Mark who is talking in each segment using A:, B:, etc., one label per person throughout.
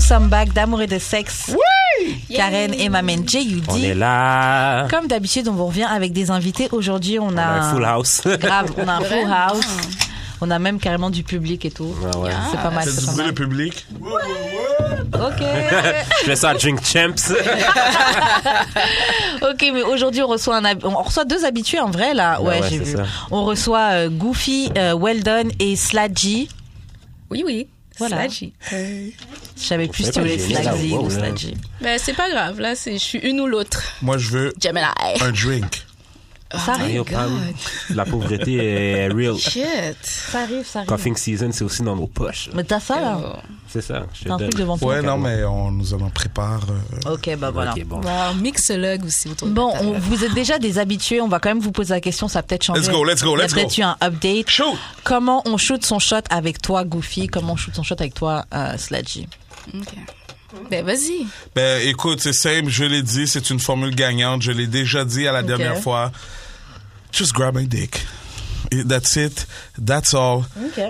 A: sommes back d'amour et de sexe. Oui! Karen et Maman J,
B: On
A: Yudi.
B: est là.
A: Comme d'habitude, on vous revient avec des invités. Aujourd'hui, on,
B: On a un full house.
A: Grave, on a un full house. On a même carrément du public et tout.
B: Ah ouais.
A: C'est pas mal.
C: C'est
A: c'est
C: du
A: pas
C: bruit le
A: mal.
C: public.
A: Ok.
B: Je fais ça à Drink Champs.
A: Ok, mais aujourd'hui on reçoit un hab- on reçoit deux habitués en vrai là. Ouais,
B: Ah Ouais, ouais,
A: j'ai
B: c'est
A: vu.
B: ça.
A: On reçoit euh, Goofy, euh, Weldon et Sladgy.
D: Oui, oui.
A: Voilà.
D: Sladgy.
A: Je savais plus si
B: Je
A: tu voulais
B: savais pas que j'ai mis
A: Sladgy
B: ça,
A: ou
B: wow, là.
A: Sladgy.
D: Ben, c'est pas grave. Là, c'est je suis une ou l'autre.
C: Moi, je veux
D: Gemini.
C: un drink.
A: Ça
B: Ah, yo,
A: arrive,
B: Pam, La pauvreté est real.
D: Shit.
A: ça arrive, ça arrive.
B: Coughing season, c'est aussi dans nos poches.
A: Mais t'as ça là
B: C'est ça. Je te
A: T'as un
B: donne.
A: truc devant toi.
B: Ok,
C: Ouais, non,
B: bon.
C: mais on nous en prépare. euh,
A: Ok, bah voilà.
B: Ok, bon.
D: Wow, mixologue aussi autour de
A: Bon,
D: la table.
A: on- vous êtes déjà des habitués, on va quand même vous poser la question, ça a peut-être changé.
C: Let's go, let's go,
A: Il y a
C: let's go.
A: peut-être eu un update.
C: Shoot!
A: Comment on shoot son shot avec toi, Goofy Comment on shoot son shot avec toi, euh, Sladgy
D: Ok. Ben, vas-y.
C: Ben, écoute, c'est simple, je l'ai dit, c'est une formule gagnante. Je l'ai déjà dit à la dernière fois. Just grab my dick. Et That's it. That's all.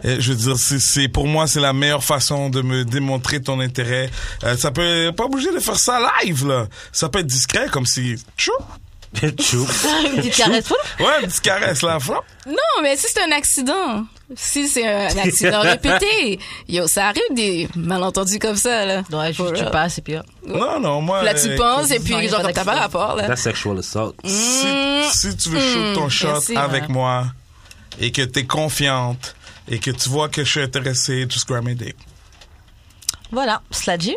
C: Et je veux dire, c'est, c'est- pour moi, c'est la meilleure façon de me démontrer ton intérêt. Euh, ça peut pas obligé de faire ça live, là. Ça peut être discret, comme si. Tchou!
B: Tchou.
A: Une petite caresse.
C: Ouais, une petite caresse, là. Frappe.
D: Non, mais si c'est un accident. Si c'est un accident répété. Yo, ça arrive des malentendus comme ça, là.
A: Ouais, juste tu passes et puis. hop.
C: Non, non, moi.
D: Là, tu
C: euh,
D: penses et
A: Non, y
D: puis,
A: a
D: genre,
A: pas
D: comme t'as pas
A: d'accident.
D: rapport, là.
B: That's sexual assault.
A: Mm.
C: si, si tu veux shoot ton shot
D: merci,
C: avec
D: ouais.
C: moi et que t'es confiante et que tu vois que je suis intéressé, just grab my dick.
A: Voilà, Sladgy.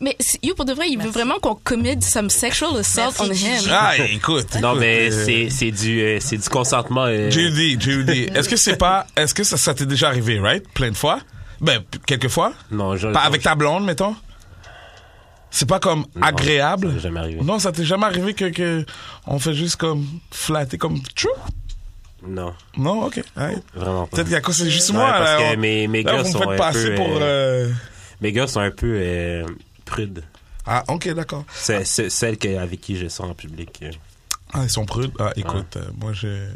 D: Mais, si- yo, pour de vrai, il veut vraiment qu'on commit some sexual assault on him.
C: Ah, écoute.
B: Non,
C: écoute,
B: mais
C: euh,
B: c'est c'est du, euh, c'est du consentement. euh,
C: Judy, Judy, est-ce que c'est pas. Est-ce que ça, ça t'est déjà arrivé, right? Plein de fois? Ben, p- quelques fois?
B: Non, je-
C: Pas avec ta blonde, mettons? C'est pas comme
B: Non,
C: agréable?
B: ça m'est jamais arrivé.
C: Non, ça t'est jamais arrivé que, que on fait juste comme flatter, comme tchou?
B: Non,
C: Non, ok. alright.
B: vraiment pas.
C: Peut-être qu'à cause c'est juste
B: Ouais,
C: moi.
B: parce
C: là,
B: que
C: on-
B: mes- mes
C: là,
B: gars
C: vous me
B: sont
C: faites
B: un
C: passer
B: peu,
C: pour. euh,
B: Mes gars sont un peu euh, prudes.
C: Ah, ok, d'accord.
B: C'est c'est celle que- avec qui je sors en public. euh.
C: Ah, ils sont prudes. Ah, écoute, euh, moi, je.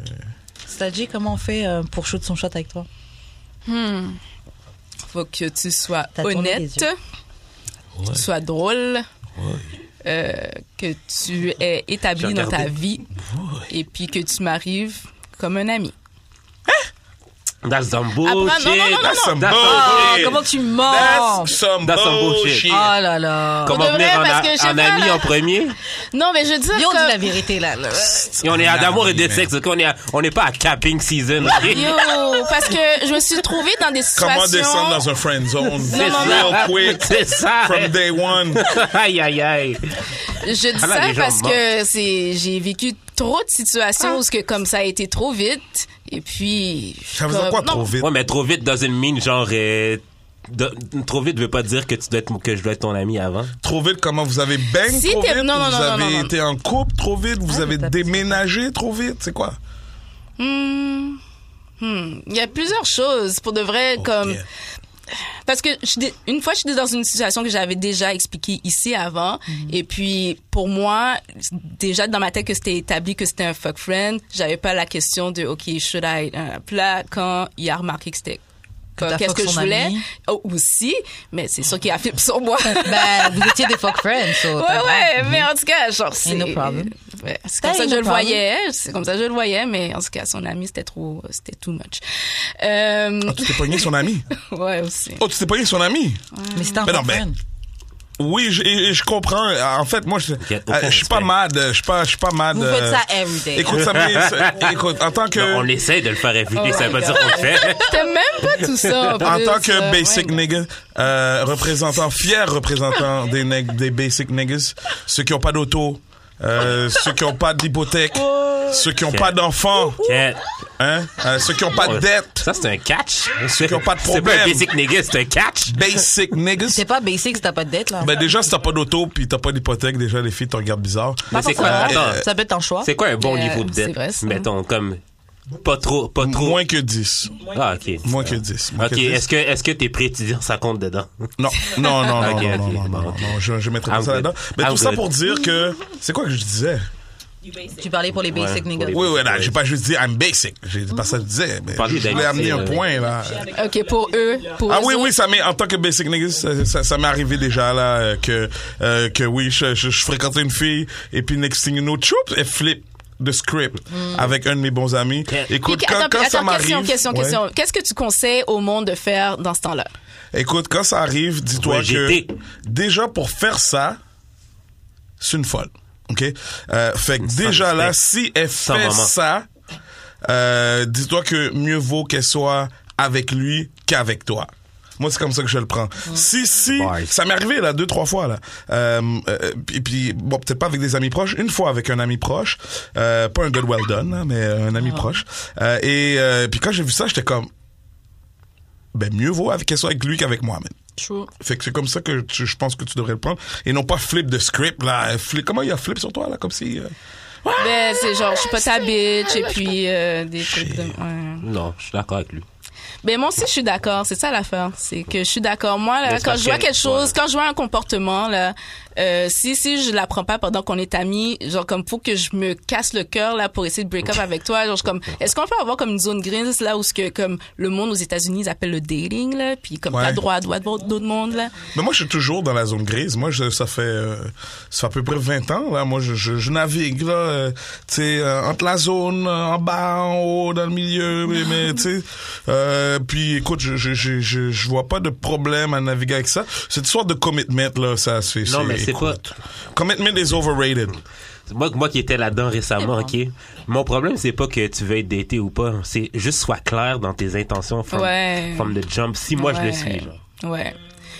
A: Sladgy, comment on fait euh, pour shoot son shot avec toi
D: Hmm. Faut que tu sois
A: T'as tourné
D: honnête,
A: les
D: que tu sois drôle, euh, que tu es établi
B: J'ai
D: dans ta
B: regardé.
D: vie et puis que tu m'arrives comme un ami.
B: That's some
D: non, non,
B: bullshit.
D: non,
C: That's some
B: That's
A: Oh,
C: bullshit.
A: comment tu mens Oh
C: That's some
B: That's some bullshit.
C: bullshit.
D: Ah,
A: là là
B: Comment
D: Pour de
B: venir
D: vrai,
B: en,
D: parce que je sais
B: en
D: pas,
B: ami
D: là.
B: en premier?
D: Non, mais je veux dire
A: Viens, on dit
D: comme-
A: la vérité là. là.
B: Et on est à
C: Non,
B: d'amour et de
C: mais-
B: sexe, ok? On est à- on n'est pas à capping season, ok?
D: Yo, parce que je me suis trouvée dans des situations.
C: Comment descendre dans un friend zone
B: C'est
D: non,
B: ça.
C: real quick
B: C'est ça.
C: from day one?
B: aïe, aïe, aïe.
D: Je dis
B: Ah là,
D: ça
B: les gens
D: parce que c'est j'ai vécu trop de
A: Ah.
D: situations où ce que comme ça a été trop vite et puis.
C: Ça veut dire quoi
D: comme-
C: trop
D: non,
C: vite?
B: Ouais, mais trop vite doesn't mean genre. euh, de- trop vite veut pas dire que tu dois être, que je dois être ton ami avant.
C: Trop vite, comment vous avez bang
D: Si
C: trop
D: t'es-
C: vite?
D: non, non,
C: vous
D: non, non,
C: avez
D: non, non.
C: été en couple trop vite? Vous
A: Ah,
C: avez
A: t'as-
C: déménagé trop vite? C'est quoi?
D: Hmm. Hmm. Il y a plusieurs choses pour de vrai comme
C: yeah.
D: parce que je suis dé- une fois je suis dans une situation que j'avais déjà expliquée ici avant
A: Mhm.
D: et puis pour moi déjà dans ma tête que c'était établi que c'était un fuck friend, j'avais pas la question de OK, should I euh, puis là quand il a remarqué que c'était
A: Que t'as
D: Qu'est-ce
A: fuck
D: que je
A: son
D: voulais
A: ami.
D: Oh, aussi, mais c'est sûr qu'il a fait sur moi.
A: Bah, vous étiez des fuck friends. so
D: Ouais,
A: t'as-
D: ouais, mais en tout cas, genre, c'est.
A: no problem.
D: Ouais, c'est comme
A: Hey,
D: ça que
A: no
D: je le
A: problem.
D: voyais. C'est comme ça que je le voyais, mais en tout cas, son ami, c'était trop. C'était too much. Euh,
C: Ah, tu t'es pogné son ami?
D: ouais, aussi.
C: Oh, tu t'es pogné son ami?
A: Mais c'était un
C: Mais Ben non, euh,
A: fuck
C: mais-
A: friend.
C: Oui, je, et- et je comprends. En fait, moi, je,
B: Ok, aucun
C: euh, je suis pas
B: respect.
C: mad. euh, Je suis pas, je suis pas mad.
A: Vous
C: euh,
A: faites ça every day.
C: Écoute, ça m'est- ça- écoute, en tant que.
B: Non, on essaie de le faire éviter,
D: Oh
B: ça
D: my
B: veut pas
D: God.
B: dire qu'on le fait.
D: T'as même pas tout ça.
C: En
D: plus,
C: tant que
D: euh,
C: basic
D: ouais.
C: nigga, euh, représentant, fier représentant des, neg- des basic niggas, ceux qui n'ont pas d'auto, euh, ceux qui n'ont pas d'hypothèque, ceux qui n'ont pas d'enfants,
B: Ken,
C: hein, euh, ceux qui n'ont pas de dette,
B: Ça, c'est un catch.
C: ceux qui n'ont pas de
B: C'est pas un
C: problème.
B: basic nigga, c'est un catch.
C: Basic niggas.
A: C'est pas basic si t'as pas de dette là.
C: Ben déjà, si t'as pas d'auto puis t'as pas d'hypothèque, déjà les filles te regardent bizarre.
A: Pas
B: Mais c'est quoi?
A: forcément.
C: euh,
B: Attends.
A: Ça peut être un choix.
B: C'est quoi un bon
D: Euh,
B: niveau de
D: c'est
B: dette?
D: vrai, ça.
B: Mettons, comme. Pas trop, pas trop.
C: Moins que 10.
B: Ah, ok.
C: Moins que 10. Moins
B: Ok,
C: que 10.
B: est-ce que, est-ce que tes préétudiants, ça compte dedans?
C: Non, non, non, non,
B: Ok,
C: non,
B: ok,
C: non, non,
B: bon,
C: non,
B: ok.
C: non, je, je mettrai pas
B: I'm
C: ça
B: good.
C: là-dedans. Mais
B: I'm
C: tout ça
B: good.
C: pour dire que, c'est quoi que je disais?
A: Tu parlais pour les
B: Ouais,
A: basic
B: pour
A: niggas.
B: les-
C: Oui, oui, là, j'ai pas juste dit I'm basic. J'ai pas ça que je disais. Mais
B: Parlez
C: je voulais amener un
B: d'identité,
C: point, là.
D: OK, pour eux, pour
C: Ah
D: eux
C: oui,
D: autres,
C: oui, ça m'est, en tant que basic nigga, ça, ça- ça m'est arrivé déjà, là, euh, que, euh, que oui, je, je, je fréquentais une fille, et puis next thing you know, choup, elle flip de script avec un de mes bons amis. Écoute,
D: Hmm. Puis,
C: quand,
D: attends,
C: quand
D: attends,
C: ça m'arrive.
D: question, question,
C: Ouais.
D: question. Qu'est-ce que tu conseilles au monde de faire dans ce temps-là?
C: Écoute, quand ça arrive, dis-toi
B: Ouais,
C: que
B: j'étais.
C: déjà pour faire ça, c'est une folle. OK? Euh, fait que déjà là, si elle
B: Sans
C: fait
B: maman.
C: ça, euh, dis-toi que mieux vaut qu'elle soit avec lui qu'avec toi. Moi, c'est comme ça que je le prends. Si, si,
E: Bye.
C: ça m'est arrivé là deux, trois fois là. Euh, euh, et puis, bon, peut-être pas avec des amis proches, une fois avec un ami proche, euh, pas un good well done, hein, mais un ami proche. Euh, et euh, puis quand j'ai vu ça, j'étais comme, ben mieux vaut avec qu'elle soit avec lui qu'avec moi. man.
A: True.
C: Fait que c'est comme ça que tu- je pense que tu devrais le prendre et non pas flip de script là. Flip, comment il a flip sur toi là comme si. euh,
D: Ben, c'est genre, je suis pas ta bitch, et puis euh, des trucs de... ouais.
B: Non, je suis d'accord avec lui.
D: Ben moi aussi je suis d'accord, c'est ça l'affaire, c'est que je suis d'accord. Moi
B: Mais
D: là,
B: c'est
D: quand
B: parce
D: je vois
B: qu'elle-
D: quelque chose,
B: ouais.
D: quand je vois un comportement là, euh, si si je l'apprends pas pendant qu'on est amis, genre comme faut que je me casse le cœur là pour essayer de break up avec toi, genre je suis comme est-ce qu'on peut avoir comme une zone grise là où ce que comme le monde aux États-Unis ils appellent le dating là, puis comme
C: Ouais.
D: t'as droit à droit d'autres d'autres mondes là.
C: Mais moi je suis toujours dans la zone grise. Moi je, ça fait euh, ça fait à peu près 20 ans là. Moi je, je, je navigue là, euh, tu sais euh, entre la zone euh, en bas, en haut, dans le milieu. Mais, mais, tu sais. Euh, puis écoute, je je, je je je vois pas de problème à naviguer avec ça. Cette sorte de commitment là, ça c'est.
B: Non, mais c'est
C: écoute,
B: quoi?
C: Commitment is overrated.
B: Moi, moi qui étais là-dedans récemment, ok. Mon problème, c'est pas que tu veux être daté ou pas. C'est juste sois clair dans tes intentions from,
D: Ouais.
B: from the jump. Si moi, je le
D: Ouais.
B: suis, genre.
D: Ouais.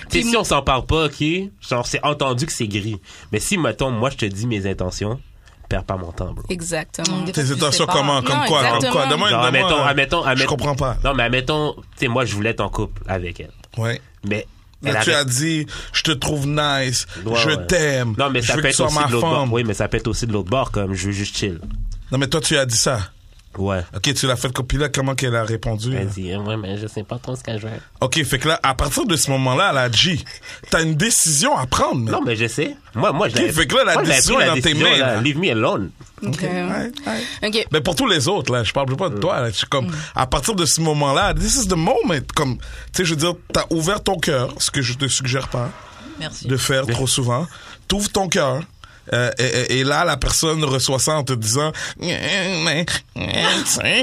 B: T'sais,
D: Puis
B: si on s'en parle pas, ok, genre c'est entendu que c'est gris. Mais si mettons, moi je te dis mes intentions, perds pas mon temps, bro.
D: Exactement.
A: Des fois,
C: Tes
A: tu
C: intentions
A: sais pas.
C: comment, comme
D: Non,
C: quoi, comme quoi.
D: exactement.
C: Demande,
B: Genre,
C: demande,
B: admettons,
C: euh,
B: admettons,
C: Je
B: admettons-
C: comprends pas.
B: Non, mais admettons, tu sais, moi je voulais ton couple avec elle.
C: Ouais.
B: Mais
C: Mais
B: elle
C: tu
B: avait-
C: as dit, je te trouve nice,
B: Ouais,
C: je
B: ouais.
C: t'aime,
B: Non, mais
C: je
B: ça
C: veux
B: peut
C: que tu
B: être
C: sois
B: aussi
C: ma
B: de l'autre bord.
C: femme.
B: Oui, mais ça peut être aussi de l'autre bord, comme je veux juste chill.
C: Non, mais toi, tu as dit ça.
B: Ouais.
C: OK, tu l'as fait copier là, comment qu'elle a répondu?
B: Elle
C: là?
B: dit, ouais, mais je sais pas trop ce qu'elle veut.
C: OK, fait que là, à partir de ce moment-là, elle a dit, t'as une décision à prendre. man.
B: Non, mais je sais. Moi, moi, je l'avais.
C: fait que là, la
B: moi, je l'avais
C: décision
B: pris,
C: est dans tes
B: décision,
C: mains,
B: là.
C: là.
B: Leave me alone.
D: OK.
C: Ouais, ouais.
D: OK. Mm.
C: Mais pour tous les autres, là, je parle pas de toi, là, je suis comme, à partir de ce moment-là, this is the moment, comme, tu sais, je veux dire, t'as ouvert ton cœur, ce que je te suggère pas.
A: Merci.
C: de faire trop souvent. T'ouvres ton cœur. euh, et, et- et là, la personne reçoit ça en te disant, mais,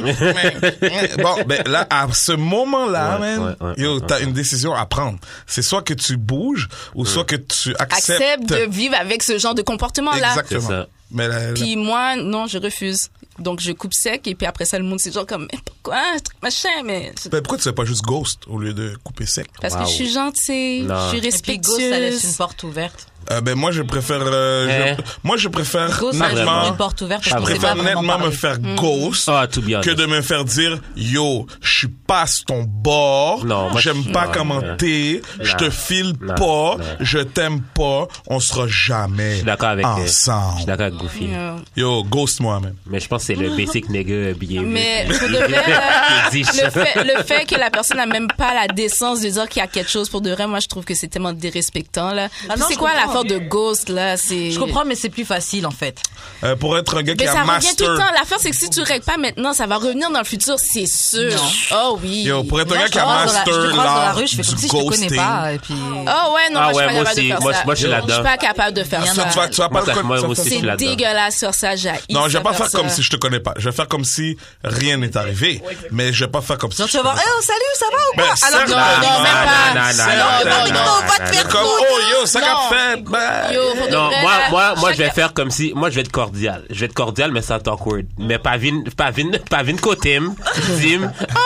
C: bon, ben là, à ce moment-là,
B: Ouais,
C: man,
B: ouais, ouais,
C: yo,
B: ouais, Mm.
C: t'as une décision à prendre. C'est soit que tu bouges ou soit que tu acceptes.
D: Accepte de vivre avec ce genre de comportement là.
C: Exactement.
B: C'est ça.
C: Mais la- la-
D: Puis moi, non, je refuse. Donc je coupe sec et puis après ça, le monde c'est genre comme mais pourquoi un truc machin mais c'est-
C: Ben, pourquoi tu fais pas juste ghost au lieu de couper sec?
D: parce
B: Wow.
D: que je suis gentille,
B: Non.
D: je suis
A: Et puis, Ghost, ça laisse une
D: respectueuse.
A: porte ouverte.
C: Euh, ben moi je préfère, euh, je-
B: Eh.
C: moi je préfère
A: Ghost, ça laisse
C: nettement-
A: une porte ouverte.
C: je
A: parce qu'on sait
C: préfère
A: pas vraiment
C: nettement Ah,
A: parler.
C: me faire ghost
B: Ah, to be honest.
C: que de me faire dire yo, je suis pas sur ton bord,
B: Non, moi,
C: j'aime
B: je-
C: pas
B: non,
C: commenter, je te file
B: non,
C: pas,
B: non.
C: je t'aime pas, on sera
B: Je
C: jamais
B: suis d'accord avec. euh, Je suis
C: ensemble.
B: d'accord avec Goofy.
D: Euh,
C: Yo, ghost moi même.
B: Mais je pense que c'est le basic nigga bien
D: Mais
B: vu.
D: pour de vrai, là,
B: Qui dit
D: le
B: ça.
D: fait, le fait que la personne n'a même pas la décence de dire qu'il y a quelque chose pour de vrai, moi je trouve que c'est tellement dérespectant là.
A: Ah
D: Puis
A: non,
D: c'est
A: je
D: quoi
A: comprends.
D: l'affaire de ghost là C'est
A: Je comprends, mais c'est plus facile en fait.
C: Euh, pour être un gars qui
D: Mais
C: a
D: ça revient tout
C: master.
D: le temps. L'affaire, c'est que si tu règles pas maintenant, ça va revenir dans le futur, c'est sûr. Oh oui.
C: Yo, pour être un
A: Moi,
C: gars
A: je
C: qui a
A: croise dans la- je te
C: master
A: croise dans la
C: l'art
A: rue, je fais
C: du
A: comme si je te connais
C: ghosting.
A: pas. Et puis.
D: Oh ouais, non,
B: Ah
D: moi,
B: ouais, moi
D: je
B: aussi.
D: suis pas capable
B: Moi,
D: de faire ça.
B: moi, je suis là-dedans.
D: Je suis pas capable de faire
A: Il y en
C: Ça,
A: a-
D: ça.
C: tu vas, tu
B: Moi,
C: vas pas le
B: ça- moi
C: connaître.
B: aussi, je suis
D: C'est
B: là. là-dedans.
D: dégueulasse sur ça, j'ai.
C: Non, je vais pas faire comme si je te connais pas. Je vais faire comme si rien n'est arrivé. Mais je vais pas faire comme si.
A: Genre,
C: je
A: tu vas
C: te
A: voir,
C: connais
A: oh, salut, ça va ou
C: Ben,
A: quoi? Alors,
C: certes,
A: que-
D: Ah, Non, non, même pas.
B: Non, non,
D: Non,
B: non,
D: non,
B: non,
D: non,
B: non,
A: va te
B: non,
A: faire
B: non.
C: Comme, oh yo, ça qu'a
D: Non.
C: fait. ben.
D: Yo, pour de
B: Non,
D: vrai,
B: moi,
D: là,
B: moi, moi, je vais
D: chacun-
B: faire comme si, moi, je vais être cordial. Je vais être cordial, mais sans awkward. Mais Pavine, Pavine, Pavine Kotim, Dim. Oh,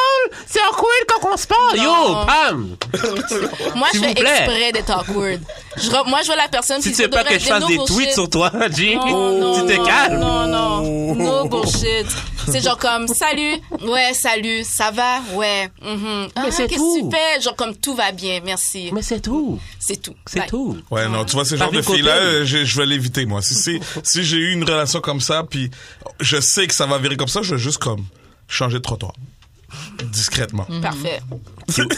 B: c'est awkward quand on se parle.
D: Non.
B: Yo, Pam.
D: Moi, je
B: S'il
D: fais
B: vous plaît.
D: exprès d'être awkward. Je re- Moi, je vois la personne
B: Si
D: qui
B: tu veux pas
D: devrait
B: que je fasse
D: dire,
B: des
D: no
B: tweets
D: bullshit.
B: sur toi, G,
D: Non, Oh, non,
B: tu
D: non,
B: te calmes. Oh.
D: Non, non, no bullshit. C'est genre comme salut, ouais, salut, ça va, ouais. mhm. Ah,
B: c'est
D: qu'est-ce
B: tout.
D: que tu fais? Genre comme tout va bien, merci.
B: Mais c'est tout.
D: C'est tout.
B: C'est
D: Bye.
B: tout.
C: Ouais, non, tu vois, ce genre
B: Paris
C: de
B: Cotel.
C: filles-là, euh, je, je vais l'éviter, moi. Si, si, si j'ai eu une relation comme ça, puis je sais que ça va virer comme ça, je vais juste comme changer de trottoir.
D: Mm.
B: Mm-hmm.
C: Discrètement.
D: Parfait.
B: Q-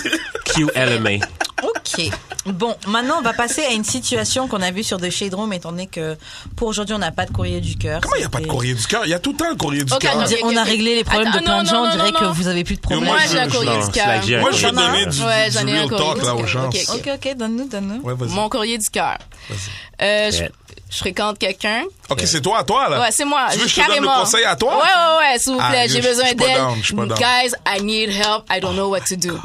B: QLMA.
A: Ok. Bon, maintenant, on va passer à une situation qu'on a vue sur The Shade Room, étant donné que pour aujourd'hui, on n'a pas de courrier du cœur.
C: Comment il n'y a pas de
A: C'était-
C: courrier du cœur? Il y a tout le temps le courrier du
D: Ok,
C: cœur.
A: On dirait- On a réglé les problèmes
D: Attends, ah,
A: de plein de
D: non,
A: gens, on
D: non,
A: dirait
D: non,
A: que
D: non.
A: vous avez plus de problèmes.
D: Moi, j'ai un
B: je-
D: courrier
B: non,
D: du cœur.
B: c'est la
C: Moi, je vais
A: J'en ai
C: donner
A: un.
C: du,
D: Ouais,
C: du
D: j'en ai un
C: real
D: courrier
C: talk,
D: du
C: là,
D: cœur.
C: aux gens.
D: Ok.
A: Ok, ok, donne-nous, donne-nous.
C: Ouais, vas-y.
D: Mon courrier du cœur. Euh, je, je fréquente quelqu'un.
C: OK, c'est toi, à toi, là.
D: Ouais, c'est moi.
C: Tu veux que je te donne
D: carrément.
C: le conseil à toi?
D: Ouais, ouais, ouais, s'il vous
C: Ah,
D: plaît, j'ai
C: je- je
D: besoin
C: suis pas down, je suis pas
D: d'aide.
C: down. Oh
D: Guys, I need help. I don't know what to do.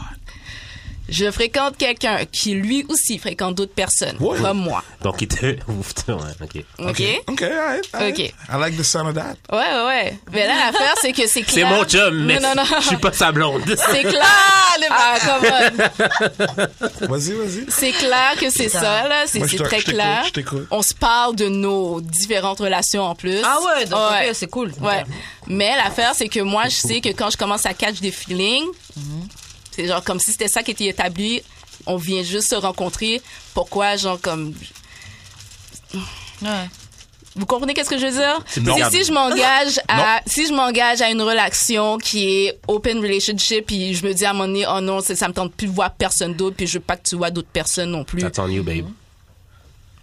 D: Je fréquente quelqu'un qui lui aussi fréquente d'autres personnes
C: Ouais.
D: comme moi.
B: Donc, il te. Ouf, ouais, ok.
D: OK?
C: OK, all right, all right.
D: Ok.
C: I like the sound of that.
D: Ouais, ouais, ouais. Mais là, l'affaire, c'est que c'est
B: C'est
D: clair.
B: mon chum, mais
D: Non, non, non.
B: je suis pas sa blonde.
D: C'est clair. Ah, come on.
C: Vas-y, vas-y.
D: C'est clair que c'est ça, là. C'est
C: Moi, je
D: c'est
C: te-
D: très
C: je t'écoute,
D: clair.
C: je t'écoute.
D: On se parle de nos différentes relations en plus.
A: Ah ouais, donc, ok, c'est cool.
D: Ouais. Mais l'affaire, c'est que moi, je sais que quand je commence à catch des feelings, c'est genre comme si c'était ça qui était établi. On vient juste se rencontrer. Pourquoi, genre, comme.
A: Ouais.
D: Vous comprenez qu'est-ce que je veux dire?
B: C'est
D: Si,
B: non.
D: si je m'engage à, si je m'engage à une relation qui est open relationship, puis je me dis à un moment donné, oh non, ça, ça me tente plus de voir personne d'autre, puis je veux pas que tu vois d'autres personnes non plus.
B: That's on you, babe.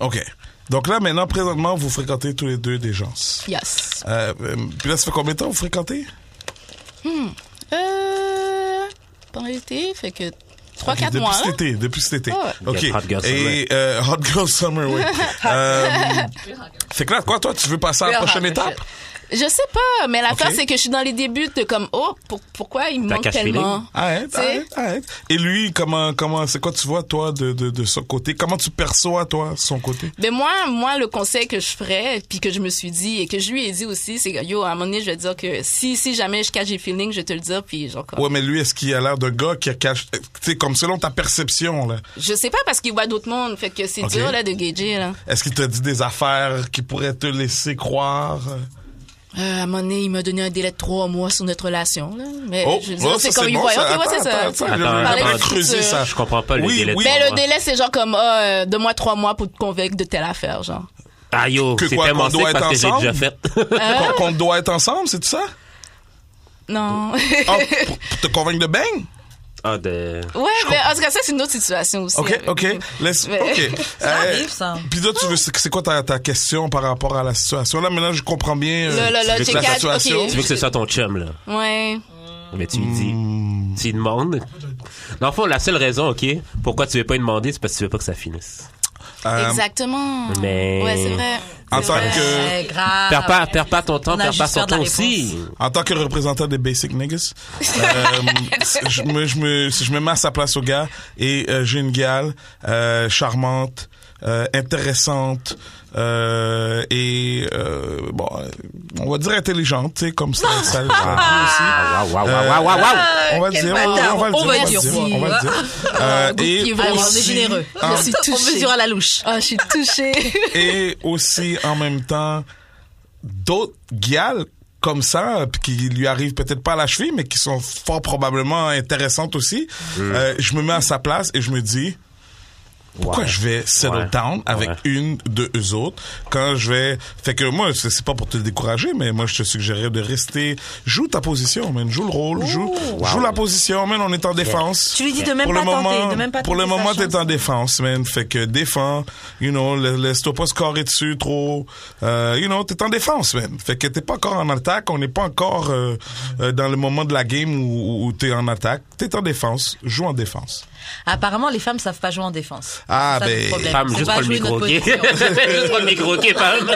C: OK. Donc là, maintenant, présentement, vous fréquentez tous les deux des gens.
D: Yes.
C: Euh, euh, puis là, ça fait combien de temps vous fréquentez?
D: Euh, pendant l'été, fait que 3-4
C: depuis
D: mois. hein.
C: cet
D: là.
C: été, depuis cet été.
D: Ouais.
C: OK.
B: Yeah, Hot Girl
C: Et euh, Hot Girl Summer, oui. euh, fait que là, quoi, toi, tu veux passer à la
D: Real
C: prochaine
D: hot girl
C: étape?
D: Je sais pas, mais l'affaire,
C: Ok.
D: c'est que je suis dans les débuts de comme, oh, pour- pourquoi il me
B: T'as
D: manque
B: caché
D: tellement.
C: Arrête,
D: Tu sais?
C: arrête, arrête. Et lui, comment, comment, c'est quoi tu vois, toi, de, de, de son côté? Comment tu perçois, toi, son côté?
D: Mais moi, moi, le conseil que je ferais, puis que je me suis dit, et que je lui ai dit aussi, c'est que, yo, à un moment donné, je vais dire que si, si jamais je cache des feelings, je vais te le dire, puis genre, comme-
C: Ouais, mais lui, est-ce qu'il a l'air de gars qui a cache, tu sais, comme selon ta perception, là,
D: je sais pas parce qu'il voit d'autres mondes, fait que c'est
C: Ok.
D: dur, là, de gager, là.
C: est-ce qu'il te dit des affaires qui pourraient te laisser croire?
D: Euh, à un moment donné, il m'a donné un délai de trois mois sur notre relation, là. Mais
C: Oh,
D: Eh, je veux
C: oh,
D: dire,
C: ça,
D: c'est
C: c'est
D: comme il
C: bon,
D: voit,
C: ça.
D: ok, ouais, c'est
C: Attends,
D: ça.
C: attends, attends,
D: On
C: je-
B: je-
D: parlait
B: attends,
D: de
C: creuser
D: structure.
C: ça.
B: Je comprends pas le
C: Oui,
B: délai. de
C: oui.
B: trois
D: Mais le
B: mois.
D: délai, c'est genre comme, ah, euh, donne-moi trois mois pour te convaincre de telle affaire, genre.
B: Ah yo,
C: Que
B: c'est
C: quoi,
B: tellement
C: qu'on
B: sick
C: doit
B: parce que
C: être
B: j'ai déjà
C: ensemble?
B: fait.
C: Qu'on- Qu'on doit être ensemble, c'est tout ça?
D: Non.
C: Ah, pour, pour te convaincre de bang?
B: Ah, de.
D: ouais, mais en tout cas, ça, c'est une autre situation aussi.
C: OK,
D: avec-
C: OK. Laisse,
D: Mais-
C: OK.
A: Ça
C: Euh,
A: arrive, ça.
C: Puis là, tu veux, c'est c'est quoi ta, ta question par rapport à la situation? Là, maintenant, je comprends bien. euh,
D: Là, là, là,
C: la
D: j'ai quatre-
C: situation.
D: ok.
B: Tu veux que ce soit ton chum, là.
D: Ouais.
B: Mais tu lui dis.
C: Hmm.
B: Tu lui demandes. Dans le fond, la seule raison, OK, pourquoi tu veux pas lui demander, c'est parce que tu veux pas que ça finisse.
C: Euh,
D: Exactement.
B: mais-
D: Ouais, c'est vrai.
C: En
D: C'est
C: tant
D: vrai.
C: que-
A: Ouais,
D: Ah,
A: grave.
B: Perds pas, perds pas ton temps,
A: On a
B: perds pas
A: juste
B: son
A: peur de la
B: temps aussi.
C: En tant que représentant des basic niggas, euh, je, me, je, me, je me mets à sa place au gars et euh, j'ai une gale euh, charmante, euh, intéressante euh, et euh, bon, euh, on va dire intelligente, tu sais, comme ça. ça, ça-
B: Ah, waouh, waouh, waouh, waouh, waouh.
C: on va le
A: quel
C: dire,
A: bâtard.
C: on, va le
A: On va
C: dire,
A: dire.
C: on va le dire. Euh,
D: goût qui
C: et
D: est vraiment
A: On est
C: aussi,
A: généreux.
C: en-
D: Je suis
A: On
D: touchée.
A: mesure à la louche.
D: Ah, je suis touchée.
C: et aussi en même temps d'autres gals comme ça euh, puis qui lui arrivent peut-être pas à la cheville mais qui sont fort probablement intéressantes aussi euh, je me mets à sa place et je me dis pourquoi
B: Ouais.
C: je vais settle
B: Ouais.
C: down avec
B: Ouais.
C: une de eux autres quand je vais fait que moi c'est c'est pas pour te décourager mais moi je te suggérerais de rester joue ta position man. joue le rôle joue joue la position man. on est en défense
A: Tu lui dis de même
C: pour
A: pas
C: le moment,
A: tenter, de même pas
C: Pour le
A: tenter sa
C: moment,
A: chance.
C: t'es en défense, man. Fait que défends, you know, la- laisse-toi pas scorer dessus trop. Euh, you know, t'es en défense, man. Fait que t'es pas encore en attaque, on n'est pas encore euh, euh, dans le moment de la game où, où- où t'es en attaque. T'es en défense, joue en défense.
A: Apparemment, les femmes savent pas jouer en défense.
C: Ah,
A: C'est ça le
C: ben,
A: problème.
B: Femme,
A: Faut
B: juste
A: pas
B: pour le
A: jouer
B: micro,
A: notre
B: OK?
A: position.
B: Juste pour le micro, OK, femme.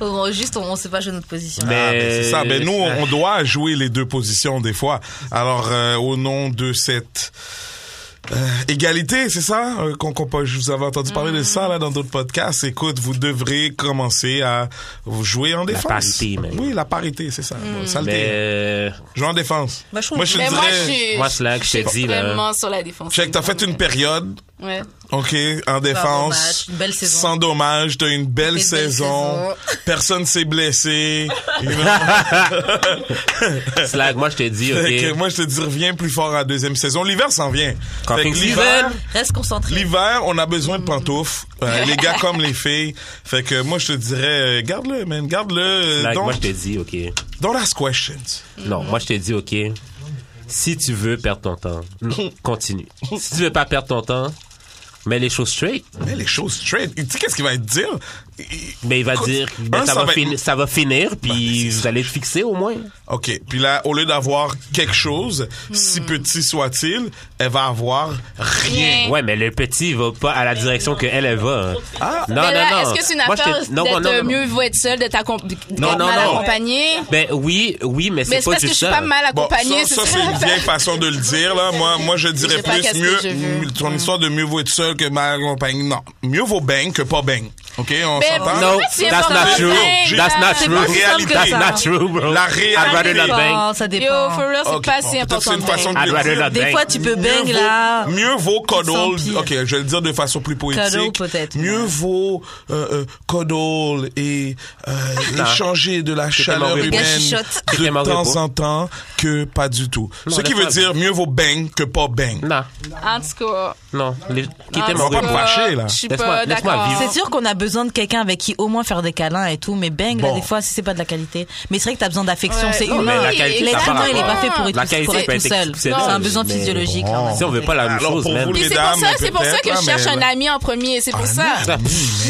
A: Oh, Juste, on, on sait pas jouer notre position.
B: Mais-
C: Ah, ben, c'est ça. Ben, nous,
B: Euh,
C: on doit jouer les deux positions des fois. Alors, euh, au nom de cette euh, égalité, c'est ça euh, qu'on, qu'on peut- je vous avais entendu parler de ça là dans d'autres podcasts. Écoute, vous devrez commencer à jouer en défense.
B: parité, man.
C: Oui, la parité, c'est ça. Bon, ça le
B: Mais.
C: dit.
B: euh,
C: Jouer en défense.
A: Bah, je trouve-
C: moi, je te
D: mais moi, je
C: dirais.
D: suis.
B: Moi, c'est là que je te dis, là.
D: Vraiment sur la défense.
C: Fait que t'as fait une période,
D: Ouais.
C: ok, en
A: dommage,
C: défense,
A: une belle saison.
C: sans dommage, t'as une belle
A: Des belles
C: saison,
A: saisons.
C: personne s'est blessé, you know?
B: Slack, moi, je te dis,
C: Fait que
B: OK.
C: moi, je te dis, reviens plus fort en deuxième saison. L'hiver s'en vient. Fait que
B: Camping
C: l'hiver,
B: season.
A: Reste concentré.
C: l'hiver, on a besoin de pantoufles. Euh, les gars comme les filles. Fait que moi, je te dirais, euh, garde-le, man. Garde-le. euh,
B: Slack, moi,
C: Don't,
B: je te dis, OK.
C: don't ask questions.
B: Non, moi, je te dis, OK. si tu veux perdre ton temps, non, continue. Si tu veux pas perdre ton temps, mets les choses straight.
C: Mais les choses straight. Tu sais qu'est-ce qu'il va te dire? Il-
B: Mais il va
C: Écoute,
B: dire,
C: un,
B: ben, ça, va
C: être-
B: finir, ça va finir, puis
C: c'est
B: vous allez te fixer au moins.
C: OK. Puis là, au lieu d'avoir quelque chose,
B: Hmm.
C: si petit soit-il, elle va avoir rien.
B: Ouais, mais le petit va pas à la direction que elle, elle va.
C: Ah.
F: Mais
B: non, non,
F: là,
B: non.
F: Est-ce que c'est une
B: Moi, je te-
F: affaire
B: non, non, non,
D: euh,
F: d'être
B: non.
F: mieux vaut être seul, de t'accomp-
B: Non,
F: d'être mal
B: non, non.
F: accompagné?
B: Ben oui, oui, mais
F: Mais
B: c'est
F: c'est
B: pas
F: parce que
B: juste
F: je suis pas
B: ça.
F: mal
C: Bon,
F: accompagnée,
C: ça, ça, c'est une vieille façon de le dire, là. Moi, moi, je dirais
F: sais pas
C: plus
F: qu'est-ce que
C: mieux,
F: je veux.
C: mm, ton histoire de mieux vaut être seul que mal accompagné. Non. Mieux vaut bang que pas bang. OK? On
F: Ben,
A: Ah,
C: s'entend?
B: No,
F: Ouais, c'est
B: that's
F: important.
B: not true.
F: Hey,
B: That's
F: là,
B: not
F: c'est
B: true.
F: pas si simple que
B: That's
F: ça.
B: not true, bro.
C: La
B: I'd rather
C: réalité.
B: not bang.
A: Oh, ça
F: Yo,
A: dépend.
F: for real, c'est
C: OK,
F: pas
C: bon,
F: si
C: peut-être
F: important.
C: c'est une façon de
B: I'd
C: le
B: rather
C: dire.
B: not
A: Des
B: bang.
A: fois, tu peux
C: Mieux
A: bang
C: vaut-
A: là.
C: Mieux vaut
A: Sans
C: cuddle.
A: pire.
C: Ok, je vais le dire de façon plus poétique.
A: Cuddle, peut-être.
C: Mieux vaut euh, euh, cuddle et euh,
B: Non.
C: échanger de la chaleur
B: mauvais pour.
C: humaine
A: Des chuchotes.
C: de
B: C'était mauvais
C: temps
B: pour.
C: en temps que pas du tout.
B: Non,
C: Ce qui
B: laisse
C: veut
B: pas.
C: dire mieux vaut bang que pas bang.
B: Non,
F: En tout cas.
B: non. les-
A: Ah,
B: Quittez
F: en
B: mon
F: tout
C: va pas me
B: groupe.
F: cas,
C: fâcher, là.
F: Je suis
B: Laisse-moi-
F: pas
B: laisse-moi
F: d'accord.
B: vivre.
A: C'est sûr qu'on a besoin de quelqu'un avec qui au moins faire des câlins et tout, mais bang, là,
C: Bon.
A: des fois, si c'est pas de la qualité. Mais c'est vrai que t'as besoin d'affection,
F: Ouais.
A: c'est
F: Non, mais
A: humain.
F: la qualité, ça
A: L'être
F: par
A: humain, il est
F: rapport-
A: pas fait pour
B: La
A: être, pour
B: qualité
A: être
B: peut
A: tout
B: être
A: seul. C'est
B: exceptionnelle,
A: un besoin
B: mais
A: physiologique.
C: bon.
A: hein,
B: Si on veut pas la même
C: Alors,
B: chose,
C: pour
B: man.
C: vous,
F: Puis
C: les
F: c'est pour
C: dames,
F: ça, c'est pour ça
C: peut-être,
F: que je
C: là,
F: cherche
C: mais-
F: un ami en premier, c'est pour ça.
C: Ah,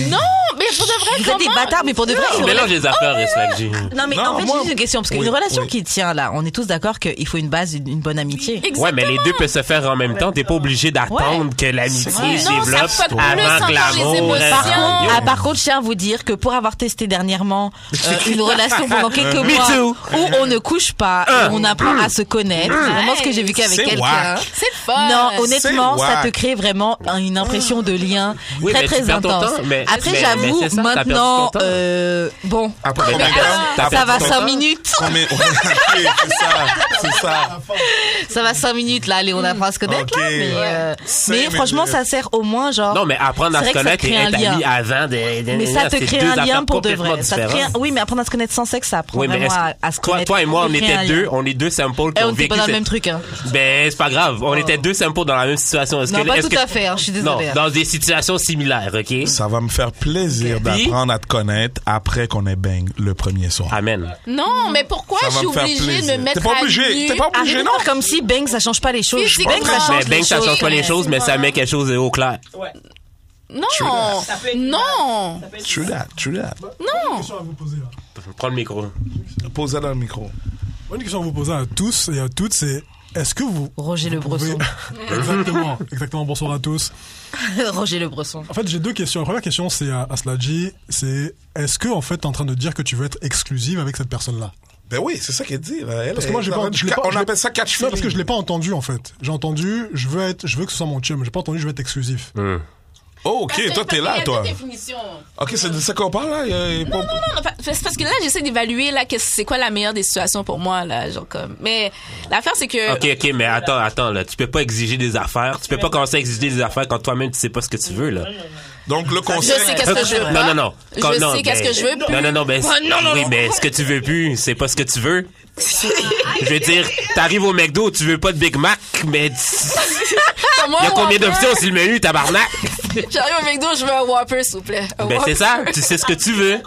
F: Non, mais pour de vrai,
A: Vous êtes des
F: comment-
A: bâtards, mais pour de vrai, il faudrait-
B: Mélange les affaires,
A: Oh!
B: respect, G.
A: Non, mais
C: Non,
A: en fait, j'ai
C: moi-
A: juste une question, parce qu'une
C: Oui,
A: relation
C: oui.
A: qui tient là, on est tous d'accord qu'il faut une base, une, une bonne amitié.
B: Ouais, mais
F: Exactement.
B: les deux peuvent se faire en même temps. T'es pas obligé d'attendre que l'amitié
A: vrai.
B: se
F: Non, ça
B: développe
F: fuck plus
B: avant que
F: encore les
B: l'amour
F: émotions.
B: reste.
A: Par
F: Bien.
A: contre,
B: Yo.
A: ah, par contre, je tiens à vous dire que pour avoir testé dernièrement euh, une relation pendant quelques
B: Me
A: mois
B: too. Euh.
A: où on ne couche pas, et on apprend à se connaître, c'est vraiment ce que j'ai vécu avec
C: C'est
A: quelqu'un.
C: whack.
F: C'est le fun.
A: Non,
C: C'est
A: honnêtement, ça te
C: whack.
A: crée vraiment un- une impression de lien
B: Oui,
A: très
B: mais tu
A: très
B: perds ton
A: intense.
B: temps, mais-
A: Après,
B: mais-
A: j'avoue,
B: mais c'est ça, t'as perdu
A: maintenant,
B: ton temps.
A: euh, bon,
C: Après
B: Mais
C: combien de
B: t'as-
C: temps?
B: t'as
A: ça
B: perdu
A: va
B: ton
A: 5
B: temps.
A: minutes.
C: Combien- Ok, c'est ça, c'est ça.
A: Ça va 5 minutes là, allez, on apprend à se connaître
C: Ok.
A: là, mais, euh,
C: Cinq
A: mais franchement,
C: minutes.
A: ça sert au moins genre.
B: Non, mais apprendre à
A: C'est vrai
B: se
A: que
B: connaître
A: ça
B: et
A: crée
B: être
A: un
B: ami
A: lien.
B: avant de. de-
A: Mais
B: de-
A: ça te
B: c'est
A: crée
B: deux
A: un lien
B: affaires
A: pour de
B: complètement
A: vrai. Ça te crée un-
B: différentes.
A: Oui, mais apprendre à se connaître sans sexe, ça apprend
B: Oui, mais
A: vraiment
B: est-ce-
A: à, à se
B: toi,
A: connaître.
B: toi et moi,
A: Ça
B: on
A: crée un
B: était
A: lien.
B: deux, on est deux simples qui
A: Et
B: ont
A: on n'était
B: vécu.
A: pas dans le
B: cette-
A: même truc. Hein.
B: Ben, c'est pas grave. On était deux simples dans la même situation. Est-ce
A: Non,
B: que,
A: pas
B: est-ce
A: tout
B: que-
A: à fait, hein, je suis
B: Non,
A: désolée.
B: dans des situations similaires, OK?
C: Ça va me faire plaisir
B: Puis-
C: d'apprendre à te connaître après qu'on ait bang le premier soir.
B: Amen.
F: Non, mais pourquoi
C: Ça
F: Ah, je
C: va
F: suis
C: me faire
F: obligée de
C: plaisir.
F: me mettre
C: T'es pas
F: à
C: obligé,
F: nu?
C: t'es pas
A: Arrêtez
C: obligé,
A: de
C: non?
A: Ah, faire comme si bang ça change pas les choses.
F: Physiquement,
A: Bang ça change
B: Mais ben,
A: les
B: que ça
A: choses.
B: change pas les choses, mais ça met quelque chose au clair.
F: Non, non,
C: True that, true that.
F: non.
G: question à vous poser. là.
B: Prends le micro.
C: Posez dans le micro.
G: Moi, Une question à vous poser à tous et à toutes, c'est est-ce que vous.
A: Roger Le
G: vous pouvez-
A: Bresson.
G: exactement, exactement. Bonsoir à tous.
A: Roger Le Bresson.
G: En fait, j'ai deux questions. La première question, c'est à, à Sladji, c'est est-ce que en fait, t'es en train de dire que tu veux être exclusive avec cette personne-là
C: Ben oui, c'est ça qu'elle dit. là. Elle,
G: Parce que moi,
C: elle-
G: j'ai pas,
C: elle-
G: je l'ai pas-
C: On
G: je l'ai-
C: appelle ça catch
G: Non,
C: feeling.
G: parce que je l'ai pas entendu en fait. J'ai entendu, je veux être, je veux que ce soit mon chum. J'ai pas entendu, je veux être exclusif.
C: Oh, ok, toi, t'es là, toi.
F: Définition.
C: Ok, c'est de ça qu'on parle, là. Il y a- il y a pas-
F: Non, non, fa- c'est parce que là, j'essaie d'évaluer là, que c'est quoi la meilleure des situations pour moi, là, genre comme. Mais l'affaire, c'est que.
B: OK, OK, mais attends, attends, là. Tu peux pas exiger des affaires. Tu peux pas commencer à exiger des affaires quand toi-même tu sais pas ce que tu veux, là.
C: Donc, le
F: Je sais
C: conseil.
F: qu'est-ce que je veux.
B: Non,
F: pas.
B: non, non.
F: Je
B: Quand-
F: sais
B: non,
F: qu'est-ce
B: ben-
F: que je veux. plus.
B: Non, non, non, ben,
F: Ouais, non, non,
B: oui,
F: non.
B: mais ce que tu veux plus, c'est pas ce que tu veux. Je veux dire, t'arrives au McDo, tu veux pas de Big Mac, mais il
F: Comment
B: y a
F: un
B: combien
F: Whopper?
B: d'options sur le menu, tabarnak?
F: J'arrive au McDo, je veux un Whopper, s'il vous plaît. Un
B: Ben, c'est
F: Whopper.
B: ça, tu sais ce que tu veux.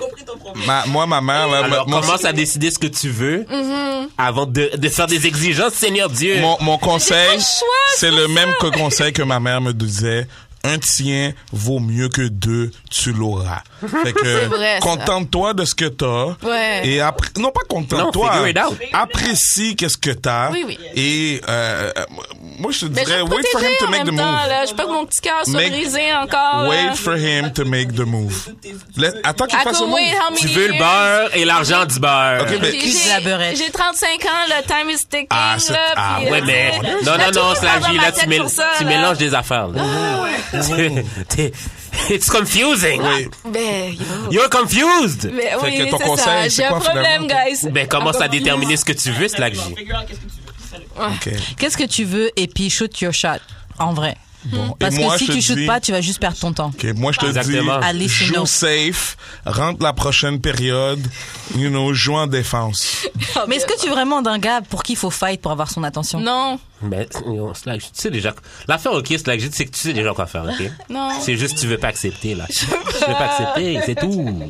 C: Ma- moi, ma mère, là,
B: Alors,
C: mon,
B: commence à décider ce que tu veux
F: Mm-hmm.
B: avant de, de faire des exigences, Seigneur Dieu.
C: mon, mon conseil,
F: choix,
C: c'est le même que conseil que ma mère me disait. Un tien vaut mieux que deux, tu l'auras. Fait que,
F: vrai, ça.
C: contente-toi de ce que t'as.
F: Ouais.
C: Et après, non pas
B: Non,
C: contente-toi.
B: figure it out.
C: Apprécie qu'est-ce que t'as.
F: Oui, oui.
C: Et, euh, euh, moi, je te
F: Mais je
C: dirais,
F: vais
C: wait for him
F: protéger
C: to
F: en
C: make the
F: même
C: move.
F: temps, là. Je veux pas que mon petit cœur soit
C: Make-
F: brisé encore. là.
C: Wait for him to make the move. Let- attends qu'il
F: I
C: fasse
F: could
C: le move.
F: wait hein. how many
B: tu veux le
F: years?
B: beurre et l'argent du beurre.
C: Ok, mais-
F: J'ai-
A: Qui se
F: j'ai-
A: la beurette?
F: J'ai 35 ans, le time is ticking.
C: Ah, c'est-
F: là,
C: ah,
F: puis,
B: Ouais,
F: euh,
B: mais
F: tu sais,
B: non,
F: je
B: non,
F: vais
B: non,
F: toujours
B: c'est la
F: avoir
B: vie,
F: ma
B: là, tu,
F: tête
B: mets-
F: pour ça,
B: tu
F: là. Ah,
B: mélanges des affaires. là. T'es- t'es- It's confusing.
C: Oui.
F: Ben, yo.
B: You're confused.
F: Ben
C: Fait que
F: oui,
C: ton
F: c'est
C: conseil,
F: ça.
C: c'est
F: J'ai un
C: quoi,
F: problème,
C: finalement?
F: guys.
B: Ben, commence à
F: Encore-
B: déterminer ce que tu veux, Slack J.
C: Ok.
A: Qu'est-ce que tu veux et puis shoot your shot en vrai. Parce
C: Et moi,
A: que si
C: je
A: tu
C: te
A: shootes
C: dis-
A: pas, tu vas juste perdre ton temps.
C: Ok, moi je te
B: Exactement.
A: Allez,
C: dis,
A: c'est non.
C: joue safe, rentre la prochaine période, you know, joue en défense.
A: Mais est-ce que tu es vraiment d'un gars pour qui il faut fight pour avoir son attention
F: Non,
B: Mais yo, Slack J, tu sais déjà. L'affaire, ok, Slack J, c'est que tu sais déjà quoi faire, ok?
F: Non.
B: C'est juste que tu veux pas accepter, là. Tu veux pas accepter, c'est tout.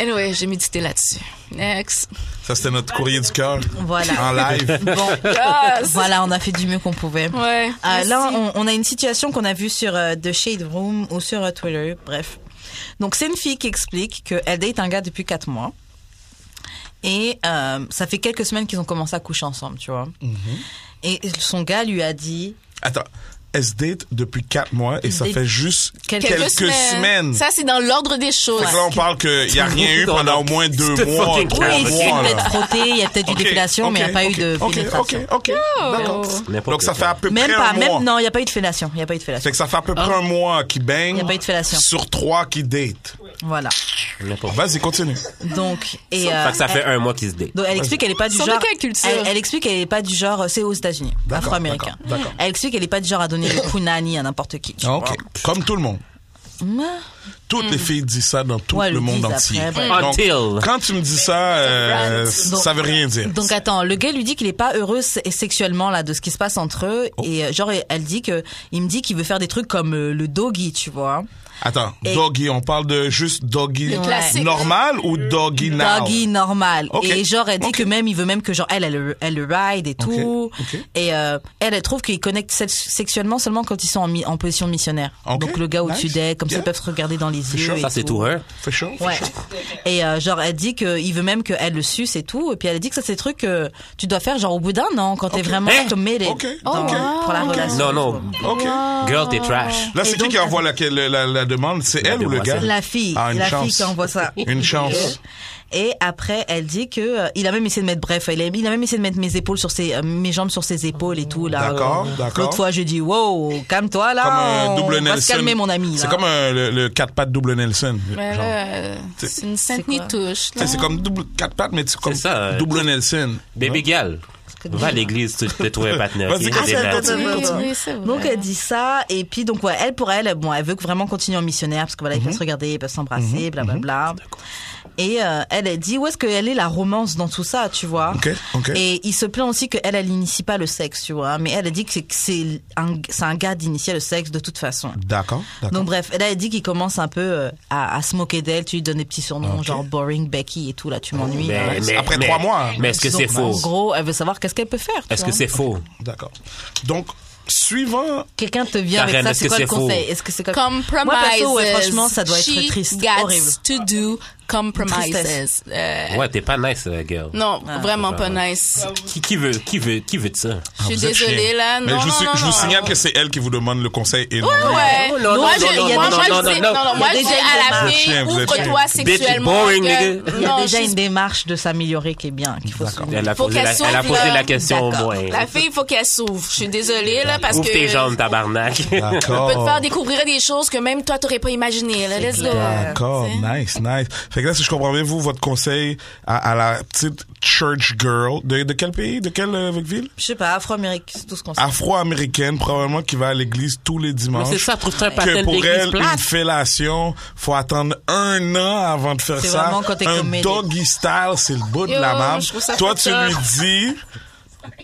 F: Anyway, j'ai médité là-dessus. Next.
C: Ça, c'était notre courrier du cœur.
A: Voilà.
C: En live.
A: Bon,
F: Yes.
A: voilà, on a fait du mieux qu'on pouvait.
F: Ah, Ouais.
A: Euh, là,
F: merci.
A: on, on a une situation qu'on a vue sur euh, The Shade Room ou sur euh, Twitter, bref. Donc, c'est une fille qui explique qu'elle date un gars depuis quatre mois. Et euh, ça fait quelques semaines qu'ils ont commencé à coucher ensemble, tu vois.
C: Mm-hmm.
A: Et son gars lui a dit
C: Attends. Elle se date depuis quatre mois et ça
A: Date-
C: fait juste
A: Quelques
C: quelques, semaines.
F: Ça, c'est dans l'ordre des choses.
C: Fait que là, on parle qu'il n'y a rien eu pendant au moins deux
B: C'était
C: mois,
B: fucking
C: trois
A: Oui, il s'est
C: mois.
A: peut-être
C: là.
A: frotté, il y a peut-être eu
C: Ok,
A: dépilation, mais il n'y a
C: ok,
A: pas
C: ok,
A: eu de
C: ok,
A: pénétration. Oh.
C: Ok, ok, d'accord.
B: N'importe
C: Donc, ça
B: quoi.
C: fait à peu
A: Même
C: près
A: pas,
C: un mois.
A: même, non, il n'y a pas eu de fellation. Il n'y a pas eu de fellation.
C: Fait que ça fait à peu près un mois qui baigne.
A: Il y a pas eu de fellation.
C: Sur trois qui date.
A: Voilà.
B: N'importe quoi.
C: Vas-y, continue.
A: Donc, et. euh,
B: Fait que ça fait
A: elle-
B: un mois qu'ils se date.
A: donc, elle explique qu'elle n'est pas du
F: Sans
A: genre.
F: aucune culture.
A: Elle, elle explique qu'elle n'est pas du genre. C'est aux États-Unis,
C: D'accord,
A: afro-américain.
C: d'accord, d'accord.
A: Elle explique qu'elle n'est pas du genre à donner le punani à n'importe qui. tu
C: OK.
A: vois.
C: Comme tout le monde.
A: Hum,
C: Toutes les filles disent ça dans tout
A: Ouais,
C: le
A: le
C: monde
A: disent
C: entier.
A: après, ouais.
C: Donc,
B: Until.
C: quand tu me dis ça, euh,
A: Donc-
C: ça veut rien dire.
A: Donc attends, le gars lui dit qu'il est pas heureux se- sexuellement là de ce qui se passe entre eux
C: Oh.
A: et euh, genre elle dit que il me dit qu'il veut faire des trucs comme euh, le doggy, tu vois.
C: Attends,
A: Et-
C: doggy, on parle de juste doggy
A: Le classique.
C: normal ou doggy now?
A: Doggy normal.
C: Ok.
A: Et genre, elle dit
C: Ok.
A: que même, il veut même que genre, elle, elle, le- elle le ride et tout.
C: Ok.
A: Et euh, elle, elle trouve qu'ils connectent sex- sexuellement seulement quand ils sont en, mi- en position de missionnaire.
C: Ok.
A: Donc le gars au-dessus
C: Nice.
A: d'elle, comme ça,
C: Yeah.
A: ils peuvent se regarder dans les
C: sure.
A: yeux. et
B: Ça, c'est tout, hein?
C: Fait chaud? fait
A: Ouais.
C: chaud.
A: Et euh, genre, elle dit qu'il veut même qu'elle le suce et tout. Et puis elle dit que ça, c'est des trucs que tu dois faire genre au bout d'un an quand t'es vraiment
B: Hein?
A: committed
C: Eh, Ok.
A: dans-
C: Ok.
A: pour la
C: Ok.
F: Ah,
A: relation.
B: Non, non.
C: OK.
B: Girl, t'es trash.
C: Là, c'est
A: Et
C: qui
A: donc-
C: qui envoie la, la, la, la demande? C'est
B: La
C: elle ou le gars?
B: demoiselle.
A: La fille,
C: Ah, une
A: la
C: chance.
A: fille qui envoie ça.
C: Une chance.
A: Et après, elle dit que euh, il a même essayé de mettre bref, il a, il a même essayé de mettre mes épaules sur ses, euh, mes jambes sur ses épaules et tout là.
C: D'accord,
A: Euh,
C: d'accord.
A: L'autre fois, j'ai dit wow, calme-toi là,
C: Comme un
A: on
C: double
A: va
C: Nelson.
A: se calmer mon ami. là.
C: C'est comme un- le, le quatre pattes double Nelson.
F: Mais
C: genre.
F: là, euh, c'est une sainte
A: C'est quoi?
F: touche.
C: Tu sais, C'est comme double quatre pattes, mais c'est comme
B: ça, euh,
C: double Nelson.
B: Baby gal, va à l'église, tu peux trouver un partenaire.
C: Vas-y,
B: ok?
C: continue,
B: Des
C: continue.
F: Oui,
B: mères.
C: comme ça.
F: oui, Ah, c'est vrai.
A: Donc elle dit ça et puis donc ouais, elle pour elle bon elle veut vraiment continuer en missionnaire parce que
B: Mhm.
A: voilà ils peuvent se regarder ils peuvent s'embrasser bla bla bla et euh, elle elle dit où est-ce qu'elle est la romance dans tout ça tu vois
C: Ok, ok.
A: et il se plaint aussi que elle elle initie pas le sexe tu vois mais elle elle dit que c'est que c'est un c'est un gars d'initier le sexe de toute façon
C: D'accord, d'accord.
A: donc bref, là elle dit qu'il commence un peu euh, à, à se moquer d'elle, tu lui donnes des petits surnoms
C: Ok.
A: genre Boring Becky et tout, là tu m'ennuies. là.
B: Mais- mais-
C: Après
B: mais-
C: trois mois. hein.
B: Mais est-ce que
A: Donc,
B: c'est
A: En
B: faux?
A: gros, elle veut savoir qu'est-ce qu'elle peut faire. tu
B: Est-ce que
A: vois.
B: c'est faux?
C: D'accord. Donc, suivant
A: Quelqu'un te vient avec
B: Karen,
A: ça,
B: est-ce
A: c'est
B: que
A: quoi le
B: c'est faux
A: conseil Est-ce que c'est quoi-
F: Compromises.
A: euh, Moi, perso, ouais, franchement, ça doit être
F: She
A: triste,
F: gets
A: horrible.
F: to do compromises.
A: Tristesse.
F: Euh,
B: Ouais, t'es pas nice, euh, girl.
F: non,
A: Ah.
F: vraiment pas
B: Ah ouais.
F: nice.
B: Qui, qui veut, qui veut, qui veut de ça?
F: Je suis
C: Ah, Vous êtes
F: désolée,
C: chien.
F: là. Non,
C: Mais je vous,
F: non,
C: si-
F: non,
C: je vous
F: non.
C: signale que c'est elle qui vous demande le conseil et non.
F: Ouais.
A: Non, non,
F: moi,
A: non,
F: je,
A: non,
F: moi,
A: non, non,
F: moi,
A: non,
F: je dis-
B: non, non.
F: non, moi,
A: Il
F: je
A: y a
F: dis
A: déjà une
F: à la fille,
A: démarche.
C: Vous êtes chien, vous
F: ouvre-toi
C: êtes
B: chien. Bitch,
F: sexuellement.
B: boring,
F: gueule.
B: nigga.
A: Il y a
F: Non,
A: déjà
F: je-
A: une démarche de s'améliorer qui est bien, qu'il faut se
B: Elle a
F: faut
B: posé la,
F: qu'elle
B: elle a
F: s'ouvre,
B: posé
F: là.
B: la question au
F: D'accord.
B: moins.
F: La fille, il faut qu'elle s'ouvre. Je suis désolée, là, parce
B: Ouvre
F: que...
B: tes jambes, tabarnak.
F: peut te faire
C: D'accord.
F: découvrir des choses que même toi, t'aurais pas imaginé. Là, let's go.
C: D'accord, nice, nice. Fait que là, si je comprends bien, vous, votre conseil à, à la petite church girl, de, de quel pays, de quelle euh, ville?
A: Je sais pas, Afro-Amérique, c'est tout ce qu'on
B: Ah,
A: sait.
C: Afro-américaine, probablement, qui va à l'église tous les
B: Mais
C: dimanches.
B: c'est ça, trouve-toi un
C: que
B: partenaire
C: pour
B: d'église
C: elle, une
B: plate.
C: fellation, faut attendre un an avant de faire
A: C'est
C: ça.
A: vraiment quand t'es
C: un
A: comédie.
C: doggy style, c'est le bout de
F: Yo,
C: la map.
F: je trouve ça
C: Toi,
F: fucked
C: tu lui
F: up.
C: dis,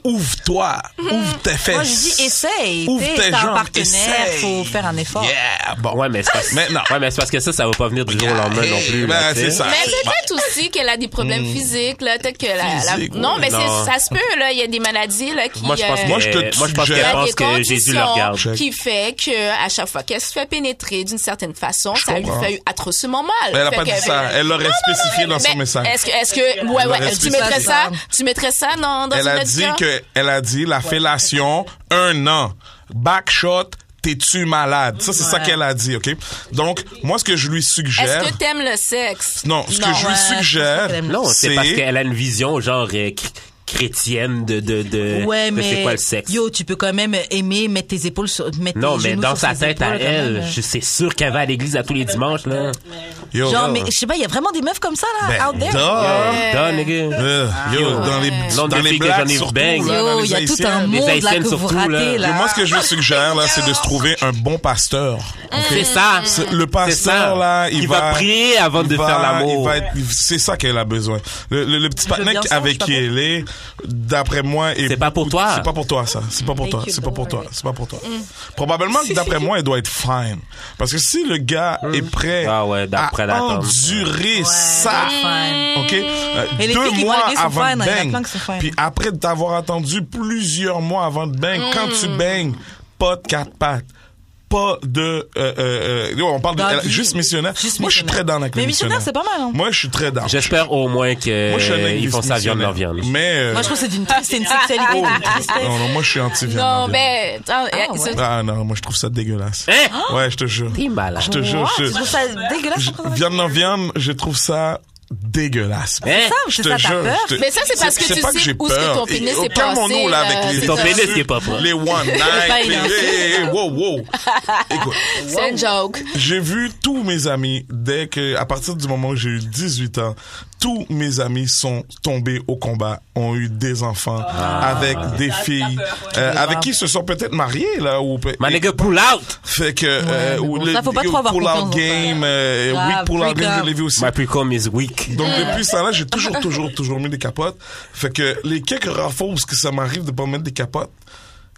C: ouvre-toi, ouvre tes fesses.
A: Hmm. Moi, je dis essaye.
C: Ouvre
A: T'es
C: tes
A: t'as un
C: jambes,
A: partenaire,
C: essaye.
A: faut faire un effort.
C: Yeah, bon.
B: Ouais, mais c'est parce,
C: Mais non.
B: ouais, mais c'est parce que ça, ça va pas venir du jour au lendemain non plus.
C: Ben,
B: là, tu
C: c'est
B: sais.
C: ça.
F: Mais c'est
C: Bah, Hmm.
F: peut-être aussi qu'elle a des problèmes physiques, là. Peut-être que la, la-
C: Physique,
F: Non,
C: ouais.
F: mais c'est-
B: Non.
F: ça se peut, là. Il y a des maladies, là, qui.
B: Moi, je pense,
F: euh,
B: que-
C: Moi, je te
B: Eh, moi, je pense
C: suggère-
B: qu'elle
F: il y a des
B: pense que Jésus le
F: conditions
B: regarde.
F: qui fait que à chaque fois qu'elle se fait pénétrer d'une certaine façon, ça lui
C: comprends.
F: fait atrocement mal.
C: Elle a
F: Fait
C: pas
F: que- euh,
C: dit ça. Elle l'aurait spécifié dans son
F: Mais
C: message.
F: Est-ce que, est-ce que, ouais,
C: l'aurait
F: ouais, tu
C: spécifié.
F: mettrais ça, tu mettrais ça dans, dans
C: Elle
F: une
C: a
F: autre
C: dit
F: carte?
C: que, elle a dit la fellation, un an. Backshot, t'es-tu malade? Ça, c'est ça qu'elle a dit, OK? Donc, moi, ce que je lui suggère.
F: Est-ce que t'aimes le sexe?
C: Non, ce que je
A: ouais,
C: lui
A: je pense
C: suggère.
A: qu'elle aime
B: Non, c'est
C: C'est-
B: parce qu'elle a une vision, genre, euh, chr- chrétienne de, de, de,
A: Ouais,
B: de
A: mais
B: c'est quoi le sexe.
A: yo, tu peux quand même aimer mettre tes épaules sur, mettre
B: non,
A: tes
B: mais
A: genoux
B: dans
A: sur
B: sa
A: ses
B: tête à
A: épaules, quand même.
B: elle, je c'est sûr qu'elle va à l'église à tous les dimanches, là.
C: Yo,
A: Genre,
C: yo.
A: mais je sais pas, il y a vraiment des meufs comme ça là,
C: Ben,
A: out there. Ah,
C: duh.
B: Duh, Ah, nigga.
C: Euh, yo,
B: Ouais.
C: dans les,
B: Nombre de
C: dans les
B: filles que
C: blagues,
B: j'en ai
C: surtout,
B: bang.
C: là, dans
A: Yo,
C: les
A: il y a tout
C: Haïtiens.
A: un
B: Les
A: monde là
B: Haïtiennes
A: que vous
B: surtout, là.
A: ratez
C: Mais
A: là. Ah.
C: moi, ce que je lui suggère, là, c'est de se trouver un bon pasteur. OK?
B: C'est ça.
C: C'est- Le
B: C'est ça.
C: pasteur, là, il
B: Qui va prier avant
C: il
B: de
C: va-
B: faire
C: il
B: l'amour.
C: va être- il- C'est ça qu'elle a besoin. Le, le- le petit
A: veux bien
C: patnec
A: ça,
C: avec
A: je sais
C: qui
A: pas
C: elle est, d'après moi, est
B: C'est pas pour
C: beaucoup-
B: toi.
C: C'est pas pour toi, ça. C'est pas pour toi.
A: you,
C: C'est pas pour toi.
A: Lord. Mm.
C: C'est pas pour toi. Probablement que d'après moi, elle doit être fine. Parce que si le gars est prêt
B: Ah ouais,
C: à,
B: d'après fallait attendre.
C: endurer ça.
A: fine.
C: OK? Euh,
A: Et les
C: deux
A: filles qui
C: mois
A: vont arriver sont
C: avant
A: fine,
C: de
A: hein, il y en a
C: bang.
A: plein qui sont fine.
C: Puis après t'avoir attendu plusieurs mois avant de bang, quand tu
A: Mm.
C: bang, pas de quatre pattes. Pas de. euh, euh, euh, on parle de.
A: Dans
C: elle-
A: vie.
C: juste missionnaire.
A: Juste
C: Moi, je suis
A: missionnaire.
C: très dans avec le
A: Mais missionnaire, c'est pas mal, hein.
C: Moi, je suis très dans.
B: J'espère au moins
C: Moi, je suis un
B: qu'ils
C: activiste
B: font ça viande
C: missionnaire.
B: leur viande.
C: Mais. euh,
A: Moi, je trouve que c'est d'une triste, c'est une sexualité
C: oh,
A: d'une tristesse.
C: non, non, moi, je suis
F: Non,
C: anti-viande.
F: ben, attends,
A: Ah,
F: euh,
A: ouais.
F: ça-
C: Ah non, moi, je trouve ça dégueulasse.
B: Hein?
C: Ouais, je te jure.
A: Ah!
B: T'es malade.
C: Je te jure,
A: Wow,
C: je
A: tu
C: te
A: trouves ça dégueulasse
C: je-
A: comme présentation?
C: Viande non viande, je trouve ça dégueulasse.
B: Hein?
A: Ça, Ah, c'est ça
C: Je te
A: ta
C: jure.
A: peur.
C: je te-
F: Mais ça, c'est parce que
C: c'est
F: tu
C: pas
F: sais
C: j'ai
F: où est-ce que
C: peur.
F: ton pénis
C: Et
F: s'est
C: aucun mon
F: passé,
C: nom, là,
F: là,
C: avec les
F: c'est
B: Ton
F: ça.
B: pénis qui est pas propre.
C: Les one
F: pas
C: night. les-
F: innocent.
C: hey, hey, wow, wow. Écoute,
F: c'est une joke.
C: j'ai vu tous mes amis dès que, à partir du moment où j'ai eu 18 ans, tous mes amis sont tombés au combat, ont eu des enfants
B: Ah.
C: avec des filles, euh, avec qui se sont peut-être mariés là ou peut-
B: My nigga, pull out!
C: fait que euh,
A: mais
C: ou
A: bon,
C: le
A: ça, faut pas trop avoir
C: pull out
A: confiance en
C: game, euh,
A: Ah,
C: oui pull out
A: freak
C: game,
A: out.
C: je l'ai vu aussi.
B: My precom is weak.
C: Donc depuis ça là, j'ai toujours toujours toujours mis des capotes. Fait que les quelques rares fois où ce que ça m'arrive de pas mettre des capotes,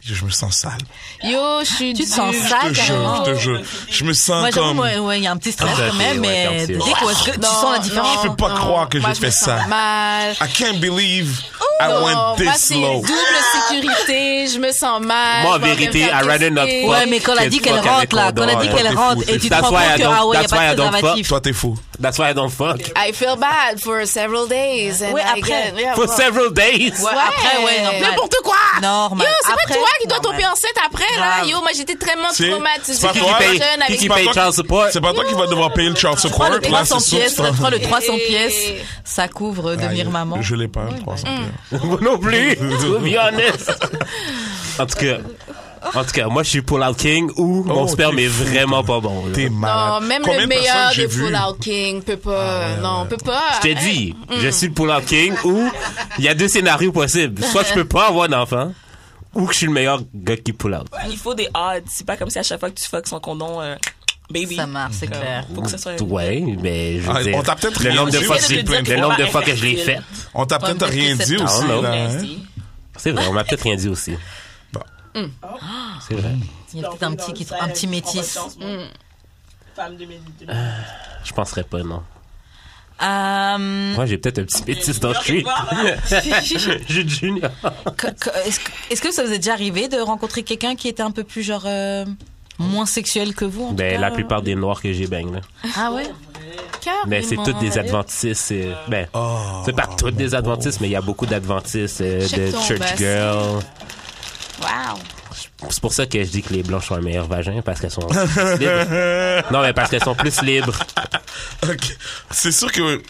C: je me sens sale.
F: Yo, je suis
A: Tu te sens
F: dure.
A: sale,
C: Je te jure, je te jure. Je me sens
A: Moi, j'avoue,
C: comme
A: moi, ouais, il y a un petit stress
B: Ah,
A: quand même,
B: ouais,
A: mais
B: quand
A: dès
B: tu-
A: que tu sens la différence.
C: Je peux pas croire que
F: Moi,
C: j'ai
F: je
C: fait
F: me sens
C: ça.
F: Mal.
C: I can't believe I
F: Non,
C: went
F: moi,
C: this
F: c'est
C: low.
F: Double sécurité, je me sens mal.
B: Moi, en
F: je vais
B: vérité,
F: me faire
B: I rather not
F: tester.
B: fuck.
A: Ouais, mais quand elle a dit
B: Fuck
A: qu'elle
B: avec
A: rentre, là,
B: condom,
A: quand elle a dit
B: ouais,
A: qu'elle
B: t'es
A: rentre,
B: fou,
A: et tu te
B: that's
A: rends compte
B: why I
A: que,
B: don't-
A: ah ouais, y a
B: that's why
A: pas
B: I
A: de
B: don't fuck.
A: préservatif.
C: Toi t'es fou.
B: That's why I don't fuck.
F: I feel bad for several days. and
A: Ouais,
F: I
A: après.
F: get- yeah,
B: For
F: well.
B: several days!
A: Ouais, après, ouais, normal.
F: N'importe quoi!
A: Normal.
F: Yo, c'est pas
A: Après,
F: toi qui dois
A: normal.
F: tomber enceinte après, là.
A: Grave.
F: Yo, moi, j'étais tellement
C: C'est-
F: traumatisée.
C: c'est pas
F: quand
C: toi.
F: j'étais
B: Qui
F: jeune avec-
B: qui
C: pas
B: paye
C: toi-
B: child support?
C: C'est pas toi qui vas devoir payer le child
A: Prends
C: support.
A: le
C: Là, c'est
A: 300
C: sûr que tu
A: pièces,
C: t'en-
A: prends le 300
F: Et-
A: pièces, ça couvre
C: Ah,
A: devenir
C: je-
A: maman.
C: Je l'ai pas, 300 pièces.
B: Moi non plus, to be honest. En tout cas, en tout cas, moi je suis pull out king ou mon
C: Oh,
B: sperme
C: t'es
B: est
C: fou,
B: vraiment pas bon. là.
C: T'es
F: Non,
C: malade.
F: même
C: Ah, Combien
F: le
C: de personnes
F: meilleur
C: j'ai
F: des
C: vues? Ah,
F: Full Out King peut pas. non, peut pas.
B: Je te dis, je suis le pull out king ou il y a deux scénarios possibles. Soit je peux pas avoir d'enfant ou que je suis le meilleur gars qui pull out.
H: Il faut des odds. C'est pas comme si à chaque fois que tu fucks son condom, euh, baby.
A: Ça marche, c'est
H: Comme,
A: clair.
H: Faut que ça soit.
B: Ouais, mais je veux
C: Ah,
B: dire,
C: on t'a peut-être
B: le
C: rien
B: nombre de
C: dit
B: fois,
C: aussi, plein de
B: le
H: fois.
B: nombre de fois que je l'ai fait,
C: On t'a peut-être
A: Pomme de
C: rien dit
A: précepteur.
C: aussi,
B: Non,
C: là.
B: non.
C: hein?
B: c'est vrai, on m'a peut-être rien dit aussi. Ah.
C: Bon.
B: C'est vrai.
A: Il y a peut-être un petit, qui- un petit métis.
H: Femme 2002.
B: Je penserais pas, non.
A: Euh,
B: Moi, j'ai peut-être un petit pétis dans le cul. J'ai junior.
A: que- que- Est-ce que- est-ce que ça vous est déjà arrivé de rencontrer quelqu'un qui était un peu plus genre euh, moins sexuel que vous en tout
B: Ben,
A: cas,
B: la
F: Ah.
A: euh?
B: plupart des noirs que j'ai bang, là.
A: Ah ouais.
B: Mais c'est toutes des adventistes. euh, ben,
C: Oh.
B: c'est pas toutes des adventistes, mais il y a beaucoup d'adventistes, euh,
F: Check
B: de
F: ton
B: church
F: basket.
B: girls.
F: Wow.
B: C'est pour ça que je dis que les blanches ont un meilleur vagin, parce qu'elles sont plus libres. Non, mais parce qu'elles sont plus libres.
C: Ok. C'est sûr que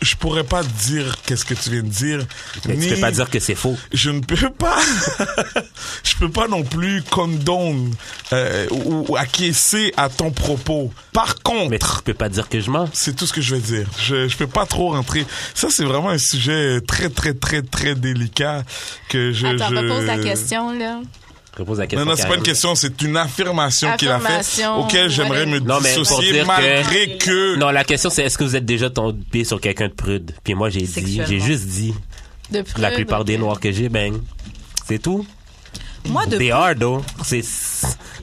C: je pourrais pas dire qu'est-ce que tu viens de dire.
B: Mais
C: ni-
B: tu peux pas dire que c'est faux.
C: je ne peux pas, je peux pas non plus condone euh, ou, ou acquiescer à ton propos. Par
B: Mais
C: contre,
B: tu peux pas dire que je mens.
C: c'est tout ce que je vais dire. Je, je peux pas trop rentrer. Ça, c'est vraiment un sujet très, très, très, très délicat que je.
F: Attends,
C: je...
F: repose la question, là.
B: Je repose la question.
C: Non, non, c'est pas
B: Karen.
C: une question, c'est une affirmation qu'il a faite,
F: Affirmation,
C: auquel j'aimerais
F: ouais.
C: me
B: Non, mais pour
C: dissocier
B: dire
C: malgré que.
B: Non, la question, c'est est-ce que vous êtes déjà tombé sur quelqu'un de prude? Puis moi, j'ai dit,
A: Sexuellement.
B: j'ai juste dit,
F: De près,
B: la plupart
F: donc,
B: des
F: euh,
B: noirs que j'ai bang. C'est tout.
A: Moi de
B: They are, though. C'est,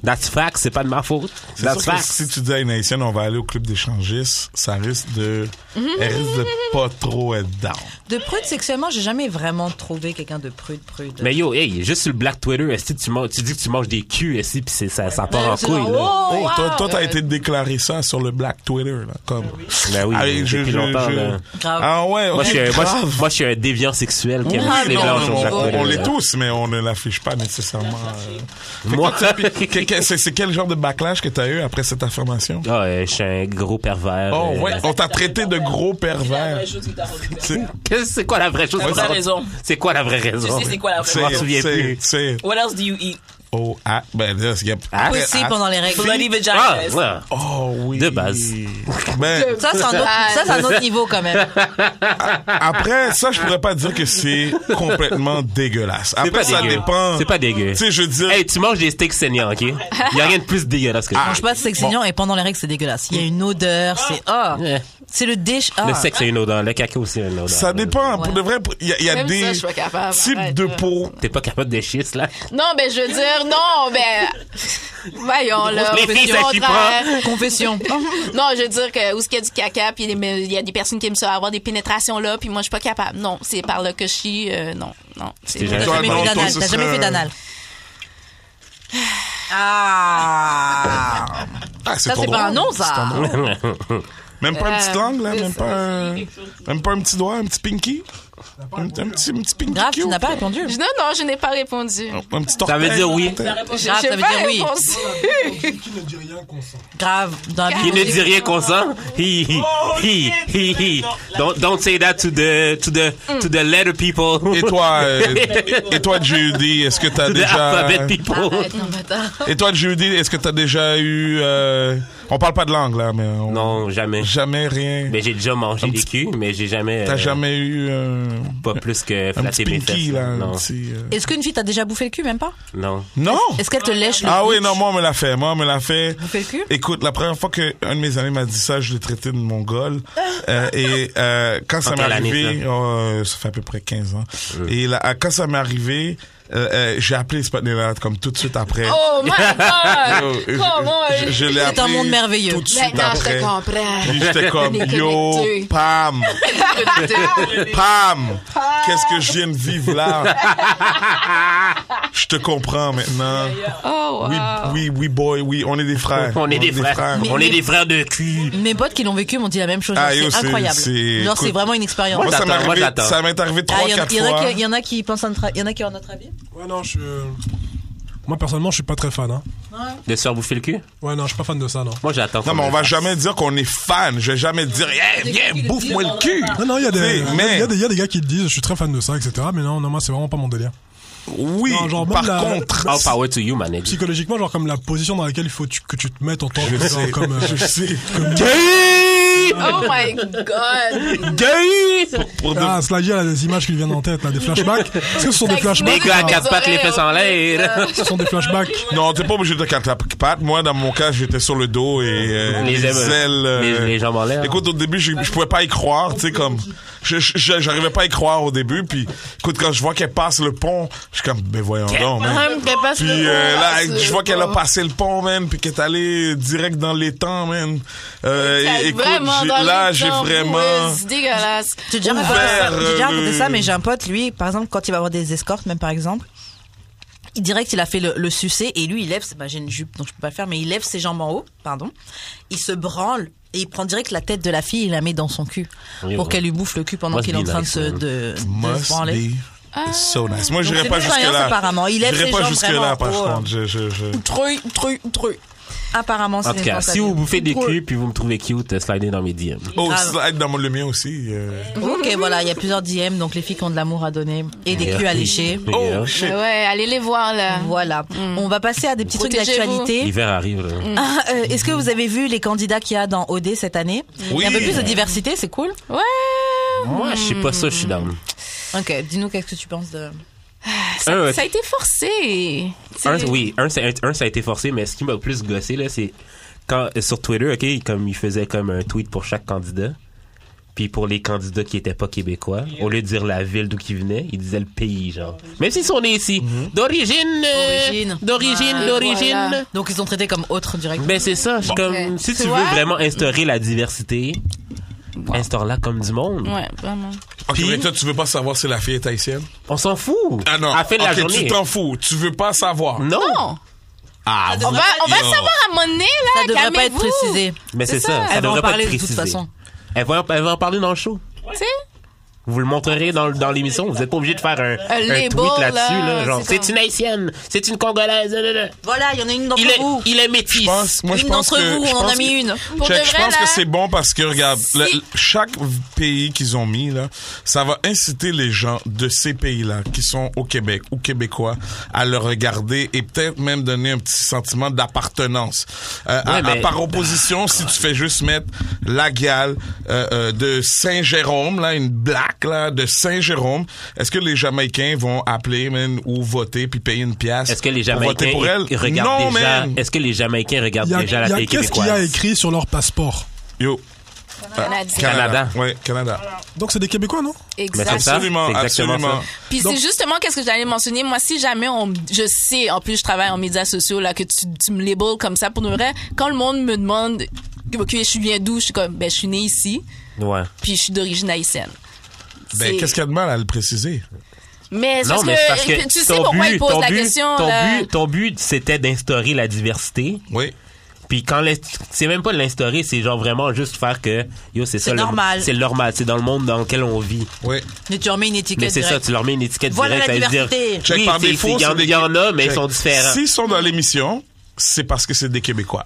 B: that's fact, c'est pas de ma faute.
C: C'est
B: That's
C: sûr que
B: fact.
C: si tu dis à une haïtienne, on va aller au club d'échangistes, ça risque de, elle risque de pas trop être down.
A: de prude sexuellement, j'ai jamais vraiment trouvé quelqu'un de prude prude.
B: Mais yo, hey, juste sur le black Twitter, est-ce que tu, manges- tu dis que tu manges des culs, est-ce que c'est- ça, ça part en
F: c'est
B: couille,
F: genre,
B: là?
F: wow,
C: Oh, toi,
F: wow.
C: toi, t'as été déclaré ça sur le Black Twitter, là, comme.
B: Ben oui,
C: Ah,
B: depuis
C: je- je-
B: longtemps,
C: je-
B: là.
A: Grave.
C: Ah ouais,
B: Moi, je suis, un- moi, je-
C: grave.
B: moi, je suis un déviant sexuel qui aime
C: Oui,
B: les
C: Ah, non,
B: blanches
C: non,
B: au Black
C: on-
B: Twitter,
C: on
B: là.
C: l'est tous, mais on ne l'affiche pas nécessairement. euh.
B: Moi,
C: Que- que- C'est c'est quel genre de backlash que t'as eu après cette affirmation?
B: Ah, euh, je suis un gros pervers.
C: Oh
B: euh,
C: ouais, on t'a traité de gros
H: La
C: pervers.
H: vraie chose que t'as rendu. Tu
C: C'est-
B: Qu'est-ce- C'est quoi la vraie chose?
H: as raison.
B: C'est quoi la vraie
H: Tu
B: raison?
H: sais, c'est quoi la vraie
C: C'est,
B: m'en
H: raison?
B: souviens
C: c'est,
B: plus.
C: c'est,
H: What else do you eat?
C: oh, ah, ben, là, c'est-
B: Ah,
C: après,
A: Aussi
C: ah,
A: pendant les règles.
H: Bloody
B: Ah,
H: vaginas.
B: ouais.
C: Oh oui.
B: De base.
C: Ben,
A: Ça c'est un autre, ça c'est un
C: Ah.
A: autre niveau quand même.
C: après, ça, je pourrais pas dire que c'est complètement dégueulasse.
B: C'est
C: Après,
B: pas
C: ça
B: dégueu.
C: dépend.
B: C'est pas dégueu.
C: Tu sais, je veux dire,
B: Hey, tu manges des steaks saignants, OK? Il y a rien de plus dégueulasse que ça.
C: Ah.
A: Mange pas de sexe
C: Bon.
A: saignant et pendant les règles c'est dégueulasse. Il y a une odeur, c'est oh.
B: Ouais.
A: C'est le déch. Ah.
B: Le sexe a une odeur, le caca aussi a une odeur.
C: Ça dépend. Pour
A: Ouais.
C: de vrai, il y a, il y a
F: Même ça,
C: des
F: je suis pas capable,
C: types
F: arrête,
C: de
F: là.
C: peau.
B: T'es pas capable de chier, là.
F: Non, mais je veux dire, non, mais. Voyons, là.
B: Les filles, ça s'y
F: au contraire.
A: Confession.
F: Non, je veux dire que où est-ce qu'il y a du caca, puis mais il y a des personnes qui aiment ça avoir des pénétrations là, puis moi, je suis pas capable. Non, c'est par là que je chie. euh, non, non.
B: C'est
F: C'est
A: T'as
B: jamais-
C: Toi,
A: jamais
C: non,
A: fait
C: toi,
A: d'anal.
C: ce
A: T'as jamais
C: serait-
A: fait d'anal.
C: euh,
A: Ah.
C: Ah,
A: Ça,
C: ton
A: c'est pas
C: droit.
A: un non, ça.
C: Même pas une
F: Euh,
C: petite langue, là?
F: c'est
C: hein, Même
F: ça.
C: pas, un... même pas un petit doigt, un petit pinky? Un, un petit, un petit pinky
A: Grave, tu
C: cute.
A: n'as pas répondu.
F: Je- Non, non, je n'ai pas répondu.
C: Un petit
B: Ça veut
C: orteil.
B: dire oui.
F: Je-
A: Grave,
F: j'ai
A: ça veut
F: pas
A: dire oui.
F: répondu.
G: Qui ne dit rien consent.
A: Grave. Dans la
B: Qui
A: vie.
B: ne dit rien qu'on sent. Hi, hi,
C: Oh,
B: hi, hi, hi. Don't, don't say that to the, to the, to the letter people.
C: Et toi, euh, et toi, Judy, est-ce que t'as
B: to the
C: déjà...
B: alphabet people.
F: Arrête, non, mais attends.
C: Et toi, Judy, est-ce que t'as déjà eu... euh, On parle pas de langue, là, mais... on-
B: Non, jamais.
C: Jamais rien.
B: Mais j'ai déjà mangé
C: Un
B: des
C: petit-
B: culs, mais j'ai jamais.
C: T'as
B: euh,
C: jamais eu euh,
B: Pas plus que
C: un
B: flatter
C: petit
B: mes
C: pinky,
B: fesses.
C: là?
B: Non.
C: un petit, euh,
A: Est-ce qu'une fille t'a déjà bouffé le cul, même pas
B: Non.
C: Non!
A: Est-ce qu'elle te lèche le
C: Ah oui,
A: cul?
C: non, moi, on me l'a fait. Moi, on me l'a fait.
A: Bouffé le cul
C: Écoute, la première fois que un de mes amis m'a dit ça, je l'ai traité de mongol.
A: Ah.
C: Euh, et euh, quand ça
B: En
C: m'est
B: quelle année,
C: arrivé,
B: ça? Euh.
C: euh, ça fait à peu près 15 ans. Et là, à- quand ça m'est arrivé, euh, euh, j'ai appelé Spotneyland comme tout de suite après.
F: Oh my
C: Yo,
F: god!
C: je-
F: Comment?
C: je, je l'ai
A: C'est un
C: appelé
A: monde merveilleux.
C: Tout de suite
F: Maintenant, je te
C: après.
F: comprends.
C: Puis j'étais comme,
F: On est
C: yo,
F: connectés.
C: Pam, Pam, qu'est-ce que je viens de vivre là? Je te comprends maintenant.
F: Oh,
C: Oui,
F: wow.
C: oui, oui, boy, oui, on est des frères.
B: On est des frères. On est des frères de cul.
A: Mes potes qui l'ont vécu m'ont dit la même chose.
C: Ah,
A: Genre,
C: yo,
A: c'est
C: c'est-
A: incroyable.
C: c'est-
A: Genre, c'est
C: écoute-
A: vraiment une expérience.
C: Moi,
B: Moi,
C: ça m'est
B: j'attends, moi,
C: arrivé,
B: j'attends.
C: ça m'est arrivé
A: Ah, Il y, en-
C: 3-4
A: il y en a
C: fois.
A: qui- il y en a qui pensent à notre, il y en a qui ont notre avis.
G: Ouais, non, je. Moi, personnellement, je suis pas très fan. Hein.
B: De se faire bouffer le cul?
G: Ouais, non, je suis pas fan de ça, non.
B: Moi, j'attends.
C: Non,
B: qu'on
C: mais
B: me
C: on
B: le
C: va
B: fasse.
C: jamais dire qu'on est fan. Je vais jamais dire, yeah, viens, bouffe-moi le cul.
G: Non, non, il y, a des-
C: Oui, mais-
G: il y a des- il y a des gars qui te disent je suis très fan de ça, etc. Mais non, non, moi, c'est vraiment pas mon délire.
C: Oui,
G: Non, genre, même
C: par
G: la-
C: contre,
B: All power to you, man. nigga.
G: Psychologiquement, genre, comme la position dans laquelle il faut tu- que tu te mettes en tant que. genre, Comme, euh, comme-
F: Oh my god!
C: pour de-
G: Ah, cela dit, elle a des images qui lui viennent en tête, là, des flashbacks. Est-ce que ce sont des
B: Des
G: flashbacks
B: gars à
G: là
B: quatre pattes, les fesses en l'air.
G: Ce sont des flashbacks.
C: Non, t'es pas obligé de quatre pattes. Moi, dans mon cas, j'étais sur le dos et euh,
B: Les
C: les,
B: ailes,
C: ailes. euh,
B: les- les jambes en l'air.
C: Écoute, au début, je, je pouvais pas y croire, tu sais, comme. je- je- J'arrivais pas à y croire au début, puis écoute, quand je vois qu'elle passe le pont, je suis comme, ben voyons donc, man. Puis euh, là, je vois qu'elle a passé le pont, man, puis qu'elle est allée direct dans les temps, man. Euh,
F: T'es
C: et- écoute,
F: vraiment
C: j'ai-
F: dans
C: là,
F: les
C: j'ai
F: temps,
C: vraiment.
F: ouais, C'est dégueulasse.
A: J'ai déjà
C: Ouvert,
A: raconté ça. J'ai déjà raconté ça,
C: euh,
A: mais j'ai un pote, lui, par exemple, quand il va avoir des escortes, même par exemple, il direct, il a fait le, le sucer et lui, il lève, bah, j'ai une jupe, donc je peux pas le faire, mais il lève ses jambes en haut, pardon, il se branle et il prend direct la tête de la fille et la met dans son cul
B: Oui,
A: pour
B: oui.
A: qu'elle lui bouffe le cul pendant
B: Must
A: qu'il est en
B: be
A: train
B: nice,
A: de se
B: man.
A: de, de se
C: Must
A: branler.
C: be so nice. Moi,
A: Ah. Donc,
C: j'irais
A: c'est
C: pas
A: une expérience,
C: jusque-là.
A: apparemment. Il lève
C: J'irais
A: ses
C: pas
A: jambes
C: jusque-là,
A: vraiment
C: par
A: haut,
C: contre. Je, je, je...
H: Tru, tru, tru.
A: Apparemment, c'est
B: En tout cas, si
A: responsable.
B: vous bouffez des culs puis vous me trouvez cute, euh, slidez dans mes DM.
C: Oh,
A: Grave.
C: slide dans mon- le mien aussi. euh.
A: Ok, voilà, il y a plusieurs DM, donc les filles qui ont de l'amour à donner et des
B: Yeah.
A: culs à lécher.
B: Yeah.
C: Oh, shit.
F: Mais Ouais, allez les voir, là.
A: Voilà. On va passer à des petits trucs
F: Protégez-vous.
A: d'actualité.
B: L'hiver arrive. là.
A: Ah, euh, Est-ce que vous avez vu les candidats qu'il y a dans OD cette année
C: Oui.
A: Il y a un peu plus de diversité, c'est cool.
F: Ouais.
B: Moi, je sais pas ça, je suis down.
A: Ok, dis-nous qu'est-ce que tu penses de.
F: Ça,
B: Un,
F: ça a été forcé. C'est-
B: un, oui, un, c'est- un, ça a été forcé, mais ce qui m'a le plus gossé, là, c'est quand, euh, sur Twitter, OK, comme il faisait comme un tweet pour chaque candidat. Puis pour les candidats qui étaient pas québécois, au lieu de dire la ville d'où ils venaient, ils disaient le pays, genre. Même si on est ici, d'origine, euh,
A: Mm-hmm. D'origine.
B: d'origine,
F: Ouais,
B: d'origine.
F: voilà.
A: Donc ils sont traités comme autres direct.
B: Ben c'est ça, je suis comme
F: Ouais.
B: si
F: Tu
B: tu veux
F: vois?
B: vraiment instaurer la diversité,
F: Bon.
B: instaure-la comme du monde.
F: Ouais, vraiment.
C: Ok,
B: Puis-
C: mais toi, tu veux pas savoir si la fille est haïtienne?
B: On s'en fout.
C: Ah non.
B: À la fin de la
C: Ok, tu
B: journée.
C: t'en fous. Tu veux pas savoir.
B: Non.
F: Non.
B: Ah,
F: On va, on va
C: Yo.
F: savoir à mon nez, là.
A: Ça devrait pas être
F: calmez-vous.
A: précisé.
B: mais c'est ça, ça
A: Elle va en
B: devrait pas
A: parler
B: être
A: de toute
B: précisé.
A: façon.
B: Elle va, elle va en parler dans le show.
F: Tu sais?
B: Vous le montrerez dans, le- dans l'émission. Vous êtes pas obligé de faire un, un
F: label,
B: tweet là-dessus. Là,
F: là,
B: genre,
F: c'est
B: c'est
F: comme-
B: une haïtienne, c'est une congolaise. là, là, là.
A: Voilà, il y en a une
B: Il
A: d'entre
B: est,
A: vous.
B: il est métis.
C: Je pense, moi, je
A: une
C: pense
A: d'entre
C: que,
A: vous,
C: je
A: on en
C: pense
A: a mis
C: que-
A: une.
F: Pour
C: Check,
F: de
C: je
F: vrai,
C: pense
F: là.
C: que c'est bon parce que regarde,
F: Si.
C: le- chaque pays qu'ils ont mis là, ça va inciter les gens de ces pays-là qui sont au Québec ou québécois à le regarder et peut-être même donner un petit sentiment d'appartenance. Euh, à-
B: Ouais,
C: à-
B: mais-
C: par opposition, si tu fais juste mettre la gale euh, euh, de Saint-Jérôme là, une black là de Saint-Jérôme, est-ce que les Jamaïcains vont appeler man, ou voter puis payer une pièce
B: Est-ce que les
C: pour voter
B: Jamaïcains
C: pour elle
B: regardent
C: Non,
B: déjà
C: man.
B: Est-ce que les Jamaïcains
G: Il y
B: regardent
G: a,
B: Ah, déjà
G: il y
B: la
G: a
B: télé
G: qu'est-ce qu'il y a
B: québécoise
G: écrit sur leur passeport
C: Yo.
B: Ah,
D: Canadien.
B: Canada.
C: Ouais, Canada.
G: Donc c'est des Québécois, non
B: Mais c'est
D: Exact.
B: ça.
C: Absolument,
B: c'est exactement
C: absolument.
B: ça.
D: Puis c'est justement qu'est-ce que j'allais mentionner. Moi, si jamais on, je sais, en plus je travaille en médias sociaux là, que tu, tu me labels comme ça pour de vrai. Quand le monde me demande, ok, je viens d'où, je suis comme, ben je suis né ici,
B: Ouais.
D: puis je suis d'origine haïtienne.
C: Ben,
D: C'est-
C: qu'est-ce qu'il y a de mal à le préciser?
D: Mais c'est
B: Non,
D: parce,
B: mais
D: que,
B: c'est parce que
D: tu sais
B: ton
D: pourquoi
B: but,
D: ils posent
B: ton
D: la
B: but-
D: question
B: ton
D: là.
B: but, ton but, c'était d'instaurer la diversité.
C: Oui.
B: Puis quand l'est- c'est même pas de l'instaurer, c'est genre vraiment juste faire que yo c'est ça
A: C'est
B: le-
A: normal.
B: c'est normal, c'est dans le monde dans lequel on vit.
C: Oui.
A: Mais tu remets une étiquette.
B: Mais c'est ça,
A: directe.
B: tu leur mets une étiquette
A: Voilà
B: directe,
A: la
B: ça veut dire
A: diversité.
C: Check,
B: oui,
C: par
B: c'est-
C: défaut,
B: c'est- il y en-
C: c'est des-
B: il y en a mais ils
C: Check.
B: sont différents.
C: S'ils sont dans l'émission, c'est parce que c'est des Québécois.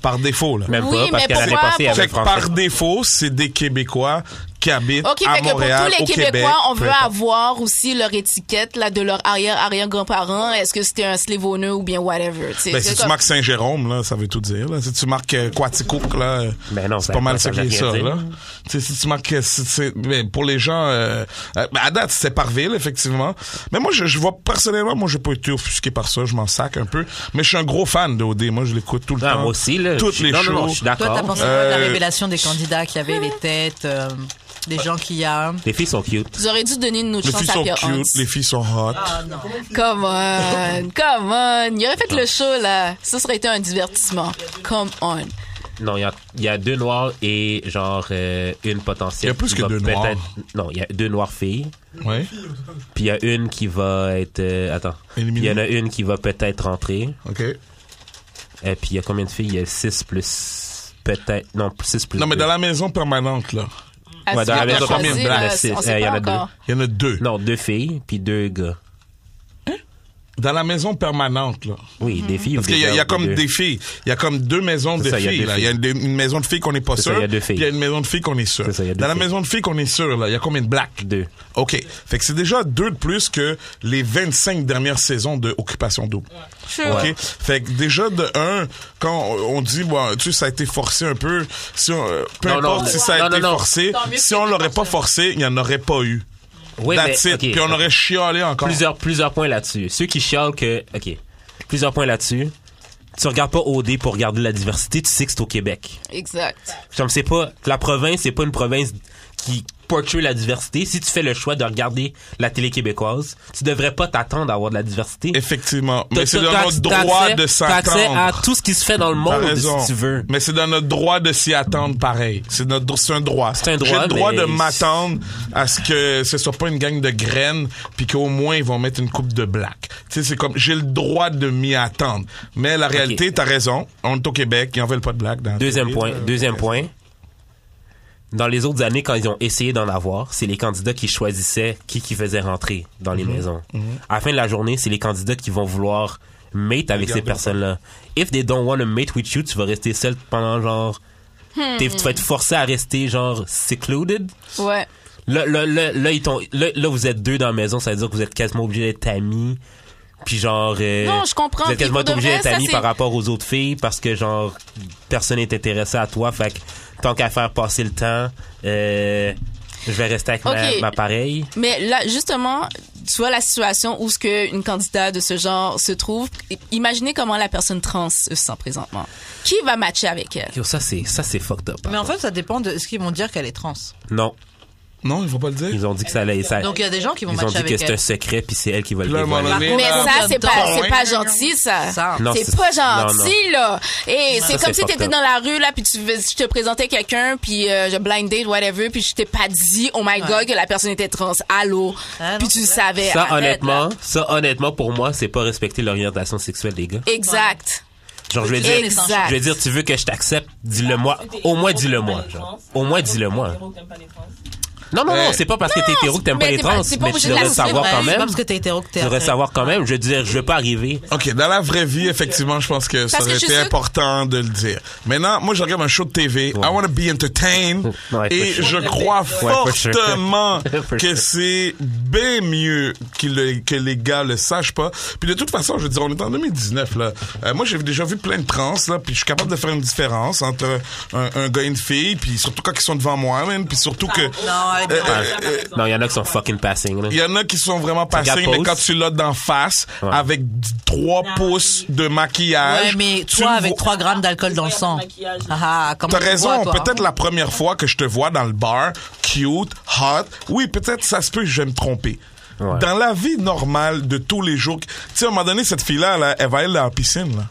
C: Par défaut, là.
B: Même
D: Oui,
B: pas parce
D: mais
B: que l'année
D: pourquoi-
B: passée il y avait
C: Check,
B: français.
C: par défaut, c'est des Québécois qui habitent
D: Ok,
C: à
D: fait que pour
C: Montréal,
D: tous les
C: au
D: Québécois,
C: Québec.
D: on
C: peu
D: veut
C: importe.
D: avoir aussi leur étiquette là de leur arrière arrière grands-parents. Est-ce que c'était un Slavoneux ou bien whatever. tu sais.
C: Ben,
D: C'est
C: si tu
D: comme-
C: marques Saint-Jérôme, là, ça veut tout dire. Là. Si tu marques euh, Quaticook, là, euh,
B: Ben non,
C: c'est
B: ça-
C: pas mal
B: ça
C: ça qui
B: veut
C: est
B: rien
C: ça.
B: dire.
C: Là. Tu sais, Si tu marques... euh, si- si- ben, pour les gens... Euh, euh, ben, à date, c'est par ville, effectivement. Mais moi, je, je vois personnellement, moi, j'ai pas été offusqué par ça. Je m'en sac un peu. Mais je suis un gros fan de OD. Moi, je l'écoute tout le
B: Ah,
C: temps.
B: moi aussi là,
C: Toutes
B: je suis-
C: les
B: non, non, non,
C: shows.
B: je suis
A: Toi, t'as
B: d'accord.
A: pensé quoi de la
C: Euh,
A: révélation des candidats qui avaient les têtes, euh, des gens qui y a.
B: Les filles sont cute.
D: Vous auriez dû donner une autre
C: Les
D: chance
C: filles
D: à
C: sont
D: Pierre Hans. Ah,
C: cute, les filles sont hot.
D: Come on, come on. Il aurait fait le show, là. Ça serait été un divertissement. Come on.
B: Non, il y a- il y, a deux noirs et genre euh, une potentielle.
C: Il y a plus
B: qui
C: que
B: va
C: deux
B: peut-être-
C: noirs.
B: Non, il y a deux noires filles.
C: Ouais.
B: Puis il y a une qui va être. euh, attends.
C: Éliminée.
B: Il y en a une qui va peut-être rentrer.
C: OK.
B: Et puis il y a combien de filles Il y a 6 plus. Peut-être. Non, 6 plus.
C: Non, mais
B: deux.
C: dans la maison permanente, là,
D: À
B: Ouais, dans la
D: suivre,
B: maison,
D: à choisir,
B: combien de blagues?
D: là,
B: C'est-
D: on
B: euh,
D: sait
B: il y en
D: pas
B: a deux.
D: encore.
C: il y en a deux.
B: Non, deux filles, puis deux gars.
C: Dans la maison permanente, là.
B: Oui, des filles.
C: Parce qu'il y a, il y a comme des filles. Il y a comme deux maisons de
B: C'est ça, il y a
C: filles.
B: deux
C: là. Il y a, une, une maison de filles qu'on n'est pas
B: C'est ça,
C: sûr.
B: il y a deux filles.
C: puis Il y a une maison de filles qu'on est sûr.
B: C'est ça, il y a deux
C: Dans la
B: filles.
C: maison de filles qu'on est sûr, là, il y a combien de blacks?
B: Deux.
C: OK. Fait que c'est déjà deux de plus que les 25 dernières saisons de Occupation Double.
D: Sure.
C: OK? Fait que déjà, de un, quand on on dit, bon, tu sais, ça a été forcé un peu, si on- euh, peu
B: Non, non,
C: importe si
B: mais-
C: ça a
B: non,
C: été
B: non, non.
C: forcé,
D: Tant mieux
C: si
D: que
C: on
D: c'est
C: l'aurait pas
D: forcé.
C: forcé, il n'y en aurait pas eu.
B: Oui,
C: That's
B: mais,
C: it.
B: ok,
C: Puis on
B: ok.
C: aurait chialé encore.
B: Plusieurs, plusieurs points là-dessus. Ceux qui chialent que. OK. Plusieurs points là-dessus. Tu regardes pas OD pour regarder la diversité, tu sais que c'est au Québec.
D: Exact.
B: Comme c'est pas. La province, c'est pas une province qui portrait la diversité. Si tu fais le choix de regarder la télé québécoise, tu devrais pas t'attendre à avoir de la diversité.
C: Effectivement.
B: T'as-
C: Mais c'est
B: t'as-
C: dans
B: t'as-
C: notre
B: t'as
C: droit
B: accès-
C: de
B: t'as accès à
C: s'attendre.
B: tout ce qui se fait dans le
C: T'as
B: monde,
C: raison.
B: si tu veux.
C: Mais c'est dans notre droit de s'y attendre pareil. C'est notre dro- c'est un droit.
B: C'est un
C: J'ai
B: droit,
C: le droit
B: mais-
C: de m'attendre à ce que ce soit pas une gang de graines puis qu'au moins ils vont mettre une coupe de black. Tu sais, c'est comme j'ai le droit de m'y attendre. Mais la réalité, t'as raison. On est au Québec, ils en veulent pas de black. Dans la
B: Deuxième
C: télé.
B: point. Deuxième point. Dans les autres années, quand ils ont essayé d'en avoir, c'est les candidats qui choisissaient qui qui faisait rentrer dans les maisons. À la fin de la journée, c'est les candidats qui vont vouloir mate avec ces personnes-là. If they don't want to mate with you, tu vas rester seul pendant genre... t'es- Tu vas être forcé à rester genre secluded.
D: Ouais.
B: Là, là, là, là, ils t'ont- là, là, vous êtes deux dans la maison, ça veut dire que vous êtes quasiment obligé d'être amis. Puis genre... euh,
D: Non, je comprends.
B: Vous êtes
D: Puis
B: quasiment
D: pour de
B: obligé
D: vrai,
B: d'être
D: ça,
B: amis
D: c'est-
B: par rapport aux autres filles parce que genre personne n'est intéressé à toi. Fait que tant qu'à faire passer le temps, euh, je vais rester avec
D: Ok.
B: ma, ma pareille.
D: Mais là, justement, tu vois la situation où ce que une candidate de ce genre se trouve. I- Imaginez comment la personne trans se sent présentement. Qui va matcher avec elle?
B: Yo, ça c'est ça c'est fucked up. par
A: Mais en
B: contre.
A: fait, ça dépend de ce qu'ils vont dire qu'elle est trans.
B: non,
C: Non, ils vont pas le dire.
B: ils ont dit que ça allait. ça-
A: Donc il y a des gens qui vont
B: ils ont
A: matcher
B: dit que
A: avec
B: c'est un
A: elle.
B: secret puis c'est elle qui va le
C: Puis là, à un moment
B: dévoiler.
C: donné,
A: Par
D: Mais
A: contre,
C: là,
D: ça, c'est pas,
A: Dedans.
D: c'est pas gentil, ça.
A: Ça.
B: Non,
D: C'est
B: c'est-
D: pas
B: non, non.
D: gentil, là. Et c'est
B: Ça,
D: comme
B: c'est
D: si t'étais
B: fucked up.
D: dans la rue, là, puis tu, veux- je te présentais quelqu'un, puis euh, je blind date, whatever, puis je t'ai pas dit, oh my god, que la personne était trans. Allô?
A: Ah, non,
D: puis tu le
A: c'est vrai.
D: savais.
B: Ça
D: arrête, là.
B: honnêtement, ça honnêtement pour moi c'est pas respecter l'orientation sexuelle des gars.
D: Exact.
B: Genre je vais dire,
D: Exact.
B: je vais dire tu veux que je t'accepte, dis-le moi. Au moins dis-le moi. genre. Au moins dis-le moi. Non non non,
C: Ouais.
B: c'est pas parce que t'es hétéro que t'aimes pas
D: mais
B: les
D: t'es pas-
B: trans,
D: t'es pas
B: mais
D: obligé
B: tu
D: de
B: devrais
D: l'assumer,
B: savoir
A: Ouais,
B: quand
A: c'est pas
B: même.
A: parce que t'es hétéro que t'es
B: Je devrais
A: atteint.
B: savoir quand même. Je veux dire, je veux pas arriver.
C: OK, dans la vraie vie, effectivement, je pense que ça
D: Parce que
C: aurait
D: je suis
C: été
D: sûre-
C: important de le dire. Maintenant, moi, je regarde un show de TV. I want to be entertained.
B: Ouais,
C: et
B: for sure.
C: je crois
B: for sure.
C: fortement
B: For
C: que
B: sure.
C: c'est bien mieux qu'il le- que les gars le sachent pas. Puis de toute façon, je veux dire, on est en 2019, là. Euh, moi, j'ai déjà vu plein de trans, là, puis je suis capable de faire une différence entre un, un gars et une fille, puis surtout quand ils sont devant moi, même, puis surtout que...
A: Non,
H: ouais, non,
B: Ah,
H: ça, par exemple.
B: Non, il y en a qui sont fucking passing. Là.
C: Euh, Il y en a qui sont vraiment passés, mais
B: Pose.
C: quand tu l'as d'en face,
B: Ouais.
C: avec 3 pouces de maquillage.
A: Ah. Ouais, mais
C: euh, tu
A: toi,
C: le
A: avec
C: vois-
A: 3 grammes d'alcool dans le sang.
H: Maquillage.
A: Ah, ah, comment
C: T'as
A: tu vois,
C: raison,
A: toi,
C: peut-être
A: hein?
C: la première fois que je te vois dans le bar, cute, hot. Oui, peut-être ça se peut, je vais me tromper.
B: Ouais.
C: Dans la vie normale de tous les jours, tu sais, à un moment donné, cette fille-là, là, elle va aller dans la piscine, là.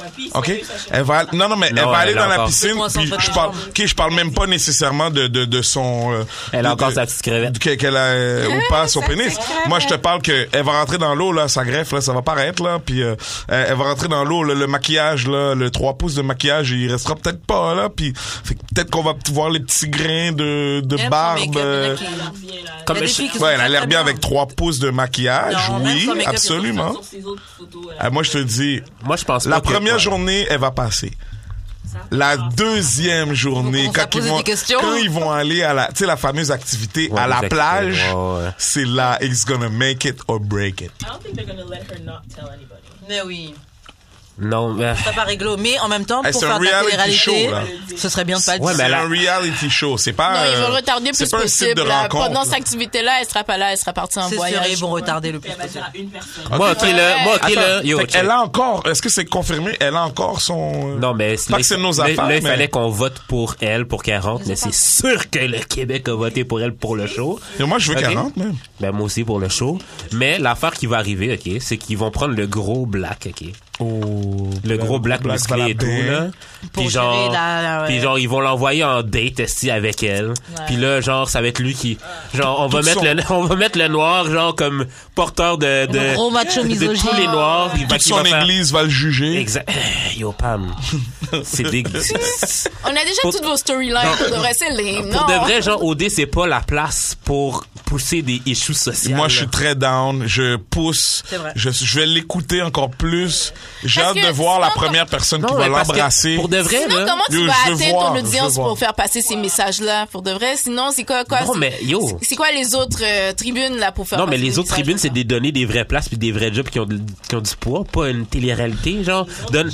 H: Ouais, puis,
C: OK?
H: c'est ça, je-
C: Elle va, non, non, mais
B: Non,
C: elle va aller
B: elle
C: dans
B: a
C: la
B: encore-
C: piscine,
A: Moi, ça me
C: puis
A: fait
C: je
A: pas
C: parle,
A: peur.
C: OK, je parle même pas nécessairement de, de, de son, euh,
B: Elle a
C: de-
B: encore
C: de-
B: sa petite crevette.
C: que- qu'elle
A: Ah,
C: a ou pas son pénis. Moi, je te parle que elle va rentrer dans l'eau là, sa greffe là, ça va paraître là, puis euh, elle elle va rentrer dans l'eau là, le maquillage là, le 3 pouces de maquillage, il restera peut-être pas là, puis fait que peut-être qu'on va p- voir les petits grains de de
A: Il y a son
C: barbe.
A: make-up,
C: euh,
A: il y en a qui-
B: Comme
A: Il y a des
B: je-
A: filles qui sont
C: Ouais, elle a
A: très,
C: l'air
A: très
C: bien avec 3 pouces de maquillage,
A: Non, même
C: oui,
A: son make-up, il y a
C: absolument.
H: Sur ses autres photos. euh,
C: Ah, moi, je te dis,
B: Moi, je pense pas
C: la
B: que-
C: première
B: ouais.
C: journée, elle va passer. La deuxième journée,
A: On commence à
C: quand ils,
A: poser
C: vont,
A: des questions.
C: quand ils vont aller à la, tu sais, la fameuse activité
B: Ouais,
C: à la
B: exactement.
C: plage,
B: Ouais, ouais.
C: c'est là, it's gonna make it or break it.
H: I don't think they're gonna let her not tell anybody.
A: Mais oui,
B: Non, mais.
A: ça pas réglo. Mais en même temps,
C: Eh,
A: pour
C: c'est
A: faire
C: un
A: ta
C: reality
A: télé-réalité,
C: show, là.
A: ce serait bien de pas le
B: Ouais, ben
A: dire.
B: mais
C: c'est
B: là-
C: un reality show, c'est pas.
F: Non, ils
C: euh,
F: vont retarder
C: c'est
F: plus
C: pas un site
F: possible.
C: de
F: là.
C: rencontre.
F: Pendant cette activité-là, elle sera pas là, elle sera partie en
A: C'est sûr,
F: voyage.
A: ils vont retarder le plus
H: Elle va dire
A: possible.
H: à une personne.
B: Moi, ok, là. Moi, ok, là. Yo, check.
C: elle a encore. Est-ce que c'est confirmé? Elle a encore son. euh,
B: Non, mais
C: Pas que c'est nos affaires.
B: là, il
C: mais-
B: fallait qu'on vote pour elle pour qu'elle rentre, mais c'est sûr que le Québec a voté pour elle pour le show.
C: Et Moi, je veux
B: Ok.
C: qu'elle rentre, même.
B: Ben, moi aussi pour le show. Mais l'affaire qui va arriver, OK, c'est qu'ils vont prendre le gros black, OK. le gros black,
C: black dans la
B: musclé et tout,
C: baie.
B: là.
A: Pour
B: Puis
A: gérer
B: genre,
A: la- la- ouais.
B: puis genre, ils vont l'envoyer en date esti avec elle. Puis là, genre, ça va être lui qui, genre, on va
C: Tout
B: mettre
C: son-
B: le, on va mettre le noir, genre, comme porteur de, de,
A: Le gros macho
B: de
A: misogyne.
B: tous les noirs. Il va-
C: Toute
B: il
C: son
B: va faire-
C: église va le juger.
B: Exact. Yo, Pam. C'est dégueulasse.
F: On a déjà
B: Pour-
F: toutes vos storylines. Pour de vrai, c'est lame.
B: Pour
F: non.
B: de vrai, genre, OD, c'est pas la place pour pousser des issues sociales.
C: Moi, je suis très down. Je pousse.
A: C'est vrai.
C: Je, je vais l'écouter encore plus. J'ai
F: Parce
C: hâte
F: que
C: de voir la
F: sinon,
C: première personne qui
B: Non,
C: va
B: mais parce que
C: l'embrasser.
B: Pour de vrai,
F: Sinon,
B: là.
F: comment tu
C: Yo,
F: vas
C: je veux
F: atteindre
C: voir,
F: ton
C: je veux
F: audience
C: voir.
F: pour faire passer ces messages-là? Pour de vrai, sinon, c'est quoi, quoi?
B: Non,
F: c'est-
B: mais yo.
F: c'est- C'est quoi les autres euh, tribunes, là, pour faire
B: Non, mais
F: passer
B: les
F: des
B: autres tribunes,
F: messages
B: c'est des données, des vraies places, puis des vrais jobs qui ont, de- qui ont du poids, pas une télé-réalité, genre. Donne...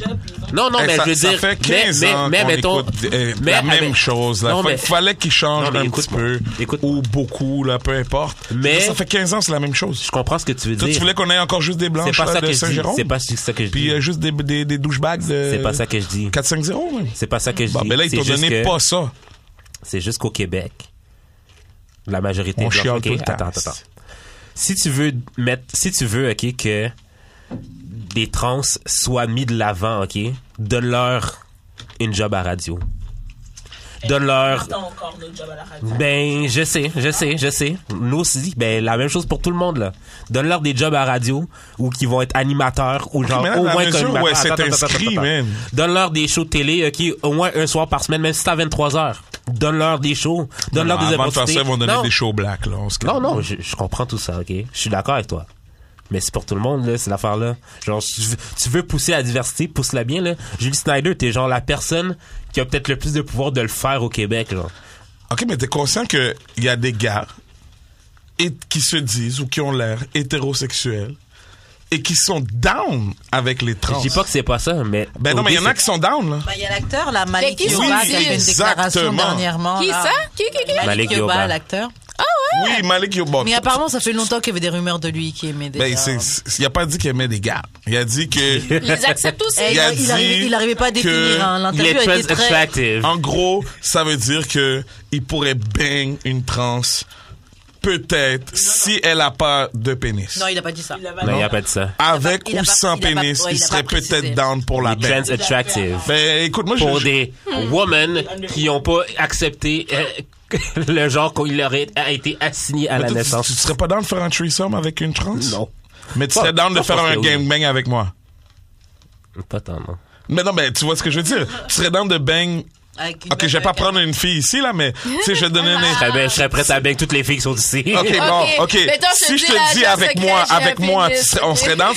B: Non, non,
C: Eh,
B: mais
C: ça,
B: je veux
C: ça
B: dire.
C: fait 15
B: mais,
C: ans
B: mais,
C: qu'on
B: mais, mettons.
C: écoute, euh,
B: mais
C: la même
B: avec-
C: chose. Là.
B: Non,
C: Fait
B: mais-
C: qu'il fallait qu'il change
B: Non, mais
C: un petit
B: écoute-moi.
C: peu.
B: Écoute-moi.
C: ou beaucoup, là, peu importe.
B: Mais-
C: Ça fait 15 ans, c'est la même chose.
B: Je comprends ce que tu veux
C: Toi,
B: dire.
C: tu voulais qu'on ait encore juste des
B: C'est
C: blanches
B: pas
C: là,
B: ça
C: de
B: que je dis.
C: Saint-Jérôme?
B: C'est pas ça que je
C: Puis
B: dis.
C: euh, juste des, des, des douchebags de...
B: C'est pas ça que je dis.
C: 4-5-0, même.
B: C'est pas ça que je dis.
C: Bon, ben là, ils
B: C'est
C: t'ont
B: juste
C: donné
B: que-
C: pas ça.
B: C'est juste qu'au Québec, la majorité
C: On
B: est blanche.
C: chiale
B: Ok,
C: tout le temps.
B: Attends, attends, attends. Si tu veux mettre, si tu veux, ok, que des trans soient mis de l'avant, ok, donne-leur une job à radio. Donne-leur.
H: Attends encore notre job à la radio.
B: Ben, je sais, je sais, je sais. Nous aussi, ben, la même chose pour tout le monde, là. Donne-leur des jobs à radio ou qui vont être animateurs ou genre
C: mais là,
B: au
C: dans
B: moins
C: la
B: comme
C: mesure où
B: animateurs.
C: elle s'est
B: Attends, attends,
C: inscrite,
B: attends, attends.
C: man.
B: Donne-leur des shows de télé, ok, au moins un soir par semaine, même si c'est à 23 heures. Donne-leur des shows. Donne-leur des
C: Avant de faire ça,
B: opportunités.
C: ils vont donner
B: Non.
C: des shows blacks, là. On se calme.
B: Non, non, je, je comprends tout ça, ok? Je suis d'accord avec toi. Mais c'est pour tout le monde, là, c'est l'affaire-là. Genre, si tu veux, tu veux pousser la diversité, pousse-la bien, là. Julie Snyder, t'es genre la personne qui a peut-être le plus de pouvoir de le faire au Québec, genre.
C: OK, mais t'es conscient qu'il y a des gars et, qui se disent ou qui ont l'air hétérosexuels et qui sont down avec les trans.
B: Je dis pas que c'est pas ça, mais.
C: Ben non, mais il y en a
B: c'est-
C: qui sont down, là.
A: Bah, Il y a l'acteur, là, Malik
F: Mais qui
A: Yoba,
F: sont
A: qui a fait une
C: ici?
A: déclaration
C: Exactement.
A: dernièrement.
F: Qui
A: là.
F: ça? Qui, qui, qui?
B: Malik
A: Malik
B: Yoba.
A: Yoba, l'acteur.
C: Oui, Malik Yobot.
A: Mais apparemment, euh, ça fait longtemps qu'il y avait des rumeurs de lui qui aimait des
C: Ben,
A: gars.
C: c'est- c'est- il a pas dit qu'il aimait des gars. Il a dit que...
F: Les accepte aussi.
A: Eh,
C: il
A: il,
C: a
A: a- il arrivait,
C: dit
A: il arrivait pas à
C: que
A: définir hein.
B: Il
A: l'interview.
B: est
A: a été
B: très
A: très...
B: attractive.
C: En gros, ça veut dire que il pourrait bang une trans peut-être si elle a pas de pénis.
A: Non, il a pas dit ça.
H: Il avait
B: Non, il n'y a pas de ça.
C: Avec
A: il a
C: ou
A: pas-
C: sans
A: il a pas-
C: pénis,
A: ouais,
C: il
A: il a
C: serait
A: pas précisé.
C: peut-être down pour la
B: Les trans
C: bang.
B: attractive.
C: Ben, écoute, moi, je-
B: Pour
C: je... Hmm.
B: des women qui n'ont pas accepté euh, le genre qu'il leur a été assigné à
C: Mais
B: la
C: toi, tu-
B: naissance.
C: Tu, serais pas down de faire un threesome avec une trans?
B: Non.
C: Mais tu
B: Pas-
C: serais down de
B: pas
C: faire
B: parce
C: un
B: que oui.
C: gangbang avec moi?
B: Pas tant, non.
C: Mais non, mais tu vois ce que je veux dire. Tu serais down de bang.
A: Avec une
C: Ok, je vais
A: meuf
C: pas
A: avec un-
C: prendre une fille ici, là, mais tu sais, je vais te donner
B: Je
C: un.
B: serais, ben- je serais prête à bien que toutes les filles qui sont ici.
C: Ok, bon, ok.
F: Mais toi, je
C: si
F: te
C: je
F: dis, là,
C: te dis
F: dans
C: avec
F: secret,
C: moi,
F: j'ai un
C: avec moi, tu
F: pénis.
C: serais- on serait dans.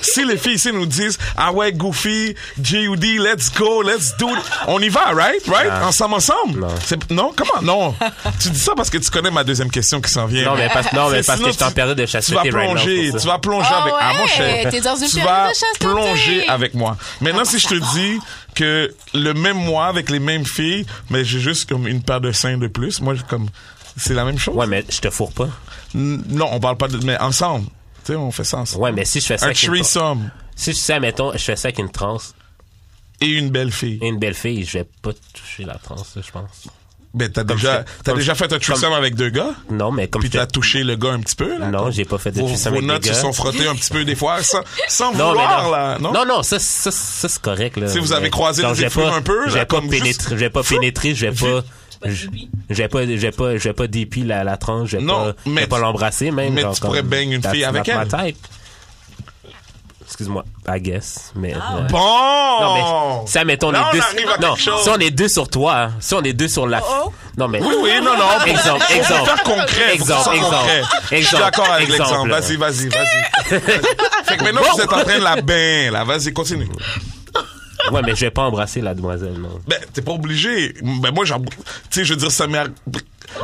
C: Si les filles ici nous disent, ah ouais, Goofy, J.U.D., let's go, let's do it. On y va, right? Right? Ensemble, ensemble.
B: Non.
C: C'est- Non, comment? Non. tu dis ça parce que tu connais ma deuxième question qui s'en vient.
B: Non, mais parce, non, mais
C: C'est-
B: parce
C: sinon,
B: que je t'en
C: tu-
B: période de
C: Tu
B: chasser
C: vas plonger, tu vas plonger
F: Ah
C: avec ah,
F: ouais,
C: mon cher.
F: t'es dans une
C: tu
F: période
C: vas
F: de chasteté.
C: plonger avec moi. Maintenant, si je te dis que le même mois avec les mêmes filles, mais j'ai juste comme une paire de seins de plus, moi, je- comme, C'est la même chose.
B: Ouais, mais je te fourre pas.
C: N- Non, on parle pas de. Mais ensemble. Tu sais, on fait ça ensemble.
B: Ouais, mais si je fais ça
C: Un
B: avec une trans-
C: threesome
B: Si je sais, mettons, je fais ça avec une transe
C: et une belle fille.
B: et une belle fille, je vais pas toucher la transe, je pense.
C: Mais Ben, t'as
B: Comme
C: déjà,
B: je fais-
C: t'as
B: comme
C: déjà
B: je-
C: fait un threesome
B: comme-
C: avec deux gars,
B: Non, mais comme
C: puis
B: je
C: t'as
B: te-
C: touché le gars un petit peu, là.
B: Non, j'ai pas fait de
C: Vos,
B: threesome
C: vos
B: avec
C: notes
B: des
C: se
B: gars.
C: sont frottées un petit peu des fois, sans,
B: Non,
C: sans
B: mais
C: vouloir,
B: non.
C: là. Non?
B: non, ça, ça, ça, c'est correct, là.
C: Si vous avez
B: Mais-
C: croisé
B: Genre,
C: les
B: j'ai
C: fruits
B: pas-
C: un peu, là,
B: J'ai pas
C: comme juste-
B: pénétré, j'ai pas pénétré, j'ai
C: J'ai-
B: pas, j'ai pas, j'ai pas, j'ai pas DP la, la tranche, j'ai
C: Non,
B: pas, j'ai
C: mais
B: pas
C: tu-
B: l'embrasser, même.
C: mais
B: genre,
C: tu pourrais
B: comme,
C: baigner une
B: that's
C: fille
B: not
C: avec
B: my
C: elle.
B: type. Excuse-moi, I guess, mais. Ah, ouais.
C: Bon!
B: Non, mais, ça, mettons, les
C: Là, on
B: deux.
C: arrive à
B: non,
C: quelque chose.
B: si on est deux sur toi, hein, si on est deux sur la. Non, mais.
C: Oui, oui, non, non. mais-
B: Exemple,
C: on peut
B: exemple.
C: faire concret. faut
B: Exemple,
C: faire
B: exemple,
C: concret. Je suis
B: exemple,
C: d'accord avec
B: exemple,
C: l'exemple.
B: là.
C: Vas-y, vas-y, vas-y. fait que maintenant,
B: Bon.
C: vous êtes en train de la bain, là. Vas-y, continue.
B: Ouais, mais je vais pas embrasser la demoiselle, non.
C: Ben, t'es pas obligé. Ben, moi, j'en. Tu sais, je veux dire, ça m'est. arri-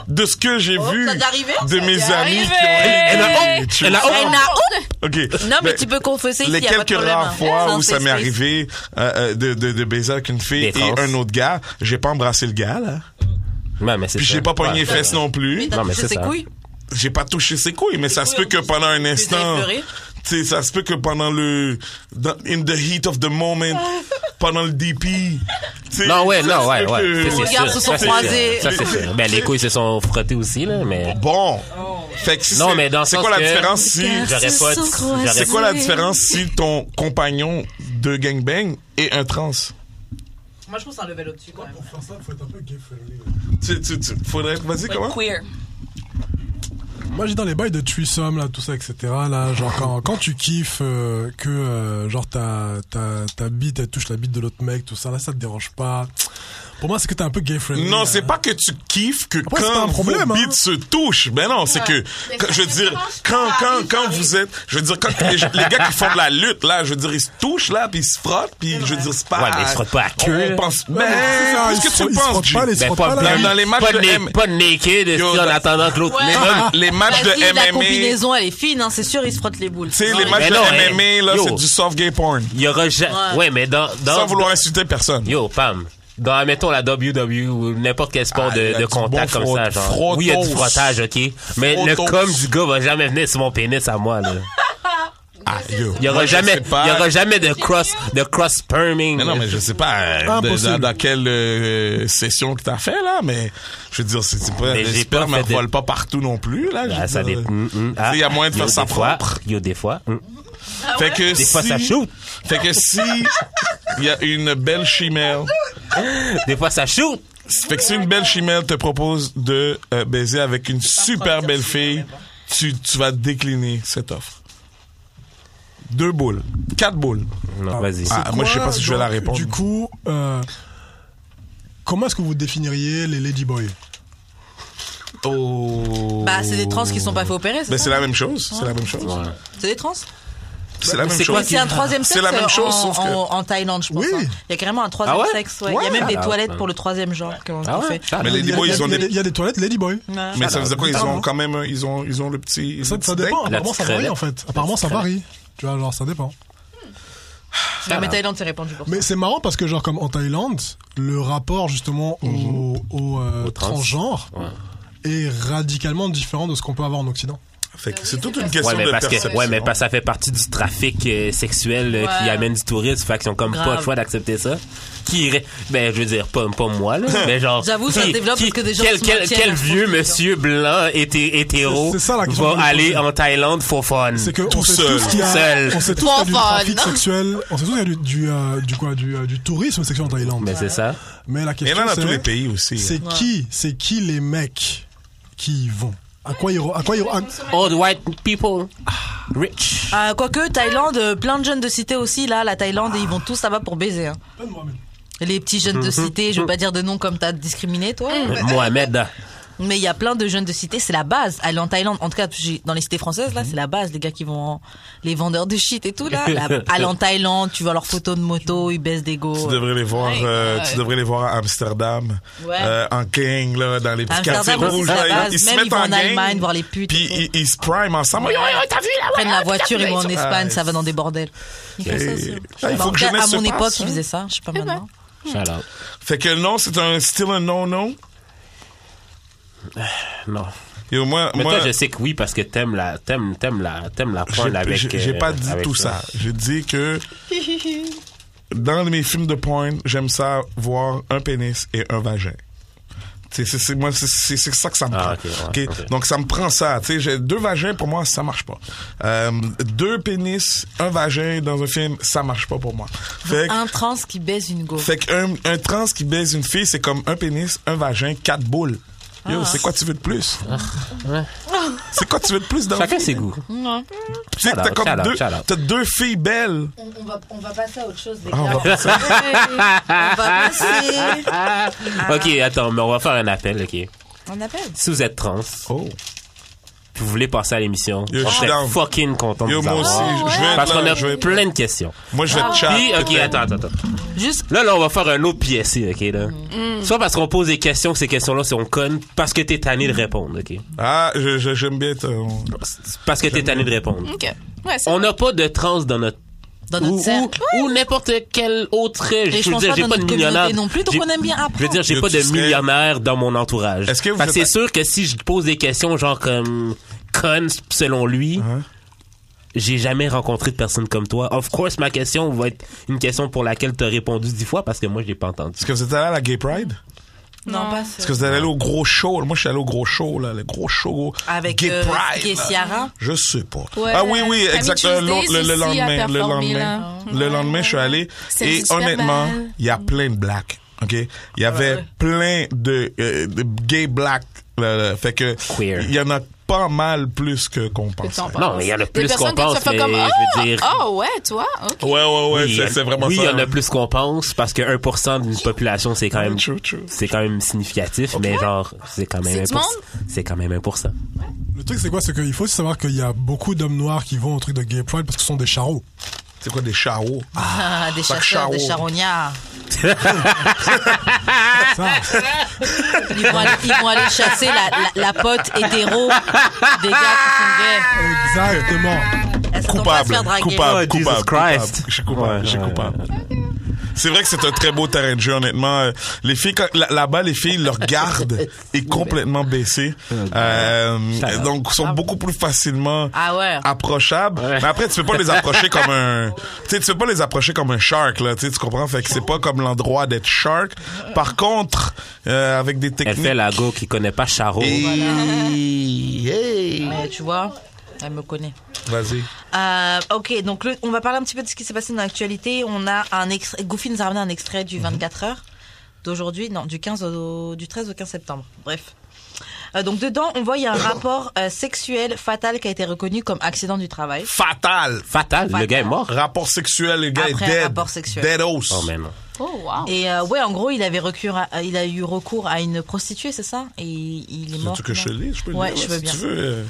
C: De ce que j'ai vu
A: Oh, ça t'est arrivé?
C: de
A: Ça
C: mes
A: t'est
C: amis qui ont.
B: Elle a
C: Hey, tu-
B: Elle a honte.
A: Elle n'a honte.
C: OK.
A: oh! Non, mais
C: Ben,
A: tu peux confesser s'il y
C: Oh! les
A: a pas de
C: quelques
A: problème,
C: rares
A: hein.
C: fois
A: Sans
C: où ça
A: space,
C: m'est
A: space.
C: arrivé euh, euh, de, de, de baiser avec une
B: Des
C: fille
B: trans.
C: et un autre gars, j'ai pas embrassé le gars, là.
B: Ouais, mais c'est
C: Puis
B: ça.
C: j'ai pas pogné
B: Ouais,
C: les fesses
B: ouais.
C: non
A: Mais
C: plus.
A: t'as
B: Non, mais
A: touché
B: c'est
A: ses
B: ça.
A: couilles.
C: J'ai pas touché ses couilles, mais ça se peut que pendant un instant,
A: effleuré.
C: tu sais, ça se peut que pendant le, dans- in the heat of the moment, pendant le DP, tu sais,
B: Non, ouais,
C: ça se
B: non, ouais,
C: peut que-
B: ouais. Ça,
A: Les
B: c'est
A: regards se
B: sûr.
A: sont
B: Ça, c'est
A: croisés.
B: sûr. Ça, c'est sûr. Ben, les couilles se sont frottées aussi, là, mais.
C: Bon. Fait que si
B: Non,
C: c'est-
B: mais dans le
C: c'est
B: sens
C: quoi la
B: que-
C: différence si,
B: J'aurais pas. j'aurais-
C: c'est quoi la différence si ton compagnon de gangbang est un trans?
A: Moi, je trouve ça un level au-dessus quand même.
G: Pour faire ça, faut être un peu
C: Tu,
G: gay-friendly.
C: tu, tu, faudrait, vas-y,
H: Faut être
C: comment?
H: queer.
G: Moi, j'ai dans les bails de threesome, là, tout ça, etc. Là, genre, quand, quand tu kiffes euh, que, euh, genre, ta, ta, ta bite, elle touche la bite de l'autre mec, tout ça, là, ça te dérange pas. Pour moi, c'est que t'es un peu gay-friendly.
C: Non,
G: là.
C: c'est pas que tu kiffes que
G: Euh, Après, c'est pas
C: quand
G: un
C: vos
G: problème, hein.
C: bites se touchent. Ben non, c'est que, que- je veux dire, quand, quand, quand vous êtes, je veux dire, quand les, les gars qui font de la lutte, là, je veux dire, ils se touchent, là, puis ils se frottent, puis je veux dire, c'est pas...
B: Ouais, mais ils se frottent pas à
C: on-
B: queue,
C: On
B: là.
C: pense,
G: Ouais,
C: ben,
G: mais c'est ça,
C: qu'est-ce
G: ils se
C: que tu
G: frottent- ils se
C: penses,
G: frottent
C: Jim?
G: pas, les-
B: Ben,
G: Ils se
B: pas
G: frottent pas, là.
B: blanc,
C: Dans les matchs
B: pas
C: de
B: na-
C: M.
B: Pas naked, est-ce
C: Yo,
B: qu'on en
C: dans-
B: attendant que l'autre
A: Ouais.
B: les
A: Non,
B: nomme?
C: les matchs
A: Vas-y,
C: de
A: la
C: MMA, tu
A: combinaison, elle est fine, hein, c'est sûr, il se frotte les boules.
C: sais, les
A: Ouais.
C: matchs
B: non,
C: de
B: hey,
C: MMA, là,
B: yo.
C: c'est du soft gay porn.
B: Il y aura ja-
A: Ouais.
B: Ouais, mais dans. dans
C: Sans vouloir insulter personne.
B: Yo, Pam. Dans, mettons, la WWE ou n'importe quel sport
C: Ah, il y
B: de,
C: a
B: de
C: du
B: contact
C: bon
B: comme ça,
C: frot-
B: genre. Oui, il y a du
C: frottos.
B: frottage, ok. Mais
C: Frottos.
B: le com du gars va jamais venir sur mon pénis à moi, là.
C: Ah, yo.
B: Il y
C: Moi,
B: aura
C: je
B: jamais,
C: sais pas.
B: il y aura jamais de cross, de cross perming.
C: Mais non, mais je sais pas euh, de-
G: Impossible.
C: dans, dans quelle euh, session que t'as fait, là, mais je veux dire, c'est c'est pas,
B: Mais j'ai
C: j'espère
B: pas fait
C: ne
B: de-
C: vole pas partout non plus, là. je veux
B: Ah, ça
C: dire,
B: dépend.
C: euh,
B: Mm, mm.
C: tu sais, y a moyen de
B: yo,
C: faire ça
B: des fois.
C: propre.
B: Yo, des fois. mm.
C: Fait que
B: Des
C: si,
B: fois, ça shoot.
C: Fait que si il y a une belle chimère,
B: Des fois, ça shoot.
C: fait que si une belle chimère te propose de euh, baiser avec une super belle fille, tu, tu vas décliner cette offre. Deux boules. Quatre boules.
B: Non,
G: Ah,
B: vas-y.
G: c'est
C: Ah, moi, je sais pas si je vais la
G: donc,
C: répondre.
G: Du coup, euh, comment est-ce que vous définiriez les ladyboys
C: Oh.
A: Bah, c'est des trans qui sont pas fait opérer, c'est
C: Ben,
A: ça
C: c'est la même chose. C'est la même chose.
A: C'est des trans
C: C'est la même
B: C'est
C: chose.
B: quoi
A: Mais c'est un troisième
C: C'est
A: sexe
C: la même chose,
A: en,
C: sauf que-
A: en- en Thaïlande, je pense.
G: Oui.
A: hein. Il y a carrément un troisième
B: Ah ouais
A: sexe. ouais. Il y a
B: Ouais.
A: même des
B: Ah,
A: toilettes
C: bah.
B: ouais.
A: pour le troisième genre. Comment
B: Ah
A: on
B: ouais?
A: fait
B: Ah,
C: Mais les
G: Il y a-
C: ladyboys,
G: il y a-
C: ils ont
G: il y a-
C: des-
G: Il y a des toilettes ladyboys.
A: Ouais.
C: Mais ça veut dire quoi? Ils
G: Ah,
C: ont
G: bon.
C: quand même, un- ils ont, ils ont le petit.
G: Ça,
C: le
G: ça
C: petit
G: dépend.
C: bec.
B: La
G: Apparemment, ça
B: petite
G: varie, en
B: crevette.
G: fait. Apparemment, ça varie. Tu vois, genre, ça dépend.
A: Non, mais Thaïlande, c'est répandu pour ça.
G: Mais c'est marrant parce que, genre, comme en Thaïlande, le rapport justement au, au, euh,
B: Mhm. Au trans.
G: transgenre est radicalement différent de ce qu'on peut avoir en Occident.
C: Fait que c'est toute une
B: Ouais,
C: question
B: mais
C: de
B: parce que,
C: perception.
B: ouais, mais parce que ça fait partie du trafic euh, sexuel euh, qui
A: Ouais.
B: amène du tourisme. Fait qu'ils ont comme pas
A: Grave.
B: le choix d'accepter ça. Qui irait, ben, je veux dire, pas, pas moi, là, mais genre.
A: J'avoue, ça
B: qui-
A: se développe
B: qui-
A: parce que des gens
B: Quel,
A: se
B: quel,
A: maintiennent
B: quel
A: à fond
B: vieux
A: sur les
B: monsieur blanc hété- hétéro
G: C'est- c'est ça la question que je
B: va
G: me
B: aller
G: posais.
B: en Thaïlande for fun?
G: C'est que
C: Tout
G: on sait
C: seul.
G: tous qu'il y a,
B: Mm. Tout seul.
G: on sait tous qu'il y a du trafic sexuel, on sait tous qu'il y a du, du, euh, du quoi, du, euh, du tourisme sexuel en Thaïlande.
B: Mais Ben, c'est ça.
G: Mais la
C: Il y
G: question
C: en a dans
G: c'est,
C: tous les pays aussi. hein.
G: c'est qui, c'est qui les mecs qui y vont À quoi ils, re- à quoi ils, re- à-
B: Old white people.
C: Ah.
B: Rich.
A: Euh, Quoique, Thaïlande, euh, plein de jeunes de cité aussi, là, la Thaïlande, et ils vont tous là-bas pour baiser. hein. Les petits jeunes
C: Mhm.
A: de cité, je veux pas dire de nom comme t'as discriminé, toi.
B: Mohamed.
A: Mais il y a plein de jeunes de cité, c'est la base. Aller en Thaïlande, en tout cas, j'ai- dans les cités françaises,
C: Mhm.
A: là, c'est la base. Les gars qui vont en- les vendeurs de shit et tout, là. là, aller en Thaïlande, tu vois leurs photos de moto, ils baissent des go.
C: Tu devrais les voir, euh, tu devrais les voir à Amsterdam,
A: Ouais.
C: euh, en gang là, dans les petits
A: Amsterdam,
C: quartiers
A: aussi,
C: rouges.
A: c'est la
C: là,
A: base. Même ils vont en Allemagne voir les putes
C: Puis
A: et
C: ils, ils se priment ensemble. Ouais, ouais, ouais, t'as vu là,
A: Ils prennent la voiture, ils vont en
C: ouais.
A: Espagne, ça va dans des bordels. Ils font ça,
C: Et-
A: ça.
C: Ah, il faut
A: Bah,
C: que jeunesse
A: à
C: se
A: mon
C: passe,
A: époque,
C: hein.
A: ils faisaient ça. Je sais pas maintenant.
B: Shout out.
C: Fait que non, c'est un still un non non.
B: Non.
C: Yo, moi,
B: Mais
C: moi,
B: toi, je sais que oui, parce que t'aimes la, t'aimes, t'aimes la, t'aimes la
C: j'ai-
B: prendre avec.
C: j'ai- j'ai
B: euh,
C: pas dit
B: avec
C: tout ça. J'ai dit que dans mes films de porn, j'aime ça voir un pénis et un vagin. C'est- c'est- c'est- moi, c'est- c'est c'est ça que ça me
B: Ah,
C: prend.
B: ok, ouais,
C: Ok?
B: ok.
C: Donc, ça me prend ça. Tu sais, j'ai deux vagins, pour moi, ça marche pas. Euh, deux pénis, un vagin dans un film, ça marche pas pour moi. Fait que-
A: Un trans qui baise une go.
C: fait qu'un un trans qui baise une fille, c'est comme un pénis, un vagin, quatre boules. Yo, c'est quoi tu veux de plus? C'est quoi tu veux de plus dans
B: Chacun
C: le
B: ses
C: film?
B: goûts.
C: Tu sais,
B: Shout
C: t'as
B: out,
C: comme
B: shout out,
C: deux,
B: shout out.
C: t'as deux filles belles.
A: On, on va, on va passer à autre chose, les
C: Ah, on
A: gars.
C: va faire ça.
A: On va passer.
B: Ok, attends, mais on va faire un appel, ok.
A: On appelle.
B: Si vous êtes trans,
C: Oh.
B: puis vous voulez passer à l'émission,
C: Yo,
B: on
C: je suis
B: serait
C: down.
B: fucking content de
C: Yo,
B: vous
C: moi aussi,
B: avoir.
C: je vais être
B: Parce qu'on
C: là, Ah,
B: a
C: je vais être-
B: plein de questions.
C: Moi,
F: Ah.
C: je vais te chat.
F: euh,
B: Puis, ok, attends, attends, attends.
A: Juste,
B: Là, là, on va faire un autre PSC, ok, là. Soit parce qu'on pose des questions, que ces questions-là sont connes, parce que t'es tanné de répondre, ok.
C: Ah, je- je- j'aime bien ton...
B: C'est Parce que t'es tanné de répondre.
F: OK. Ouais, c'est
B: On n'a pas de trans dans notre
A: dans
B: ou,
A: notre cercle.
B: ou- ou n'importe quel autre je
A: Et je
B: veux
A: pense
B: dire
A: pas
B: j'ai
A: dans
B: pas de
A: notre
B: millionnaire
A: communauté non plus, donc
B: J'ai-
A: on aime bien apprendre.
B: je veux dire j'ai
C: Yo,
B: pas
C: tu
B: de
C: serais-
B: millionnaire dans mon entourage
C: Est-ce que vous
B: Fait que
C: êtes-
B: c'est sûr que si je pose des questions genre comme con selon lui
C: Hein?
B: j'ai jamais rencontré de personne comme toi of course ma question va être une question pour laquelle t'as répondu dix fois parce que moi j'ai pas entendu
C: Est-ce que vous êtes allé à la Gay Pride?
A: Non, pas
C: Est-ce que vous êtes allé au gros show? Moi, je suis allé au gros show, là, le gros show.
A: Avec
C: Gay
A: euh,
C: Pride.
A: Guy et
C: là.
A: Ciara.
C: Je sais pas.
F: Ouais,
C: ah oui, oui,
F: Tammy
C: exactement.
F: Tuesdays
C: Le, le
F: aussi
C: lendemain,
F: a
C: le
F: performé,
C: lendemain, le lendemain, je suis allé
F: C'est
C: et
F: du super
C: honnêtement,
F: bal.
C: il y a plein de blacks. Ok, il y avait plein de, euh, de gay blacks. là, là. Fait que
B: Queer.
C: il y en a pas mal plus que qu'on pense.
F: t'en
B: non mais il y en a plus qu'on
F: personnes que tu
B: pense
F: fais
B: mais
F: comme,
B: je veux dire
F: Oh, ouais, toi? OK.
C: Ouais, ouais, ouais,
B: oui, euh,
C: c'est- c'est vraiment
B: oui,
C: ça.
B: il y en a
C: hein.
B: plus qu'on pense parce que 1% d'une population c'est quand même
C: True, true.
B: c'est quand même significatif mais genre c'est quand même
F: C'est du
B: 1%.
F: monde?
B: c'est quand même 1%.
G: Le truc, c'est quoi C'est qu'il faut aussi savoir qu'il y a beaucoup d'hommes noirs qui vont au truc de gay pride parce que ce sont des charros.
C: C'est quoi des charros?
A: Ah, des
C: Sac
A: chasseurs,
C: Charo.
A: des charognards.
G: Ça,
A: Ils vont aller, ils vont aller chasser la, la, la pote hétéro des gars qui
G: exactement.
A: sont gays. Elles se sont pas
C: coupable,
A: fait draguer.
C: Ah, coupable,
B: Oh, Jesus
C: coupable,
B: Christ.
C: coupable. Je suis coupable,
B: Ouais,
C: je suis
B: ouais,
C: coupable. C'est vrai que c'est un très beau terrain de jeu, honnêtement. Euh, Les filles, quand- là- là-bas, les filles, leur garde est complètement baissée. Euh,
B: Shout-out.
C: donc, sont beaucoup plus facilement
A: Ah ouais.
C: approchables.
B: Ouais.
C: Mais après, tu peux pas les approcher comme un, tu sais, tu peux pas les approcher comme un shark, là, tu sais, tu comprends? Fait que c'est pas comme l'endroit d'être shark. Par contre, euh, avec des
B: Elle
C: techniques.
B: fait la go qui connaît pas Charo.
A: Mais tu vois, elle me connaît.
C: Vas-y.
A: Euh, ok, donc le- on va parler un petit peu de ce qui s'est passé dans l'actualité. On a un extrait, Goofy nous a ramené un extrait
C: Mhm.
A: du 24 heures d'aujourd'hui, non, du 15 au, du 13 au 15 septembre. Bref. Euh, donc dedans, on voit il y a un rapport euh, sexuel fatal qui a été reconnu comme accident du travail.
C: Fatal.
B: Fatal, le
A: Fatal.
B: gars est mort.
C: Rapport sexuel, les gars,
A: Après
C: dead.
A: rapport sexuel.
C: Deados.
B: Oh, mais non.
F: Oh,
C: Ah.
F: wow.
A: Et euh, ouais, en gros, il avait recours à- il a eu recours à une prostituée, c'est ça Et il est mort.
C: Veux-tu que je te
A: non
C: lise? Je peux le
A: Ouais,
C: lire,
A: je veux
C: si
A: bien.
C: Tu veux, euh,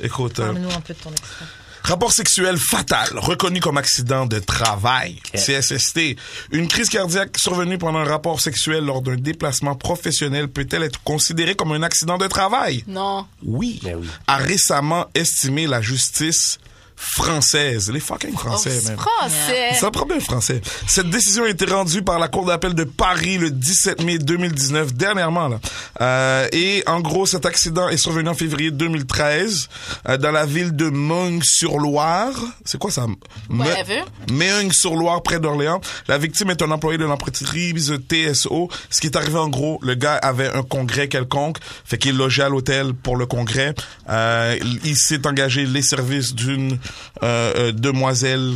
C: écoute, euh,
A: Parle-nous un peu de ton extrait.
C: rapport sexuel fatal, reconnu comme accident de travail,
B: Ok.
C: CSST. Une crise cardiaque survenue pendant un rapport sexuel lors d'un déplacement professionnel peut-elle être considérée comme un accident de travail?
F: Non.
C: Oui.
B: Ben oui.
C: A récemment estimé la justice française. Les fucking
F: Oh,
C: français,
F: c'est
C: même.
F: français.
C: C'est un problème français. Cette décision a été rendue par la Cour d'appel de Paris le 17 mai 2019, dernièrement. Là. Euh, et en gros, cet accident est survenu en février 2013 euh, dans la ville de Meung-sur-Loire. C'est quoi ça? Me-
F: Whatever.
C: Meung-sur-Loire, près d'Orléans. La victime est un employé de l'entreprise TSO. Ce qui est arrivé, en gros, le gars avait un congrès quelconque, fait qu'il logeait à l'hôtel pour le congrès. Euh, il s'est engagé les services d'une euh, euh, demoiselle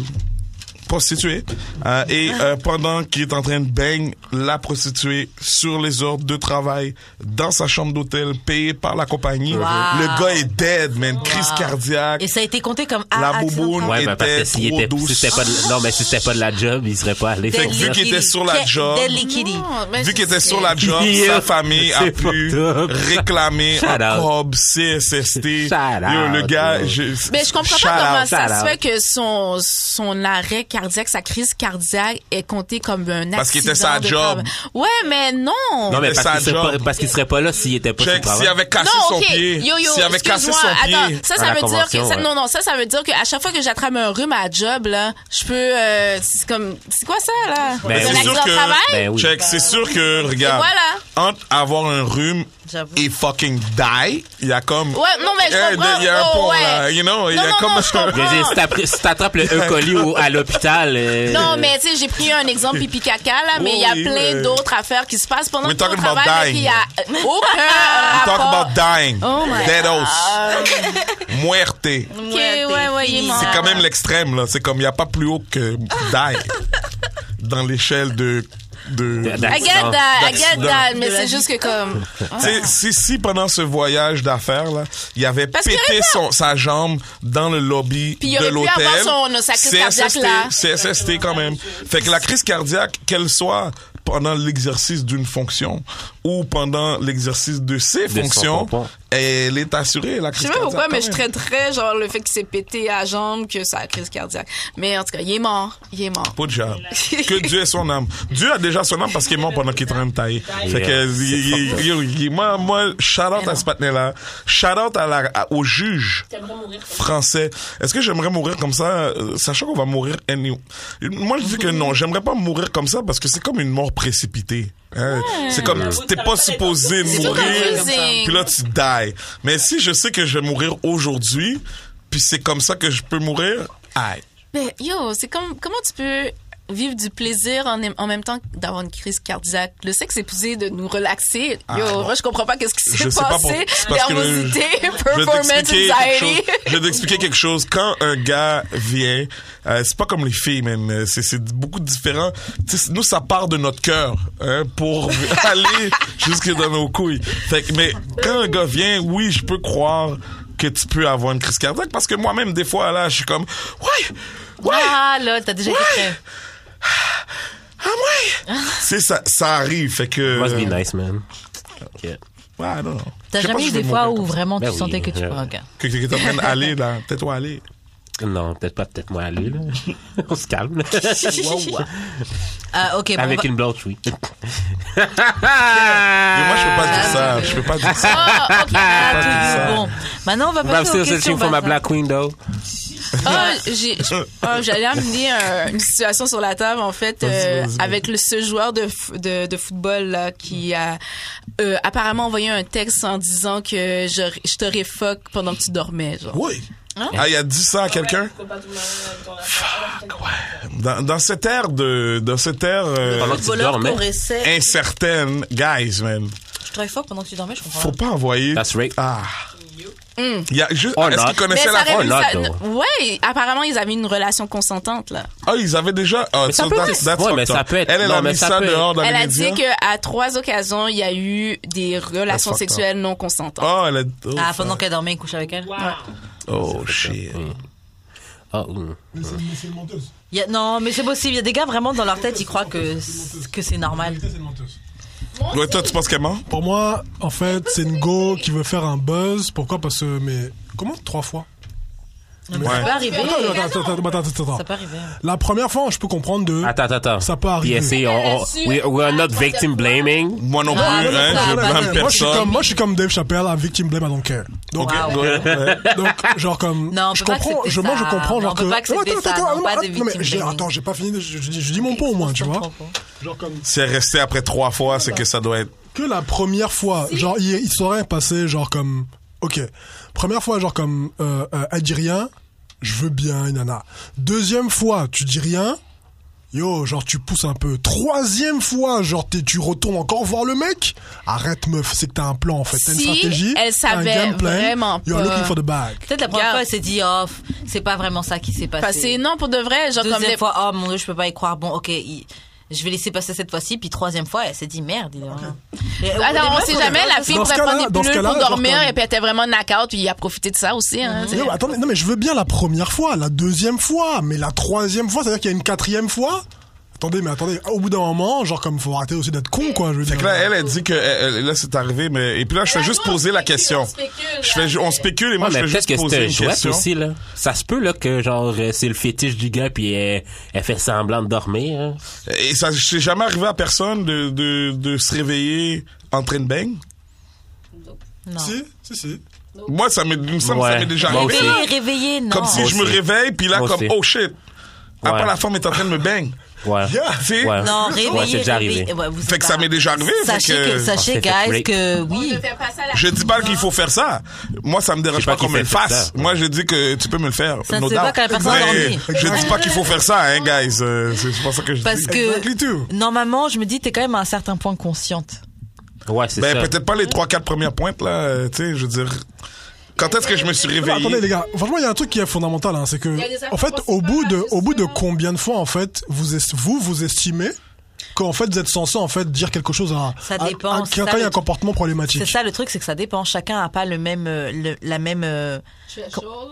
C: prostituée Euh, et euh, pendant qu'il est en train de bang la prostituée sur les ordres de travail dans sa chambre d'hôtel payée par la compagnie le gars est dead man crise cardiaque
A: Et ça a été compté comme ah,
C: La
A: accident de
C: bouboune.
A: travail.
B: Ouais, mais parce
C: était
B: que s'il
C: trop
B: était,
C: douce.
B: si c'était pas de, non, mais si c'était pas de la job, il serait pas allé
A: Deadly
C: Fait
B: faire
C: que vu
B: ça.
C: qu'il était
A: Kitty.
C: sur la
A: Dead-
C: job-
A: Deadly Kitty.
F: Non,
D: Ben,
F: mais
C: Vu
F: c'est-
C: qu'il était sur la job,
B: Yeah.
C: sa famille a
B: C'est
C: pu
B: fucked up.
C: réclamer
B: Shout
C: un
B: out.
C: cob CSST.
B: Shout
C: Yo, le
B: out,
C: gars,
B: yo.
C: je,
D: Ben,
F: Mais je comprends
C: shout
F: pas comment
C: out.
F: ça
B: shout
F: se
B: out.
F: fait que son, son arrêt qui
D: cardiaque, sa crise cardiaque est comptée comme un accident.
C: Parce qu'il était sa
D: de
C: job.
D: travail. Ouais, mais non.
B: Non, mais
C: Mais ça
B: parce qu'il serait
C: job.
B: pas- parce qu'il serait pas là s'il était pas sur le
C: Check, s'il
B: travail.
C: avait cassé
D: non,
C: son
D: ok.
C: pied.
D: Yo, yo,
C: s'il avait cassé son
D: excuse-moi. Attends,
C: pied.
D: ça,
B: À
D: ça
B: la
D: veut dire que
B: convention,
D: ça-
B: ouais.
D: non, non, ça, ça veut dire que à chaque fois que j'attrape un rhume à job là, je peux. euh, c'est comme, c'est quoi ça là
B: Ben
D: C'est un
B: oui.
D: accident
C: C'est sûr
D: de
C: que-
D: travail.
B: Ben oui.
C: Check, c'est sûr que, regarde, entre avoir un rhume
A: J'avoue.
C: et fucking die, il y a comme...
D: Ouais, non, mais je
C: Eh,
D: comprends.
C: Il y a un
D: Oh,
C: pont,
D: ouais.
C: là, you know, il y
D: Non,
C: a
D: non,
C: comme...
D: non, je comprends.
B: Je veux dire, si t'appre- si t'attrapes le E. coli au- à l'hôpital. euh,
D: Non, mais tu sais, j'ai pris un exemple pipi caca là, mais il y a
C: Oui,
D: plein
C: mais-
D: d'autres affaires qui se passent pendant
C: We're
D: que ton
C: talking about
D: travail, mais
C: dying.
D: qu'il y a aucun
C: Talk
D: rapport.
C: about dying.
D: Oh my
C: Deados. Muerte.
D: Ok, ouais, ouais, il est mort.
C: C'est quand même l'extrême, là. C'est comme, il n'y a pas plus haut que die dans l'échelle de... de,
B: De-
D: I get
B: d'accident.
D: that, I get
C: D'accident.
D: that, mais c'est juste que comme.
C: Tu sais, Si, si pendant ce voyage d'affaires, là, il avait
D: Parce qu'il aurait
C: pété
D: pas-
C: son, sa jambe dans le lobby
D: Puis il
C: de
D: aurait pu
C: l'hôtel.
D: avoir son- sa crise cardiaque,
C: CSST,
D: là.
C: CSST quand même. Fait que la crise cardiaque, qu'elle soit pendant l'exercice d'une fonction ou pendant l'exercice de ses
B: son
C: fonctions,
B: pompon.
C: elle est assurée, la
D: Je
C: crise
D: sais pas
C: cardiaque,
D: pourquoi,
C: quand
D: mais je
C: même.
D: traiterais genre le fait qu'il s'est pété à la jambe que sa crise cardiaque. Mais en tout cas, il est mort. Il est mort.
C: Pas de job. Que Dieu ait son âme. Dieu a déjà son âme parce qu'il est mort pendant qu'il est en train de tailler. Fait que, il- il- yo, il- moi, moi, shout out à ce patinet-là. Shout out à la, à- au juge français. Est-ce que j'aimerais mourir comme ça, euh, sachant qu'on va mourir any- Moi, je dis que non. J'aimerais pas mourir comme ça parce que c'est comme une mort précipitée. hein. C'est comme, t'es pas supposé mourir.
D: confusing.
C: Puis là, tu die. Mais si je sais que je vais mourir aujourd'hui, puis c'est comme ça que je peux mourir, aïe.
D: Mais yo, c'est comme comment tu peux vivre du plaisir en, en même temps que d'avoir une crise cardiaque. Le sexe est poussé de nous relaxer. Yo,
C: bon.
D: moi je comprends pas qu'est-ce qui
C: Ah, Je
D: s'est
C: sais pas pour-
D: passé.
C: c'est parce que le-
D: Nervosité,
C: Je vais
D: performance
C: t'expliquer quelque chose.
D: anxiety.
C: Je vais t'expliquer quelque chose. Quand un gars vient, euh, c'est pas comme les filles, man. Euh, C'est, c'est beaucoup différent. Tu sais, nous, ça part de notre cœur hein, pour aller jusque dans nos couilles. Fait que- mais quand un gars vient, oui, je peux croire que tu peux avoir une crise cardiaque parce que moi-même, des fois, là, je suis comme, ouais, ouais,
A: Ah là, t'as déjà été prêt.
C: ah ouais. c'est ça, ça arrive. Fait que.
B: Must be nice, man. Ok.
C: Ouais, non, non.
A: T'as
C: Je sais pas
A: jamais
C: si
A: eu
C: je vais
A: des fois
C: mourir
A: où vraiment
B: Ben
A: tu
B: oui,
A: sentais que tu
B: euh,
A: pourrais regarder.
C: comme- Que, que, que t'es en train d'aller, là. Peut-être toi aller.
B: Non, peut-être pas, peut-être moi aller, là. On se calme. là.
A: Ah, ok, bon, on
B: Avec
A: va-
B: une blanche, oui.
C: Mais moi, je peux pas dire ça. Je peux pas dire ça.
D: Ah, ok.
A: Ah,
C: Ah.
A: tout dit. bon. Maintenant, on va
B: I'm
A: passer
B: still
A: aux questions.
B: searching for my
A: bazar.
B: black queen, though.
D: Ah, j'ai- ah, j'allais amener un- une situation sur la table en fait euh,
C: Vas-y, vas-y.
D: avec le, ce joueur de, f- de, de football là, qui a euh, apparemment envoyé un texte en disant que je, je te réfoque pendant que tu dormais genre.
C: Oui. Ah, il a dit ça à quelqu'un? Fuck, ouais. Dans, dans cette ère de, dans cette ère, euh,
B: Pendant que tu dormais.
A: essaie.
C: incertaine, guys, man.
A: Je travaille fort pendant que tu dormais, je comprends.
C: Faut pas envoyer.
B: That's right.
C: Ah. Il y a juste,
B: Or
C: est-ce
B: not.
C: qu'ils connaissaient
D: ça aurait
C: la
B: Oh,
D: pu-
B: là,
D: ça-
B: donc.
D: ouais, apparemment ils avaient une relation consentante là.
C: Ah, ils avaient déjà, ah,
B: ça
C: so
B: peut
C: that's-
B: être-
C: that's
B: Ouais,
C: fucked
B: mais
C: up.
B: ça peut être-
C: Elle, elle
B: non,
C: a
B: mais
C: mis
B: ça
C: ça
B: peut être-
C: dehors dans
D: Elle
C: les
D: a
C: médias.
D: dit que à trois occasions il y a eu des relations
C: That's fucked up.
D: sexuelles non consentantes.
C: Oh, elle a, oh,
A: Ah, pendant qu'elle dormait, il couche avec elle.
C: oh shit.
B: Ah, hum.
G: Mais c'est mais c'est une menteuse.
A: Il y a- non, mais c'est possible. Il y a des gars vraiment dans leur tête, ils croient que c- que c'est normal.
G: Vérité, c'est une menteuse.
C: Ouais, toi, tu penses qu'elle ment?
G: Pour moi, en fait, c'est une go qui veut faire un buzz. Pourquoi Parce que. Mais comment Trois fois
A: Donc,
C: Ouais.
A: Ça peut arriver.
G: Attends, attends, attends, attends, attends, attends.
A: Ça peut arriver. hein.
G: La première fois, je peux comprendre
C: Hmm?
G: de.
B: Attends, attends, attends.
G: Ça peut arriver.
B: PSA, on, on, we, we are not victim blaming.
C: Moi non plus,
A: non,
C: hein,
A: ça, bah,
C: je blâme
G: Moi, je suis comme,
C: personne.
G: moi, je suis comme Dave Chappelle, un victim blame, I don't care. Donc,
C: Ok,
A: Wow.
C: ouais, ouais.
G: donc, genre comme,
A: Non, on
G: je
A: peut pas
G: comprends,
A: accepter
G: je, moi, je
A: ça. hein.
G: comprends,
A: On
G: genre
A: peut
G: que,
A: pas accepter
G: attends,
A: ça,
G: attends,
A: non,
G: attends,
A: pas de
G: attends, non, mais
A: victim
G: j'ai-
A: blaming.
G: attends, j'ai pas fini, de- je, je- je dis mon pot, moi, tu vois. Genre comme,
C: C'est resté après trois fois, c'est que ça doit être.
G: que la première fois, genre, il, il serait passé, genre, comme, ok, première fois, genre, comme, euh, euh, elle dit rien, je veux bien, une nana. Deuxième fois, tu dis rien, yo, genre, tu pousses un peu. Troisième fois, genre, t'es- tu retournes encore voir le mec, arrête, meuf, c'est que t'as un plan, en fait, t'as une
D: Si,
G: stratégie,
D: elle
G: t'as un
D: savait
G: game plan,
D: vraiment
G: you're
D: pas.
G: looking for the bag.
A: Peut-être la première fois,
D: Regarde.
A: elle s'est dit, oh, pff, c'est pas vraiment ça qui s'est passé.
D: Passé non pour de vrai, genre
A: Deuxième
D: comme des-
A: fois, oh mon dieu, je peux pas y croire. Bon, ok, il- je vais laisser passer cette fois-ci. Puis troisième fois, elle s'est dit, merde. Il... est vraiment- Et- les
D: Attends, on
A: meufs,
D: sait
A: les
D: jamais,
A: meufs,
D: la fille
G: Dans ce
D: pourrait prendre
G: cas-là-
D: des
G: dans ce
D: pilules pour
G: cas-là, genre
D: dormir
G: comme-
D: et puis elle était vraiment knock-out, puis il a profité de ça aussi. Hein, tu sais.
G: Non, mais attendez, non, mais je veux bien la première fois, la deuxième fois, mais la troisième fois, c'est-à-dire qu'il y a une quatrième fois. Attendez, mais attendez, au bout d'un moment, genre, comme faut arrêter aussi d'être con, quoi, je veux
C: Fait
G: dire.
C: que là, elle, elle dit que elle- elle- là, c'est arrivé, mais. Et puis là, je fais juste poser la question. Je fais, ju- on spécule et moi,
B: Ouais,
C: je
B: mais
C: fais
B: peut-être
C: juste
B: que
C: poser
B: c'était
C: une
B: jouette
C: question.
B: aussi, là. Ça se peut, là, que genre, euh, c'est le fétiche du gars, puis elle, elle fait semblant de dormir. hein.
C: Et ça, c'est jamais arrivé à personne de, de, de se réveiller en train de bang.
A: Non.
G: Si, si, si.
C: Moi, ça m'est, il me semble que ça
B: Ouais.
C: m'est déjà
B: Moi
C: arrivé.
B: aussi.
C: là.
A: Réveillé, réveillé, non.
C: Comme si
B: Moi
C: je me
B: aussi.
C: réveille, puis là,
B: Moi
C: comme,
B: aussi.
C: oh shit. Après,
B: Ouais.
C: la femme est en train de me bang.
B: Ouais.
C: Yeah, tu sais.
B: Ouais.
A: Non,
B: Ouais,
A: réveillé.
B: c'est déjà arrivé.
A: réveillé. Ouais, vous
C: Fait
A: êtes
C: que ça
A: pas-
C: m'est déjà arrivé, fait
A: Bah, Sachez
C: que-
A: que,
B: On
A: sachez,
B: s'est fait
A: guys,
B: rape.
A: que oui.
C: Je dis pas qu'il faut faire ça. Moi, ça me
B: Je
C: dérange
B: sais pas
C: pas qu'on
B: qui
C: me le
B: fait ça.
C: fasse. Moi, je dis que tu peux me le faire.
A: Ça
C: no
A: se voit
C: doubt.
A: quand la personne
C: Mais
A: dormit.
C: Je dis pas qu'il faut faire ça, hein, guys. Euh, C'est c'est pas ça que je
A: Parce
C: dis.
A: que-
G: Exactly too.
A: Normalement, je me dis, t'es quand même à un certain point consciente.
B: Ouais, c'est
C: Ben,
B: ça.
C: peut-être pas les trois, quatre premières pointes, là. euh, Tu sais, je veux dire. Quand est-ce que je me suis
G: Non, mais attendez les
C: réveillé?
G: gars, franchement il y a un truc qui est fondamental, hein, c'est que
D: des affaires
G: en fait
D: qu'on
G: au
D: sait
G: bout
D: pas,
G: de
D: c'est
G: au bout de
D: ça.
G: combien de fois en fait vous est- vous vous estimez qu'en fait vous êtes censé en fait dire quelque chose à,
A: Ça
G: à-
A: dépend,
G: à-
A: c'est
G: quand
A: ça
G: quand il y a un
A: le-
G: comportement
A: C'est
G: problématique.
A: ça le truc, c'est que ça dépend. Chacun a pas le même, euh, le- la même, euh,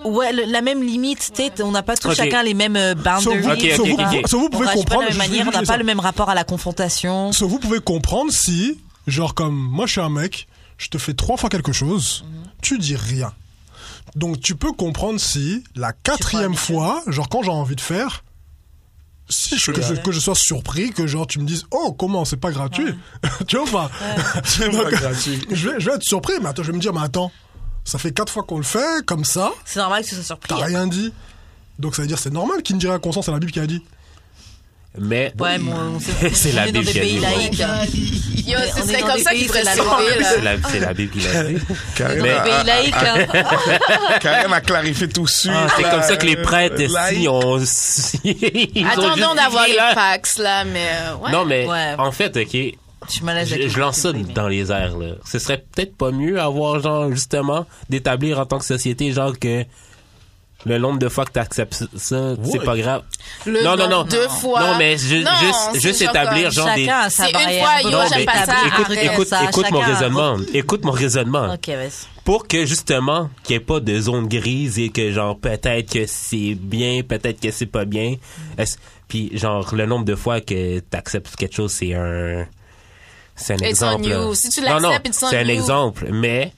A: ouais, le- la même limite. tu sais, On n'a pas tous
B: Ok.
A: chacun les mêmes euh, boundaries.
G: vous,
B: Ok, ok,
G: so vous-
B: ok, ok.
G: so vous
A: On
G: pouvez
A: réagit pas de
G: comprendre.
A: la même
G: je- je-
A: manière, on n'a
G: je-
A: pas le même rapport à la confrontation.
G: so vous pouvez comprendre si genre comme moi je suis un mec, je te fais trois fois quelque chose,
C: Mhm.
G: tu dis rien. Donc tu peux comprendre si la quatrième fois, genre quand j'ai envie de faire, si je, que, je, que je sois surpris, que genre tu me dises oh comment c'est pas gratuit, tu vois enfin,
C: C'est pas gratuit.
G: je, vais, je vais être surpris, mais attends je vais me dire mais attends, ça fait quatre fois qu'on le fait comme ça,
A: C'est normal que tu sois surpris.
G: t'as rien dit, donc ça veut dire c'est normal qu'il ne dira conscience à la Bible qui a dit.
B: Mais.
A: Ouais, mais on- on s'est-
B: C'est
A: on
B: la
A: est dans des
B: Bible qui a
A: pays
B: dit.
A: laïques.
D: Yo,
A: On est
D: c'est c'est
A: dans
D: comme
A: des
D: ça
A: pays,
D: qu'il faudrait
A: c'est la
D: se
A: loi.
D: sauver, là.
B: C'est la, c'est la Bible qui
C: Eh
B: l'a dit.
C: Karen
B: Mais-
C: a-
A: Pays laïque, hein.
C: a- Karen a clarifié tout de suite.
B: Ah, c'est
C: là,
B: comme ça que les prêtres,
C: euh,
B: si, ont. ils
C: like.
B: ont
D: Attendons
B: justifié,
D: d'avoir les
B: là.
D: fax, là, mais euh, ouais.
B: Non, mais
A: Ouais.
B: en fait, OK,
A: ah. Je suis mal à l'aise
B: je,
A: avec
B: je
A: les
B: lance ça
A: trucs, mais-
B: dans les airs, là. Ce serait peut-être pas mieux avoir, genre, justement, d'établir en tant que société, genre, que le nombre de fois que t'acceptes ça, c'est pas grave.
D: Le
B: non, non,
D: nombre
B: non.
D: de fois.
B: Non, mais ju-
D: Non, c'est
B: juste, juste
D: genre
B: établir,
D: comme
B: genre, des...
A: Chacun a sa
D: C'est une
A: barrière.
D: fois, yo,
B: Non,
D: j'aime
B: mais
D: pas ça,
B: écoute,
D: arrête
B: écoute,
A: ça,
B: écoute mon
A: chacun a-
B: raisonnement. Écoute mon raisonnement.
A: Ok, vas-y.
B: Pour que justement qu'il n'y ait pas de zone grise et que genre peut-être que c'est bien, peut-être que c'est pas bien. Est-ce- Puis genre le nombre de fois que tu acceptes quelque chose, c'est un c'est un
D: It's on
B: exemple.
D: you.
B: là.
D: Si tu
B: Non, non,
D: l'acceptes, it's on
B: c'est un
D: you.
B: exemple, mais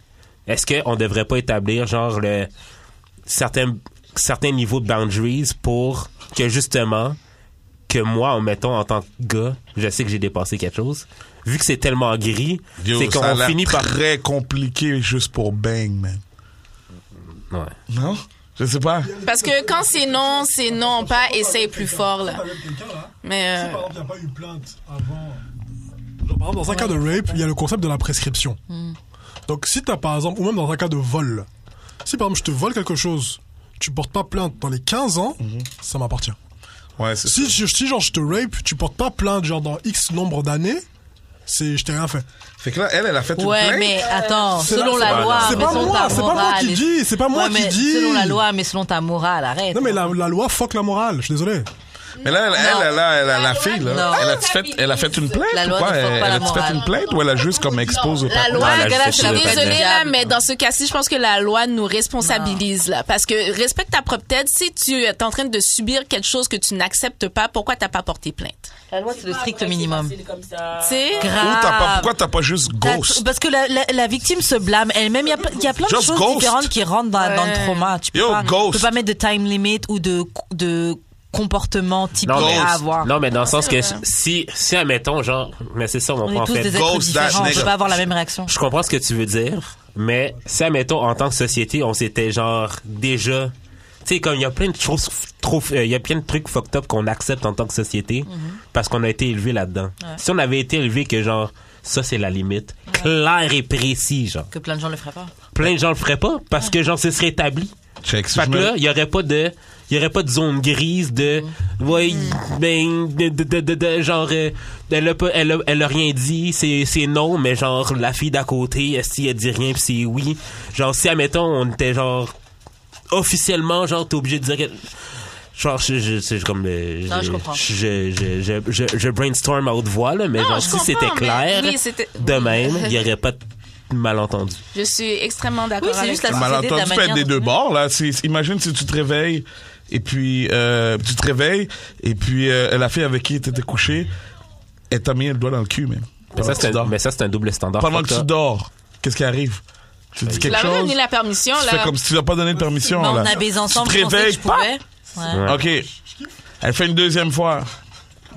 B: est-ce qu'on devrait pas établir genre le certains certains niveaux de boundaries pour que justement que moi, en mettant en tant que gars, je sais que j'ai dépassé quelque chose. Vu que c'est tellement gris,
C: Yo,
B: c'est
C: ça a
B: qu'on
C: l'air
B: finit par
C: très compliqué juste pour bang, man.
B: Ouais.
C: Non? Je sais pas.
D: Parce que quand c'est non, c'est non, pas essaye plus fort, là. Mais euh,
G: exemple, il n'y a pas eu plainte avant. Genre, par exemple, dans un cas de rape, il y a le concept de la prescription. Donc, si tu as par exemple, ou même dans un cas de vol, si par exemple je te vole quelque chose, tu portes pas plainte dans les 15 ans, ça m'appartient.
C: Ouais, c'est
G: Si, je- si genre je te rape, tu portes pas plainte genre dans X nombre d'années, c'est je t'ai rien fait.
C: Fait que là, elle, elle a fait une
A: Ouais,
C: plainte.
A: mais attends,
G: C'est
A: selon
G: là-
A: la
G: c'est-
A: loi,
G: c'est
A: mais
G: pas
A: selon
G: moi,
A: ta
G: c'est pas moi
A: morale
G: qui
A: et-
G: dis, c'est pas moi
A: Ouais,
G: qui
A: mais
G: dis.
A: Selon la loi, mais selon ta morale, arrête.
G: Non mais la, la loi fuck la morale, je suis désolé.
C: Mais là, elle, elle, elle, a- elle a- la fille, là.
A: Non.
C: Elle a fait, elle a fait une plainte
A: La
C: ou
A: loi
C: quoi?
A: ne
C: Elle,
A: fait pas la
C: a fait
A: morale.
C: une plainte ou elle a juste comme expose au
D: la
C: patron?
D: loi,
B: Non, là, je
D: je
B: sais,
D: suis
B: je sais pas.
D: désolée, là, mais dans ce cas-ci, je pense que la loi nous responsabilise, là. Parce que respecte ta propre tête. Si tu es en train de subir quelque chose que tu n'acceptes pas, pourquoi t'as pas porté plainte?
A: La loi, c'est le strict minimum.
D: Tu sais?
C: Ou t'as pas,
A: Grave.
C: pourquoi t'as pas juste ghost?
A: Parce que la, la, la victime se blâme elle-même. Il y a, p- il y a plein de
C: Just
A: choses
C: ghost.
A: différentes qui rentrent dans, dans le
D: Ouais.
A: trauma. Tu peux,
C: Yo,
A: pas,
C: ghost.
A: tu peux pas mettre de time limit ou de, de comportement typique
B: Non, mais,
A: à avoir.
B: non, mais dans le sens que si, si, admettons, genre, mais c'est ça mon
A: On
B: point,
A: est
B: en
A: tous
B: fait.
A: des êtres
C: Ghost that
A: différents. On
C: nigga.
A: peut pas avoir la même réaction.
B: Je comprends ce que tu veux dire, mais si, admettons, en tant que société, on s'était, genre, déjà, tu sais, comme il y a plein de choses, f- trop, euh, il y a plein de trucs fucked up qu'on accepte en tant que société,
A: Mhm.
B: parce qu'on a été élevé là-dedans. Si on avait été élevé que, genre, ça, c'est la limite, clair et précis, genre,
A: Que plein de gens le feraient pas.
B: plein de gens le feraient pas, parce que, genre, ce serait établi.
C: Check, si
B: Fait
C: je
B: que
C: me-
B: là, il y aurait pas de il y aurait pas de zone grise de ouais
D: Mm.
B: ben de, de, de, de- de- genre euh, elle a pas elle a, elle a rien dit, c'est c'est non mais genre la fille d'à côté est-ce qu'elle dit rien puis c'est oui. Genre si admettons on était genre officiellement genre t'es obligé de dire que- genre je je c'est comme euh,
A: Non, je comprends.
B: je, je, je, je- je brainstorm à haute voix là mais genre
D: je
B: si c'était
D: comprends,
B: clair
D: mais oui, c'était-
B: de
D: oui.
B: même, il y aurait pas de malentendu.
D: Je suis extrêmement
A: Oui,
D: d'accord
A: c'est
D: avec
A: juste la
C: Malentendu
A: société, de la
C: peut être
A: manière
C: des
A: dont-
C: deux bords, là. C'est- Imagine si tu te réveilles Et puis, euh, tu te réveilles. Et puis, euh, la fille avec qui tu étais couché, elle t'a mis le doigt dans le cul,
B: Mais
C: même.
B: ça,
C: Pendant que tu
B: c'est un,
C: dors.
B: mais ça, Ben, c'est un double standard.
C: Pendant
B: Fuck
C: que tu
B: up.
C: dors, qu'est-ce qui arrive? Tu dis
D: Tu
C: quelque
D: l'as pas
C: chose?
D: donné la permission,
C: Tu
D: là.
C: fais comme si tu n'as pas donné de permission.
A: Non,
C: là.
A: Ben, on a baisé ensemble,
C: Tu te
A: je pensais que
C: réveilles,
A: je pouvais. Ouais.
B: Ouais.
C: OK. Elle fait une deuxième fois.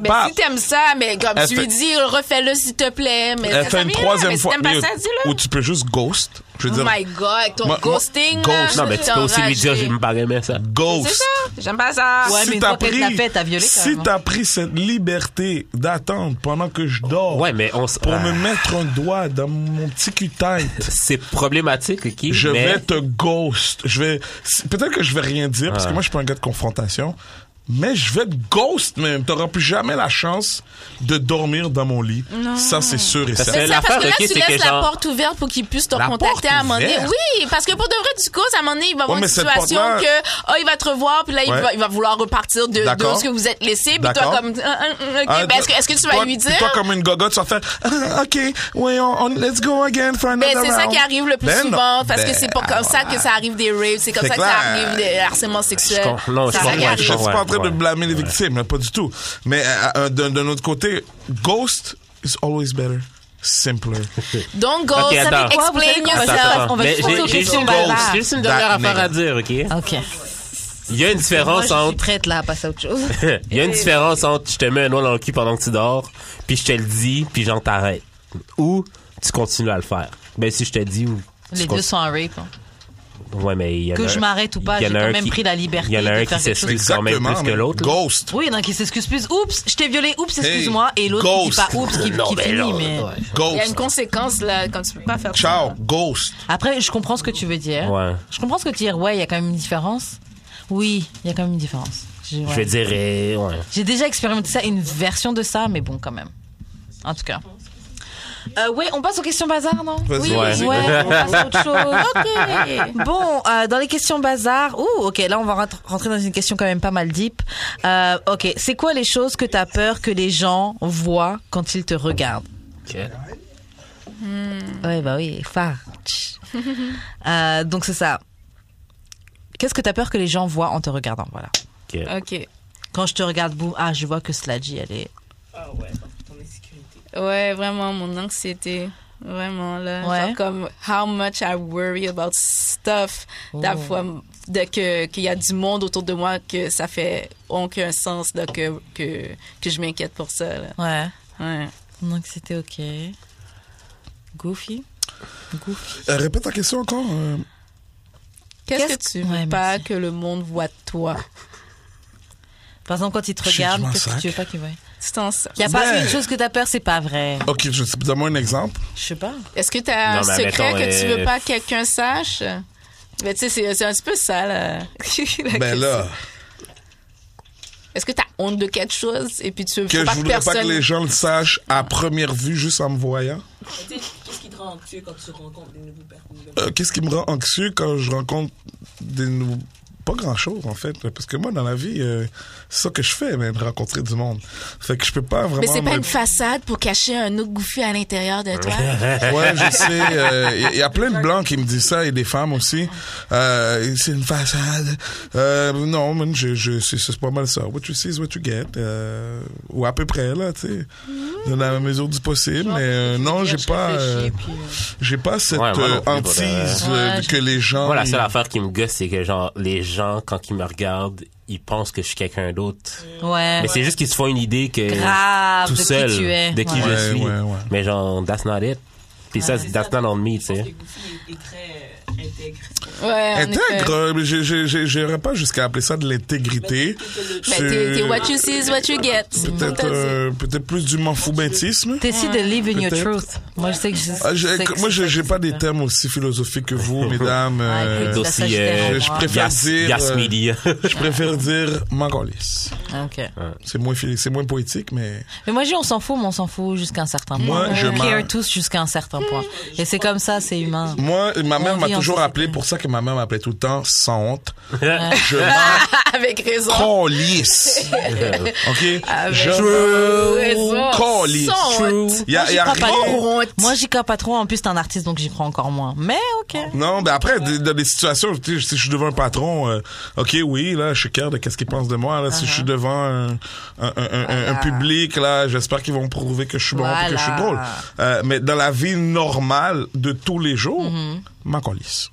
D: Mais
C: Paf!
D: si Ben, t'aimes ça, mais comme
C: Elle
D: tu
C: fait-
D: lui dis, refais-le s'il te plaît. Mais
C: Elle
D: ça,
C: fait
D: ça
C: une
D: vient,
C: troisième
D: mais si
C: fois.
D: t'aimes pas
C: Mais-
D: ça, dis-le.
C: Ou tu peux juste ghost. Je veux
D: Oh
C: dire,
D: my god, ton
C: Moi- moi-
D: ghosting. là,
C: ghost.
B: Non, mais tu peux aussi lui dire,
D: enragé.
B: je me parais bien ça.
D: C'est
C: ghost.
D: ça, j'aime pas ça.
A: Ouais, mais
C: si
A: une
C: t'as
A: fois qu'elle
C: pris,
A: l'a fait, t'as violé quand
C: si
A: même, hein.
C: t'as pris cette liberté d'attendre pendant que je dors
B: Ouais, mais on s-
C: pour
B: ah,
C: me mettre un doigt dans mon petit cul-tête,
B: C'est problématique, ok?
C: je
B: mais-
C: vais te ghost. Je vais, si- peut-être que je vais rien dire parce que
B: Ah.
C: moi je suis pas un gars de confrontation, mais je vais te ghost même. T'auras plus jamais la chance de dormir dans mon lit. Ça c'est sûr et
B: Ça,
C: certain.
D: Mais
B: Mais
D: ça, parce
B: l'affaire,
D: que là,
B: ok,
D: tu
B: c'est que
D: laisses la
B: genre-
D: porte ouverte pour qu'il puisse te
C: La
D: contacter à un moment donné.
C: porte ouverte?
D: Oui, parce que pour de vrai, du coup, à un moment donné, il va avoir une
C: Ouais, mais cette
D: situation
C: porte-là-
D: que, oh, il va te revoir, puis là, il,
C: Ouais.
D: va, il va vouloir repartir de, de
C: D'accord.
D: où ce que vous êtes laissé, puis toi,
C: D'accord.
D: comme, Hum, hum, ok,
C: Ah,
D: ben, est-ce que, est-ce que tu vas
C: toi-
D: lui
C: puis Toi,
D: dire?
C: comme une gogotte, tu vas faire Ah, OK, oui, on, on- let's go again for
D: Ben,
C: another
D: c'est ça
C: round.
D: qui arrive le plus
C: Ben non.
D: souvent, parce
C: Ben,
D: que c'est pour comme ça que ça arrive des rapes, c'est comme
C: C'est
D: ça que ça
C: clair.
D: arrive des harcèlements
B: Je
D: sexuels.
B: comprends- non, je
D: ça ça qui
B: comprends,
C: Ouais,
D: arrive.
C: ah, je suis pas en train
B: Ouais,
C: de blâmer les
B: ouais.
C: victimes, là, pas du tout. Mais euh, euh, d'un d'un autre côté, ghost is always better, simpler.
D: Don't go,
B: Ok,
D: ça fait
B: attends.
D: explain
A: Attends,
B: Attends,
D: yourself.
B: attends.
A: on va
B: Mais
A: juste poser
B: j'ai-
A: aux
B: J'ai juste
A: questions
B: une
A: bavardes.
B: j'ai juste une dernière
C: That
B: affaire à dire, ok?
A: Ok.
B: Oh, Il y a une différence
A: Ah, Moi, je suis
B: entre.
A: prête là à passer à autre chose.
B: Il y a une différence entre je te mets un doigt dans le cul pendant que tu dors, puis je te le dis, puis j'en t'arrête. Ou tu continues à le faire. Ben si je te dis ou. tu
A: Les deux
B: continues-
A: sont en rape. hein.
B: Ouais, mais il y en a
A: Que
B: un-
A: je m'arrête ou pas,
B: il y en
A: j'ai
B: a
A: quand
B: un
A: même
B: qui-
A: pris la liberté
B: Il y en a
A: de
B: un
A: faire
B: qui
A: quelque
B: s'excuse quand même plus
C: mais
B: que l'autre. là.
C: Ghost.
A: Oui, il y en a un qui s'excuse plus. Oups, je t'ai violé. Oups, excuse-moi. Et l'autre
C: Hey,
A: qui dit pas
C: ghost.
A: oups, qui,
B: Non,
A: qui
B: mais
A: finit.
B: non,
A: mais...
B: ouais.
D: Il y a une
C: Ghost.
D: conséquence, là, quand tu peux pas faire ça.
C: Ciao, ghost.
A: Après, je comprends ce que tu veux dire.
B: Ouais.
A: Je comprends ce que tu veux dire. Ouais, il y a quand même une différence. Oui, il y a quand même une différence. J'ai ouais.
B: Je vais dire, eh, ouais.
A: J'ai déjà expérimenté ça, une version de ça, mais bon, quand même. En tout cas. Euh, ouais, on passe aux questions bazar, non
C: Vas-y,
A: Oui,
B: vas-y.
A: ouais, on passe à autre chose. Ok. Bon, euh, dans les questions bazar, ouh, ok, là on va rentr- rentrer dans une question quand même pas mal deep. Euh, ok, c'est quoi les choses que t'as peur que les gens voient quand ils te regardent
B: eh,
A: Ouais, bah oui, phare. Tch. Euh, donc c'est ça. Qu'est-ce que t'as peur que les gens voient en te regardant Voilà.
B: Ok. Ok.
F: OK.
A: Quand je te regarde, boum, ah, je vois que Sladji, elle est.
F: Ouais, vraiment, mon anxiété. Vraiment, là.
A: Ouais.
F: Genre comme, how much I worry about stuff.
A: Oh.
F: D'avoir, de que, qu'il y a du monde autour de moi que ça fait aucun sens, là, que, que, que je m'inquiète pour ça, là.
A: Ouais.
F: Ouais.
A: Donc c'était ok. Goofy. Goofy.
C: Euh, répète ta question encore. euh.
F: Qu'est-ce
A: Qu'est-ce-
F: que tu veux
A: Ouais,
F: pas
A: merci.
F: que le monde voit de toi?
A: Par exemple, quand ils te
C: Je- je
A: regardent,
C: m'en
A: qu'est-ce que
C: sac.
A: tu veux pas qu'ils voient
F: Tu t'en sors.
A: Il y a pas
C: Ouais.
A: une chose que t'as peur, c'est pas vrai.
C: Ok, je te donne-moi un exemple.
A: Je sais pas.
F: Est-ce que t'as
B: Non,
F: un
B: mais
F: secret
B: mettons,
F: que tu
B: euh,
F: veux pas que quelqu'un sache? Mais tu sais, c'est, c'est un petit peu ça, là. la
C: Ben
F: question.
C: là,
F: Est-ce que t'as honte de quelque chose et puis tu veux
C: que je
F: pas que
C: voudrais pas que
F: personne...
C: les gens le sachent à première vue juste en me voyant.
H: Tu sais, Qu'est-ce qui te rend anxieux quand tu rencontres des nouveaux personnes?
C: Euh, Qu'est-ce qui me rend anxieux quand je rencontre des nouveaux. Pas grand chose en fait, parce que moi dans la vie, euh, c'est ça que je fais, même rencontrer du monde. Fait que je peux pas vraiment.
D: Mais c'est pas
C: me-
D: une façade pour cacher un autre goofy à l'intérieur de toi.
C: Ouais, je sais. euh, Il y, y a plein de blancs qui me disent ça et des femmes aussi. Euh, c'est une façade. Euh, non, man, je, je, c'est, c'est pas mal ça. What you see is what you get. Euh, ou à peu près, là, tu sais.
D: Mm-hmm.
C: Dans la mesure du possible. mais euh, non, j'ai pas, euh, j'ai pas cette
B: Ouais, moi non
C: euh,
B: plus,
C: hantise
B: pas
A: de-
C: euh,
A: Ouais,
C: que les gens.
B: Moi, la seule affaire qui me gosse, c'est que genre, les gens, quand ils me regardent, ils pensent que je suis quelqu'un d'autre.
A: Ouais.
B: Mais c'est juste qu'ils se font une idée que.
A: Grave
B: tout
A: de qui
B: seul.
A: tu es.
B: De qui
A: Ouais.
B: je suis.
C: Ouais, ouais, ouais.
B: Mais genre, that's not it. Puis ça, c'est that's not on me, tu sais.
H: Les Goofy est- est très euh, intègre.
F: Ouais, en effet.
C: Intègre, je- je- je- j'irais pas jusqu'à appeler ça de l'intégrité.
F: Ben, t'es,
C: C'est
F: t'es what you see is what you get.
C: euh, peut-être, euh, peut-être plus du manfoubintisme.
A: T'essayes de live in your
C: Peut-être.
A: truth. Moi, je sais que je.
C: Ah, je-
A: c'est que
C: moi,
A: c'est
C: je
A: ça
C: j'ai
A: qui
C: pas
A: me
C: des
A: fait.
C: thèmes aussi philosophiques que vous, mesdames.
A: Ah,
C: euh,
A: écoute, la
B: D'aussi,
A: Sagittaire en
B: euh,
C: je
A: moi.
C: préfère
B: Yas,
C: dire,
B: Yas
C: euh,
B: Media.
C: Je préfère dire Mangolis.
A: Ok.
C: C'est moins, fili- c'est moins poétique, mais
A: Mais moi, je dis on s'en fout, mais on s'en fout jusqu'à un certain point.
C: Moi, je
A: on
C: m'en-
A: care tous jusqu'à un certain point. Et c'est comme ça, c'est humain.
C: moi, ma mère
A: On
C: m'a
A: dit en
C: toujours
A: société.
C: appelé pour ça qu'elle ma mère m'appelait tout le temps sans honte. Je
D: Avec raison.
C: m'en calisse. OK?
A: Ah,
C: Je
D: raison.
C: calisse.
D: Sans honte.
C: Il y a, y a
A: Moi, j'y crois pas
C: rien.
A: trop.
D: honte.
A: Moi, j'y crois pas trop. En plus, t'es un artiste, donc j'y crois encore moins. Mais OK.
C: Non, ben après, d- dans des situations, tu sais, si je suis devant un patron, euh, ok, oui, là, je suis fier de qu'est-ce qu'il pense de moi. Là, si je suis devant un, un- un- un- un public, là, j'espère qu'ils vont prouver que je suis bon, et que je suis
A: Voilà.
C: drôle. Euh, mais dans la vie normale de tous les jours, ma colisse.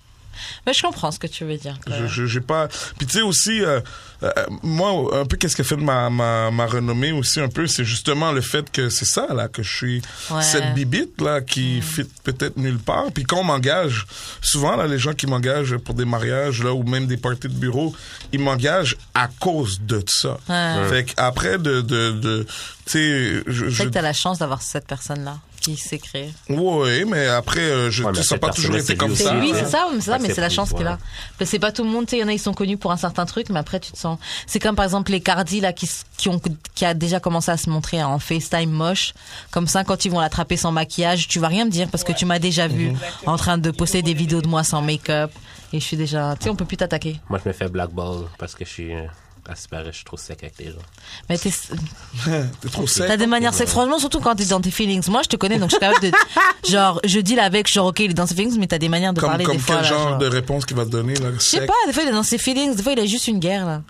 A: Mais je comprends ce que tu veux dire.
C: Je- je- J'ai pas. Puis tu sais aussi, euh, euh, moi, un peu qu'est-ce que fait de ma, ma, ma renommée aussi un peu, c'est justement le fait que c'est ça là que je suis
A: Ouais. Mm.
C: cette bibite là qui fit peut-être nulle part. Puis quand on m'engage, souvent là les gens qui m'engagent pour des mariages là ou même des parties de bureau, ils m'engagent à cause de ça.
A: Ouais.
C: Fait qu'après de de, de tu sais, je,
A: C'est
C: je
A: que t'as la chance d'avoir cette personne-là qui s'est créée.
C: ouais, mais après euh, je
B: Ouais, mais
C: tu sais, ça a
B: cette
C: pas toujours
B: personne-là,
C: été
B: c'est
C: comme
B: lui
A: C'est
C: ça.
B: aussi,
A: lui,
B: ouais.
A: c'est ça, mais c'est ça,
B: Ouais,
A: mais
B: c'est
A: c'est la
B: plus,
A: chance qu'il a.
B: voilà.
A: Parce que C'est pas tout le monde, tu sais, il y en a, ils sont connus pour un certain truc, mais après, tu te sens. C'est comme par exemple les Cardi, là, qui, s- qui, ont, qui a déjà commencé à se montrer en FaceTime moche. Comme ça, quand ils vont l'attraper sans maquillage, tu vas rien me dire parce que tu m'as déjà vu
C: Mhm.
A: en train de poster des vidéos de moi sans make-up. Et je suis déjà. Tu sais, on peut plus t'attaquer.
B: Moi, je me fais blackball parce que je suis. euh, À ce paraît, je suis trop sec avec les gens.
A: Mais t'es-
C: T'es trop sec.
A: t'as des manières sexuelles. Franchement, surtout quand t'es dans tes feelings. Moi, je te connais, donc je suis capable de. Genre, je deal avec, genre, ok, il est dans ses feelings, mais t'as des manières de
C: Comme,
A: parler
C: comme
A: des
C: quel
A: fois. là,
C: genre
A: genre.
C: de réponse qu'il va te donner là
A: Je sais
C: sec.
A: pas, des fois il est dans ses feelings, des fois il a juste une guerre là.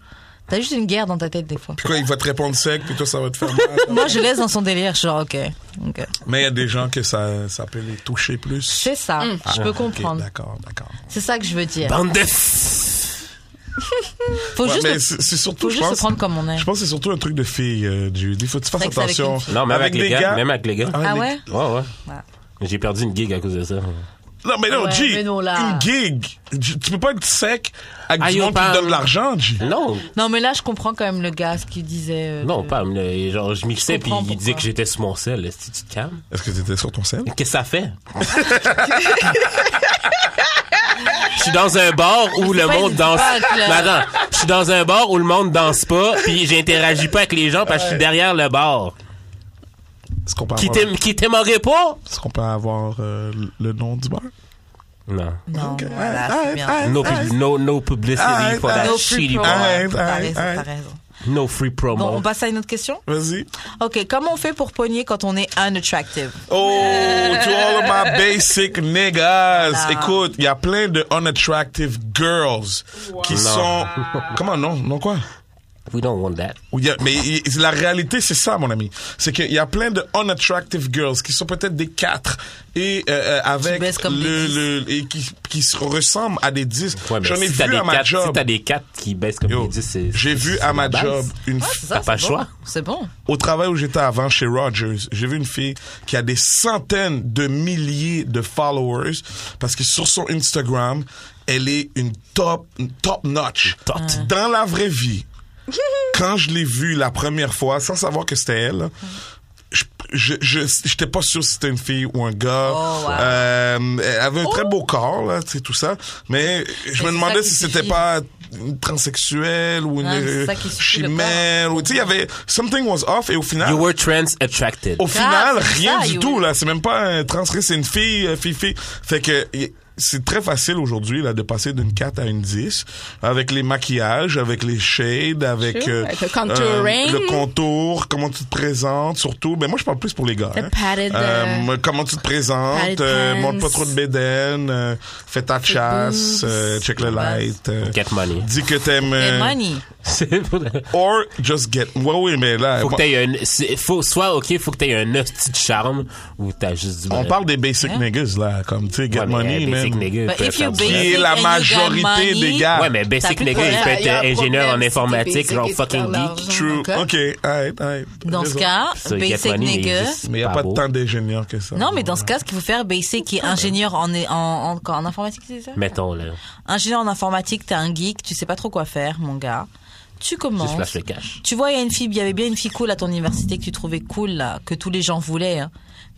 A: T'as juste une guerre dans ta tête des fois.
C: Puis quoi, il va te répondre sec, puis toi, ça va te faire mal.
A: Moi je laisse dans son délire, je suis genre ok. ok.
C: Mais il y a des gens que ça, ça peut les toucher plus.
A: C'est ça, je peux
C: Ah, Ok,
A: comprendre.
C: d'accord, d'accord.
A: C'est ça que je veux dire.
B: Bande de
A: Faut
C: Ouais,
A: juste,
C: mais
A: le-
C: c'est c'est surtout,
A: faut
C: je
A: juste se
C: pense,
A: prendre comme on est.
C: je pense que c'est surtout un truc de fille, euh, Judy. Faut que tu fasses
A: Sexe avec
C: attention.
A: une fille.
B: Non, même avec, les gars, Même avec les gars.
A: Ah
C: les-
A: ouais
B: Ouais, ouais.
A: Ouais.
B: J'ai perdu une gig à cause de ça.
C: Non, mais non,
D: Ouais,
C: G,
D: mais non, là.
C: une gig. G, tu peux pas être sec avec
B: Ah,
C: du
B: yo,
C: monde qui te
B: parle.
C: donne de l'argent, G.
B: Non,
A: Non mais là je comprends quand même le gars ce qu'il disait. euh,
B: non,
A: de-
B: pas. mais, Genre, je mixais, puis
A: comprends
B: il disait
A: pourquoi.
B: que j'étais sur mon sel. Si tu te calmes.
C: Est-ce que t'étais sur ton sel?
B: Qu'est-ce que ça fait? Je suis dans un bar où le
A: pas
B: monde
A: une
B: danse.
A: vague, là.
B: Mais attends, je suis dans un bar où le monde danse pas, puis j'interagis pas avec les gens parce que je suis derrière le bar.
C: Est-ce qu'on peut
B: Qui
C: avoir,
B: t'aime- qui t'aimerait pas?
C: est-ce qu'on peut avoir euh, le nom du bar?
B: Non.
A: Non,
C: Ok.
A: voilà,
C: Ah,
A: c'est
C: ah,
A: bien.
C: ah,
B: No, pub- no, no publicity
C: Ah,
B: for
C: ah,
B: that
A: No free
B: shitty
A: promo.
B: bar.
C: Ah,
A: T'as
C: ah,
A: raison,
C: ah.
A: t'as raison.
B: No free
A: Bon,
B: promo.
A: on passe à une autre question.
C: Vas-y.
A: Ok, comment on fait pour pogner quand on est unattractive
C: Oh, to all of my basic niggas. Écoute, il y a plein de unattractive girls qui sont. Comment, non? Non, quoi?
B: We don't want that.
C: Ou il y a- mais il- il- la réalité, c'est ça, mon ami. C'est qu'il y a plein de unattractive girls qui sont peut-être des 4 et euh, euh, avec
A: baisses comme
C: le,
A: des
C: le et qui, qui se ressemblent à des 10.
B: Ouais, mais
C: J'en ai
B: si t'as
C: vu
B: des
C: à ma
B: quatre- Si
C: job.
B: t'as des quatre qui baissent comme
C: Yo,
B: ils disent, c'est.
C: J'ai
B: c'est-
C: vu
B: c'est
C: à
B: la
C: ma
B: base.
C: job une
A: Ouais,
C: f-
A: c'est ça,
B: T'as pas
A: c'est
B: le
A: bon.
B: choix.
A: C'est bon.
C: au travail où j'étais avant chez Rogers, j'ai vu une fille qui a des centaines de milliers de followers parce que sur son Instagram, elle est une top une top notch.
A: Ah.
C: Dans la vraie vie, quand je l'ai vue la première fois, sans savoir que c'était elle, je je- je- j'étais pas sûr si c'était une fille ou un gars.
A: Oh, wow. Oh.
C: Euh, elle avait un très beau corps, là, tu sais, tout ça. Mais je
A: Mais
C: me
A: c'est
C: demandais
A: ça qui
C: si
A: suffit.
C: c'était pas une transsexuelle ou une
A: Ah, c'est
C: euh,
A: ça qui suffit, le
C: chimère ou Euh, tu sais il y avait something was off et au final
B: You were trans attracted.
C: au final,
A: c'est
C: rien
A: ça,
C: du
A: Yuri.
C: tout, là. C'est même pas un transcrit, c'est une fille, euh, fille, fille. Fait que, y- c'est très facile aujourd'hui, là, de passer d'une 4 à une 10. Avec les maquillages, avec les shades, avec,
F: Sure,
C: euh,
F: avec le contouring.
C: le contour, comment tu te présentes, surtout. Ben, moi, je parle plus pour les gars. hein.
D: padded,
C: Euh, comment tu te présentes,
D: padded
C: euh,
D: pants.
C: montre pas trop de bédaine, euh, fais ta chasse,
D: boobs.
C: euh, check le light, euh,
B: Get money.
C: dis que t'aimes,
A: Et
C: euh,
A: money.
B: C'est pour-
C: or just get, ouais, oui, mais là,
B: faut que
C: moi-
B: t'aies un. c'est- Faut, soit, ok, faut que t'aies un neuf petit charme ou t'as juste du.
C: on parle des basic
A: Hein?
C: niggas, là, comme, tu sais, get
B: Ouais, mais,
C: money,
B: euh, basic
C: man. Ah.
B: nigga, il
A: But
B: peut
A: Bah, if you
B: faire du-
A: basic
C: Qui est la
A: and you got
C: majorité
A: money,
C: des gars.
B: Ouais, mais
A: T'as
B: basic
A: plus de
B: nigga, il
A: problème.
B: peut être
D: Il y a un
B: ingénieur en
D: problème si t'es
B: informatique,
D: basic
B: genre
D: et tu
B: fucking
D: perds
B: geek.
D: l'argent.
C: True.
D: Ok.
C: OK. Alright, alright.
A: Dans ce
C: Raison.
A: cas,
B: So, get
A: basic
B: money, mais
A: nigga.
B: juste
C: Mais il n'y a pas,
B: beau.
C: tant d'ingénieurs que ça.
A: Non, mais dans ce cas, ce qu'il faut faire, ben, c'est qui est ingénieur en, en, en, quoi, en informatique, c'est ça
B: Mettons, là.
A: Ingénieur en informatique, t'es un geek, tu sais pas trop quoi faire, mon gars. tu
B: Juste
A: commences.
B: flash le cash.
A: Tu vois, il y a une fille, il y avait bien une fille cool à ton université que tu trouvais cool, là, que tous les gens voulaient. hein.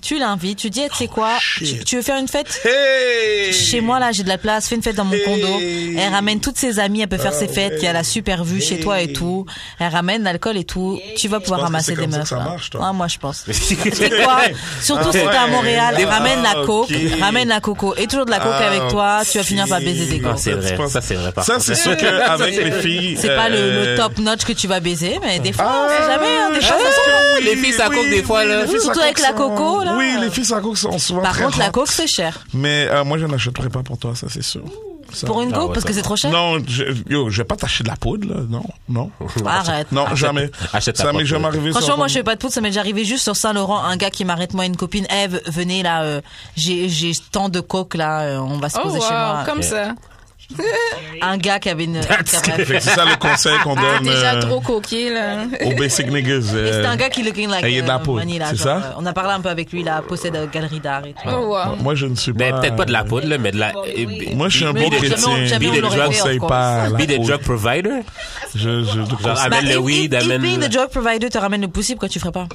A: Tu l'invites, tu dis, Eh, tu sais quoi, tu, tu veux faire une fête
C: Oh, Hey!
A: chez moi là, j'ai de la place, fais une fête dans mon
C: Hey.
A: condo. Elle ramène toutes ses amies, elle peut faire
C: Ah
A: ses fêtes, il y a la super vue chez toi et
C: Hey.
A: tout. Elle ramène l'alcool et tout. Tu vas pouvoir
C: penses que
A: ramasser
C: c'est
A: des
C: comme ça que
A: meufs.
C: ça
A: là.
C: marche, toi
A: Ah, moi je pense. C'est quoi Surtout si t'es à Montréal,
C: Ah,
A: ramène la
C: ok.
A: coke, ramène la coco et toujours de la coke
C: Ah,
A: avec toi, tu vas
C: ok.
A: finir par baiser des
B: Ah,
A: gars.
B: c'est
C: Tu
B: vrai.
C: penses-
B: Ça, c'est vrai, par
C: Ça,
B: contre. hein.
C: c'est sûr qu'avec les filles.
A: C'est pas le, le
C: euh,
A: top notch que tu vas baiser, mais des fois,
C: Ah,
A: on sait jamais, hein, des
C: je
A: fois,
C: pense
A: ça sort.
C: que oui,
B: Les filles, ça
C: oui,
B: coque des fois,
C: oui,
B: là.
C: les filles, ça
A: Surtout
C: coque
A: avec la
C: sont-
A: coco, là.
C: Oui, les filles, ça coque sont souvent
A: Par
C: très
A: contre, la
C: rares.
A: coke, c'est cher.
C: Mais euh, moi, je n'achèterai pas pour toi, ça, c'est sûr. Ça-
A: Pour une
B: Ah
A: coke,
B: ouais,
A: parce
B: ça
A: que
B: va.
A: c'est trop cher.
C: Non, je, yo, je vais pas tâcher de la poudre, là. Non, non.
A: Arrête.
C: Non,
B: Achète-
C: jamais.
B: achète ta
C: ça m'est
B: propre
C: jamais
B: poudre.
C: arrivé.
A: Franchement,
C: sans-
A: moi, je fais pas de poudre. Ça m'est déjà arrivé juste sur Saint-Laurent. Un gars qui m'arrête, moi, une copine. Eve, venez là. euh, j'ai, j'ai tant de coke là. euh, on va se
F: Oh,
A: poser
F: wow,
A: chez moi.
F: comme ça.
A: Un gars qui avait une. qui avait-
C: Fait que C'est ça le conseil qu'on
F: Ah,
C: donne
F: déjà
C: euh,
F: trop coquet, là.
C: aux basic niggas.
A: Mais c'était
C: euh,
A: un gars qui le gagne like,
C: Ayez de la
A: euh,
C: poudre,
A: money, là,
C: c'est
A: genre,
C: ça
A: euh, On a parlé un peu avec lui là. Possède euh, galerie d'art et tout.
F: Oh, wow.
C: moi- Moi, je ne suis pas.
B: Mais peut-être pas de la poudre, là, mais de la.
C: Ah.
B: euh,
C: Moi, je suis un
B: Be
C: bon
B: the-
A: jamais on-
C: chrétien.
A: jamais
B: Be
A: on
B: the
A: l'aurait
B: drug-
A: fait,
C: conseille
A: of course.
C: pas. la
B: Be the
C: poudre.
B: drug provider.
C: Je, je, le
B: Genre, amène le
A: Bah, if-
B: weed,
A: if, if
B: amène.
A: being the drug provider te ramène le possible, pourquoi tu ferais pas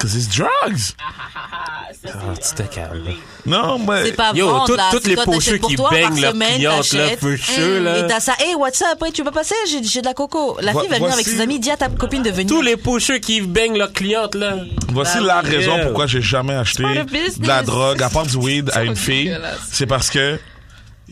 C: Cause it's drugs.
B: Ah, tu te calmes. là.
C: Non, mais.
A: C'est pas
B: Euh, Yo,
A: vendre,
B: tout-
A: là,
B: toutes
A: c'est
B: les
A: toi, t'achètes
B: pocheux
A: pour
B: qui
A: toi, par
B: baignent leurs
A: semaine,
B: clientes, là,
A: t'achètes. Hum,
B: pocheux, là.
A: Et t'as ça, hey, what's up, après tu peux passer, j'ai, j'ai de la coco. La
C: Vo-
A: fille va venir avec
C: voici-
A: ses amis, dis à ta copine de venir.
B: Tous les pocheux qui baignent leurs clientes, là.
C: Voici
B: Bah
C: la
B: oui.
C: raison
B: Yeah.
C: pourquoi j'ai jamais acheté
F: pas le business.
C: de la drogue, à part du weed, à une fille.
F: dégueulasse.
C: C'est parce que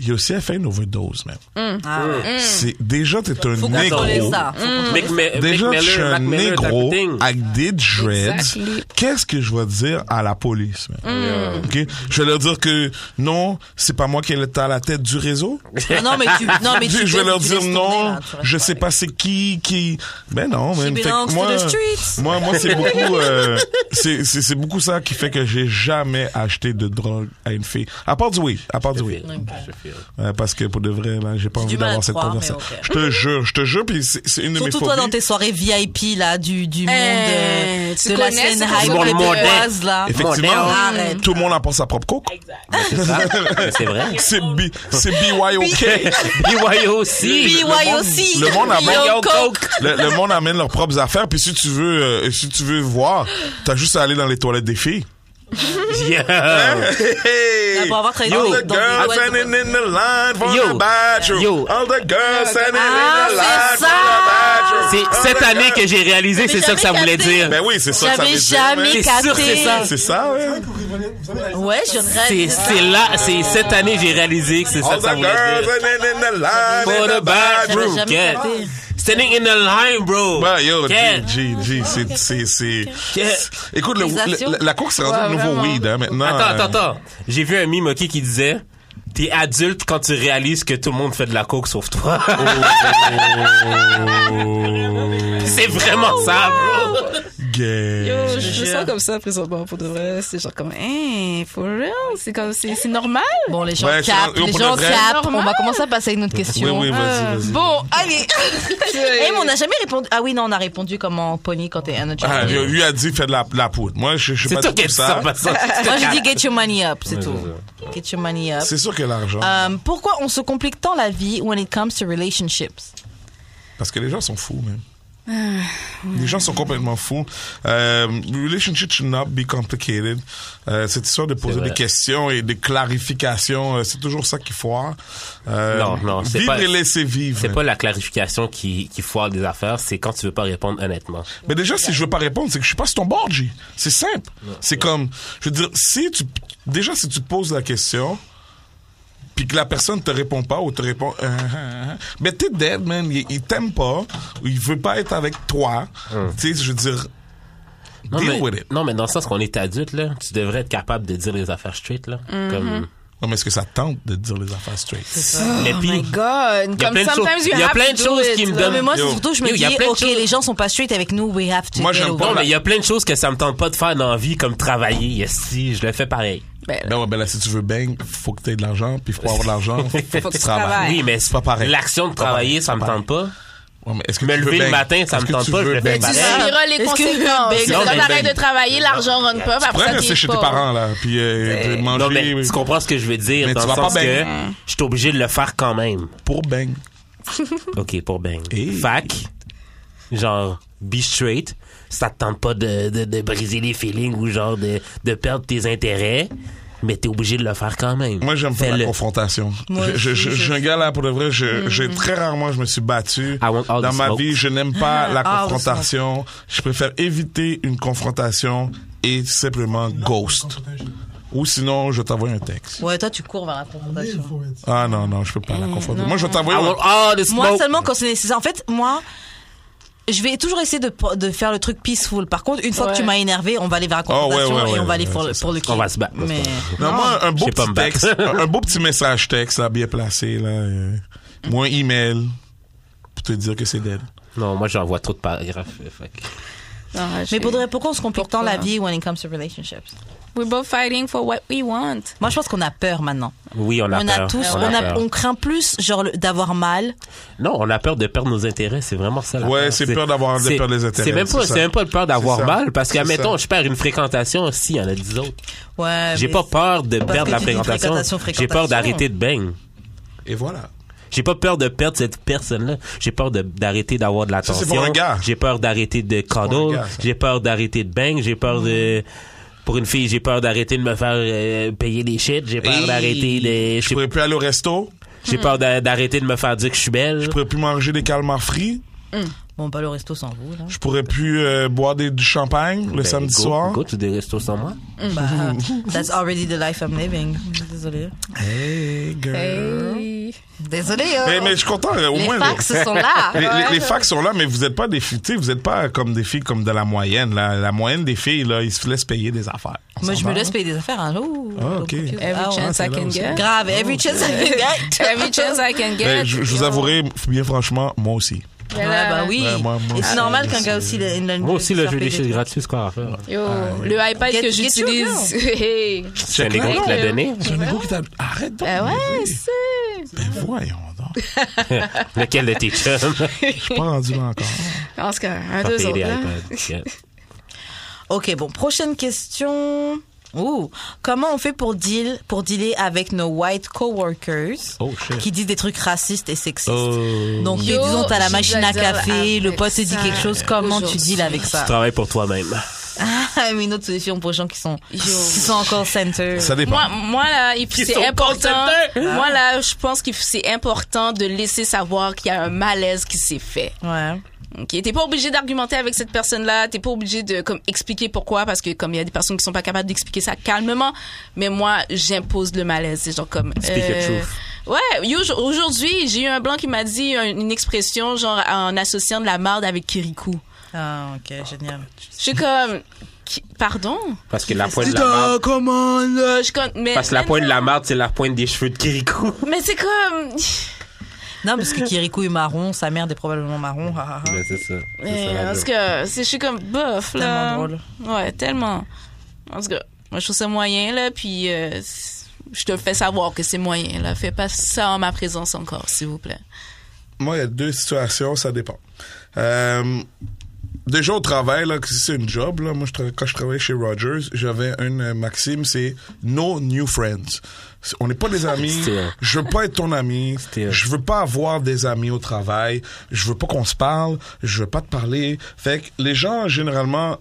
C: il a aussi fait une overdose, man.
A: Ah, ouais.
C: C'est, déjà, t'es un
A: Faut contrôler
C: négro.
A: ça. Faut contrôler
B: Mick Me- Mick
C: Déjà, je suis
B: Euh, Miller,
C: un
B: Mac Miller,
C: négro Ah,
B: Dr. Thing.
C: avec des dreads.
F: Exactly.
C: Qu'est-ce que je vais dire à la police?
A: Mm.
C: man? Ok? Je vais leur dire que non, c'est pas moi qui est à la tête du réseau.
A: Ah Non, mais tu, non, mais tu
C: je vais
A: laisses-
C: leur
A: tu
C: dire
A: laisses
C: non,
A: tourner, là, tu restes
C: je
A: pas
C: sais
A: avec.
C: pas c'est qui qui. Ben non, man. Fait que
A: belongs to
C: moi,
A: the streets.
C: moi, moi, c'est beaucoup, euh, c'est c'est c'est beaucoup ça qui fait que j'ai jamais acheté de drogue à une fille. À part du oui, à part du oui, Euh, parce que pour de vrai, là, j'ai pas
A: du
C: envie
A: mal à
C: d'avoir
A: te
C: cette
A: croire, mais
C: conversation.
A: ok.
C: Je te jure, je te jure, puis c'est c'est une de mes
A: Surtout
C: phobies.
A: toi dans tes soirées VIP là du du monde euh,
F: tu
A: de la
F: connais,
A: scène
F: c'est pour
A: high
B: ça que-
A: québécoise là.
B: Ah,
C: Effectivement,
B: Moderne.
A: Arrête.
C: tout le monde apporte sa propre coke.
B: C'est ça. Mais C'est vrai.
C: C'est B, c'est BYOK.
B: BYOC.
A: BYOC.
C: le monde a
A: Yo,
C: bon-
A: Coke.
C: le, le monde amène leurs propres affaires. Puis si tu veux, euh, si tu veux voir, t'as juste à aller dans les toilettes des filles. Hein?
B: Yeah.
A: Là, pour avoir travaillé dans les- dans les
C: girls
A: boîtes de-
C: standing in the line for
B: Yo.
C: the bathroom.
B: Yo.
C: All the girls standing
A: Ah,
C: in the
A: c'est
C: line for
A: ça.
C: the bathroom.
B: C'est
C: All
B: cette
C: the
B: année
C: girls-
B: que j'ai réalisé, c'est ça que ça voulait dire.
C: Ben oui, c'est ça. que ça
A: J'avais
C: veut dire,
A: jamais
C: mais-
B: C'est sûr,
A: capté.
B: c'est ça.
C: C'est ça, ouais.
A: Ouais, je
B: C'est
C: Ben,
A: rêve.
B: c'est là, c'est cette année que j'ai réalisé que c'est ça
C: All
B: que ça
C: the
B: voulait
C: girls
B: dire.
C: standing in the line
B: For
C: in
B: the
C: the
A: J'avais
B: bathroom.
C: bathroom.
A: jamais
B: Get.
A: capté.
B: Standing in the line, bro.
C: Ben, yo,
B: Get.
C: G, G, G, c'est, c'est, c'est.
B: Get.
C: Écoute, le,
A: Organisation.
C: le- la course c'est rendu
F: Ouais,
C: le nouveau
F: vraiment.
C: weed, hein, maintenant.
B: Attends,
C: Euh,
B: attends, attends. J'ai vu un mime ok, qui disait T'es adulte quand tu réalises que tout le monde fait de la coke sauf toi.
C: Oh.
B: c'est vraiment ça, bro.
C: gay.
F: Yo, je me sens comme ça présentement, pour de vrai. C'est genre comme, hein, for real? C'est comme, c'est c'est normal?
A: Bon, les gens
C: Ouais, c'est
A: capent,
C: un-
A: les
C: pour
A: gens
C: le vrai.
A: capent. On
F: Normal.
A: va commencer à passer à une autre
C: Oui,
A: question.
C: oui,
B: euh,
C: vas-y, vas-y.
F: Bon, allez!
A: Eh, mais on n'a jamais répondu. Ah oui, non, on a répondu comment pony quand t'es un autre.
C: Ah,
A: genre.
C: lui, lui a dit fais de la, de la poudre. Moi, je, je suis
B: C'est
C: pas
B: toi
C: du
B: qui
C: tout
B: as dit ça,
C: ça.
B: en passant.
A: Moi, je dis get your money up, c'est tout. Get your money up.
C: C'est sûr que l'argent.
A: Euh, pourquoi on se complique tant la vie when it comes to relationships?
C: Parce que les gens sont fous, même.
B: Ah,
C: Les gens sont complètement fous. Euh, relationship should not be complicated. Euh, cette histoire de poser
B: vrai.
C: des questions et des clarifications, euh, c'est toujours ça qui foire. Euh,
B: Non, non, c'est
C: Vivre
B: pas-
C: et laisser vivre.
B: C'est pas la clarification qui, qui foire des affaires, c'est quand tu veux pas répondre honnêtement.
C: Mais déjà, si je veux pas répondre, c'est que je suis pas sur ton bord, G. C'est simple. C'est comme, je veux dire, si tu, déjà, si tu te poses la question, puis que la personne te répond pas ou te répond, euh, euh, euh, mais t'es dead, man. Il, il t'aime pas, ou il veut pas être avec toi. Tu sais, je veux dire,
B: Hum. Non,
C: deal
B: mais,
C: with it.
B: non, mais dans le sens qu'on est adulte, là, tu devrais être capable de dire les affaires straight, là. Comme,
C: Non, mais est-ce que ça tente de dire les affaires straight?
B: mais
D: Mm-hmm. Oh
B: puis,
D: my God.
B: y a
D: Comme
B: plein de
D: sometimes
B: choses-
D: you
B: y a
D: have
B: plein
D: to
B: de
D: do
B: choses
D: it,
B: qui me
D: là.
A: Non,
B: donnent-
A: mais moi, c'est
C: Yo.
A: surtout, je me
B: Yo,
A: dis,
B: y a plein de
A: OK,
B: choses.
A: les gens sont pas straight avec nous, we have to
C: Moi,
A: get
C: j'aime
A: over
C: pas
B: non,
A: it.
B: mais il y a plein de choses que ça me tente pas de faire dans la vie, comme travailler, si, je le fais pareil.
C: Ben ouais, ben là, si tu veux bang, faut que t'aies de l'argent, puis faut avoir de l'argent, faut, que tu travailles.
B: Oui, mais
C: C'est pas pareil.
B: L'action de travailler, ça me
C: pareil.
B: tente pas.
C: Ouais, mais est-ce que
B: Me
C: tu veux
B: lever le
C: bang?
B: matin, ça
C: Est-ce
B: me
C: que
B: tente
C: tu
B: pas,
C: veux
B: je le fais
C: bang?
D: Tu
B: pareil.
D: subiras les
A: Est-ce que-
D: conséquences.
A: Ben,
D: Quand
B: non, mais
D: t'arrêtes
C: ben-
D: de travailler, l'argent rentre pas, puis
C: Tu pourrais
D: après ça,
C: rester
D: t'es
C: chez tes
D: pauvre.
C: parents, là, puis euh, puis manger.
B: non, mais
C: oui.
B: tu comprends ce que je veux dire,
C: Mais
B: dans
C: tu
B: le
C: vas pas
B: sens que
C: bien.
B: je suis obligé de le faire quand même.
C: pour bang.
B: OK, pour bang.
C: Et-
B: Fac, genre, be straight. Ça te tente pas de, de, de briser les feelings ou genre de, de perdre tes intérêts, mais t'es obligé de le faire quand même.
C: Moi, j'aime pas
B: Fais-le.
C: la confrontation.
A: Moi
C: Je- je,
A: aussi,
C: je-
A: je
C: je suis un
A: sais.
C: gars là, pour de vrai, je- j'ai très rarement, je me suis battu.
B: I want all
C: Dans
B: the
C: ma
B: smoke.
C: vie, je n'aime pas la
A: Ah, all the
C: confrontation. Je préfère éviter une confrontation et simplement ghost. Ou sinon, je t'envoie un texte.
A: Ouais, toi, tu cours vers la confrontation.
C: Ah non, non, je peux pas la confronter. Moi, je vais
B: I
C: t'envoyer un-
B: want all the smoke.
A: Moi, seulement quand c'est nécessaire. En fait, moi, je vais toujours essayer de, de faire le truc peaceful. Par contre, une fois
F: Ouais.
A: que tu m'as énervé, on va aller vers la confrontation
C: Oh, ouais, ouais,
A: et on
C: ouais,
A: va aller
C: ouais,
A: pour, le,
C: c'est
A: pour le kill.
B: On va se battre.
A: Mais...
C: Non, moi, un beau
B: Je sais pas
C: petit
B: me battre.
C: texte, un un beau petit message texte, là, bien placé, là. euh, Moi, email, pour te dire que c'est dead.
B: Non, moi, j'envoie trop de paragraphes. euh, Fuck.
D: Ah,
A: Mais pour de vrai, pourquoi on se complique tant
F: Pourquoi?
A: la vie when it comes to relationships
D: We're both fighting for what we want.
A: Moi, je pense qu'on a peur maintenant.
B: Oui, on a
A: on
B: peur.
A: a tous,
B: on, a peur.
A: on craint plus genre le- d'avoir mal.
B: Non, on a peur de perdre nos intérêts. C'est vraiment ça. la
C: Ouais,
B: peur.
C: c'est peur d'avoir- de
B: c'est-
C: perdre les intérêts,
B: C'est même pas,
C: c'est ça.
B: c'est même pas le peur d'avoir
C: C'est ça.
B: mal, parce
C: C'est
B: qu'admettons,
C: ça.
B: je perds une fréquentation, s'il y en a dix autres.
A: Ouais.
B: J'ai
A: mais-
B: pas peur de
A: Ah Parce
B: perdre
A: que
B: la
A: tu dis
B: fréquentation.
A: fréquentation,
B: J'ai peur
A: fréquentation.
B: d'arrêter de bang.
C: Et voilà.
B: J'ai pas peur de perdre cette personne-là. J'ai peur de- d'arrêter d'avoir de
C: Ça,
B: l'attention.
C: c'est pour un gars.
B: J'ai peur d'arrêter de
C: pour un
B: cuddle.
C: gars, ça.
B: J'ai peur d'arrêter de bang. J'ai peur de... Pour une fille, j'ai peur d'arrêter de me faire euh, payer des shit. J'ai peur
C: Hey.
B: d'arrêter de...
C: Je
B: j'ai-
C: pourrais plus aller au resto,
B: J'ai peur d'a- d'arrêter de me faire dire que je suis belle.
C: je pourrais plus manger des calmars frits,
A: Bon, pas le resto sans vous. Là.
C: je pourrais plus euh, boire des- du champagne le
B: Ben,
C: samedi
B: go-
C: soir.
B: Go to des restos sans moi.
A: Bah, that's already the life I'm living. Désolée.
C: Hey, girl.
D: Eh
A: Désolée. hein.
C: Mais, mais je suis content, euh, au
A: Les
C: moins.
A: fax
C: le-
A: sont là.
C: Les, les-
A: Ouais.
C: les facs sont là, mais vous n'êtes pas des filles. tu sais, Vous n'êtes pas comme des filles comme de la moyenne. Là. La moyenne des filles, là, ils se laissent payer des affaires. On
A: Moi,
C: s'en
A: je me
C: va,
A: laisse
C: là.
A: payer des affaires un jour.
C: Ah, ok.
A: Donc,
F: Every
A: ah,
F: chance
A: ouais.
F: I
C: c'est là
F: can
C: aussi.
F: get.
A: Grave, every chance I can get.
D: Every chance I can
C: Ben,
D: get.
C: je, je vous avouerai, bien franchement, moi aussi.
A: Ouais, bah oui.
C: Ouais, moi- moi
A: Et
C: aussi,
A: c'est normal
C: moi
A: qu'un
C: aussi.
A: gars aussi. il ait une- une-
B: Moi aussi, là,
A: une
B: je veux des
A: surprise.
B: choses gratuites, quoi, à faire.
D: Yo, le iPad
A: Get-
D: que
A: get you,
D: j'utilise. Hey.
B: C'est un égo qui te l'a donné.
C: C'est un égo qui t'a. Arrête donc.
D: Ben ouais,
C: Lily.
D: c'est.
C: Ben voyons donc.
B: Lequel de tes chums?
C: Je suis pas rendu là encore.
D: En tout cas, un,
B: T'as
D: deux
B: payé
D: autres.
B: des
D: là.
B: iPads. Yeah.
A: Ok, bon, prochaine question. Ouh. Comment on fait pour deal, pour dealer avec nos white coworkers
B: Oh, shit.
A: qui disent des trucs racistes et sexistes?
B: Oh.
A: Donc,
D: Yo,
A: disons, t'as la
D: j'ai
A: machine à
D: de la
A: café,
D: avec
A: le pote te dit
D: ça.
A: quelque chose, comment tu deals avec ça?
B: Travaille pour toi-même.
A: Ah, mais une autre solution pour les gens qui sont, qui
D: Yo.
A: sont encore center.
C: Ça dépend.
D: Moi, moi là, et puis
B: Qui
D: c'est
B: sont
D: important.
B: consentants.
D: Moi là, je pense que c'est important de laisser savoir qu'il y a un malaise qui s'est fait.
A: Ouais.
D: Ok, t'es pas obligé d'argumenter avec cette personne-là, t'es pas obligé de comme expliquer pourquoi parce que comme il y a des personnes qui sont pas capables d'expliquer ça calmement, mais moi j'impose le malaise, c'est genre comme euh,
B: Speak your truth.
D: Ouais, yo- aujourd'hui, j'ai eu un blanc qui m'a dit un- une expression genre en associant de la marde avec Kirikou.
A: Ah, ok, génial.
D: Je suis comme Qui- pardon
B: Parce que
C: Ah.
B: la pointe de la marde.
D: comment là, je suis comme mais
B: Parce que la
D: mais
B: pointe de
D: non.
B: la marde, c'est la pointe des cheveux de Kirikou.
D: Mais c'est comme
A: Non, parce que Kirikou est marron, sa mère est probablement marron. ah, ah, ah.
B: Mais c'est ça. C'est ça,
D: Mais,
B: la
D: parce
B: joke.
D: que c'est- je suis comme bof
A: Tellement
D: là.
A: drôle.
D: Ouais, tellement. En tout cas, moi je trouve ça moyen là, puis euh, c'est- je te le fais savoir que c'est moyen là. Fais pas ça en ma présence encore, s'il vous plaît.
C: Moi, il y a deux situations, ça dépend. Euh, déjà au travail, là, que si c'est une job, là, moi, je tra- quand je travaillais chez Rogers, j'avais une euh, maxime, c'est no new friends. C'est- On n'est pas des amis.
B: C'était Ah, un.
C: je veux pas être ton ami.
B: un.
C: Je veux pas avoir des amis au travail. Je veux pas qu'on se parle. Je veux pas te parler. Fait que les gens, généralement,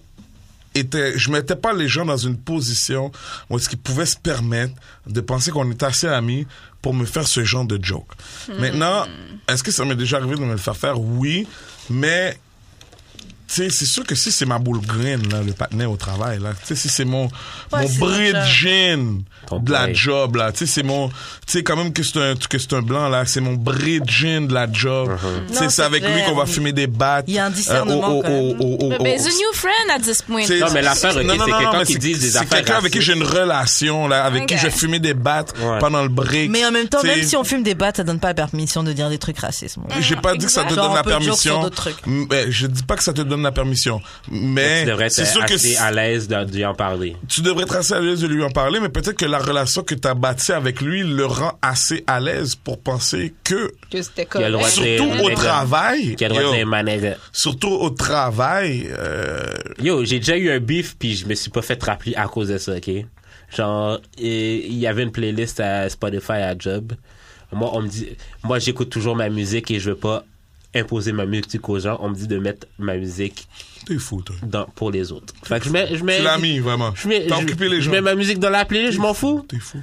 C: était, je mettais pas les gens dans une position où est-ce qu'ils pouvaient se permettre de penser qu'on était assez amis pour me faire ce genre de joke.
A: Hmm.
C: Maintenant, est-ce que ça m'est déjà arrivé de me le faire faire? Oui, mais tu sais, c'est sûr que si c'est ma boule green, là, le patinet au travail, là, tu sais, si c'est mon, mon
A: c'est
C: bridge
A: déjà-
C: gin
B: Ton
C: de la
B: break.
C: job, là, tu sais, c'est mon, tu sais, quand même que c'est un, que c'est un blanc, là, c'est mon bridge gin de la job.
B: Uh-huh.
C: Tu sais,
A: Non,
C: c'est
A: c'est
C: avec lui
A: clair,
C: qu'on va
A: oui.
C: fumer des battes.
A: Il y a un
C: euh, au-
A: discernement,
C: au-
A: quand même.
C: au- au- au-
D: mais
C: au-
D: c'est Ben, new friend à this point.
C: c'est-
B: Non, mais l'affaire, ok,
C: Non, non,
B: Oh, c'est
C: non,
B: quelqu'un
C: non, mais
B: qui
C: c'est-
B: dit des
C: C'est
B: affaires
C: quelqu'un avec qui
B: racistes.
C: j'ai une relation, là, avec qui
D: Ok.
C: j'ai fumé des battes
B: Ouais.
C: pendant le break.
A: Mais en même temps,
C: T'sais,
A: même si on fume des battes, ça donne pas la permission de dire des trucs racistes. mon gars.
C: J'ai pas dit que ça te
A: Genre,
C: donne
A: on
C: la
A: peut joke sur
C: permission.
A: d'autres trucs.
C: Mais je dis pas que ça te donne la permission. Mais
B: Tu devrais
C: Hein? c'est sûr
B: être
C: que
B: assez
C: si-
B: à l'aise de- d'y en parler.
C: tu devrais être assez à l'aise de lui en parler, mais peut-être que la relation que tu as bâtie avec lui le rend assez à l'aise pour penser que,
D: que c'était
B: Il y a le droit de dire.
C: surtout au
B: Exact.
C: travail,
B: Qui a le droit
C: yo,
B: de dire manager.
C: surtout au travail, euh,
B: Yo, j'ai déjà eu un beef puis je me suis pas fait rappeler à cause de ça, ok? Genre, euh, il y avait une playlist à Spotify à Job. Moi, on me dit, moi, j'écoute toujours ma musique et je veux pas imposer ma musique aux gens. On me dit de mettre ma musique
C: T'es fou, toi.
B: dans, pour les autres. Fait que je mets, je mets,
C: Tu l'as mis, vraiment.
B: je mets,
C: T'as
B: je-
C: occupé les
B: je
C: gens.
B: mets ma musique dans la playlist, je m'en fous.
C: T'es fou.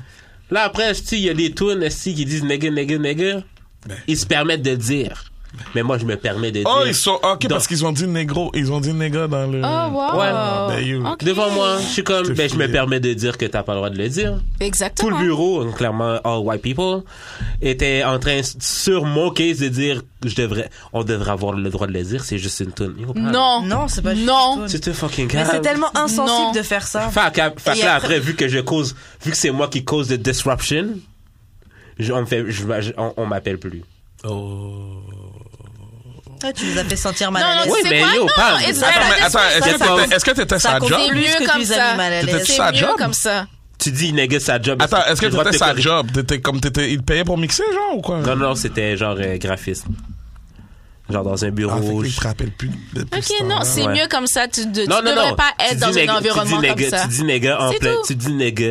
B: Là, après, tu sais, il y a des tunes esti, qui disent nigga, nigga, nigga.
C: Ben.
B: Ils se permettent de dire. Mais moi, je me permets de
C: Oh,
B: dire.
C: ils sont. Ok,
B: Donc-
C: parce qu'ils ont dit négro. Ils ont dit néga dans le.
D: Oh, wow.
B: Ouais.
C: Ben, you.
D: Ok.
B: Devant moi, je suis
C: Je
B: comme,
C: te
B: ben, je me
C: fouille.
B: permets de dire que t'as pas le droit de le dire. Tout
A: Uh-huh.
D: Exactement.
B: le bureau, clairement, all white people, était en train, sur mon case, de dire, je devrais, on devrait avoir le droit de le dire, c'est juste une tune. Yo, parle.
D: Non.
A: Non, c'est pas juste
D: Non.
A: une toune.
B: Tu te fucking
A: Mais
B: calmes.
A: c'est tellement insensible
D: Non.
A: de faire ça.
B: Fait que, fait que
A: Et
B: là,
A: après-
B: après, vu que je cause, vu que c'est moi qui cause de disruption, je- on me fait, je- je- on, on m'appelle plus.
A: Ah, tu les as fait sentir mal
D: Non,
A: à
D: non,
A: l'aise.
B: Oui,
D: c'est
B: mais
D: quoi?
B: yo,
D: non,
B: parle.
D: it's
C: Attends,
D: better this
C: mais attends,
D: way.
C: est-ce
B: Ça
C: que t'étais- est-ce que t'étais
A: Ça
C: sa job?
A: confirme
D: job?
A: plus
D: C'est mieux
A: que tu les as
D: comme
A: mis
D: ça.
A: mal à l'aise.
C: T'étais-tu sa
D: C'est mieux
C: job?
D: comme ça.
B: Tu dis, nigga, sa job.
C: Attends, est-ce que
B: tu dois
C: t'étais
B: te
C: sa
B: corriger.
C: job? T'étais comme t'étais. Ils te payaient pour mixer, genre, ou quoi?
B: Non, non, c'était genre euh, graphiste. Genre dans un
C: Ah, fait
B: bureau.
C: qu'ils
B: je-
C: te rappellent plus. depuis ce
D: Ok, non,
C: temps-là.
D: c'est
B: Ouais.
D: mieux comme ça. Tu ne
B: non, non,
D: devrais
B: non.
D: pas être
B: Tu
D: dans
B: dis
D: un
B: nigga-
D: environnement
B: tu dis
D: comme
B: nigga-
D: ça.
B: Tu dis nigga en
D: C'est
B: plein.
D: tout.
B: Tu dis nigga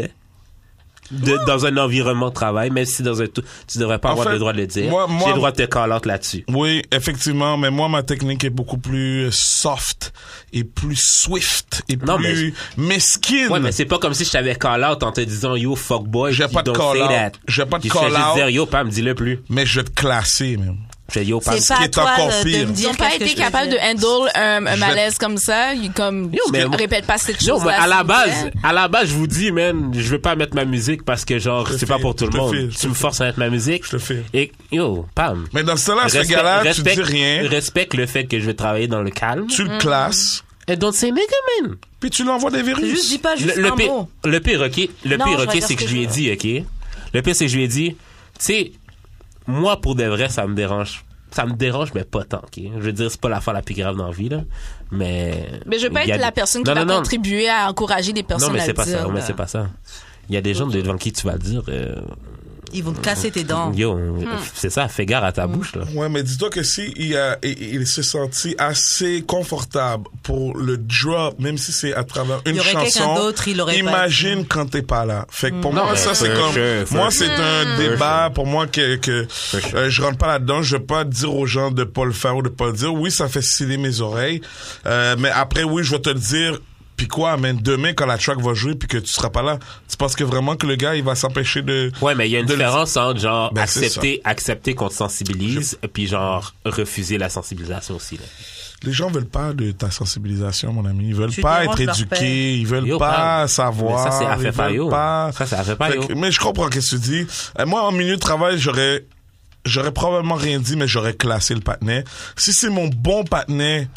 B: de- dans un environnement de travail, même si dans un tout, tu devrais pas
C: En
B: avoir
C: fait,
B: le droit de le dire.
C: moi- moi-
B: J'ai le droit de te call out là-dessus.
C: Oui, effectivement, mais moi, ma technique est beaucoup plus soft et plus swift et
B: Non,
C: plus mesquine.
B: Ouais, mais c'est pas comme si je t'avais call out en te disant yo fuck boy.
C: J'ai pas de call out. J'ai pas de call
B: Je
C: out.
B: juste dire yo Pam, dis-le plus.
C: Mais je vais te classer, même.
B: Je dis, yo Pam.
A: C'est pas
C: qui
A: à
C: est
A: toi
C: encore
A: de, de
C: pire.
A: me
D: Ils
A: dire
D: n'ont pas
A: qu'est-ce que
D: été
A: je dois
D: capables de
A: dire.
D: handle un, un
C: Je-
D: malaise comme ça. Ils- Comme,
B: Yo, mais-
D: ne répète pas cette
B: Yo,
D: chose.
B: mais à la
D: hein.
B: base, à la base, je vous dis, man, je veux pas mettre ma musique parce que genre,
C: te
B: c'est pas
C: file,
B: pour tout
C: je
B: le
C: te
B: monde.
C: file, je te
B: Tu me
C: file.
B: forces à mettre ma musique.
C: Je te file.
B: Et yo, Pam.
C: Mais dans ce cas-là, ce
B: Respecte-
C: gars-là, tu
B: respecte-
C: dis rien,
B: Respecte le fait que je vais travailler dans le calme.
C: tu
D: Mm,
C: le classes,
B: Et donc, c'est nigga, man.
C: puis tu l'envoies des virus.
A: Juste dis pas juste
B: le, le
A: un
B: pire,
A: mot.
B: le pire, OK, le
A: Non,
B: pire,
A: je
B: OK,
A: vais dire
B: c'est
A: ce
B: que,
A: que
B: je lui ai
A: je
B: dit, OK. Le pire, c'est que je lui ai dit, tu sais, moi, pour de vrai, ça me dérange. Ça me dérange, mais pas tant, OK. Je veux dire, c'est pas la fois la plus grave dans la vie, là. Mais.
D: Mais je veux pas
B: il y a
D: être la
B: des-
D: personne qui
B: Non,
D: va
B: non, non.
D: contribuer à encourager des
B: Non,
D: personnes
B: mais
D: à
B: c'est pas
D: dire.
B: ça. Mais
D: là.
B: c'est pas ça. Il y a des gens devant qui tu vas dire, euh,
A: Ils vont te casser tes dents.
B: yo,
D: Hmm.
B: c'est ça, fais gare à ta bouche, là.
C: Ouais, mais dis-toi que si il, a- il- il s'est senti assez confortable pour le drop, même si c'est à travers une
A: y aurait quelqu'un
C: chanson,
A: d'autre, il l'aurait pas Mm.
C: imagine quand t'es pas là. Fait que pour
B: Non,
C: moi,
B: mais
C: ça, c'est
B: for
C: comme...
B: sure, for
C: moi,
B: sure.
C: c'est un débat pour moi que, que
B: sure.
C: euh, je rentre pas là-dedans. Je veux pas dire aux gens de pas le faire ou de pas le dire. Oui, ça fait sciller mes oreilles. Euh, mais après, oui, je vais te le dire. Puis quoi, man, demain, quand la track va jouer puis que tu seras pas là, tu penses que vraiment que le gars, il va s'empêcher de...
B: Ouais, mais il y a une
C: de le-
B: différence entre genre
C: Ben, c'est
B: accepter, accepter qu'on te sensibilise, et puis genre refuser la sensibilisation aussi. Là.
C: Les gens veulent pas de ta sensibilisation, mon ami. Ils veulent
A: Tu
C: pas
A: déranges
C: être
A: leur
C: éduqués.
A: paix.
C: Ils veulent
B: Yo,
C: pas
B: parle.
C: savoir.
B: Mais ça, c'est
C: ils
B: affaire
C: veulent
B: payo.
C: pas.
B: Ça, c'est affaire payo.
C: Fait que- Mais je comprends qu'est-ce que tu dis. Euh, Moi, en milieu de travail, j'aurais, j'aurais probablement rien dit, mais j'aurais classé le patinet. Si c'est mon bon patinet,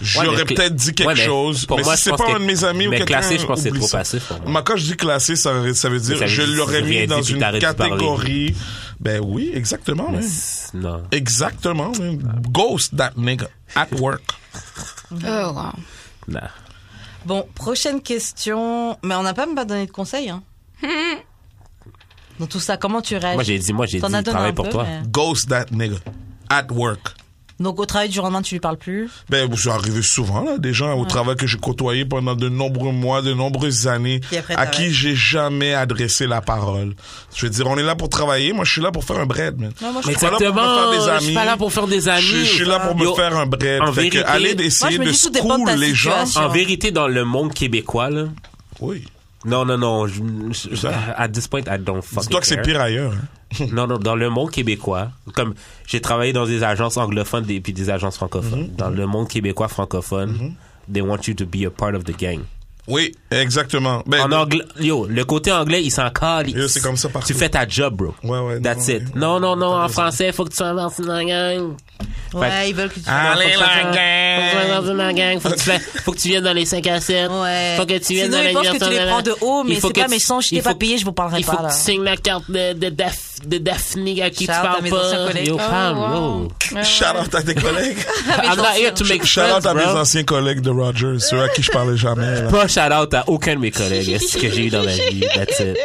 B: Ouais,
C: j'aurais
B: mais cla-
C: peut-être dit quelque
B: Ouais, mais
C: chose.
B: pour
C: mais
B: moi,
C: si
B: je
C: c'est
B: pense
C: pas
B: que-
C: un de mes amis ou
B: mais
C: quelqu'un,
B: classer, je pense que c'est
C: oublie
B: trop
C: ça.
B: passif pour moi.
C: Mais quand je dis classé, ça, ça veut dire
B: Ça veut
C: je
B: dire si
C: l'aurais
B: j'ai
C: mis
B: rien
C: dans
B: dit, puis
C: une
B: t'arrêtes de parler.
C: catégorie. Ben oui, exactement.
D: Hmm.
B: Mais
C: oui.
B: c'est- Ah. non.
C: Exactement. oui. Ghost that nigga at work.
D: Oh, wow.
B: Non.
A: Bon, prochaine question. Mais on n'a pas même pas donné de conseils. Hein. Dans tout ça, comment tu réagis
B: Moi, j'ai dit, moi, j'ai dit,
A: T'en as donné
B: travaille
A: un
B: pour
A: peu,
B: toi.
A: mais-
C: Ghost that nigga. At work.
A: Donc au travail du lendemain, tu lui parles plus.
C: Ben, c'est arrivé souvent, là, des gens au travail que j'ai côtoyé pendant de nombreux mois, de nombreuses années,
A: Puis après,
C: à
A: t'arrêtes.
C: qui j'ai jamais adressé la parole. Je veux dire, on est là pour travailler, moi, je suis là pour faire un bread, man.
A: Non, moi, je
C: Je
A: suis
C: suis pas là pour me faire
B: Exactement.
C: des
B: Je suis
C: amis.
B: pas là pour faire des amis.
C: Je, je suis là pour me
B: Yo,
C: faire un bread.
B: en
C: Fait que,
B: vérité-
C: allez
A: Moi,
C: essayer
A: je me
C: de
A: dis, tout dépend de
C: school
A: ta
C: les gens.
A: situation.
B: En vérité, dans le monde québécois, là,
C: Oui.
B: non, non, non, je, je- je- at this point, I don't fucking
C: Ah. Dis-toi que c'est
B: care.
C: pire ailleurs. hein.
B: Non, non, dans le monde québécois, comme j'ai travaillé dans des agences anglophones et puis des agences francophones.
C: Mm-hmm.
B: Dans le monde québécois francophone, they want you to be a part of the gang.
C: Oui, exactement. Ben,
B: en anglais, yo, le côté anglais, il s'en calisse.
C: Yo, c'est comme ça partout.
B: Tu fais ta job, bro.
C: Ouais, ouais,
B: That's
C: non,
B: it.
C: ouais.
B: Non, non, non, en français, faut que tu sois dans une gang.
A: Ouais,
B: Fait- Ah,
A: ils veulent que tu.
C: Ah,
B: Allez, la gang! Faut que tu sois dans une gang. Faut que tu, fais- faut que tu viennes dans les 5 à 7.
A: Ouais.
B: Faut que tu viennes
A: Sinon,
B: dans
A: ils
B: les
A: pensent que tu les
B: versions-
A: prends de haut, mais
B: Il faut
A: c'est
B: que
A: pas
B: tu-
A: méchant. Je t'ai
B: il faut
A: pas
B: que-
A: payé, je vous parlerai
B: il faut
A: pas,
B: que
A: là.
B: tu signes la carte de, de, Daph- de Daphne à qui
A: Shout out
B: tu
A: à
B: parles
A: mes anciens
B: pas.
A: collègues.
B: Yo,
A: Oh,
B: parle,
D: wow.
B: yo.
C: Shout out à tes collègues.
B: I'm not here to make
C: Shout out
B: friends,
C: à mes
B: bro.
C: anciens collègues de Rogers, ceux à qui je parlais jamais. là.
B: Pas shout out à aucun de mes collègues. C'est ce que j'ai eu dans la vie. That's it.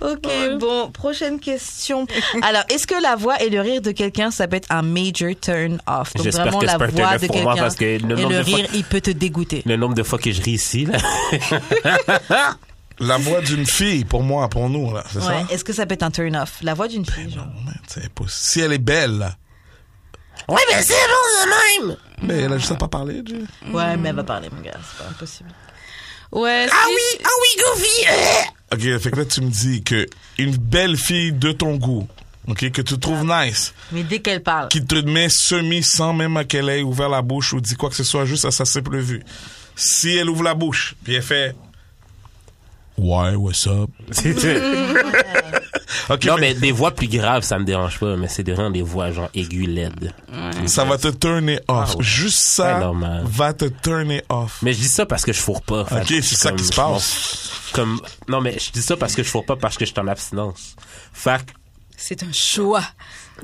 A: Ok, bon, prochaine question. Alors, est-ce que la voix et le rire de quelqu'un, ça peut être un major turn off Donc
B: J'espère
A: vraiment
B: que
A: la
B: c'est pas un turn
A: voix
B: off
A: de
B: pour moi,
A: quelqu'un
B: parce que le
A: et
B: nombre
A: le
B: de fois-
A: rire, il peut te dégoûter.
B: Le nombre de fois que je ris ici, là.
C: La voix d'une fille, pour moi, pour nous, là, c'est
A: Ouais.
C: ça?
A: Est-ce que ça peut être un turn-off La voix d'une fille, genre.
C: Non, mais c'est impossible. Si elle est belle, là.
B: Ouais, mais c'est bon de même!
C: mais elle a juste à pas parler. Jay.
B: Mm.
A: Ouais, mais elle va parler, mon gars. C'est pas impossible.
D: euh,
F: Ouais,
B: Ah
F: si-
B: oui, ah oui, Goofy!
C: Ok, fait que là, tu me dis que une belle fille de ton goût, ok, que tu trouves nice,
A: Mais dès qu'elle parle.
C: qui te met semi sans même qu'elle ait ouvert la bouche ou dit quoi que ce soit juste à sa simple vue. Si elle ouvre la bouche, puis elle fait Ouais, what's up? Ok,
B: non,
C: mais
B: mais des voix plus graves, ça me dérange pas, mais c'est vraiment des voix genre aiguës, laides.
C: ça va te turner off.
B: Ah ouais.
C: Juste
B: Ouais,
C: ça
B: normal.
C: va te turner off.
B: Mais je dis ça parce que je fourre pas. Fait
C: ok,
B: que
C: c'est ça
B: comme-
C: qui se
B: je m'en-
C: passe.
B: Comme, non, mais je dis ça parce que je fourre pas parce que je suis en abstinence. Fait que
F: c'est un choix.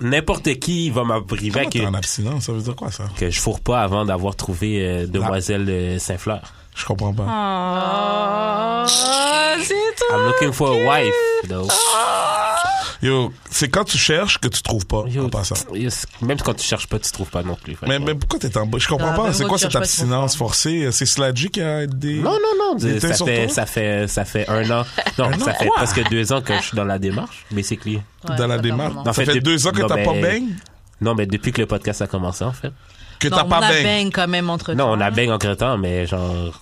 B: n'importe qui va m'abriver
C: Comment
B: avec
C: t'es en
B: une-
C: abstinence, ça veut dire quoi ça?
B: que je fourre pas avant d'avoir trouvé euh, Demoiselle euh, Saint-Fleur.
C: Je comprends pas.
B: I'm looking for a wife, though.
C: Ah, Yo, c'est quand tu cherches que tu trouves pas,
B: Yo,
C: en passant.
B: yo, c'est- même quand tu cherches pas, tu trouves pas non plus. Fait
C: Mais,
B: que-
C: mais pourquoi t'es en bas? Je comprends
A: Ah,
C: pas.
A: mais
C: C'est
A: moi,
C: quoi
A: je
C: cette
A: cherche pas, je trouve
C: abstinence
A: pas.
C: forcée? C'est Sladji qui a des...
B: Non, non, non.
C: Il était
B: Ça
C: sur
B: fait,
C: toi?
B: ça, fait, ça fait un an. Non, ça fait presque deux ans que je suis dans la démarche, basically.
A: Ouais,
C: dans la
A: pas
C: démarche.
A: comme
B: En
C: Ça
B: fait,
C: fait,
B: depuis-
C: deux ans que
B: non,
C: t'as
B: mais-
C: pas bang?
B: Non, mais depuis que le podcast a commencé, en fait.
C: Que
A: Non,
C: t'as
A: on
C: pas
A: a
C: bang?
A: bang quand même entre
B: Non,
A: temps,
B: on a
A: là.
B: bien entre temps, mais genre.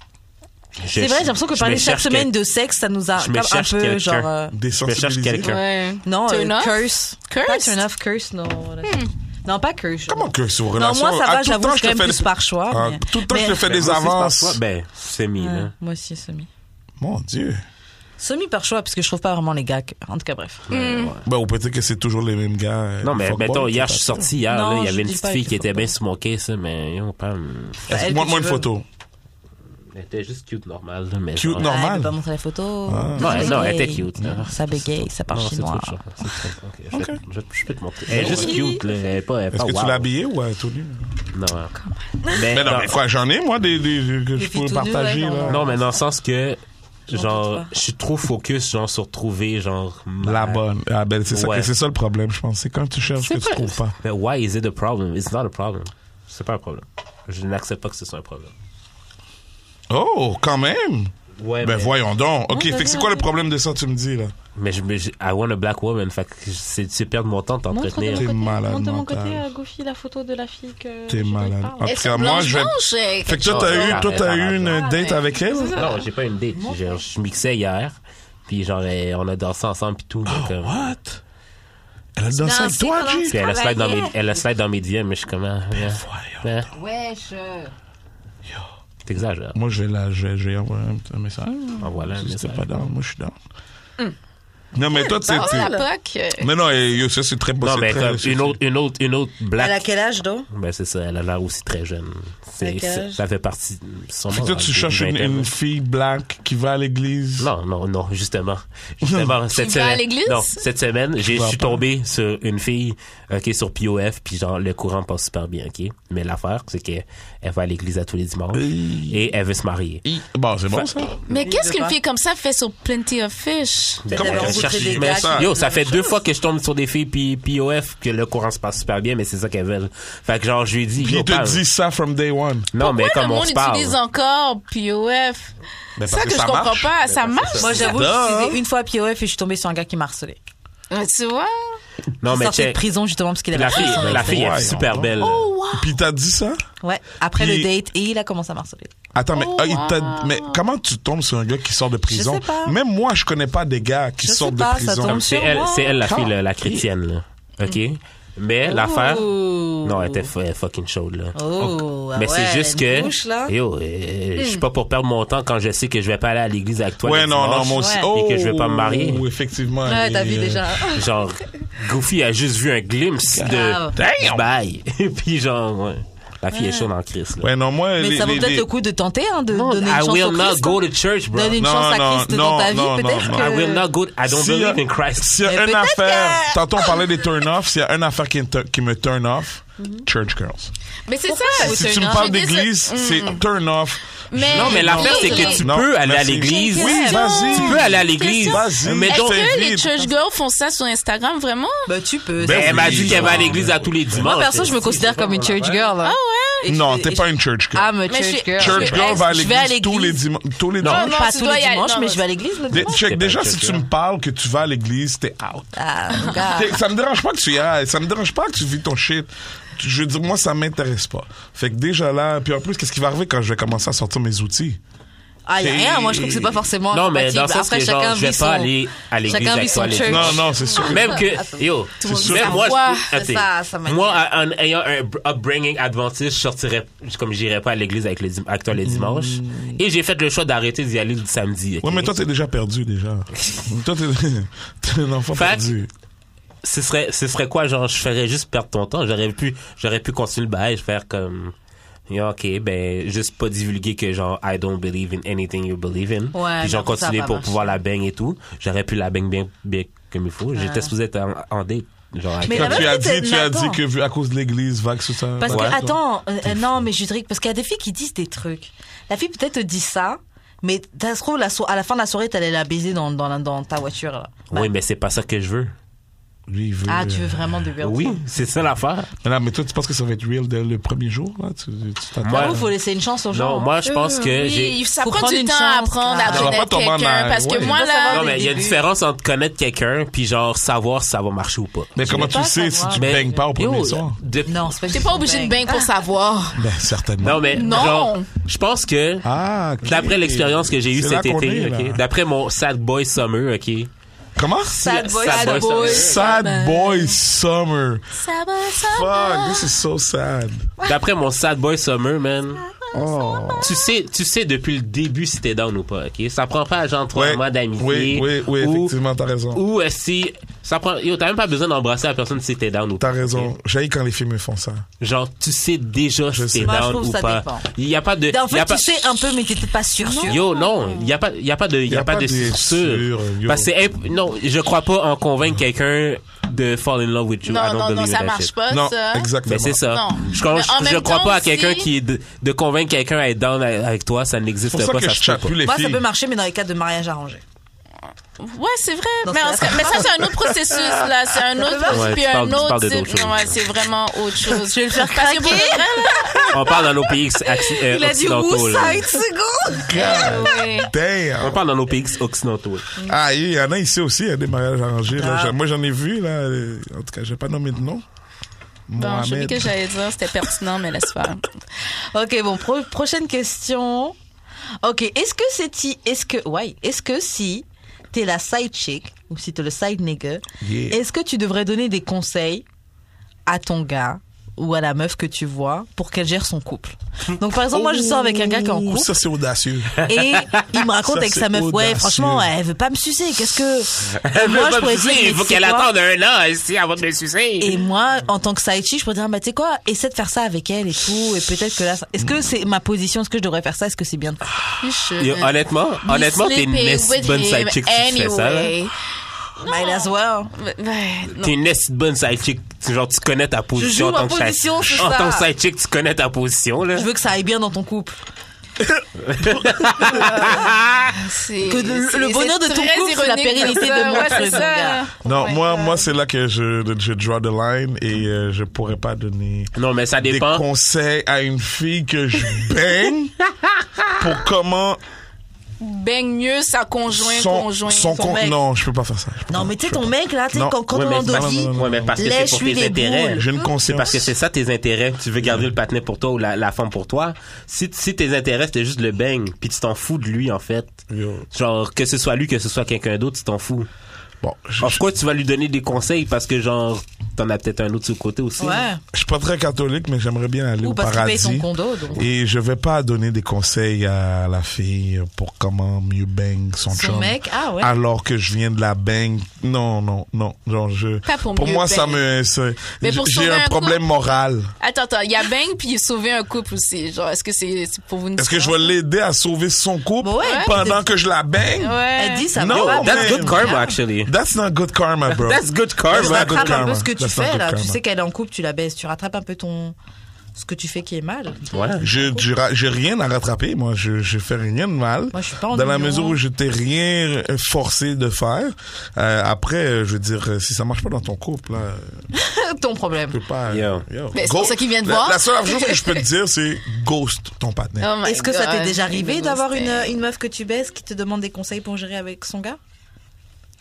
B: je-
A: Ah. C'est vrai, j'ai l'impression que
B: je
A: parler
B: me
A: chaque
B: cherche
A: semaine
B: quel-
A: de sexe, ça nous a
B: je me
A: Ah, comme un
B: cherche
A: peu
B: quelqu'un.
A: genre. euh,
B: Je me cherche
C: Désensibilisé?
B: quelqu'un.
F: Ouais.
B: Hein.
A: Non,
F: Turn
A: euh,
F: off?
A: curse.
F: Curse?
A: Pas turn off, curse, non.
B: Hmm.
A: Non, pas curse. genre.
C: Comment que sur
A: Non,
C: relation?
A: moi, ça
C: Ah,
A: va,
C: tout le
A: j'avoue,
C: temps,
A: je
C: te
A: crème
C: fais
A: plus
C: des-
A: par choix.
C: Ah,
A: mais-
C: Tout le temps,
A: mais-
C: je te fais
B: Ben,
C: des
B: moi aussi,
C: avances.
B: parfois- Ben, c'est mis,
A: Ouais,
B: là.
A: Moi aussi, semi.
C: Mon Dieu.
A: Semi par choix, parce que je trouve pas vraiment les gars. que- En tout cas, bref.
B: Mm.
C: Ben, ou peut-être que c'est toujours les mêmes gars. euh,
B: Non, mais
C: fuckboys,
B: mettons, hier,
C: tout
B: je suis
C: ça.
B: sorti, hier,
A: Non,
B: là, il y
A: je
B: avait une
A: dis
B: petite
A: pas
B: fille
A: qu'il
B: qui
A: faut
B: était
A: pas.
B: bien sous mon case, ça, mais yo, pas. hum.
A: Elle
C: Moi,
A: que
C: moi,
A: tu
C: une
A: veux.
C: photo.
B: Elle était juste cute, normale, là, mais.
C: Cute,
B: genre-
A: Ah,
C: normal.
A: elle peut pas montrer la photo.
B: Non,
A: Ça
B: elle- non, elle était
A: bégaye.
B: cute, là.
A: Ça bégaye, ça part
B: Non, c'est trop
A: chinois.
B: chiant. C'est trop- ok, je vais te- Je vais- je peux te montrer. Elle est juste cute, là. Elle est pas. Elle est
C: Est-ce
B: pas
C: que tu
B: wow. Eh,
C: l'as habillé ou euh, tout nu?
B: Non. Mais,
C: Mais non,
B: dans-
C: mais quoi, j'en ai, moi, des, des- des- que je
A: filles
C: peux
A: tout
C: partager,
A: nues, ouais,
C: là.
B: non, mais dans le sens que,
A: doute
B: genre,
A: pas.
B: je suis trop focus, genre, sur trouver, genre. ma-
C: La bonne. Ah, ben, c'est ça,
B: Ouais.
C: que- c'est ça le problème, je pense. C'est quand tu cherches que tu trouves pas.
B: Mais why is it a problem? It's not a problem. C'est pas un problème. Je n'accepte pas que ce soit un problème.
C: Oh, quand même!
B: Ouais,
C: Ben
B: mais,
C: voyons donc. Ok, fait que c'est quoi le problème de ça, tu me dis là
B: mais je, mais je- I want a black woman. Fait que c'est c'est perdre mon temps de t'entretenir.
C: T'es malade
I: Montre de mon
C: mental.
I: côté
B: euh,
I: à Goofy la photo de la fille que.
C: T'es
I: je te
C: malade.
I: parle.
C: En tout cas, moi je vais.
B: hein,
D: vais.
C: Fait que toi t'as eu, toi t'as eu une date avec elle
B: Non, j'ai pas une date. Je, je mixais hier. Puis genre, eh, on a dansé ensemble puis tout. donc, euh,
C: Oh, What Elle a dansé avec
D: Danser
C: toi,
D: pendant
C: G
B: Puis elle a slide dans mes, elle a slide dans mes DM, mais je suis ah, comment?
C: Ben, Voyons.
D: Wesh.
B: T'exagères.
C: Moi je vais la, je vais, je vais envoyer un petit message.
B: Envoie-la un
C: Si c'était
B: message. Hum.
C: pas dans, moi je suis dans. Non mais toi tu sais.
D: Oh, la
C: tu-
D: poque.
C: Mais non, eh, yo, ça c'est très beau.
B: Non,
C: c'est
B: mais
C: très-
B: comme
C: c'est-
B: une autre, une autre, une autre
A: Elle a
B: black.
A: quel âge, donc
B: Ben, c'est ça, elle a l'air aussi très jeune.
A: Elle
B: C'est,
A: a quel
B: ça,
A: âge?
B: ça fait partie. Sûrement,
C: Fait que toi
B: dans
C: tu
B: les
C: cherches une,
B: vingtaines.
C: une fille black qui va à l'église.
B: Non, non, non, justement. Justement, cette
D: vas à
B: semaine.
D: l'église?
B: Non, cette semaine, j'ai- je
C: vas
B: suis
C: pas.
B: tombé sur une fille, OK, sur POF, puis genre, le courant passe super bien, OK? Mais l'affaire, c'est qu'elle elle va à l'église à tous les dimanches
C: Hey.
B: et elle veut se marier.
C: Hi. Bon, c'est bon ça.
D: Mais qu'est-ce qu'une fille comme ça fait sur Plenty of Fish?
B: Ben,
A: Comment
B: elle
A: on
B: cherche-
A: foutrait des
B: mais-
A: gars
C: qui-
B: Yo, ça fait deux fois que je tombe sur des filles puis POF que le courant se passe super bien, mais c'est ça qu'elles veulent. Fait que genre, je lui dis.
C: Puis
B: yo,
C: il te
B: parle.
C: dit ça from day one.
B: Non, mais
D: Pourquoi
B: comme
D: le
B: on
D: monde
B: se parle.
D: utilise encore POF?
C: Ben,
D: ça
C: parce
D: que, je comprends
C: marche.
D: pas, ça marche.
A: Moi, j'avoue,
C: Duh.
B: hein.
A: j'utilisais une fois POF et je suis tombée sur un gars qui m'a harcelé.
D: Ouais, Tu vois?
B: Non,
A: Il
B: mais
A: sortait de
B: check.
A: prison justement parce qu'il avait
B: La fille,
A: harcelé.
B: la fille est
C: Ouais, Oh.
B: super
C: non.
B: belle.
C: Puis t'as dit ça
A: Ouais, après
C: Puis-
A: le date, et il a commencé à m'harceler.
C: Attends, mais,
D: Oh,
C: ah, il t'a-
D: wow.
C: mais comment tu tombes sur un gars qui sort de prison?
A: sais pas.
C: Même moi, je connais pas des gars qui
A: Je sais
C: sortent
A: pas,
C: de
A: ça
C: prison.
A: tombe
B: C'est
A: Sur
B: elle,
A: moi.
B: c'est elle la fille, la, la
C: Ah.
B: chrétienne, là. OK?
A: Mm.
B: Mais l'affaire. Non, elle était fu- elle fucking chaude, là.
A: Oh,
B: Mais
A: ah ouais,
B: c'est juste
A: elle a
B: que.
A: une bouche, là.
B: Yo, euh, je suis pas pour perdre mon temps quand je sais que je vais pas aller à l'église avec toi.
C: Ouais,
B: le
C: non, non,
B: dimanche.
C: moi aussi.
A: Ouais.
C: Oh,
B: Et que je vais pas me marier.
C: effectivement.
A: Ouais, t'as
C: Et,
A: vu
C: euh,
A: déjà.
B: Genre, Goofy a juste vu un glimpse de.
A: Grave.
B: Damn! Bye! Puis genre, ouais. La fille est chaude en Christ, là.
C: euh, Ouais, non, moi,
A: Mais
C: les,
A: ça vaut
C: les-
A: peut-être
C: les-
A: le coup de tenter, hein, de donner une
B: I
A: chance
B: will
A: au
B: not
A: Christ.
B: go
A: hein. euh,
B: to church, bro.
A: Donner une
C: Non,
A: chance
C: non,
A: à Christ
C: non,
A: dans ta
C: non,
A: vie, peut-être
C: non,
A: que...
B: I will not go. I don't
C: S'il y a-
B: believe in Christ.
C: S'il y
A: Mais
C: a une
A: peut-être
C: affaire,
A: que-
C: tantôt on parlait des turn off, s'il y a une affaire qui, me tu- qui me turn off,
A: Mhm.
C: church girls.
A: Ah,
D: Mais c'est ça.
C: Si tu me parles d'église, c'est
A: Mm.
C: turn off.
B: Non, mais l'affaire, c'est
D: les-
B: que tu
C: Non,
B: peux aller à
C: merci.
B: l'église.
C: Oui,
A: Hmm.
C: vas-y.
B: Tu peux aller à l'église.
C: Vas-y.
B: Mais
D: Est-ce
B: donc,
C: T'es
D: que les
C: vide.
D: church girls font ça sur Instagram, vraiment?
A: Bah, tu peux.
C: Ben,
B: elle m'a dit
C: oui,
B: qu'elle va à
C: genre.
B: l'église à tous les dimanches.
A: Moi, perso, je me considère comme une church girl. hein.
D: Ah ouais?
A: Et je
C: Non,
A: fais-
C: t'es
A: et
C: pas
A: je-
C: une church
B: Ah,
C: girl.
A: I'm a
D: Mais je
A: church
D: suis-
A: girl.
C: church girl va à
A: Je vais à
C: l'église tous les
A: l'église.
C: dimanches. Tous les
B: Non,
A: Non,
D: non,
A: pas
D: tu
A: tous
D: dois
A: les
D: y aller.
A: dimanches,
D: Non,
A: mais
D: non.
A: je vais à l'église le
C: Dé-
A: dimanche.
B: T'es
C: check,
B: pas
C: déjà,
B: une
C: si
B: church
C: tu
B: girl.
C: me parles que tu vas à l'église, t'es out.
A: Ah, regarde.
C: T'es- Ça me dérange pas que tu y ailles. Ça me dérange pas que tu vis ton shit. Tu- Je veux dire, moi, ça m'intéresse pas. Fait que déjà là, puis en plus, qu'est-ce qui va arriver quand je vais commencer à sortir mes outils?
A: Ah, y a rien. Moi, je trouve que c'est pas forcément.
B: Non, mais dans le
A: compatible.
B: sens
A: Après,
B: que genre,
A: chacun
B: je vais
A: vit son.
B: pas aller à l'église
A: chacun vit
B: avec
A: son
B: toi. les
A: church.
B: dimanches.
C: Non, non, c'est sûr.
B: Même que, yo,
A: Ah, Tout le monde
B: même
A: veut
B: moi,
A: savoir.
B: je- attends.
A: C'est ça, ça m'inquiète.
B: moi, en en ayant un upbringing adventiste, je sortirais, comme j'irais pas à l'église avec, les dim- avec toi les dimanches.
A: Hmm.
B: Et j'ai fait le choix d'arrêter d'y aller le samedi. ok?
C: Ouais, mais toi, t'es déjà perdu, déjà. toi, t'es- t'es un enfant
B: Fait que-
C: perdu.
B: ce serait ce serait quoi genre je ferais juste perdre ton temps j'aurais pu j'aurais pu continuer le bail faire comme Yeah, ok ben juste pas divulguer que genre I don't believe in anything you believe in
A: Ouais,
B: puis j'en
A: non, ça
B: continue
A: va
B: pour
A: marcher.
B: pouvoir la bang et tout j'aurais pu la bang bien bien comme il faut j'étais supposé être en, en date genre avec-
A: Mais
C: Quand
A: la
C: tu
A: même
C: as
A: chose,
C: dit, tu as
A: Nathan.
C: dit que vu- à cause de l'église, vague, tout ça.
A: Parce
B: Ouais.
A: que, attends, euh, euh, non, mais Judric, parce qu'il y a des filles qui disent des trucs. La fille peut-être te dit ça, mais ça se trouve, la so- à la fin de la soirée, t'allais la baiser dans, dans, la- dans ta voiture. Là. Bah,
B: oui mais c'est pas ça que je veux
C: Lui, il veut- euh,
A: Ah, tu veux vraiment de Birdie
B: oui c'est ça l'affaire
C: Mais non, mais toi, tu penses que ça va être real dès le premier jour, là? Tu, tu t'attends.
B: Moi-
A: J'avoue, faut laisser une chance aux gens. hein.
B: non moi je pense que j'ai
D: Oui, ça
A: Faut
D: prend
A: prendre
D: du
A: une
D: temps à
A: chance,
D: apprendre
A: grave. Ça
D: à
C: va pas
D: connaître
C: tomber en
D: quelqu'un.
C: arrière,
D: Parce que
C: ouais.
D: moi,
A: Tu vas savoir
D: là,
B: non mais il y a une
A: début.
B: différence entre connaître quelqu'un puis genre savoir si ça va marcher ou pas
C: Mais comment tu
A: pas
C: sais si
A: savoir.
C: tu
B: mais
C: baignes pas au premier
B: yo,
C: soir?
B: de-
A: Non, c'est pas
D: t'es pas obligé de bain pour savoir.
C: Ben, certainement.
B: non mais
D: Non.
B: genre je pense que
C: Ah, ok.
B: D'après l'expérience que j'ai eue
C: C'est là
B: cet
C: qu'on
B: été,
C: est, là.
B: ok, d'après mon Sad Boy Summer, ok.
C: Comment?
A: Sad boy, sad
B: Sad boy
A: boy.
C: Sad boy summer.
D: Ça va, ça
C: Fuck,
D: va.
C: this is so sad.
B: D'après mon Sad Boy Summer, man,
C: Oh.
B: tu sais, tu sais depuis le début si t'es down ou pas, ok. Ça prend pas genre trois
C: Ouais,
B: mois d'amitié.
C: Oui, oui, oui,
B: ou-
C: effectivement, t'as raison.
B: Ou euh, si ça prend, yo, t'as même pas besoin d'embrasser la personne si t'es down ou pas.
C: T'as raison. J'haïs quand les filles me font ça.
B: Genre, tu sais déjà
C: Je
B: si
C: sais.
B: t'es
A: Moi, je
B: down
A: trouve que
B: ou
A: ça
B: pas.
A: dépend.
B: Il y a pas de,
A: En
B: il y
A: fait,
B: a
A: tu
B: pas,
A: sais un peu, mais t'étais pas sûr. sûr.
B: Yo, non, il n'y a, pas- y a pas de, y a pas de
C: des
B: sûr.
C: sûrs, yo.
B: Parce que, c'est imp- non, je crois pas en convaincre quelqu'un de fall in love with you. I
D: Non,
B: don't
D: non, non,
B: believe in
D: ça
B: that
D: marche
B: shit.
A: Ah,
D: pas,
C: non,
D: ça.
C: exactement.
B: Ben c'est ça.
D: Non.
B: Je, crois-
D: Mais en
B: je
D: même
B: crois
D: temps
B: pas à
D: aussi-
B: quelqu'un qui est de, de convaincre quelqu'un à être down a- avec toi, ça n'existe
C: C'est pour ça
B: pas.
C: que
B: ça
C: je
B: se peut
C: chatte
B: pas.
C: plus les
A: Moi, ça
C: filles.
A: peut marcher, mais dans les cas de mariage arrangé.
D: Ouais, c'est vrai.
A: Dans
D: mais,
A: ce
D: en
A: cas-là.
D: tout cas- mais ça, c'est un autre processus, là. C'est un autre,
B: Ouais,
D: puis
B: tu
D: un
B: parles- tu
D: autre
B: parles de d'autres
D: type.
B: choses.
D: Ouais, c'est vraiment autre chose. Je vais le faire Parce que pour le vrai,
B: On parle dans nos pays acci- euh, occidentaux. là.
A: secondes. Ah,
C: God
D: Oui.
B: On
C: damn.
B: parle dans nos pays occidentaux.
C: Ah, il y en a ici aussi, il y a des mariages arrangés. là.
A: Mm. Ah.
C: J'ai- Moi, j'en ai vu, là. euh, En tout cas, je vais pas nommer de nom.
A: Ben,
D: Bon, je sais
C: Mohamed.
D: que j'allais dire, c'était pertinent, mais laisse faire.
A: Ok, bon, pro- prochaine question. Ok, est-ce que c'est ti- est-ce que, ouais, est-ce que si t'es la side chick ou si t'es le side nigga,
C: Yeah.
A: est-ce que tu devrais donner des conseils à ton gars ou à la meuf que tu vois pour qu'elle gère son couple Donc par exemple, moi je sors avec un gars qui est en
C: Ouh,
A: couple
C: Ça, c'est audacieux.
B: Oh.
A: et il me raconte
C: Ça,
A: avec sa
C: c'est
A: meuf, ouais,
C: audacieux.
A: franchement, elle veut pas me sucer. Qu'est-ce que Et
B: Elle veut
A: moi
B: pas
A: je
B: me
A: pourrais
B: sucer,
A: dire, mais
B: il faut
A: tu sais
B: qu'elle
A: quoi
B: attende un an ici avant de me sucer.
A: et moi, en tant que side chick, je pourrais dire, bah, tu sais quoi, essaie de faire ça avec elle et tout, et peut-être que là, ça- est-ce que c'est ma position, est-ce que je devrais faire ça, est-ce que c'est bien de faire
B: Yo, honnêtement, honnêtement, t'es une esti bonne side chick si tu fais ça. là.
A: Might as well.
B: hein? T'es une esti bonne side chick. Tu- Genre, tu connais ta position
A: joue
B: en tant
A: ma
B: que side-
A: position, c'est
B: En
A: ça.
B: tant que side chick, tu connais ta position, là.
A: Je veux que ça aille bien dans ton couple.
D: C'est
A: Que le- le
D: c'est-
A: bonheur de
D: c'est
A: ton
D: très
A: couple, c'est la
D: ironique,
A: pérennité
D: ça.
A: de mon
D: Ouais,
A: truc,
D: c'est
A: mon
D: ça.
A: gars.
C: Non, moi, moi c'est là que je, je draw the line et euh, je pourrais pas donner
B: Non, mais ça
C: des
B: dépend.
C: conseils à une fille que je baigne pour comment
D: Baigne mieux sa conjointe,
C: son,
D: conjoint.
A: son
C: son con-
A: mec.
C: Non, je peux pas faire ça. Je peux
A: Non,
C: pas.
A: mais tu sais,
C: Je peux
A: ton
C: pas.
A: mec, là, tu sais,
C: Non.
A: quand, quand
B: Ouais,
A: on est
B: mais-
A: en doggy,
C: non, non, non.
B: Ouais, mais parce que c'est pour
A: lèche-lui
B: tes
A: les
B: intérêts.
A: boules.
C: J'ai une conscience.
B: C'est parce que c'est ça tes intérêts. Tu veux garder le patinet pour toi ou la, la femme pour toi. Si, si tes intérêts, c'était juste le bang, puis tu t'en fous de lui, en fait.
C: Yo.
B: Genre, que ce soit lui, que ce soit quelqu'un d'autre, tu t'en fous.
C: Bon, je,
B: En quoi tu vas lui donner des conseils parce que, genre, t'en as peut-être un autre sur le côté aussi.
A: Ouais.
C: je suis pas très catholique, mais j'aimerais bien aller
A: Ou
C: au
A: parce qu'il paye
C: paradis.
A: son condo, donc.
C: Et je vais pas donner des conseils à la fille pour comment mieux bang son,
A: Son
C: chum.
A: mec, ah ouais.
C: Alors que je viens de la bang. Non, non, non. Genre, je,
D: Pas pour mieux
C: moi, ça
D: bang.
C: me, c'est-
D: Mais pour
C: j'ai
D: sauver
C: un
D: un
C: problème moral.
D: Attends, attends, il y a bang puis il a sauvé un couple aussi. Genre, est-ce que c'est c'est pour vous une
C: Est-ce que je vais l'aider à sauver son couple
A: Bah ouais.
C: pendant que je la baigne?
A: Elle dit, ça
C: Non,
A: va pas.
C: mais-
B: That's good karma, actually.
C: That's not good karma, bro.
B: That's good
A: Tu
C: that's
B: karma.
C: not good
A: rattrapes un peu
C: karma.
A: ce que tu
C: That's not
A: fais,
C: good
A: là. Tu
C: karma.
A: sais qu'elle est en couple, tu la baisses, tu rattrapes un peu ton, ce que tu fais qui est mal.
B: Ouais.
C: Je- je ra- J'ai rien à rattraper, moi. Je, je fais rien de mal.
A: Moi, je suis pas en
C: Dans
A: union.
C: la
D: hein.
C: mesure où je t'ai rien euh, forcé de faire. Euh, après, euh, je veux dire, euh, si ça marche pas dans ton couple, là,
A: Ton problème.
C: tu peux pas. euh,
B: Yo.
C: Yo.
D: Mais c'est pour
C: Go-
D: ça qu'ils viennent
C: la,
D: voir.
C: La seule chose que je peux te dire, c'est ghost ton partenaire.
D: Oh my
A: Est-ce que ça t'est
D: God.
A: déjà arrivé
D: Mais
A: d'avoir
D: c'était-
A: une, une meuf que tu baisses qui te demande des conseils pour gérer avec son gars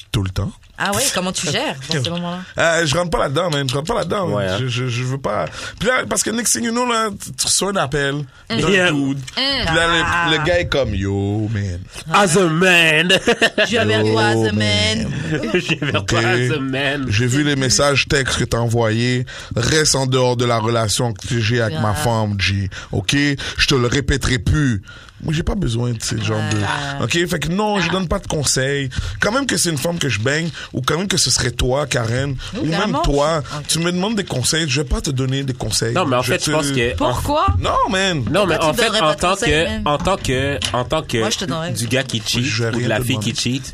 D: Oh.
C: Tout le temps.
A: Ah ouais, comment tu gères dans ce moment-là
C: Euh, je rentre pas là-dedans, man. Je rentre pas là-dedans. man.
B: Ouais, hein.
C: Je, je, je veux pas. Puis là, parce que next thing you know, là, tu tu reçois un appel d'un
B: Yeah.
C: dude. Puis là, le-
A: Ah.
C: le, gars est comme, yo, man.
B: As a man.
A: Je viens vers toi,
C: Oh,
A: The Man.
B: Je suis vers
C: Ok.
B: toi, as a man.
C: J'ai vu les messages textes que t'as envoyés. Reste en dehors de la relation que j'ai avec ma femme, G. OK? Je te le répéterai plus. Moi, j'ai pas besoin de ce genre de... OK? Fait que non, je donne pas de conseils. Quand même que c'est une femme que je baigne, ou quand même que ce serait toi, Karen, ou même
A: clairement.
C: toi, tu me demandes des conseils, je vais pas te donner des conseils.
B: Non, mais en fait,
C: te-
B: je pense que.
A: Pourquoi
C: Non, man!
B: Non, mais
A: tu
B: en
A: me
B: fait,
A: donnerais
B: en
A: pas de
B: tant,
A: conseils,
B: que,
A: même?
B: en tant que, en tant que,
A: Moi, je te donnerais.
B: du gars qui cheat
C: Je vais
B: ou de
C: rien
B: la
C: te
B: fille qui cheat,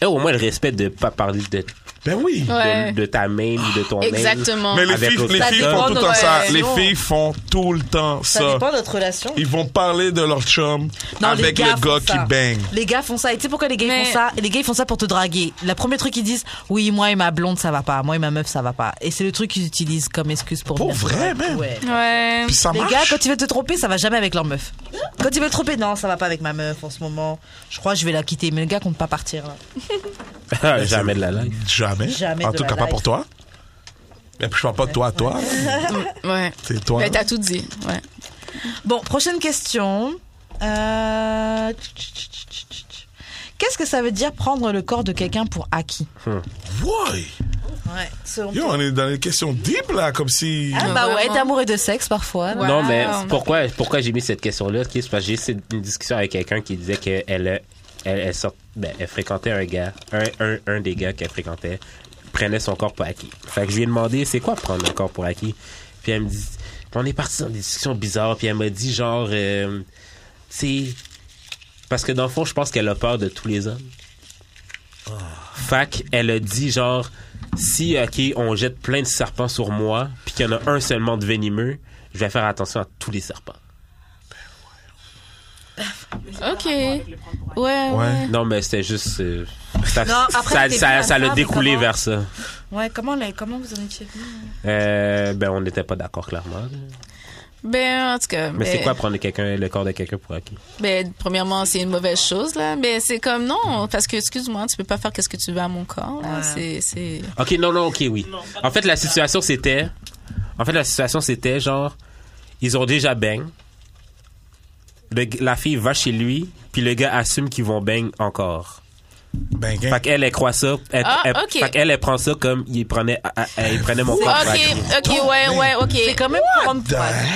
B: eh, au moins le respect de pas parler de,
C: Ben oui!
B: de-
D: Ouais.
B: de ta main ou de ton main.
D: Exactement.
C: Mais les
B: Avec
C: filles,
B: l'autre
C: les
B: personne.
C: filles
A: Ça
C: font
A: dépend
C: tout le
A: de
C: temps
A: notre
C: ça. Les
A: relation.
C: filles font tout le temps ça.
A: Ça dépend de notre relation.
C: Ils vont parler de leur chum
A: Non, les
C: avec
A: gars
C: le
A: font
C: gars
A: ça.
C: qui bang.
A: Les gars font ça. Et tu sais pourquoi les gars ils
F: Mais-
A: font ça Les gars ils font ça pour te draguer. Le premier truc qu'ils disent, oui, moi et ma blonde ça va pas, moi et ma meuf ça va pas. Et c'est le truc qu'ils utilisent comme excuse pour.
C: Pour
A: venir
C: vrai,
A: te draguer.
C: man?
A: Ouais.
F: Ouais.
C: Puis ça
A: Les
C: marche.
A: gars, quand ils veulent te tromper, ça va jamais avec leur meuf. Quand ils veulent te tromper, non, ça va pas avec ma meuf en ce moment. Je crois que je vais la quitter. Mais le gars compte pas partir. hein. là.
B: Ah, Jamais de la live.
C: Jamais.
A: Jamais
C: En
A: de
C: tout
A: la
C: cas, pas
A: life.
C: pour toi. Et puis je parle pas de toi à toi.
D: Ouais.
C: C'est toi.
D: Ben, t'as tout dit. Ouais.
A: Bon, prochaine question. Euh, tch, tch, tch, tch, tch, tch. Qu'est-ce que ça veut dire prendre le corps de quelqu'un pour acquis
C: Why?
A: Ouais. selon
C: Yo,
A: toi.
C: on est dans les questions deep là, comme si.
A: Ah bah ouais,
D: Vraiment.
A: d'amour et de sexe parfois.
D: Ouais.
B: Non, mais
D: Wow.
B: pourquoi, pourquoi j'ai mis cette question-là? ok, C'est parce que j'ai eu une discussion avec quelqu'un qui disait qu'elle elle, elle sort- ben, elle fréquentait un gars, un, un, un des gars qu'elle fréquentait, prenait son corps pour acquis. Fait que je lui ai demandé, c'est quoi prendre un corps pour acquis? Puis elle me dit, on est parti dans des discussions bizarres, puis elle m'a dit genre, euh, tu sais, parce que dans le fond, je pense qu'elle a peur de tous les hommes. Fac, elle a dit genre si ok on jette plein de serpents sur moi puis qu'il y en a un seulement de venimeux, je vais faire attention à tous les serpents.
D: OK. Ouais, ouais.
C: Ouais.
B: Non mais c'était juste euh, ça,
A: Non, après,
B: ça-
A: t'es plus
B: ça-
A: à
B: ça l'a
A: ça,
B: découlé
A: mais
B: vers ça.
A: Ouais, comment, la- comment vous en étiez venu
B: Euh, ben on n'était pas d'accord clairement.
D: Ben, en tout cas.
B: Mais
D: ben-
B: c'est quoi prendre quelqu'un le corps de quelqu'un pour acquis
D: Ben, premièrement, c'est une mauvaise chose, là. Ben, c'est comme non, parce que, excuse-moi, tu peux pas faire qu'est-ce que tu veux à mon corps, là.
A: Ouais.
D: C'est, c'est.
B: Ok non non ok oui. En fait la situation c'était en fait la situation c'était genre ils ont déjà bang. Le g- la fille va chez lui puis le gars assume qu'ils vont bang encore.
C: Ben, gang.
B: Fait qu'elle, elle croit ça. Elle,
D: Ah,
B: elle-
D: ok.
B: Fait qu'elle, elle prend ça comme il prenait, ah, ah, il prenait mon corps. pour
D: Ok,
B: acquis.
D: ok, ouais, ouais,
A: C'est
D: ok.
A: quand même prendre pour acquis.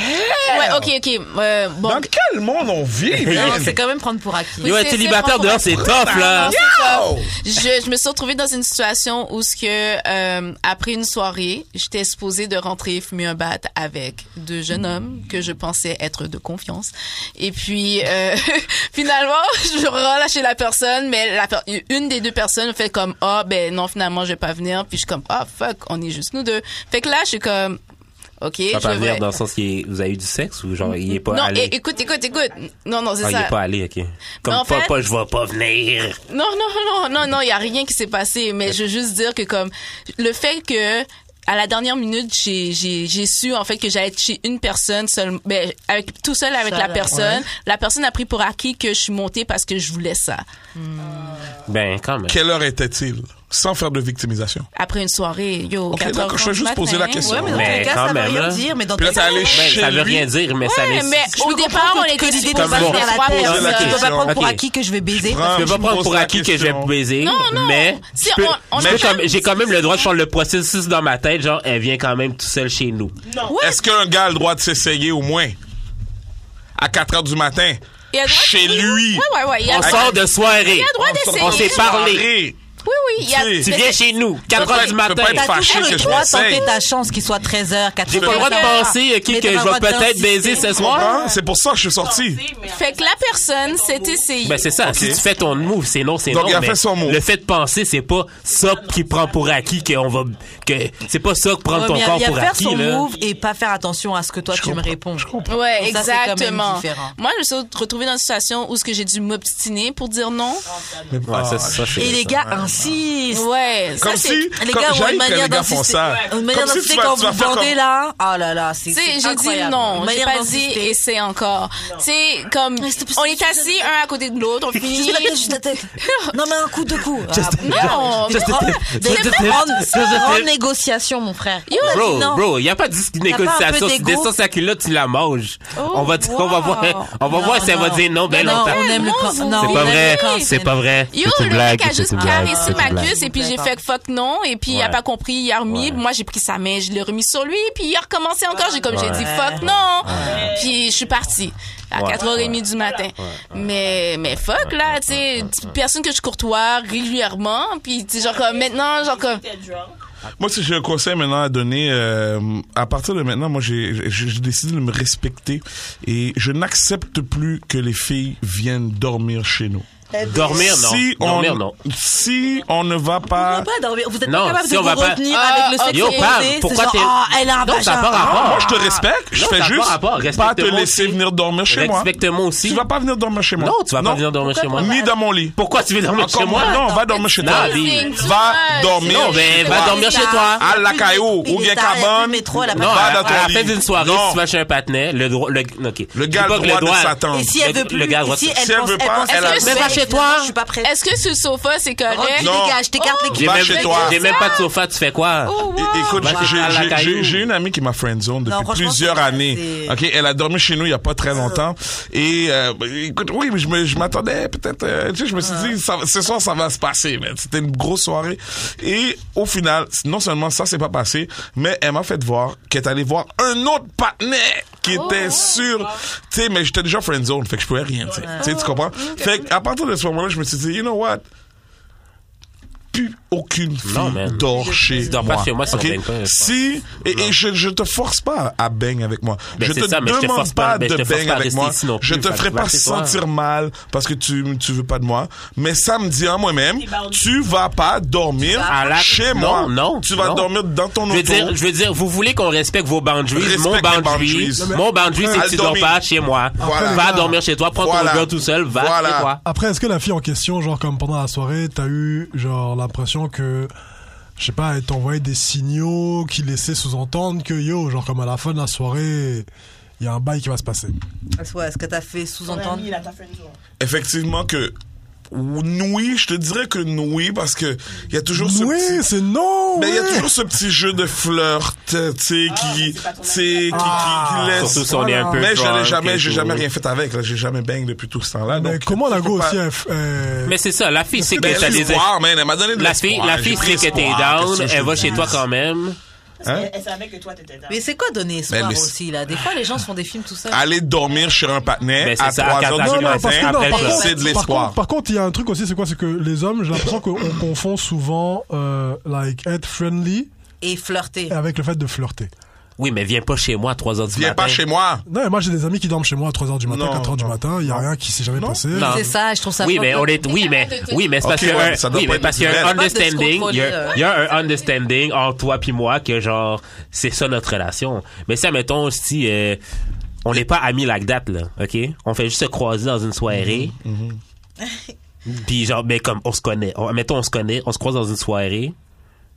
D: Ouais, ok, ok. euh, bon.
C: Dans quel monde on vit,
A: Non,
C: man?
A: c'est quand même prendre pour acquis.
D: Oui,
B: Yo,
D: c'est-
B: être
D: c'est
B: célibataire
D: vraiment-
B: dehors, c'est tough, là.
D: Non, c'est pas-
C: Oh!
D: je, je me suis retrouvée dans une situation où ce que euh, après une soirée, j'étais supposée de rentrer fumer un bat avec deux jeunes hommes que je pensais être de confiance. Et puis euh, finalement, je relâchais la personne, mais la per- une des deux personnes fait comme ah ben non finalement je vais pas venir. Puis je suis comme ah fuck, on est juste nous deux. Fait que là je suis comme ok.
B: Ça
D: je
B: va pas venir
D: devrais-
B: dans le sens qu'il est- vous avez eu du sexe ou genre il est pas
D: non,
B: allé.
D: é- écoute, écoute, écoute. Non, non, c'est
B: Ah, il
D: ça.
B: est pas allé, ok. Comme
D: en
B: pas,
D: fait-
B: pas, je vais pas venir.
D: Non, non, non, non, non, il n'y a rien qui s'est passé, mais je veux juste dire que comme le fait que à la dernière minute, j'ai, j'ai, j'ai su en fait que j'allais être chez une personne seul, ben, avec, tout seul avec
A: Seul,
D: la
A: ouais.
D: personne. La personne a pris pour acquis que je suis montée parce que je voulais ça.
B: Ben, quand même.
C: Quelle heure était-il? Sans faire de victimisation.
D: Après une soirée, yo,
C: Ok,
D: 4
C: d'accord,
D: heures
C: je vais juste
D: du matin.
C: poser la question.
A: Ouais, mais dans tous les
B: Mais
A: cas,
B: quand
A: ça veut
B: même,
A: rien
B: hein.
A: dire. Mais dans
C: Puis
A: tous les
C: là, t'es
A: cas,
C: allé
B: Ben,
C: chez
B: ça veut
C: lui.
B: rien dire, mais ça
D: Ouais,
B: laisse.
D: mais
A: je
D: au
A: peux
D: départ,
A: comprendre
D: on
A: que
D: était
A: l'idée de
D: supposés
A: passer
B: Bon.
A: à la
D: trois
A: terre,
C: personnes.
A: tu peux pas prendre pour
B: Ok.
A: acquis que je vais baiser.
C: Prends-
B: Je peux
C: Ah, Je
B: pas
C: me
B: prendre
C: pose
B: pour
C: la
B: acquis que je vais
C: question.
B: baiser,
D: non.
B: mais
D: Si
B: je peux-
D: on- on
B: je peux
D: a
B: comme-
D: jamais-
B: j'ai quand même le droit de faire le processus dans ma tête, genre elle vient quand même tout seul chez nous.
C: Est-ce qu'un gars a le droit de s'essayer au moins? À 4 heures du matin?
D: Il y a droit-
C: Chez lui.
D: Ouais, ouais, ouais. Il y a
B: On
D: droit-
B: sort de soirée.
D: il y a droit
C: On sort-
D: d'essayer.
B: on s'est parlé.
C: Parler.
D: Oui, il y a.
C: Tu sais,
B: Tu viens chez nous, 4 heures du
C: pas être-
B: matin.
C: tu peux pas
A: T'as
C: être fâché
A: toujours
C: que
A: le
C: je
A: droit de
C: m'essaye.
A: tenter ta chance qu'il soit 13h, 14h.
B: J'ai pas le droit de penser euh, qui
A: Mais
B: que
A: t'as
B: je
A: pas le
B: vais
A: droit
B: peut-être
A: d'insister.
B: baiser ce
C: Hein?
B: soir.
C: C'est pour ça que je suis sorti.
D: Fait que la personne s'est essayée.
B: Ben c'est ça,
C: Ok.
B: si tu fais ton move, c'est non, c'est
C: Donc,
B: non.
C: il a
B: mais
C: fait son move.
B: Le fait de penser, c'est pas ça qui prend pour acquis qu'on va que c'est pas ça que prendre
A: Ouais,
B: ton
A: mais il y a-
B: corps
A: il y a
B: pour
A: faire son
B: acquis là.
A: move et pas faire attention à ce que toi tu me réponds.
D: Ouais,
A: Donc ça, c'est quand même
D: exactement.
A: différent.
D: Moi, je me suis retrouvée dans une situation où ce que j'ai dû m'obstiner pour dire non.
B: Ouais, ça, ça, c'est-
A: Et les gars insistent.
D: Ouais,
C: Comme
D: ça,
C: si,
A: Les
C: comme
A: gars ont
C: j'haïs
A: une
C: quand
A: manière
C: les gars font
A: d'insister.
C: ça.
A: Une manière
C: Comme si
A: d'insister
C: tu vas-
A: quand
C: tu vas
A: vous
C: faire comme-
A: vendez là. Ah là là, c'est.
D: Tu sais,
A: c'est
D: j'ai dit
A: incroyable.
D: non.
A: Une
D: J'ai
A: manière
D: pas dit
A: d'insister.
D: essaie encore. Tu sais, comme, on est assis un à côté de l'autre, on
A: Juste
D: finit.
A: la tête, juste la tête. Non, mais un coup, deux coups. Ah,
D: Non!
B: Just a tip. Just a tip. Just a
A: En
B: tip.
A: négociation, mon frère.
B: Bro,
A: non.
B: bro, il n'y a pas de
A: pas un
B: négociation.
A: peu
B: Tu
A: d'égo? Oh,
B: descends sa culotte, tu la manges. on va, on va
D: wow.
B: voir, on va
A: Non,
B: voir si elle va
A: non.
B: dire non, ben
A: Non,
B: longtemps.
A: on aime le
D: Non,
A: camp-
D: vous
A: non,
B: C'est
A: on
B: pas
A: aime
B: vrai,
A: le camp-
B: c'est pas vrai.
D: Yo,
B: C'est
D: le
B: une blague,
D: mec a
B: c'est
D: juste
B: une blague,
D: caressé
B: c'est
D: ma
B: une blague.
D: cuisse et puis j'ai
A: D'accord.
D: fait fuck non et puis il a
B: Ouais.
D: pas compris, il a remis,
B: Ouais.
D: moi j'ai pris sa main, je l'ai remis sur lui puis il a recommencé encore, j'ai comme j'ai dit
A: Ouais.
D: fuck non. Puis je suis partie à
B: Ouais.
D: 4h30 du matin. Mais mais fuck là, tu sais, personne que je courtois régulièrement puis tu sais, genre comme maintenant genre comme
C: Ah. Moi, si j'ai un conseil maintenant à donner, euh, à partir de maintenant, moi, j'ai j'ai- j'ai décidé de me respecter et je n'accepte plus que les filles viennent dormir chez nous.
B: Dormir, Oh, non.
C: Si
B: Dormir,
C: on,
B: non.
C: Si on ne va
A: On
C: pas...
A: peut pas dormir. Vous êtes
B: Non,
A: pas capable
B: si
A: de
B: on
A: vous
B: va pas-
A: retenir
D: Ah,
A: avec le
D: ok.
A: sexe
B: Yo,
A: posé.
B: Pam,
A: C'est
B: pourquoi
A: genre,
B: t'es-
A: Ah, elle a un
B: Non,
A: vagin.
B: ça n'a pas
A: Ah,
B: rapport.
C: Moi, je te respecte. Je
B: Non,
C: fais
B: ça a pas
C: juste
B: rapport.
C: pas te
B: Respecte-moi
C: laisser
B: aussi.
C: venir dormir chez moi.
B: Respecte-moi aussi.
C: Tu vas pas venir dormir chez moi.
B: Non, tu vas pas venir dormir chez moi.
C: Ni dans mon lit.
B: Pourquoi tu veux dormir
C: Encore
B: chez moi?
C: moins. Non, va dormir chez
B: Non,
C: toi.
B: dis-
C: Va dormir
B: Non,
C: chez
B: ben,
C: toi.
B: va dormir chez toi.
C: À la caillou,
A: Il
C: ou bien
A: est tard, il y a plus
C: cabane.
A: de métro, elle a pas
B: Non,
A: de-
C: va
B: à,
C: dans ton
B: à la
C: lit.
B: fin d'une soirée,
C: Non.
B: si tu vas chez un patinet, le droit, le, ok.
C: Le
B: Je
C: gars
B: dis
C: a
B: pas
C: le
B: que
C: droit de Satan.
A: Et si elle veut
B: Le-
A: plus,
B: le gars
A: et si
B: refuse.
A: elle
C: Si elle
A: pense,
C: veut
A: elle
C: pas,
A: pense-
B: elle
A: pense-
B: a- Mais
D: va chez
A: finalement,
D: toi.
A: Je suis pas prête.
D: est-ce que ce sofa c'est
B: Oh,
D: correct
C: Non.
A: Dégage, t'écarte les
B: J'ai
C: Va
B: même,
C: chez toi.
B: j'ai même pas de sofa, tu fais quoi?
D: Oh,
C: É-
D: wow.
C: Écoute,
B: Bah, c'est
C: j'ai-
B: pas la
C: j'ai- j'ai
B: caillou.
C: j'ai une amie qui m'a friendzone depuis
A: Non, franchement,
C: plusieurs
A: c'est-
C: années.
A: c'est-
C: Ok, elle a dormi chez nous il y a pas très longtemps. Et euh, bah, écoute, oui, mais je me- je m'attendais peut-être. euh, tu sais, je me suis dit, ça, ce soir ça va se passer. mais C'était une grosse soirée. Et au final, non seulement ça s'est pas passé, mais elle m'a fait voir qu'elle est allée voir un autre partenaire qui était sûr. Tu sais, mais j'étais déjà friendzone, fait que je pouvais rien. Tu sais. Tu sais, tu comprends? Fait que à partir de ce moment-là, je me suis dit, you know what? plus aucune fille
B: Non, man.
C: dort chez
B: dors
C: moi.
B: pas chez moi si on
C: Ok?
B: baigne pas, je pense.
C: Si- et, et je, je te force pas à baigne avec moi.
B: Ben,
C: je
B: c'est
C: te
B: ça, mais je te
C: demande
B: force
C: pas,
B: pas, ben, je
C: de
B: te force
C: baigne
B: pas à
C: avec
B: rester
C: moi.
B: ici non plus,
C: je te
B: fait que
C: ferai
B: va
C: pas
B: chez toi.
C: sentir mal parce que tu tu veux pas de moi. Mais ça me dit à moi-même, tu vas pas dormir
B: À la-
C: chez
B: non,
C: moi.
B: non,
C: Tu vas
B: non.
C: dormir dans ton
B: Je veux,
C: auto.
B: dire, je veux dire, vous voulez qu'on respecte vos boundaries.
C: Respecte
B: mon
C: les
B: boundary,
C: boundaries.
B: mon boundary, c'est que
C: Allez
B: tu dors
C: dormir.
B: pas chez moi.
C: Voilà.
B: Va dormir chez toi, prends
C: Voilà.
B: ton gars tout seul, va
C: Voilà.
B: chez toi.
G: Après, est-ce que la fille en question, genre comme pendant la soirée, t'as eu genre l'impression que je sais pas, elle t'envoyait des signaux qui laissaient sous-entendre que yo, genre comme à la fin de la soirée, il y a un bail qui va se passer.
A: Ouais, est-ce que t'as fait sous-entendre
C: Effectivement que oui, je te dirais que oui parce que il y a toujours ce petit-
G: Oui, c'est non.
C: Mais il y a
G: ouais.
C: toujours ce petit jeu de flirt, tu sais, qui, tu sais, qui, qui,
G: Ah.
C: qui laisse.
B: Surtout si on est un peu
C: Mais je l'ai
B: drunk
C: jamais,
B: et
C: j'ai
B: tout.
C: jamais rien fait avec, là. J'ai jamais bang depuis tout ce temps-là.
G: Mais
C: donc,
G: comment la
C: je peux
G: go
C: pas-
G: aussi elle, f- euh,
B: Mais c'est ça, la fille, c'est
C: Ben,
B: que t'as des...
C: l'espoir, man, elle m'a donné de
B: La fille,
C: l'espoir.
B: la
C: J'ai
B: fille,
C: pris
B: c'est que t'es
C: l'espoir. Qu'est-ce
B: down,
C: que je
B: elle
C: te
B: va
C: dis?
B: chez toi quand même.
C: Hein?
H: Elle savait que toi, t'étais là.
A: Mais c'est quoi donner
C: Mais
A: espoir
C: le-
A: aussi là Des fois les gens se font des films tout seuls.
C: Aller dormir chez un
B: Ben,
C: partenaire
B: c'est
C: à
B: ça, à
C: 3
B: quatre
C: heures
B: heures
C: du
B: du
G: parce que
B: matin,
G: non,
B: après
G: par
B: le-
G: contre-
C: c'est de
G: par
C: l'espoir.
G: contre- Par contre, il y a un truc aussi, c'est quoi C'est que les hommes, j'ai l'impression qu'on confond souvent euh, like être friendly
A: Et flirter.
B: Ah,
G: avec le fait de flirter.
B: Oui, mais viens pas chez moi à 3 heures du
C: Viens
B: matin.
C: pas chez moi.
G: Non, mais moi j'ai des amis qui dorment chez moi à 3h du matin,
C: Non,
G: 4h du
C: non.
G: matin, il y a rien qui s'est jamais passé.
B: Non.
A: C'est ça, je trouve ça
B: Oui, mais on
A: fucked up.
B: est, oui, mais, oui, mais c'est parce
C: Ok,
B: qu'il y a
C: ouais,
B: un-
C: ça doit
B: oui,
C: pas
B: mais
C: être
B: parce qu'il y a un
C: naturel.
B: understanding,
A: Capable
B: il y
A: de se
B: a,
A: contrôler,
B: il y a un understanding entre toi puis moi que genre, c'est ça notre relation. Mais ça, mettons, si, euh, on n'est pas amis like that, là, ok? On fait juste se croiser dans une soirée.
C: Mhm,
B: Puis genre, mais comme, on se connaît. On- mettons, on se connaît, on se croise dans une soirée.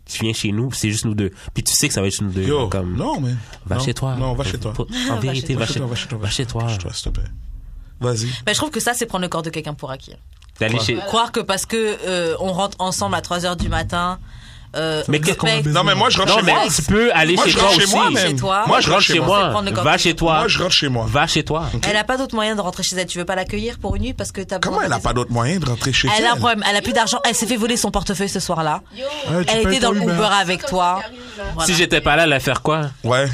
B: Tu viens chez nous, puis c'est juste nous deux. Puis tu sais que ça va être juste nous deux.
C: Yo.
B: comme,
C: Non, mais.
B: va
C: non.
B: chez toi.
C: Non, va chez toi.
B: En vérité, va chez toi. Va chez toi.
C: Chez toi, s'il te plaît. Vas-y.
A: Mais je trouve que ça c'est prendre le corps de quelqu'un pour acquis.
B: D'aller chez.
A: Croire que parce que euh, on rentre ensemble à 3 heures du matin. euh,
B: Mais
A: on
B: que-
A: respecte-
G: Non,
C: Non, mais moi, je rentre
B: Non,
C: chez
B: mais
C: moi.
B: tu peux aller
C: Moi,
B: chez
C: je
B: toi
C: rentre chez
B: aussi.
C: moi, même.
A: Chez toi.
B: Moi, je rentre chez
A: C'est
B: moi.
A: prendre le
B: Va chez toi.
C: Moi, je rentre chez moi.
B: Va chez toi.
A: Elle a pas d'autre moyen de rentrer chez elle. Tu veux pas l'accueillir pour une nuit parce que t'as
C: Comment
A: besoin
C: elle a
A: de-
C: pas d'autre moyen de rentrer chez
A: Elle a un
C: elle?
A: problème. Elle a plus d'argent. Elle s'est fait voler son portefeuille ce soir-là.
G: Eh, tu
A: Elle
G: payes
A: était dans
G: ton
A: le Uber avec toi.
B: Si j'étais pas là, elle allait faire quoi?
C: Ouais.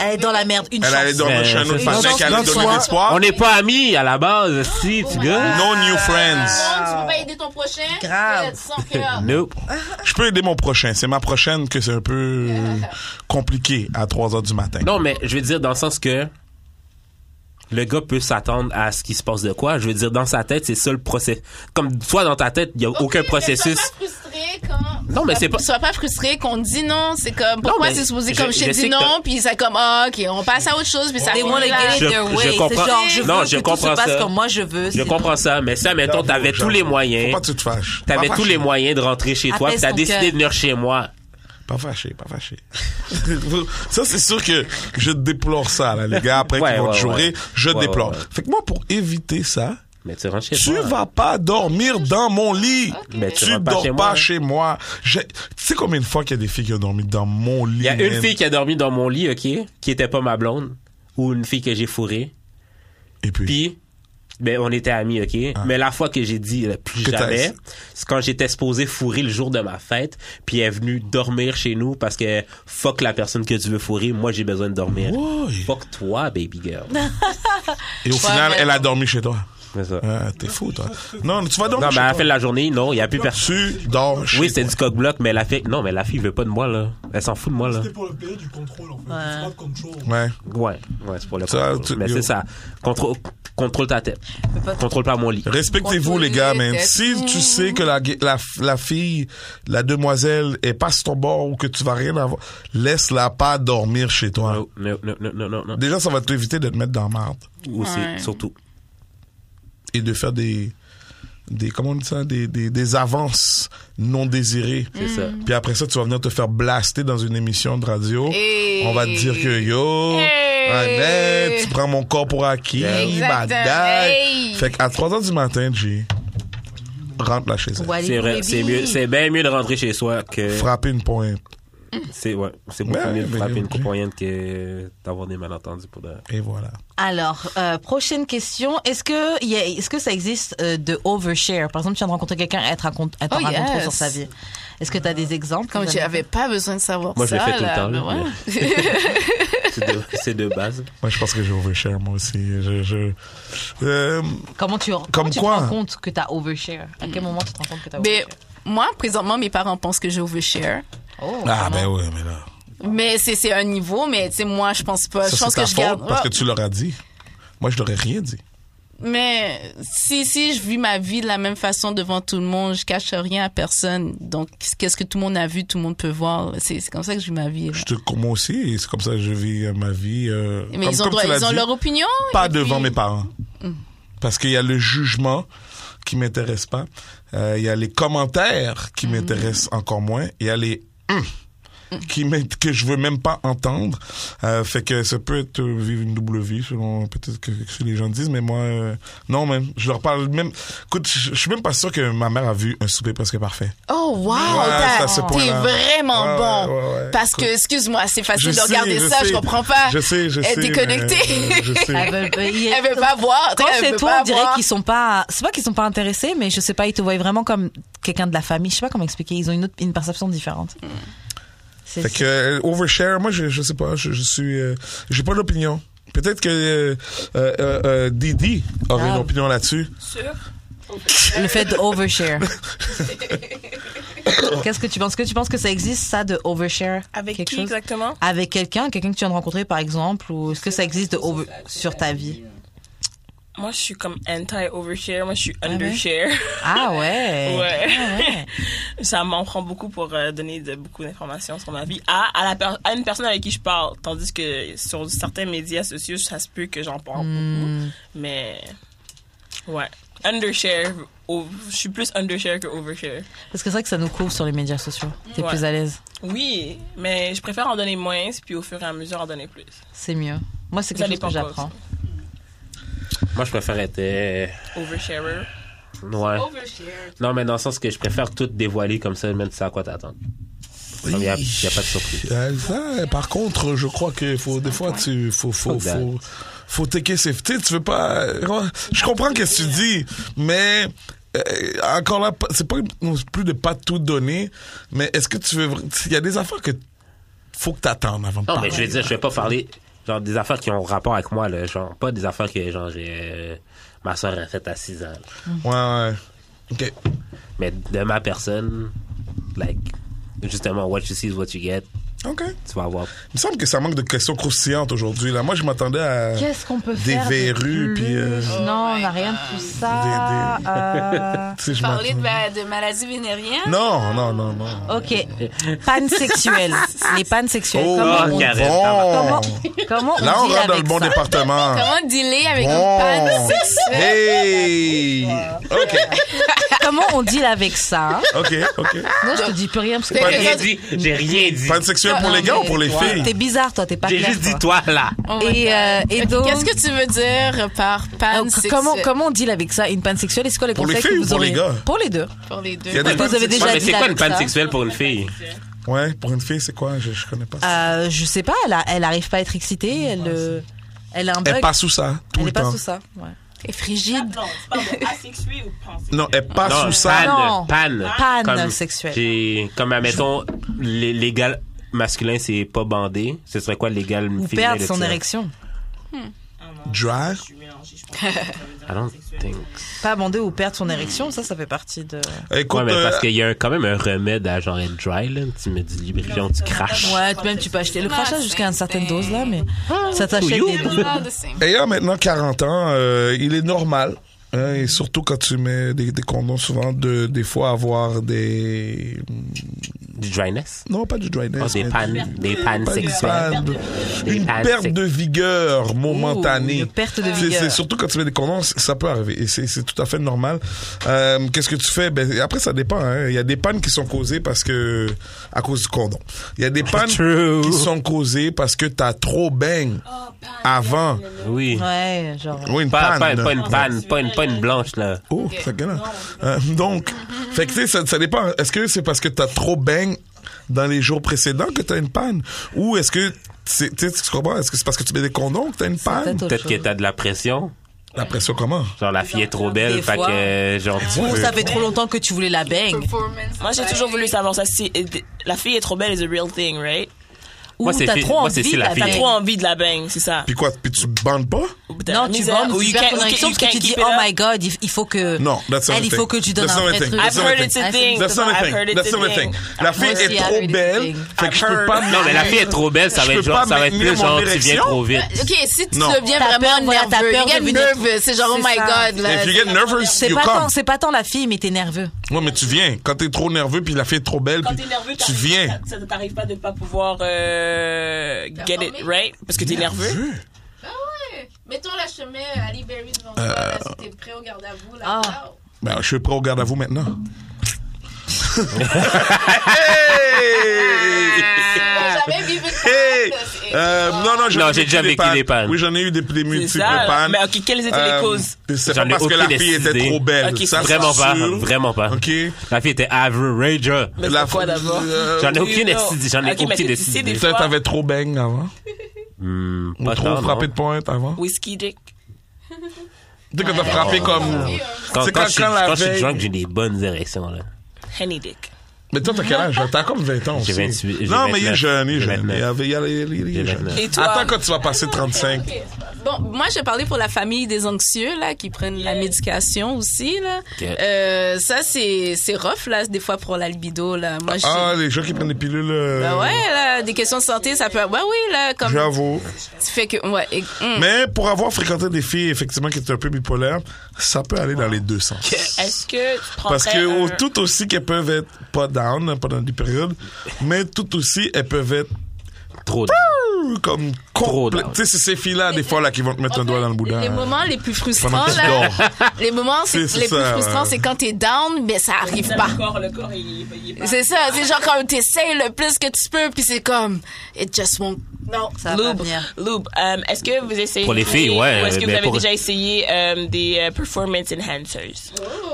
A: Elle est dans la merde. Une
C: Elle allait
A: chance.
C: dormir
B: Ben,
C: chez un autre
B: c'est-
C: partenaire qui allait
G: Dans
C: donner
G: soi-
C: l'espoir. Oh
B: On n'est pas amis à la base, si, tu gars.
C: No new friends.
J: Tu peux pas aider
D: aider ton prochain?
A: Grave.
D: Fais euh, sans cœur.
B: Nope.
C: Je peux aider mon prochain. C'est ma prochaine que c'est un peu euh, compliqué à 3 heures du matin.
B: Non, mais je veux dire dans le sens que le gars peut s'attendre à ce qui se passe de quoi. Je veux dire, dans sa tête, c'est ça le procès. Comme toi, dans ta tête, il n'y a aucun
D: Ok, mais
B: processus.
D: Sois pas frustré quand.
B: Non, mais c'est pas-
D: Sois pas frustré qu'on dit non. C'est comme. Pourquoi
B: mais
D: c'est supposé
B: je-
D: comme je
B: je
D: te
B: sais
D: dis
B: que
D: non,
B: t'as-
D: puis c'est comme, ah, ok, on passe à autre chose, puis ça
A: They wanna
D: revient là.
A: get it their
B: Je-
A: way.
B: je
A: C'est
B: comprends-
A: genre, je
B: Non,
A: veux
B: je
A: que
B: comprends
A: tout se passe
B: ça.
A: comme moi je veux.
B: Je
A: c'est-
B: comprends ça, mais si, admettons, t'avais tous les moyens,
C: Faut pas que tu te fâches.
B: t'avais
C: Pas
B: tous les
C: fâché.
B: moyens de rentrer chez toi,
A: Apaise
B: puis t'as
A: ton
B: décidé
A: cœur.
B: de venir chez moi.
C: Pas fâché, pas fâché. ça, c'est sûr que je déplore ça, là, les gars. Après
B: Ouais,
C: qu'ils vont te
B: ouais,
C: jouer,
B: ouais.
C: je
B: Ouais,
C: déplore.
B: ouais, ouais.
C: Fait que moi, pour éviter ça,
B: Mais tu rentres chez
C: tu
B: toi.
C: vas pas dormir dans mon lit.
B: Mais
C: tu
B: tu rentres pas
C: dors
B: chez
C: pas
B: moi.
C: chez moi. Je- Tu sais combien de fois qu'il y a des filles qui ont dormi dans mon lit?
B: Il y a une
C: man?
B: fille qui a dormi dans mon lit, OK, qui était pas ma blonde, ou une fille que j'ai fourrée.
C: Et puis,
B: Puis, ben, on était amis, OK? Mais la fois que j'ai dit euh, plus
C: Ah. Que t'as-
B: jamais, c'est quand j'étais supposé fourrer le jour de ma fête, puis elle est venue dormir chez nous parce que fuck la personne que tu veux fourrer, moi j'ai besoin de dormir.
C: Ouais.
B: Fuck toi, baby girl.
C: et Oh, au final, elle a dormi chez toi.
B: C'est ça.
C: Ah, T'es fou, toi. Non, tu vas
B: Non,
C: dormir
B: mais
C: chez
B: à la
C: toi.
B: fin de la journée, non, il y a plus personne.
C: Tu dors chez
B: Oui, c'était
C: toi.
B: du cock-block, mais la fille, non, mais la fille veut pas de moi, là. Elle s'en fout de moi, là.
G: C'était pour le pays du contrôle, en fait. C'est pas de contrôle.
C: Ouais.
B: Ouais, ouais, c'est pour le
C: Ça,
B: contrôle.
C: tu-
B: Mais
C: yo.
B: c'est ça. Contrôle, contrôle ta tête.
A: pas-
B: Contrôle pas mon lit.
C: Respectez-vous, les gars, man. Si tu sais que la, la, la fille, la demoiselle, est pas sur ton bord ou que tu vas rien avoir, laisse-la pas dormir chez toi.
B: Non, non, non, non, non, non, non.
C: Déjà, ça va t'éviter de te mettre dans la merde
B: Aussi,
D: Ouais.
B: surtout.
C: et de faire des, des comment on dit ça, des, des, des avances non désirées.
B: C'est ça.
C: Puis après ça, tu vas venir te faire blaster dans une émission de radio.
D: Et-
C: On va te dire que yo,
D: Hey.
C: Annette, tu prends mon corps pour acquis,
D: Exactement.
C: madame.
D: Hey.
C: Fait qu'à 3 h du matin, G, rentre là chez elle.
A: Wally
B: C'est vrai,
A: Baby.
B: c'est mieux, c'est bien mieux de rentrer chez soi que
C: Frapper une pointe.
B: c'est ouais, c'est beaucoup
C: Ouais,
B: mieux de
C: mais
B: frapper une
C: ok.
B: compagnie que d'avoir des malentendus pour de
C: Et voilà.
A: Alors, euh, prochaine question. Est-ce que, il y a- est-ce que ça existe euh, de overshare Par exemple, tu viens de rencontrer quelqu'un, elle te raconte, elle t'en
D: Oh,
A: raconte trop
D: yes.
A: sur sa vie. Est-ce que tu as des exemples
D: Comme tu avais pas besoin de savoir
B: Moi, je
D: ça.
B: le fais tout le
D: là, ben,
B: temps,
D: mais
B: là,
D: ouais.
B: c'est de, c'est de base.
C: Moi, je pense que j'ai overshare, moi aussi. Je, je- Euh,
A: Comment tu, comment
C: Comme
A: tu
C: quoi?
A: te rends compte que tu as overshare À quel moment tu te rends compte que tu as
D: Hmm. Mais
A: overshare
D: moi, présentement, mes parents pensent que j'ai overshare.
A: Oh,
C: Ah,
A: vraiment.
C: ben oui, mais là.
D: Mais c'est c'est un niveau, mais tu sais, moi, je pense pas. Bah,
C: Ça,
D: je
C: c'est
D: pense
C: ta
D: que je
C: faute
D: garde. Ah.
C: parce que tu l'auras dit. Moi, je l'aurais rien dit.
D: Mais si, si je vis ma vie de la même façon devant tout le monde, je cache rien à personne. Donc, qu'est-ce que tout le monde a vu, tout le monde peut voir. C'est c'est comme ça que je vis ma vie. là.
C: Je te, moi aussi, et c'est comme ça que je vis euh, ma vie. euh,
D: Mais
C: comme-
D: ils ont,
C: comme
D: droit-
C: tu l'as
D: ils ont
C: dit,
D: leur opinion.
C: Pas
D: et
C: devant
D: puis-
C: mes parents.
D: Mm.
C: Parce qu'il y a le jugement qui m'intéresse pas. Euh, Il y a les commentaires
D: Mm.
C: qui m'intéressent encore moins. Il y a les hum qui m'int- que je veux même pas entendre. Euh, fait que ça peut être euh, vivre une double vie, selon peut-être que, que les gens disent, mais moi, euh, non, même, je leur parle même. Écoute, je je suis même pas sûr que ma mère a vu un souper presque parfait.
D: Oh, wow,
C: Ouais, c'est à ce
D: t'as- t'es
C: point-là.
D: vraiment
C: Ouais,
D: bon.
C: ouais, ouais, ouais.
D: Parce que, excuse-moi, c'est facile de
C: sais,
D: regarder ça,
C: sais.
D: je comprends pas.
C: Je sais, je sais.
D: Elle est
C: mais,
D: déconnectée.
C: euh, je sais.
A: Elle veut- euh, il y a-
D: Elle veut pas voir.
A: Quand
D: tu sais, elle
A: c'est
D: veut
A: toi,
D: pas
A: on dirait
D: voir.
A: qu'ils sont pas. C'est pas qu'ils sont pas intéressés, mais je sais pas, ils te voient vraiment comme quelqu'un de la famille. Je sais pas comment expliquer. Ils ont une autre, une perception différente. C'est-
C: Fait que euh, overshare, moi je, je sais pas, je, je suis, euh, j'ai pas d'opinion. Peut-être que euh, euh, euh, euh, Didi aurait
A: Ah.
C: une opinion là-dessus.
H: Sûr.
A: Le fait de overshare. Qu'est-ce que tu penses? Est-ce Que tu penses que ça existe ça de overshare
H: Avec
A: Quelque
H: qui
A: chose
H: exactement
A: Avec quelqu'un, quelqu'un que tu viens de rencontrer par exemple, ou est-ce que ça existe de over sur ta vie?
H: Moi, je suis comme anti-overshare. Moi, je suis
A: ouais?
H: undershare.
A: Ah ouais.
H: Ouais.
A: Ah ouais.
H: Ça m'en prend beaucoup pour euh, donner de, beaucoup d'informations sur ma vie à, à, la per- à une personne avec qui je parle. Tandis que sur certains médias sociaux, ça se peut que j'en parle
I: Hmm.
H: beaucoup. Mais, ouais. Undershare. au- je suis plus undershare que overshare.
A: Parce que c'est vrai que ça nous couvre sur les médias sociaux. T'es
H: Ouais.
A: plus à l'aise.
H: Oui, mais je préfère en donner moins, puis au fur et à mesure en donner plus.
A: C'est mieux. Moi, c'est
H: Ça
A: quelque chose
H: dépend
A: que
H: pas
A: j'apprends.
B: Moi, je préfère être euh,
H: Oversharer.
B: ouais. Non, mais dans le sens que je préfère tout dévoiler comme ça, même si c'est à quoi t'attendre. Il y a, y a pas de surprise.
C: Euh, ça, par contre, je crois que faut des fois tu faut faut
B: Fuck that.
C: faut faut taker ses tu sais, tu veux pas euh, je comprends qu'est-ce que tu dis mais euh, encore là pas- c'est pas non plus de pas tout donner mais est-ce que tu veux vra- il y a des affaires que faut que t'attendes avant de
B: Non,
C: parler.
B: mais je veux dire, je vais pas parler genre des affaires qui ont rapport avec moi là, genre pas des affaires que genre j'ai euh, ma soeur a faites à 6 ans. là.
C: Ouais ouais. OK.
B: Mais de ma personne, like, justement, what you see is what you get.
C: OK.
B: Tu vas avoir.
C: Il me semble que ça manque de questions croustillantes aujourd'hui. Là. Moi, je m'attendais à
A: Qu'est-ce qu'on peut
C: Des
A: faire de
C: verrues,
A: plus?
C: puis, euh,
D: Oh
A: Non, on n'a rien de tout ça. Euh,
C: Tu sais, je
D: Parler de,
C: m'attendais-
D: ma- de maladies vénériennes.
C: Non, non, non, non.
A: euh, Ok, panne sexuelle. Les pannes sexuelles. Ben, comment, on,
B: Karen,
A: comment,
C: Oh, bon.
A: comment on
C: ah, Là, on
A: deal
C: rentre dans
A: avec
C: le bon
A: ça
C: département.
D: Comment dealer avec
C: Bon.
D: une panne sexuelle?
C: Hey! OK,
A: Comment on deal avec ça
C: OK, OK.
A: Non, je te dis plus rien parce
B: J'ai
D: Fait que-
A: que
B: rien dit. J'ai rien dit.
C: Panne sexuelle pour les gars ou pour les
A: t'es
C: filles?
A: bizarre, toi, t'es pas
B: J'ai
A: clair.
B: juste dit toi là.
D: Oh my
A: Et, euh, et
D: God.
A: donc,
D: Qu'est-ce que tu veux dire par panne
A: donc,
D: sexuelle?
A: comment comment on deal avec ça Une panne sexuelle, est-ce que les
C: Pour les
A: conseils que
C: filles ou
A: vous
C: pour
A: aurez
C: les gars
A: Pour les deux.
D: Pour les deux.
C: Il y a des
A: Vous
C: pannes
A: avez
C: sexuelles.
A: déjà
B: Ouais, mais c'est
A: dit
B: quoi
A: avec
B: une panne
A: ça.
B: sexuelle pour une fille?
C: Ouais, pour une fille, c'est quoi? Je, je connais pas. ça.
A: Euh, je sais pas, elle, a- elle arrive pas à être excitée, elle, euh, elle a un bug.
C: Elle passe sous ça, tout
A: Elle
C: le
A: est pas
C: temps.
A: sous ça. ouais.
D: T'es frigide.
H: Non, c'est pas bon. Asexué ou pansexuel?
C: Non, elle passe
B: Non,
C: sous ça.
A: Non.
B: panne, panne.
A: Panne
B: Comme-
A: sexuelle.
B: J'ai- Comme, admettons, lé- l'égal masculin, c'est pas bandé. Ce serait quoi l'égal
A: Ou
B: féminin?
A: perdre
B: de
A: son
B: ça?
A: érection.
C: Drag?
H: Je suis mélangée, je pense. que ça veut dire
B: I don't
H: asexuel.
B: think.
A: Pas bander ou perdre son érection, ça, ça fait partie de.
C: Écoute,
B: Ouais, mais
C: euh,
B: parce qu'il y a un- quand même un remède à genre être dry, là. Tu mets du lubrifiant, tu craches.
A: Ouais, même tu peux acheter le
D: Non,
A: crachat jusqu'à une
D: c'est-
A: certaine dose là, mais ça t'achète
B: Couillou.
A: des doses.
D: Not the same.
C: ayant maintenant 40 ans, euh, il est normal, hein, et surtout quand tu mets des, des condoms, souvent, de, des fois avoir des.
B: Du dryness.
C: Non, pas du dryness.
B: Oh, des
C: mais
B: pannes, des pannes
C: Pas une
B: sexuelles.
C: panne.
B: Des
C: Une
B: pannes
C: perte
B: sex-
C: de vigueur
A: Ouh,
C: momentanée.
A: une perte de
C: C'est-
A: vigueur.
C: C'est surtout quand tu mets des condoms, c- ça peut arriver. Et c'est c'est tout à fait normal. Euh, Qu'est-ce que tu fais ben, Après, ça dépend. hein. Il y a des pannes qui sont causées parce que à cause du condom. Il y a des pannes
B: Ah, True.
C: qui sont causées parce que t'as trop bang
A: Oh,
C: avant.
B: Oui.
A: Ouais, genre.
C: Oui, une
B: Pas, pas,
C: panne.
A: Ah,
B: pas une panne, pas une, pas une blanche, là.
C: Oh, ça gueule. Euh, donc, fait que, tu sais, ça, ça dépend. Est-ce que c'est parce que t'as trop bang dans les jours précédents que t'as une panne? Ou est-ce que, c'est- tu sais, tu comprends? Est-ce que c'est parce que tu mets des condoms que t'as une panne?
A: peut-être autre
B: Peut-être que
A: chose.
B: t'as de la pression.
C: La pression comment?
B: Genre, la fille est trop belle,
A: Des
B: fait
A: fois.
B: que, genre, tu
A: Ou
B: veux-
A: ça fait trop longtemps que tu voulais la bang.
D: Performance.
H: Moi, j'ai toujours voulu savoir ça. C'est- La fille est trop belle, is a real thing, right?
A: Ou
B: Moi, c'est
A: t'as
B: fi-
A: trop
B: moi, c'est
A: envie
B: si
A: de
B: la
A: la
B: fille-
H: T'as
A: bang.
H: trop envie de la bang, c'est ça.
C: Puis quoi? Puis tu bandes pas?
A: Non, tu bandes ou
H: Ou
A: tu perds ton érection parce que tu dis oh my god, il il faut que.
C: Non, that's not
A: Elle,
C: a
A: il
C: thing.
A: faut que tu donnes
C: That's
A: un
C: not a
A: vrai
C: thing.
A: truc.
C: That's not a
H: I've heard it's a thing.
C: That's not a
H: I've
C: thing.
H: heard
C: That's
H: it's a
C: not a thing.
H: thing.
C: La
H: Moi
C: fille
A: aussi,
C: est
A: I've heard
C: trop
A: it's a
C: belle.
A: thing.
C: Fait que je peux
H: I've
C: pas.
H: heard.
B: Non, mais la fille est trop belle, ça
C: Je
B: va
C: peux
B: être genre,
C: pas
B: ça va être
C: maintenir
B: plus genre,
C: mon
B: tu viens
C: érection.
B: trop vite.
D: Euh, Ok, si tu
C: Non.
D: deviens
A: T'as
D: vraiment
A: peur, voilà, t'as
D: nerveux,
A: peur
D: you get
A: de venir-
D: nervous, c'est genre oh
A: C'est
D: my
A: ça.
D: god, là.
C: If you get nervous,
A: C'est
C: you
A: pas tant,
C: come.
A: c'est pas tant la fille, mais t'es nerveux.
C: Ouais, mais tu viens. Quand t'es trop nerveux, puis la fille est trop belle,
H: Quand
C: puis
H: t'es nerveux,
C: tu
H: t'arrives-
C: viens.
H: Ça ça t'arrive pas de pas pouvoir euh, get it right parce que t'es nerveux.
D: Mettons la chemin à Berry devant toi,
C: Euh,
D: là, si t'es prêt au garde à vous,
A: Ah.
D: là.
C: Ben, je suis prêt au garde à vous maintenant. Hey!
D: Jamais vu
C: Ah. Hey! Euh, non, non, j'en
B: Non,
C: ai
B: j'ai déjà vécu des pannes.
C: Oui, j'en ai eu des, des
H: C'est
C: multiples
H: ça.
C: pannes.
H: Mais ok, quelles étaient
C: Euh,
H: les causes?
C: C'est
B: J'en
C: pas
B: ai
C: parce que la
B: aucune
C: fille était
B: idée.
C: trop belle.
H: Ok,
C: ça, c'est
B: Vraiment pas,
C: sûr.
B: vraiment pas.
C: OK.
B: La fille était average.
H: Mais
C: La
H: c'est quoi
C: fille-
H: d'abord?
C: euh,
B: J'en ai
H: Oui,
B: aucune
H: non.
B: idée, j'en ai
H: Ok, mais
B: aucune
H: est-ce que tu sais
B: idée.
H: des
C: Peut-être
H: fois-
C: t'avais trop bang avant.
B: Hmm,
C: Ou
B: pas
C: trop
B: tant,
C: frappé
B: non.
C: de pointe avant.
H: Whiskey dick.
C: Tu sais que t'as frappé comme...
B: Quand,
C: C'est
B: quand,
C: quand-
B: je suis-
C: quand la
B: quand je suis
C: veille-
B: drunk, j'ai des bonnes érections, là.
H: Henny dick.
C: Mais toi, t'as quel âge? T'as comme 20 ans aussi.
B: J'ai 28, j'ai
C: Non, mais il est
B: 29.
C: jeune, il est
B: J'ai
C: jeune.
B: 29.
C: Il avait- il avait- il avait- il
B: J'ai
C: est jeune.
B: 29.
H: Et toi?
C: Attends quand tu vas passer 35.
D: Bon, moi, je parlais pour la famille des anxieux, là, qui prennent la médication aussi, là.
B: Ok.
D: Euh, ça, c'est, c'est rough, là, des fois, pour l'albido, là. Moi, je...
C: Ah, les gens qui prennent des pilules... euh,
D: Ben ouais, là, des questions de santé, ça peut... Ouais, oui, là, comme...
C: J'avoue.
D: Tu fais que... Ouais, et- hum.
C: Mais pour avoir fréquenté des filles, effectivement, qui étaient un peu bipolaires, ça peut aller dans les deux sens.
H: Est-ce que tu prends
C: Parce que au-
D: euh.
H: un...
C: tout aussi qu'elles peuvent être pas down hein, pendant des périodes, mais tout aussi elles peuvent être
B: Trop de...
C: euh, comme
B: Trop
C: complè-
B: down.
C: Tu sais, c'est ces filles-là, des fois, là, qui vont te mettre un doigt dans le boudin.
D: Les
C: hein,
D: moments les plus
C: Pendant
D: frustrants,
C: que tu
D: là,
C: dors.
D: les moments c'est-
C: C'est- c'est
D: les plus
C: ça,
D: frustrants,
C: ouais.
D: c'est quand t'es down, mais ça arrive pas.
H: Le corps, le corps, il, il est pas...
D: C'est ça, c'est genre quand t'essayes le plus que tu peux, puis c'est comme, it just won't. Non,
A: Ça va pas
H: Lube,
A: venir.
H: Lube, euh, est-ce que vous essayez
B: Pour les filles, ouais,
H: Ou est-ce que
B: mais
H: vous avez
B: pour-
H: déjà essayé euh, des euh, performance enhancers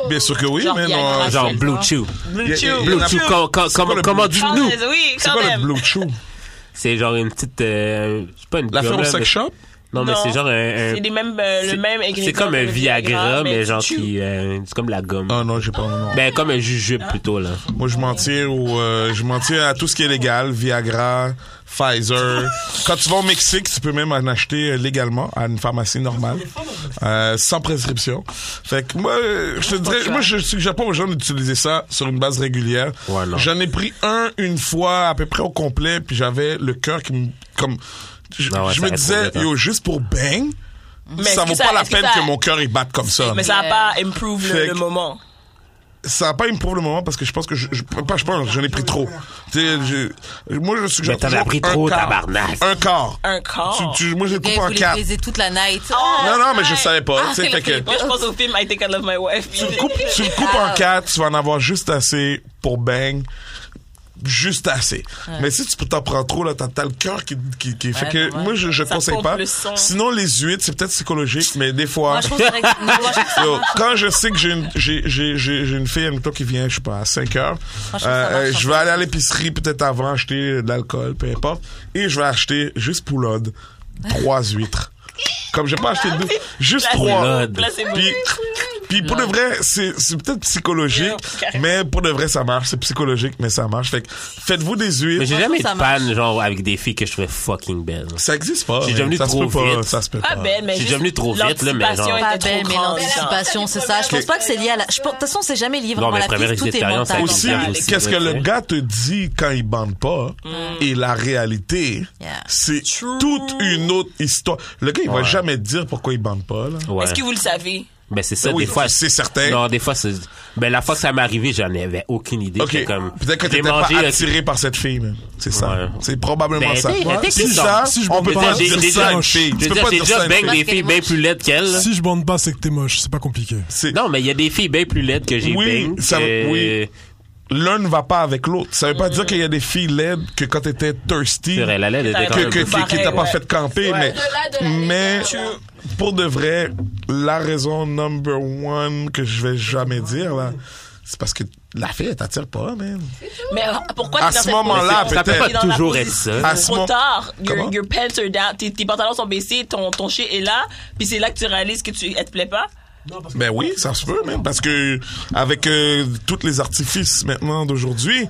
C: Bien sûr que oui,
H: Genre,
C: mais
H: il y a une
C: non. euh,
H: race.
B: Genre Blue Chew.
C: y a- y a-
H: Chew.
B: Blue
C: y a-
B: Chew, com- com-
C: C'est quoi
B: comment-
C: le
B: comment
C: Blue
B: dis-nous?
H: Chew. Oui,
C: C'est
H: quand
C: quoi le
H: même.
C: blue chew?
B: C'est genre une petite... euh, c'est pas une
C: L'affaire
B: gomme,
C: au
B: là, mais-
C: sex shop?
B: Non, mais
H: Non,
B: c'est genre un. un-
H: C'est les mêmes, euh,
B: c'est-
H: le même ingrédient.
B: C'est comme
H: que
B: un
H: le
B: Viagra, mais
H: tu
B: genre
H: chews.
B: qui. euh, c'est comme la gomme.
C: Ah non, j'ai pas. Non.
B: Ben, comme un jujube plutôt, là.
C: Moi, je m'en tire au, euh, je m'en tire à tout ce qui est légal, Viagra, Pfizer. Quand tu vas au Mexique, tu peux même en acheter euh, légalement à une pharmacie normale, euh, sans prescription. Fait que moi, euh, je te dirais, moi, je suggère pas aux gens d'utiliser ça sur une base régulière.
B: Ouais, non.
C: J'en ai pris un une fois à peu près au complet, puis j'avais le cœur qui me, comme, je,
B: Ah ouais,
C: je
B: ça
C: me
B: reste
C: disais,
B: trop vite, hein.
C: yo, juste pour bang,
H: Mais est-ce
C: ça
H: que
C: vaut pas la
H: est-ce que
C: peine
H: ça-
C: que mon cœur il batte comme ça.
H: Mais ça n'a pas improve
C: Fait
H: le, le
C: que-
H: moment.
C: ça n'a pas une pour le moment parce que je pense que je, je- pas je pense j'en ai pris trop Tu sais, je- moi je suggère
B: Mais t'en as
C: toujours
B: pris
C: un
B: trop,
C: quart.
B: tabarnak.
C: un quart
H: Un corps.
C: Tu- tu- moi je le
A: gars,
C: coupe
A: Eh, vous
C: en
A: les
C: quatre
A: baiser toute la night.
C: non non mais je savais
A: Ah,
C: pas tu sais, fait que
H: Moi, je pense au film I Think I Love My Wife.
C: tu le coupes tu le coupes en quatre tu vas en avoir juste assez pour bang juste assez mais si tu t'en prends trop là t'as t'as le cœur qui qui, qui- fait
A: Ouais,
C: que
A: normal.
C: moi je, je
H: Ça
C: conseille
H: pompe
C: pas
H: le sang.
C: sinon les huîtres c'est peut-être psychologique mais des fois
A: Moi, je pense que c'est vrai que- non, moi, je-
C: Yo, quand je sais que j'ai une, j'ai, j'ai, j'ai, j'ai une fille, admettons, qui vient, je sais pas, à 5 heures,
A: Franchement, ça
C: euh,
A: marche
C: euh,
A: en
C: je vais aller à l'épicerie peut-être avant acheter de l'alcool, peu importe, et je vais acheter juste pour l'ode, trois huîtres. Comme j'ai pas acheté deux, juste
H: Placebo.
C: trois.
B: L'ode.
H: Placebo.
C: Puis, puis pour de vrai, c'est, c'est peut-être psychologique,
H: Yeah.
C: mais pour de vrai, ça marche. C'est psychologique, mais ça marche. Fait que faites-vous des
B: Mais
C: huîtres.
B: j'ai
A: Moi,
B: jamais eu
A: je
B: de
A: trouve ça
B: panne, genre, avec des filles que je trouvais fucking belles.
C: Ça existe pas.
B: J'ai déjà
C: hein.
B: venu
C: ça se
B: trop
C: peut pas.
B: vite.
C: Ça se peut
A: Ah,
H: Pas
A: Ben,
C: pas.
H: belle, mais
B: J'ai
H: juste
B: Ah, devenu trop vite, là, mais
H: l'anticipation
B: genre-
A: pas
H: était
A: belle,
H: trop
A: mais
H: grande, genre.
A: l'anticipation, c'est ça. Je pense pas que c'est lié à la. je pense- De toute façon, c'est jamais lié
B: Non,
A: vraiment
B: mais
A: à la
B: première
A: prise. Tout est
B: expérience,
A: mental.
B: ça
C: aussi, hein.
B: Bien Mm.
H: aussi,
C: qu'est-ce que
B: ouais,
C: le
B: ouais.
C: gars te dit quand il bande pas et la réalité,
A: Yeah.
C: c'est toute une autre histoire. Le gars, il va
B: Ouais.
C: jamais te dire pourquoi il bande pas. Là.
B: Ouais.
H: Est-ce que vous le savez?
B: Ben, c'est ça,
C: Ben oui,
B: des fois.
C: c'est certain.
B: Non, des fois, c'est. Ben, la fois que ça m'est arrivé, j'en avais aucune idée.
C: Ok,
B: J'étais comme.
C: peut-être que
B: j'ai
C: t'étais pas
B: mangé, euh, là,
C: attiré par cette fille, man. c'est ça.
B: Ouais.
C: C'est probablement
B: Ben,
C: ça.
B: t'es- t'es
C: Si
B: qui,
C: ça,
B: donc?
G: Si je
C: on
G: bande
C: peut
G: pas,
C: pas
G: j'ai
C: dire
G: déjà-
C: ça à une fille.
B: Je
C: Tu peux
B: veux dire,
C: pas
B: j'ai
C: dire
B: déjà
C: ça
B: ben-
C: à une
B: bang
C: fille.
B: des filles bien plus laides qu'elle. là.
G: Si je bande pas, c'est que t'es moche. C'est pas compliqué.
C: C'est-
B: Non, mais il y a des filles bien plus laides que j'ai
C: Oui,
B: bang,
C: ça-
B: que-
C: oui. L'un ne va pas avec l'autre. Ça veut
B: Mm.
C: pas dire qu'il y a des filles laides que quand t'étais thirsty,
B: C'est vrai, la laide était
C: que,
B: quand même
C: que,
B: plus-
C: qui- qui t'a pas
H: Ouais.
C: fait camper, mais, mais pour de vrai, la raison number one que je vais jamais dire, là, c'est parce que la fille, t'attire pas, man.
H: Mais pourquoi
C: À
H: t'es dans
C: ce
H: cette
C: moment-là,
B: Ça
H: position?
B: peut
C: peut-être.
B: pas
H: T'es dans la
B: toujours être
H: position-
B: ça.
C: À ce moment-
H: Trop tard.
C: Comment?
H: Your, your pants are down. Tes, tes pantalons sont baissés, ton, ton shit est là. Puis c'est là que tu réalises que tu, elle te plaît pas.
C: Ben oui, ça se peut, même, parce que avec euh, tous les artifices maintenant d'aujourd'hui,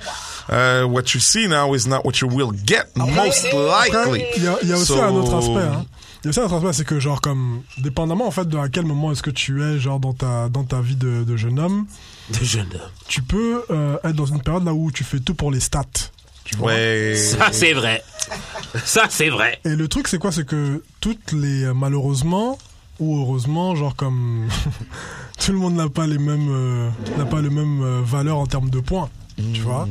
C: euh, what you see now is not what you will get, most likely.
G: Après, il y a, il y a aussi
C: So-
G: un autre aspect. hein. Il y a aussi un autre aspect, c'est que, genre, comme, dépendamment, en fait, de à quel moment est-ce que tu es, genre, dans ta, dans ta vie de, de jeune homme,
B: De jeune homme.
G: tu peux euh, être dans une période là où tu fais tout pour les stats. Tu vois
C: Ouais.
B: Ça, c'est vrai. Ça, c'est vrai.
G: Et le truc, c'est quoi C'est que toutes les. euh, Malheureusement, ou heureusement, genre comme. tout le monde n'a pas les mêmes. euh, n'a pas le même euh, valeur en termes de points. Tu vois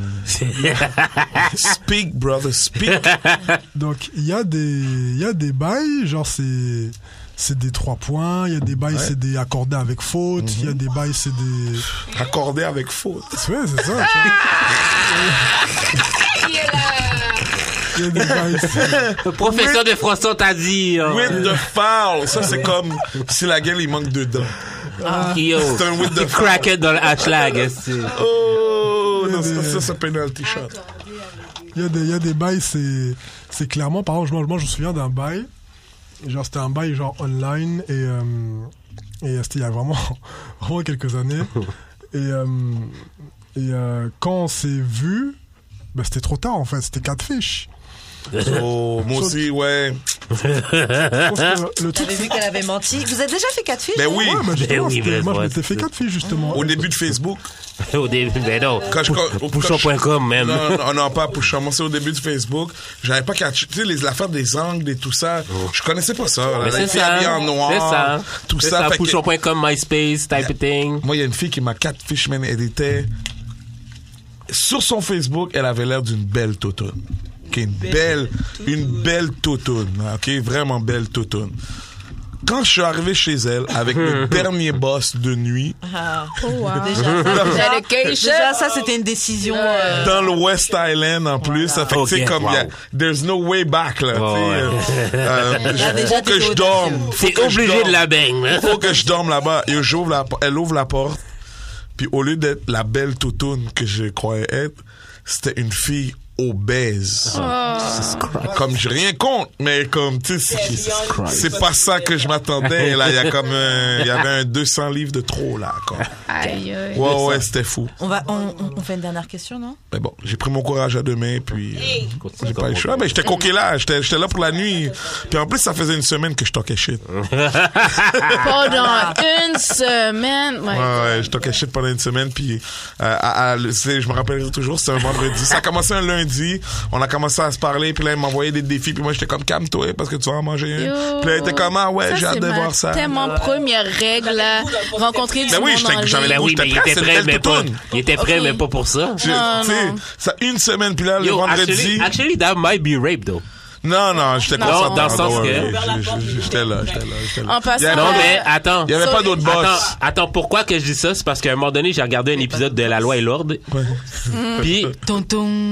C: Speak, brother, speak.
G: Donc, il y, a des- il y a des bails, genre c'est. C'est des trois points, il y a des bails, c'est des accordés avec faute, il y a des bails, c'est des.
C: Accordé avec faute.
G: Ouais, c'est ça, tu vois. Il y a des bails, c'est-
B: Le professeur de François t'a dit. euh,
C: With the foul. Ça, c'est comme si la gueule, il manque de dents.
B: Yo.
C: C'est un with the foul.
B: Crackhead dans le hashtag. est-ce que-
C: Oh, non, ça, ça, c'est penalty shot.
G: Il y a des, il y a des bails, c'est, c'est clairement, par exemple, moi, moi, je me souviens d'un bail, genre c'était un bail genre online, et, euh, et c'était il y a vraiment, vraiment quelques années, et, euh, et euh, quand on s'est vu, bah, c'était trop tard en fait, c'était quatre fiches.
C: Oh, moi aussi, ouais.
G: Je pense que le truc,
A: J'avais
G: c'est-
A: vu qu'elle avait menti. Vous êtes déjà fait quatre hein filles
C: Ben
A: vous?
C: oui,
G: Ouais, bah, justement,
B: oui,
G: c'était-
B: mais
G: moi je
B: ouais,
G: m'étais fait
B: c'est-
G: quatre fiches justement.
C: au début de Facebook.
B: Au début, ben non.
C: Quand je- quand- quand je-
B: Bouchon.com, même.
C: Non, non, non, pas pour Moi, c'est au début du Facebook. J'avais pas catché. Tu sais, les affaires des angles et tout ça. Je connaissais pas ça.
B: Oh. Mais
C: là.
B: c'est
C: Les filles
B: ça. hein.
C: habillées en noir.
B: C'est ça.
C: Tout
B: C'est
C: ça. fait que-
B: Pouchon.com, MySpace, type of thing.
C: Moi, il y a une fille qui m'a quatre fishman. Elle était. Sur son Facebook, elle avait l'air d'une belle totone. Ok, une belle, une belle totone. OK, vraiment belle totone. Quand je suis arrivé chez elle avec le dernier boss de nuit
A: Ah.
D: Déjà, déjà le cœur,
A: Déjà, ça, c'était une décision. euh,
C: dans le West Island en plus, ça fait que c'est
B: Ok,
C: comme
B: wow.
C: y a- there's no way back là. tu sais, euh,
B: ouais.
C: euh,
A: Là,
C: je-
A: déjà,
C: faut
A: t'es
C: que je
A: au
C: dorme. Faut
B: C'est
C: que je
B: obligé
C: dorme.
B: de la hein. bang, là.
C: faut que je dorme là-bas. Et j'ouvre la, po- elle ouvre la porte. Puis au lieu d'être la belle toutoune que je croyais être, c'était une fille obèse. Comme j'ai rien contre, mais comme, tu sais, c'est-
H: Jesus Christ.
C: c'est pas ça que je m'attendais. Et Là, il y a comme un, il y avait un 200 livres de trop, là, comme.
D: Aïe, aïe.
C: Ouais, ouais, c'était fou.
A: On, va, on, on- on fait une dernière question, non
C: Mais bon, j'ai pris mon courage à deux mains, puis. euh,
B: Continue comme
C: j'ai pas eu
B: on
C: le choix.
B: dit.
C: Mais j'étais coqué là, j'étais j'étais là pour la nuit. Puis en plus, ça faisait une semaine que je toquais shit. Ouais,
D: Pendant une semaine. Ouais.
C: ouais, je toquais shit pendant une semaine. Puis euh, à- à- le- c'est- je me rappellerai toujours, c'était un vendredi. Ça a commencé un lundi. On a commencé à se parler. Puis là, il m'envoyait des défis. Puis moi, j'étais comme calme-toi parce que tu vas en manger un.
D: Yo.
C: Puis là, il était comme ah ouais,
D: Ça,
C: j'ai hâte
D: c'est
C: de
D: ma
C: voir ça.
D: tellement première règle, là. Rencontrer du
C: Ben oui,
D: monde
C: j'étais-
D: en
C: j'avais
D: ligne.
C: la-
B: Ben oui, mais il était prêt, mais pas, il était prêt,
D: Ok.
B: mais pas pour ça.
C: Je-
D: Non,
C: tu sais,
D: non.
C: ça une semaine. Puis là, le
B: Yo,
C: vendredi.
B: actually, actually, that might be rape, though.
C: Non, non, j'étais Ah,
D: Non,
C: concentré.
B: dans le sens que-
C: J'étais là, j'étais là, j'étais là.
D: En passant,
C: Il y avait
B: Non,
C: pas-
B: mais attends.
C: Ah, Il n'y avait pas d'autre boss.
B: Attends, attends, pourquoi que je dis ça? C'est parce qu'à un moment donné, j'ai regardé un épisode de La Loi et l'Ordre. Puis,
A: Tonton.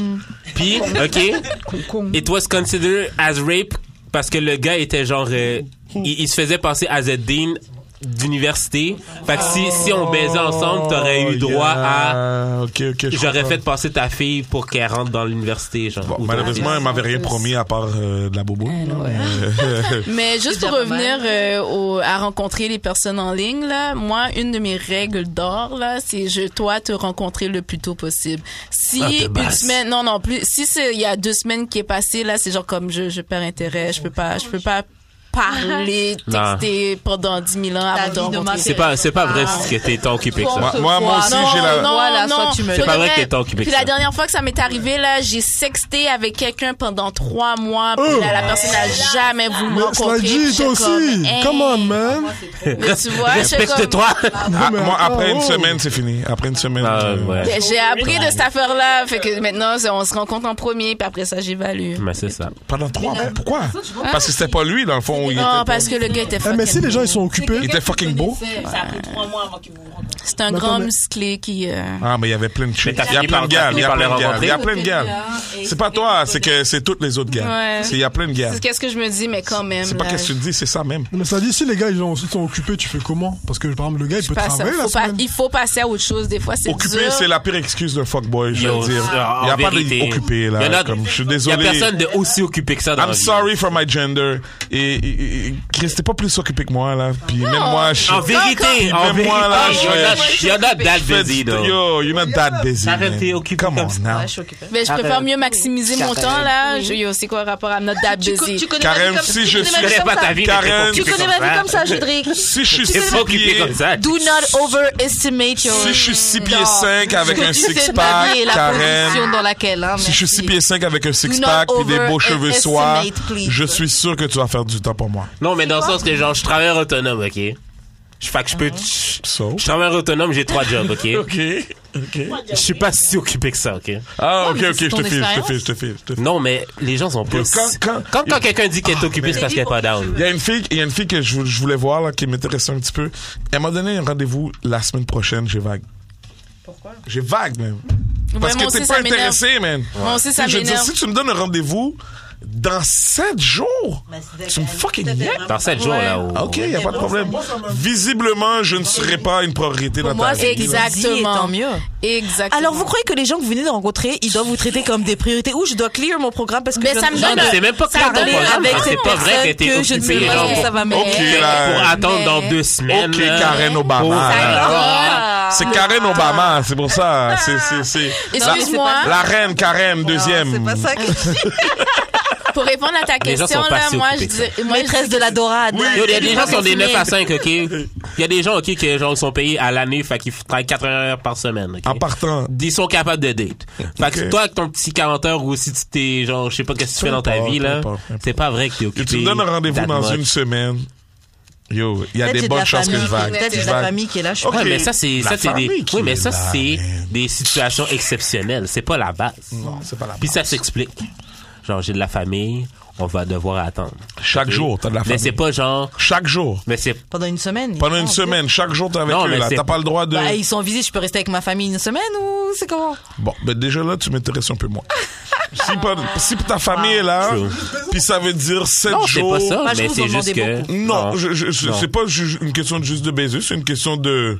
B: puis, OK, it was considered as rape parce que le gars était genre... euh, il, il se faisait passer as a dean d'université. Fait que si, si on baisait ensemble, t'aurais
C: Oh,
B: eu droit à...
C: à. Ok, ok. je
B: J'aurais
C: comprends.
B: fait passer ta fille pour qu'elle rentre dans l'université, genre.
C: Bon,
B: Ou dans-
C: malheureusement, elle m'avait rien promis à part euh, de la bobo.
D: Eh,
C: Euh,
D: Mais juste pour
A: déjà pas
D: revenir euh, au- à rencontrer les personnes en ligne, là, moi, une de mes règles d'or, là, c'est je dois te rencontrer le plus tôt possible. Si
B: Ah, de
D: une
B: base.
D: semaine, non, non, plus, si c'est- il y a deux semaines qui est passé, là, c'est genre comme je, je perds intérêt, je peux pas, je peux pas parler,
B: Non.
D: texter pendant 10 000 ans avant
A: vie
D: de
A: de
D: rencontrer. Ah,
A: martyr.
B: C'est pas, c'est pas vrai ce que t'es tant occupé que ça.
C: Moi- moi aussi,
D: Non,
C: j'ai la-
D: non,
A: Voilà,
D: non.
A: soit tu me-
B: C'est pas
D: Pour
B: vrai
D: de
B: que t'es tant occupé
D: Puis
B: que
D: la
B: ça.
D: dernière fois que ça m'est arrivé, là, j'ai sexté avec quelqu'un pendant trois mois.
B: Oh.
D: Puis là, la personne n'a
A: Oh.
D: jamais voulu me
G: Mais
D: rencontrer.
G: Slide
D: puis j'étais
G: G, aussi.
D: comme, hey.
G: Come on, man.
D: Mais tu vois, j'étais comme...
B: Respecte-toi!
C: Ah,
G: mais
C: moi,
G: attends,
C: après une
G: oh.
C: semaine, c'est fini. Après une semaine.
B: Ah,
C: euh,
B: ouais.
D: Ben, J'ai appris de cette affaire-là. Fait que maintenant, c'est- on se rencontre en premier, puis après ça, j'évalue.
B: Mais c'est ça.
C: Pendant trois mois. Pourquoi Parce que c'était pas lui, dans le fond. où il
D: Non,
C: était-
D: parce que le gars était
G: Eh,
D: fucking
G: mais si les gens, ils sont
C: Il
G: occupés.
C: était fucking beau.
H: Ça a pris trois mois avant qu'ils vous rencontrent.
D: C'est un
G: Mais
D: grand
G: attends, mais-
D: musclé qui... euh,
C: Ah, mais il y avait plein de chicks.
B: t'as
C: Il y a
B: fini
C: plein de
B: par-
C: gars. Il y a
B: par les
C: plein de gars.
B: rencontrer.
C: Il y a plein de gars. C'est pas toi, c'est que c'est toutes les autres gars.
D: Ouais.
C: C'est- Il y a plein de gars.
D: C'est qu'est-ce que je me dis, mais quand même...
C: C'est pas
D: là,
C: qu'est-ce que tu dis, c'est ça même.
G: Mais ça dit, si les gars, ils sont, ils sont occupés, tu fais comment Parce que, par exemple, le gars, il peut
D: je passe-
G: travailler la
D: faut pas-
G: semaine.
D: il faut passer à autre chose. Des fois, c'est
C: Occupé,
D: dur.
C: c'est la pire excuse d'un fuckboy, je
B: Yo,
C: veux dire.
B: en
C: Il y a pas
B: vérité.
C: d'occupé,
B: Y en
C: là.
B: a-
C: Comme, je suis
B: Il y a
C: désolé.
B: personne de aussi occupé que ça dans
C: I'm
B: la vie.
C: sorry for my gender. Et, et, et Chris, t'es pas plus occupé que moi, là. Puis même moi, je
B: En vérité, en
C: Même
B: vérité,
C: moi, là,
B: you're
C: je-
B: not- you're not that
C: Fais
B: busy,
C: du-
B: though.
C: Yo, you're not that busy.
B: Arrête,
C: man.
B: t'es occupé
C: Come on
B: comme ça.
C: now.
A: Ouais, je suis occupée.
D: Mais je préfère mieux maximiser mon temps, là. Je, yo, c'est quoi le rapport à notre date
I: Tu, co- tu
D: busy?
I: connais
C: Karen,
I: ma vie comme,
C: si
I: tu
C: je
I: connais
C: suis-
I: ma vie
B: Connais
I: comme
B: pas ta
I: ça.
B: vie,
C: Karen,
I: Tu connais ma vie comme ça, Judrick.
C: Si je suis
I: Tu
B: T'es
C: six
B: pas occupé
C: pieds,
B: comme ça.
A: Do not overestimate your...
C: si je suis six pieds
A: Non.
C: 5 avec
A: Ce que
C: un
A: tu sais de
C: six
A: ma vie et
C: pack,
A: la position
C: Karen.
A: dans laquelle, hein,
C: Si je suis
A: merci.
C: 6 pieds 5 avec un six
A: not
C: pack et des beaux
A: overestimate,
C: cheveux soirs,
A: please.
C: je suis sûr que tu vas faire du temps pour moi.
B: Non, mais dans le sens que genre, je travaille autonome, ok? Je fais que je peux. Je
C: So.
B: travaille autonome, j'ai trois jobs, ok?
C: Ok.
B: Je suis pas si occupé que ça, ok?
C: Ah, ok,
A: mais
C: ok,
A: c'est
C: je
A: ton
C: te file, je te
A: expérience.
C: file, je te file, je te file.
B: Non, mais les gens sont pas.
C: Quand- quand- Ah,
B: Quand, quand quelqu'un dit qu'elle est occupée, c'est parce qu'elle est pas
C: Il
B: down.
C: y a une fille, il y a une fille que je, vou- je voulais voir, là, qui m'intéressait un petit peu. Elle m'a donné un rendez-vous la semaine prochaine, j'ai vague. Pourquoi? J'ai vague, même.
D: moi
C: Parce que t'es
D: aussi,
C: pas
D: ça m'énerve.
C: intéressé, man.
D: Moi aussi, ça
C: je veux dire,
D: m'énerve.
C: si tu me donnes un rendez-vous dans 7 jours, tu me fucking yap.
B: Dans 7 jours, là. au-
C: Ok, y a pas de problème. Visiblement, je ne serai pas une priorité dans ta
A: Moi,
C: vie.
A: c'est
D: Exactement.
A: dit, et tant mieux.
D: Exactement.
A: Alors, vous croyez que les gens que vous venez de rencontrer, ils doivent vous traiter comme des priorités ou je dois clear mon programme parce que
D: Mais
A: je
D: ça me
A: viens
D: donne
A: de
B: Ah, C'est même pas
D: Ça
B: clair ton
A: parler
D: donne-
B: programme.
A: avec
B: Ah, C'est
A: des
B: pas vrai que
A: personnes
B: t'es
A: que je ne sais
B: occupé.
A: pas
B: genre,
A: si ça va
C: Ok,
A: m'aider. Ah,
B: Pour
C: là.
B: attendre dans deux semaines.
C: Ok,
B: là.
C: Karen Obama.
B: Ça
C: là.
D: Ah.
C: C'est Karen Obama, c'est pour ça. C'est, c'est, c'est. La,
D: Excuse-moi.
C: la reine Karen, deuxième.
A: C'est pas ça que je dis.
D: Pour répondre à ta
B: Les gens
D: question,
B: sont
D: là,
B: pas si
D: moi, je
B: occupés que
D: dis, moi, je
A: Maîtresse de la dorade.
B: Yo, il y a des gens qui sont des 9 à 5, OK? Il y a des gens, OK, qui genre, sont payés à l'année, fait qu'ils travaillent 80 heures par semaine, OK?
C: En partant.
B: Ils sont capables de date. Fait que
C: Ok.
B: toi, avec ton petit 40 heures ou si tu t'es, genre, je sais pas qu'est-ce que tu fais dans ta
C: Importe,
B: vie, là,
C: importe, importe.
B: c'est pas vrai que t'es
C: Et
B: occupé.
C: tu me donnes un rendez-vous
B: that
C: dans
B: much.
C: une semaine. Yo, il y a
A: Peut-être
C: des
A: j'ai de
C: bonnes
A: la
C: chances que
A: famille,
C: je vague.
A: Peut-être j'ai
C: Je
A: de la
C: vague.
A: famille qui est là. Je suis
C: Ok.
B: Ouais, mais ça, c'est,
C: La
B: ça, c'est des,
C: famille qui
B: oui, mais
C: est
B: ça,
C: là,
B: c'est
C: man.
B: des situations exceptionnelles. C'est pas la base.
C: Non, c'est pas la
B: Puis ça
C: base.
B: s'explique. Genre, j'ai de la famille, on va devoir attendre.
C: Chaque
B: Ok?
C: jour, t'as de la
B: Mais
C: famille.
B: c'est pas genre,
C: Chaque jour.
B: mais c'est,
A: pendant une semaine.
C: Pendant une
A: Oh,
C: semaine, chaque jour, t'es avec
B: Non,
C: eux,
B: mais
C: là.
B: c'est-
C: T'as pas le droit de.
A: Bah, ils sont en visite, je peux rester avec ma famille une semaine ou c'est comment
C: Bon, ben déjà là, tu m'intéresses un peu moins. si, pas- si ta famille est là,
B: True.
C: puis ça veut dire 7
B: non, c'est
C: jours.
B: pas ça,
A: Moi, je
B: mais
A: vous
B: c'est
A: en
B: juste
A: demandais
B: que.
C: Non, je, je- je-
B: Non.
C: c'est pas ju- une question de juste de baiser, c'est une question de.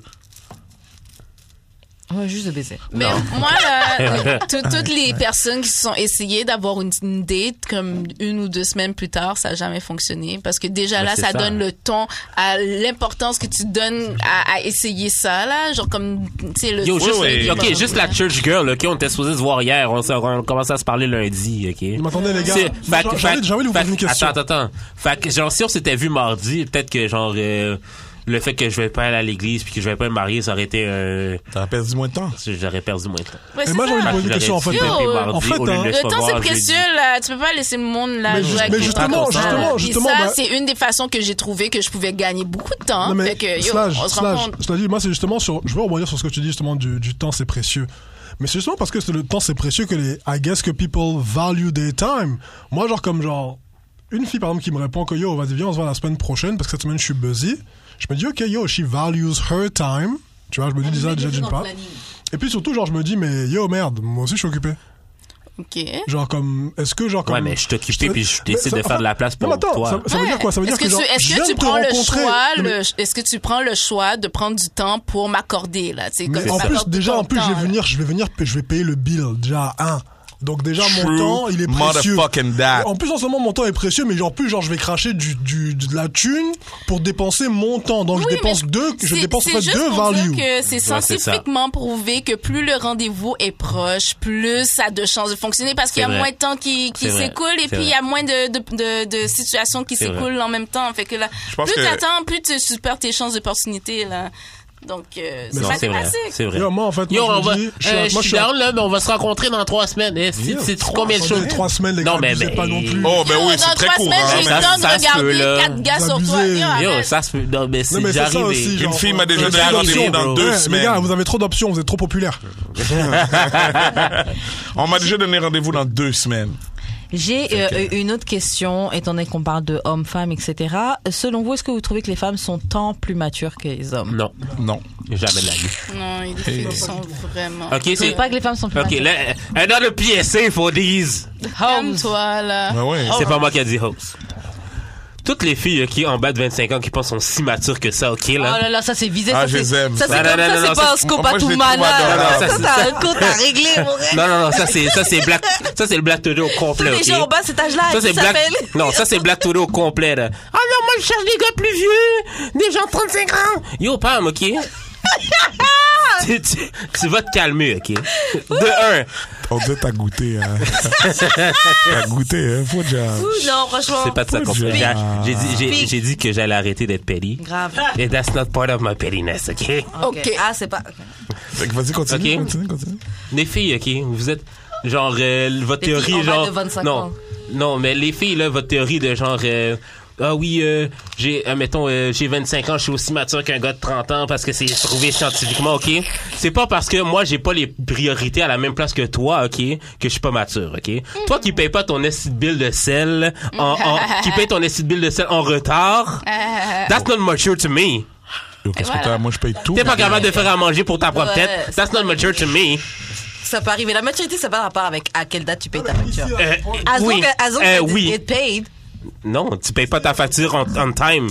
A: Ouais, juste de baiser.
D: Mais
B: Non.
D: moi, là, tout- toutes les personnes qui se sont essayées d'avoir une, une date comme une ou deux semaines plus tard, ça n'a jamais fonctionné parce que déjà
B: Mais
D: là,
B: c'est
D: ça,
B: ça.
D: donne le ton à l'importance que tu donnes à, à essayer ça là, genre comme tu sais le.
B: Yo,
D: le-
B: juste,
D: le- le-
B: ok, juste la church girl, ok, on était supposé se voir hier, on, s'est- on commençait à se parler lundi, ok.
G: Mais attendez, les gars,
B: C'est- fait-
G: j'ai- j'ai envie-
B: fait-
G: j'ai envie de vous
B: fait-
G: poser une question.
B: Attends, attends, attends. Fait que, genre, si on s'était vu mardi, peut-être que, genre, euh, le fait que je vais pas aller à l'église puis que je vais pas me marier, ça aurait été, euh,
C: T'as perdu moins de temps.
B: j'aurais perdu moins de temps.
D: Ouais,
G: Et
D: c'est
G: moi, j'ai
D: ça.
G: envie de poser une
B: J'aurais
G: question, en fait.
B: dû
D: Yo,
B: aller
D: euh,
B: mardi,
G: en fait,
B: au lieu de
G: hein.
B: se
D: Le temps, c'est
B: revoir
D: précieux,
B: jeudi.
D: là. Tu peux pas laisser le monde, là,
G: Mais
D: jouer
G: ju-
D: avec
G: mais
D: ton
G: justement,
D: temps.
G: justement,
D: Puis
G: justement,
D: ça,
G: bah-
D: c'est une des façons que j'ai trouvé que je pouvais gagner beaucoup de temps.
G: Non, mais
D: fait que, yo,
G: slash,
D: on se
G: slash,
D: rend compte.
G: slash, moi, c'est justement sur. Je veux rebondir sur ce que tu dis justement du, du temps, c'est précieux. Mais c'est justement parce que c'est le temps, c'est précieux que les. I guess que people value their time. Moi, genre, comme genre. Une fille, par exemple, qui me répond que yo, vas-y, viens, on se voit la semaine prochaine parce que cette semaine, je suis busy. Je me dis, ok, yo, she values her time. Tu vois, je me dis déjà, déjà d'une part. Et puis surtout, genre, je me dis, mais yo, merde, moi aussi, je suis occupé.
D: OK.
G: Genre, comme. Est-ce que, genre, comme.
B: Ouais, mais je t'occupe
G: te-
B: puis je
G: mais
B: décide
G: ça-
B: de faire de la place
G: Non, mais
B: pour
G: attends,
B: toi.
G: Ça, ça veut dire quoi Ça veut
D: Est-ce
G: dire
D: que,
G: que, genre,
D: tu, est-ce
G: je
D: que
G: viens
D: tu
G: de te
D: prends le
G: rencontrer.
D: choix,
G: Non, mais-
D: le- est-ce que tu prends le choix de prendre du temps pour m'accorder, là, tu sais,
G: Mais
D: comme
G: en
D: ça
G: plus,
D: m'accorde
G: déjà,
D: ton
G: en plus, je
D: temps,
G: vais venir, je vais venir, je vais payer le bill, déjà, à un. Donc, déjà, mon
C: True
G: temps, il est précieux.
C: motherfucking that.
G: En plus, en ce moment, mon temps est précieux, mais en plus, genre, je vais cracher du, du, de la thune pour dépenser mon temps. Donc,
D: Oui,
G: je dépense
D: mais
G: deux, je
D: C'est-
G: dépense
D: c'est
G: en fait
D: juste
G: deux
D: pour dire
G: values.
D: que c'est
B: ça.
D: scientifiquement prouvé que plus le rendez-vous est proche, plus ça a de chances de fonctionner parce qu'il y a
B: C'est vrai.
D: moins de temps qui, qui
B: C'est vrai.
D: s'écoule et
B: C'est
D: puis il y a moins de, de, de, de situations qui
B: C'est
D: s'écoulent en même temps. Fait que là,
C: Je pense
D: plus
C: que-
D: t'attends, plus tu super tes chances d'opportunité, là. Donc, euh, c'est
B: Non, c'est vrai.
D: mathématique.
B: C'est vrai.
G: Yo, moi, en fait, moi, je me dis, je suis
B: euh,
D: euh,
G: à- moi, je suis à-
B: là, mais on va se rencontrer dans trois semaines. Eh, C'est
G: Yo,
B: c'est trop- combien de
G: attendez,
B: choses?
G: Trois semaines, les gars,
B: Non, mais-
G: abusez
B: mais-
G: pas non plus.
C: Oh, mais
D: Yo, dans
C: oui, c'est très
D: trois
C: court.
D: semaines, j'ai eu
C: hein,
D: le
B: Ça-
D: temps
B: ça
D: de
B: se peut,
D: regarder
B: là.
D: quatre gars sur
G: Vous
D: toi.
G: abusez.
D: Yo,
B: Yo,
D: arrête.
B: ça se peut. Non, mais c'est
G: Non, mais
B: déjà
G: c'est ça
B: arrivé.
G: aussi, genre.
C: Une fille m'a déjà
G: vous
C: dit
G: avez
B: rendez-vous
G: trop
B: dans
G: d'options.
B: deux
G: Ouais,
C: semaines.
G: Les gars, vous avez trop d'options, vous êtes trop populaires.
C: On m'a déjà donné rendez-vous dans deux semaines.
A: J'ai euh, une autre question, étant donné qu'on parle de hommes-femmes, etc. Selon vous, est-ce que vous trouvez que les femmes sont tant plus matures que les hommes
B: Non,
C: Non.
B: jamais de la vie.
D: Non, les filles sont vraiment...
B: Ok,
A: Je
B: c'est.
A: trouve pas que les femmes sont plus
B: Ok,
A: matures.
B: là, euh, another PSA for these.
D: Calme-toi, là.
C: Ben ouais.
B: C'est pas moi qui a dit host. Toutes les filles euh, qui en bas de 25 ans qui pensent sont si matures que ça, ok là.
A: Oh là là, ça c'est visé.
C: Ah,
A: ça,
C: je
A: c'est-
C: les aime,
A: Ça,
B: ça.
A: c'est
B: Non,
A: comme
B: non, non,
A: ça,
B: non,
A: c'est pas
B: ça,
A: un scoop
C: moi,
A: à
C: je
A: tout
C: les trouve
A: mana.
C: adorables.
A: Ça,
B: Ça,
A: t'as un compte à régler, mon gars.
B: Non, non, non, ça c'est ça c'est Black ça c'est le Black Today au
A: Tous
B: complet.
A: les
B: ok?
A: gens en bas, cet âge-là,
B: Ça
A: ils
B: c'est Black
A: s'appellent.
B: Non, ça c'est Black Today au complet. là. Ah non, moi je cherche des gars plus vieux, des gens de 35 ans. Yo Pam, OK tu, tu, tu vas te calmer, OK De un,
C: On dit t'as goûté, hein. t'as goûté, hein. Faut déjà.
A: Ouh, Non, franchement.
B: c'est pas de ça qu'on
C: Dieu.
B: fait. J'ai- J'ai dit j'ai- j'ai dit que j'allais arrêter d'être petty.
A: Grave.
B: And that's not part of my pettiness, OK
A: Ok. Ah, c'est pas.
C: Fait que Vas-y, continue,
B: Ok.
C: continue, continue.
B: Les filles, ok, vous êtes genre euh, votre
A: Des filles
B: théorie
A: en bas
B: genre
A: de 25
B: non,
A: ans.
B: non, mais les filles là, votre théorie de genre euh, ah oui, euh, j'ai euh, mettons euh, j'ai 25 ans, je suis aussi mature qu'un gars de 30 ans parce que c'est prouvé scientifiquement, ok. C'est pas parce que moi j'ai pas les priorités à la même place que toi, ok, que je suis pas mature, ok. Toi qui payes pas ton esti de bill de sel, en, en- qui paye ton esti de bill de sel en retard,
A: Euh.
D: Euh,
B: that's not mature to me.
C: Yo, Parce que
D: voilà.
C: t'as- moi, je paye tout.
B: T'es pas capable de faire à manger pour ta propre
A: Ouais,
B: tête, that's not mature to me.
A: Ça peut arriver. La maturité, ça n'a pas rapport avec à quelle date tu payes ta facture.
B: Euh,
A: As
B: oui,
A: long as, as long as
B: euh,
A: it-
B: oui.
A: it paid.
B: Non, tu payes pas ta facture on, on time.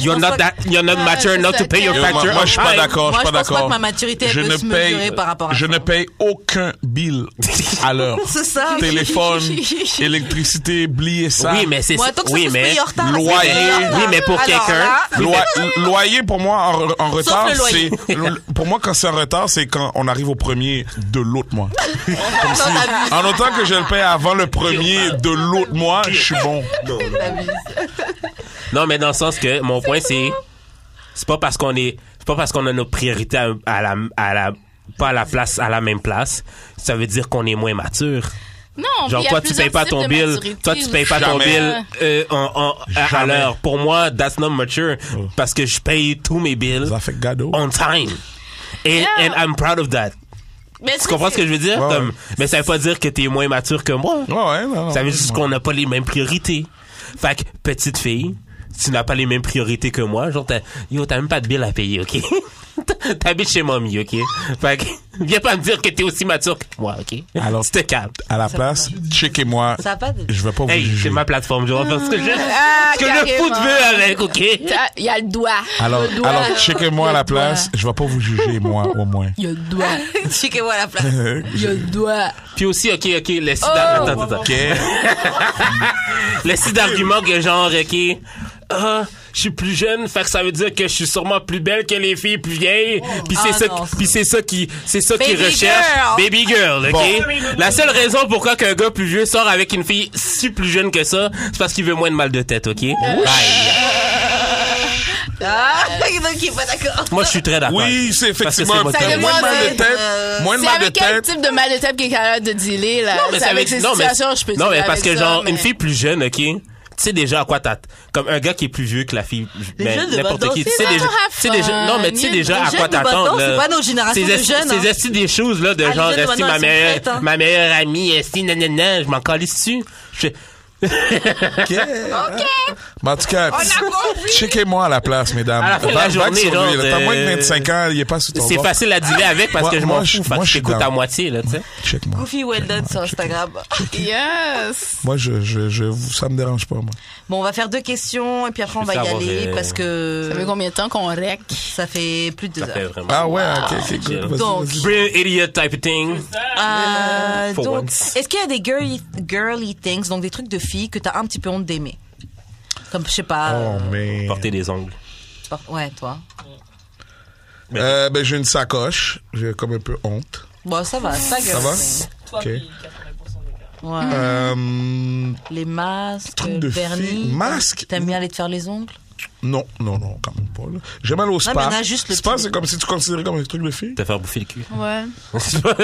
B: You're not that, you're not
D: Ouais,
B: mature
D: c'est
B: not
D: ça,
B: to pay your
C: Yo,
B: facture
C: moi, moi,
B: on
C: je suis pas
B: time.
C: d'accord, je
A: Moi,
C: suis pas
A: je pense pas
C: d'accord.
A: que ma maturité, elle
C: Je
A: peut
C: ne
A: se
C: paye-
A: mesurer par rapport à
C: Je
A: ça.
C: ne paye aucun bill à l'heure.
A: C'est ça.
C: Téléphone, électricité, blier ça.
B: Oui, mais c'est
A: Moi, tant que
B: oui,
A: ça peut se
B: mais
A: payer en retard, ça se
C: loyer-
A: paye en retard.
B: oui, mais pour
A: Alors
B: quelqu'un-
A: là,
C: Loi- loyer pour moi en, re- en retard,
A: le
C: c'est
A: loyer.
C: pour moi quand c'est en retard, c'est quand on arrive au premier de l'autre mois.
A: non, t'abuses.
C: En autant que je le paye avant le premier de l'autre mois, je suis bon.
B: non, mais dans le sens que mon point c'est c'est pas parce qu'on est c'est pas parce qu'on a nos priorités à, à la à la pas à la place à la même place, ça veut dire qu'on est moins mature.
D: Non,
B: Genre
D: puis il y a
B: toi tu
D: plusieurs
B: payes pas
D: types
B: ton
D: de
B: bill,
D: maturité
B: toi tu payes pas
D: aussi.
B: ton
C: Jamais.
B: bill euh, en, en- à- à
C: Jamais. Oh.
B: l'heure. Pour moi, that's not mature parce que je paye tous mes bills
C: Ça fait gado.
B: on time. Et
D: Yeah.
B: and I'm proud of that.
D: Mais
B: Tu comprends ce que je veux dire?
C: Ouais,
B: Comme,
C: ouais.
B: mais ça veut pas dire que t'es moins mature que moi.
C: Ouais, ouais, non, non.
B: Ça veut juste qu'on n'a pas les mêmes priorités. Fait que, petite fille, tu n'as pas les mêmes priorités que moi. Genre, t'as, yo, t'as même pas de bill à payer, ok? T'habites chez mamie, OK? Fait que, viens pas me dire que t'es aussi mature que moi, OK?
C: Alors-
B: Alors, tu te calmes.
C: À la place, Chick et moi,
A: Ça a pas de-
C: je vais pas vous
B: Hey,
C: juger.
B: c'est ma plateforme, je vais faire ce que je,
D: Ah,
B: ce que je
D: carrément.
B: fous de veux avec, OK?
D: T'as- Il y a le doigt.
C: Alors,
D: le doigt.
C: alors Chick et moi à la
D: Le doigt.
C: place, je vais pas vous juger, moi, au moins.
D: Il y a le doigt.
A: Chiquez-moi la place.
D: Il y a le doigt.
B: Puis aussi, OK, OK, le sida...
D: Oh!
B: attends, attends, attends.
C: OK?
B: Le site d'argument que genre, OK... Ah, je suis plus jeune, fait que ça veut dire que je suis sûrement plus belle que les filles plus vieilles. Puis c'est
A: Ah
B: ça,
A: non, ça-
B: puis c'est ça qui, c'est ça qui
D: Baby
B: recherche.
D: girl.
B: Baby girl, ok.
C: Bon.
B: La seule raison pourquoi qu'un gars plus vieux sort avec une fille si plus jeune que ça, c'est parce qu'il veut moins de mal de tête, ok.
A: Euh.
B: Bye.
A: Ah, donc il est pas d'accord.
B: Moi, je suis très d'accord.
C: Oui, c'est
B: Parce que
C: effectivement.
B: c'est
D: Ça
C: Moins de
D: dépend
C: mal de
D: de-
C: tête. Moins de
D: C'est
C: mal de
D: avec quel
C: tête.
D: type de mal de tête qui est capable de dealer, là?
B: Non, mais
D: C'est
B: ça
D: avec
B: veut-
D: ces
B: non, mais-
D: situations, je peux
B: Non,
D: dealer
B: mais parce
D: avec
B: que,
D: ça,
B: genre,
D: mais-
B: une fille plus jeune, OK? Tu sais déjà à quoi t'as... Comme un gars qui est plus vieux que la fille... Mais
A: jeunes de
B: n'importe
A: maintenant,
B: qui. Tu
A: c'est
B: sais déjà...
D: vraiment
B: tu sais déjà- Non, mais tu sais
D: fun.
B: déjà
A: Les
B: à
A: jeunes
B: quoi
A: de maintenant,
B: t'attendre,
A: c'est
B: là.
A: pas nos générations
B: Ces
A: de
B: esti-
A: jeunes,
B: Ces
A: hein.
B: esti des choses, là, de
A: les
B: genre,
A: jeunes de
B: esti
A: maintenant,
B: ma
A: elles sont
B: meilleure...
A: prêtes, hein.
B: Ma meilleure amie, esti, nanana, je m'en calisse dessus. Je fais...
C: OK. Mais en tout cas, Chick et moi à la place, mesdames.
B: À la fin de la
C: Vague- vague
B: journée,
C: sur
B: genre,
C: lui, là. T'as moins de
B: euh,
C: 25 ans, il est pas sous ton
B: C'est
C: bord.
B: facile à dealer avec parce
C: Moi-
B: que je
C: moi,
B: m'en
C: je-
B: fous. Fait
C: moi,
B: que
C: je
B: je
C: suis
B: t'écoute
C: down.
B: à moitié, là, tu sais.
C: Check moi.
A: Goofy well done sur Instagram.
D: Yes!
C: Moi, je, je, je, ça me dérange pas, moi.
A: Bon, on va faire deux questions et puis après on
B: Je
A: va
B: veux
A: y
B: savoir,
A: aller
B: euh,
A: parce que
D: Ça fait combien de temps qu'on rec?
A: ça fait plus de deux
B: Ça fait
A: heures.
B: vraiment...
C: Ah ouais, OK, OK,
B: Wow.
C: good. Vas-y,
A: Donc,
C: vas-y.
B: Real idiot type of thing.
A: Euh,
B: For
A: donc,
B: once.
A: est-ce qu'il y a des girly, girly things, donc des trucs de filles que t'as un petit peu honte d'aimer Comme, je sais pas.
C: Oh,
A: euh,
C: mais...
B: Porter des ongles.
A: par- Ouais, toi.
C: Euh, ben, j'ai une sacoche. J'ai comme un peu honte.
A: Bon, ça va, ça, girly
C: Ça va?
A: thing.
H: Toi,
C: Ok.
H: puis 80% des gars.
A: Ouais.
C: Euh,
A: Les masques,
C: Truc
A: le
C: de
A: vernis.
C: fille. Masque?
A: T'aimes bien aller te faire les ongles
C: non, non, non, quand même pas. là. J'ai mal au spa.
A: mais on a juste le
C: spa,
A: petit-
C: c'est comme si tu considérais comme un truc de fille.
B: Te faire bouffer le cul.
D: Ouais.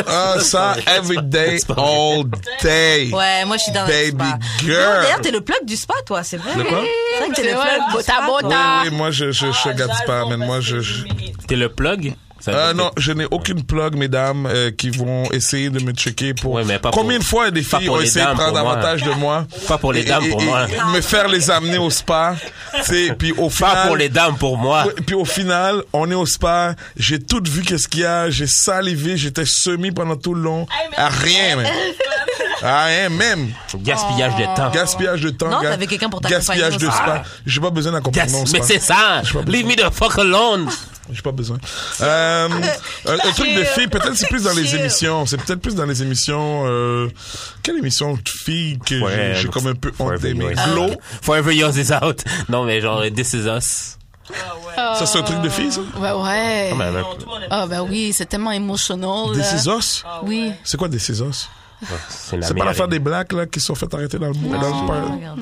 C: Ah, ça, every day, all day.
A: Ouais, moi je suis dans
C: Baby
A: le spa.
C: girl.
A: Non, D'ailleurs, t'es le plug du spa, toi, c'est vrai.
C: Le quoi?
A: C'est vrai que t'es le
D: C'est vrai,
A: plug du
D: bota
A: spa.
D: bota.
C: Oui,
D: Ah.
C: oui, moi, je, je, je,
H: Ah,
C: regarde pas,
H: j'adore
C: man. Moi,
H: parce
C: je...
H: que
C: je-
H: je mérite.
B: T'es le plug? Ça veut
C: Ah
B: dire-
C: non, je n'ai aucune plug, mesdames, euh, qui vont essayer de me checker pour...
B: Ouais, mais pas
C: Combien
B: pour-
C: de fois des
B: pas
C: filles
B: pour
C: ont
B: les
C: essayé de
B: dames,
C: prendre
B: pour moi.
C: avantage de moi?
B: Pas pour les
C: Et-
B: dames,
C: et-
B: pour
C: et-
B: moi.
C: et Me faire les amener au spa, tu sais, puis au final...
B: Pas pour les dames, pour moi.
C: Ouais, Puis au final, on est au spa, j'ai tout vu qu'est-ce qu'il y a, j'ai salivé, j'étais semi pendant tout le long, à rien même. À rien même.
B: Gaspillage de temps.
C: Gaspillage de temps.
A: Non,
C: gas-
A: t'avais quelqu'un pour t'accompagner
C: Gaspillage de
A: au
C: spa.
A: spa.
C: J'ai pas besoin
B: Gas-
C: d'accompagnement au
B: mais
C: spa.
B: c'est ça.
C: J'ai pas
B: Leave me the fuck alone.
C: J'ai pas besoin. Euh, un, un truc de filles, peut-être c'est plus dans les
A: Chill.
C: émissions. C'est peut-être plus dans les émissions. Euh, quelle émission de filles que j'ai-
B: Ouais,
C: j'ai comme un peu honte
B: Forever
C: d'aimer?
B: yours.
C: Glow?
B: Forever yours is out. Non, mais genre, this is us.
C: Ça, c'est un truc de filles, ça?
D: Ouais,
B: Ouais,
D: ouais.
B: ouais.
H: Non, tout le monde aime
D: Ah, ben oui, c'est tellement émotionnel.
C: Des
D: là.
C: Cisos?
D: Oui.
C: C'est quoi des Cisos?
B: C'est la
C: C'est pas
B: meilleure
C: l'affaire
B: idée.
C: des blacks, là, qui se sont fait arrêter dans le dans le par-
A: Regarde.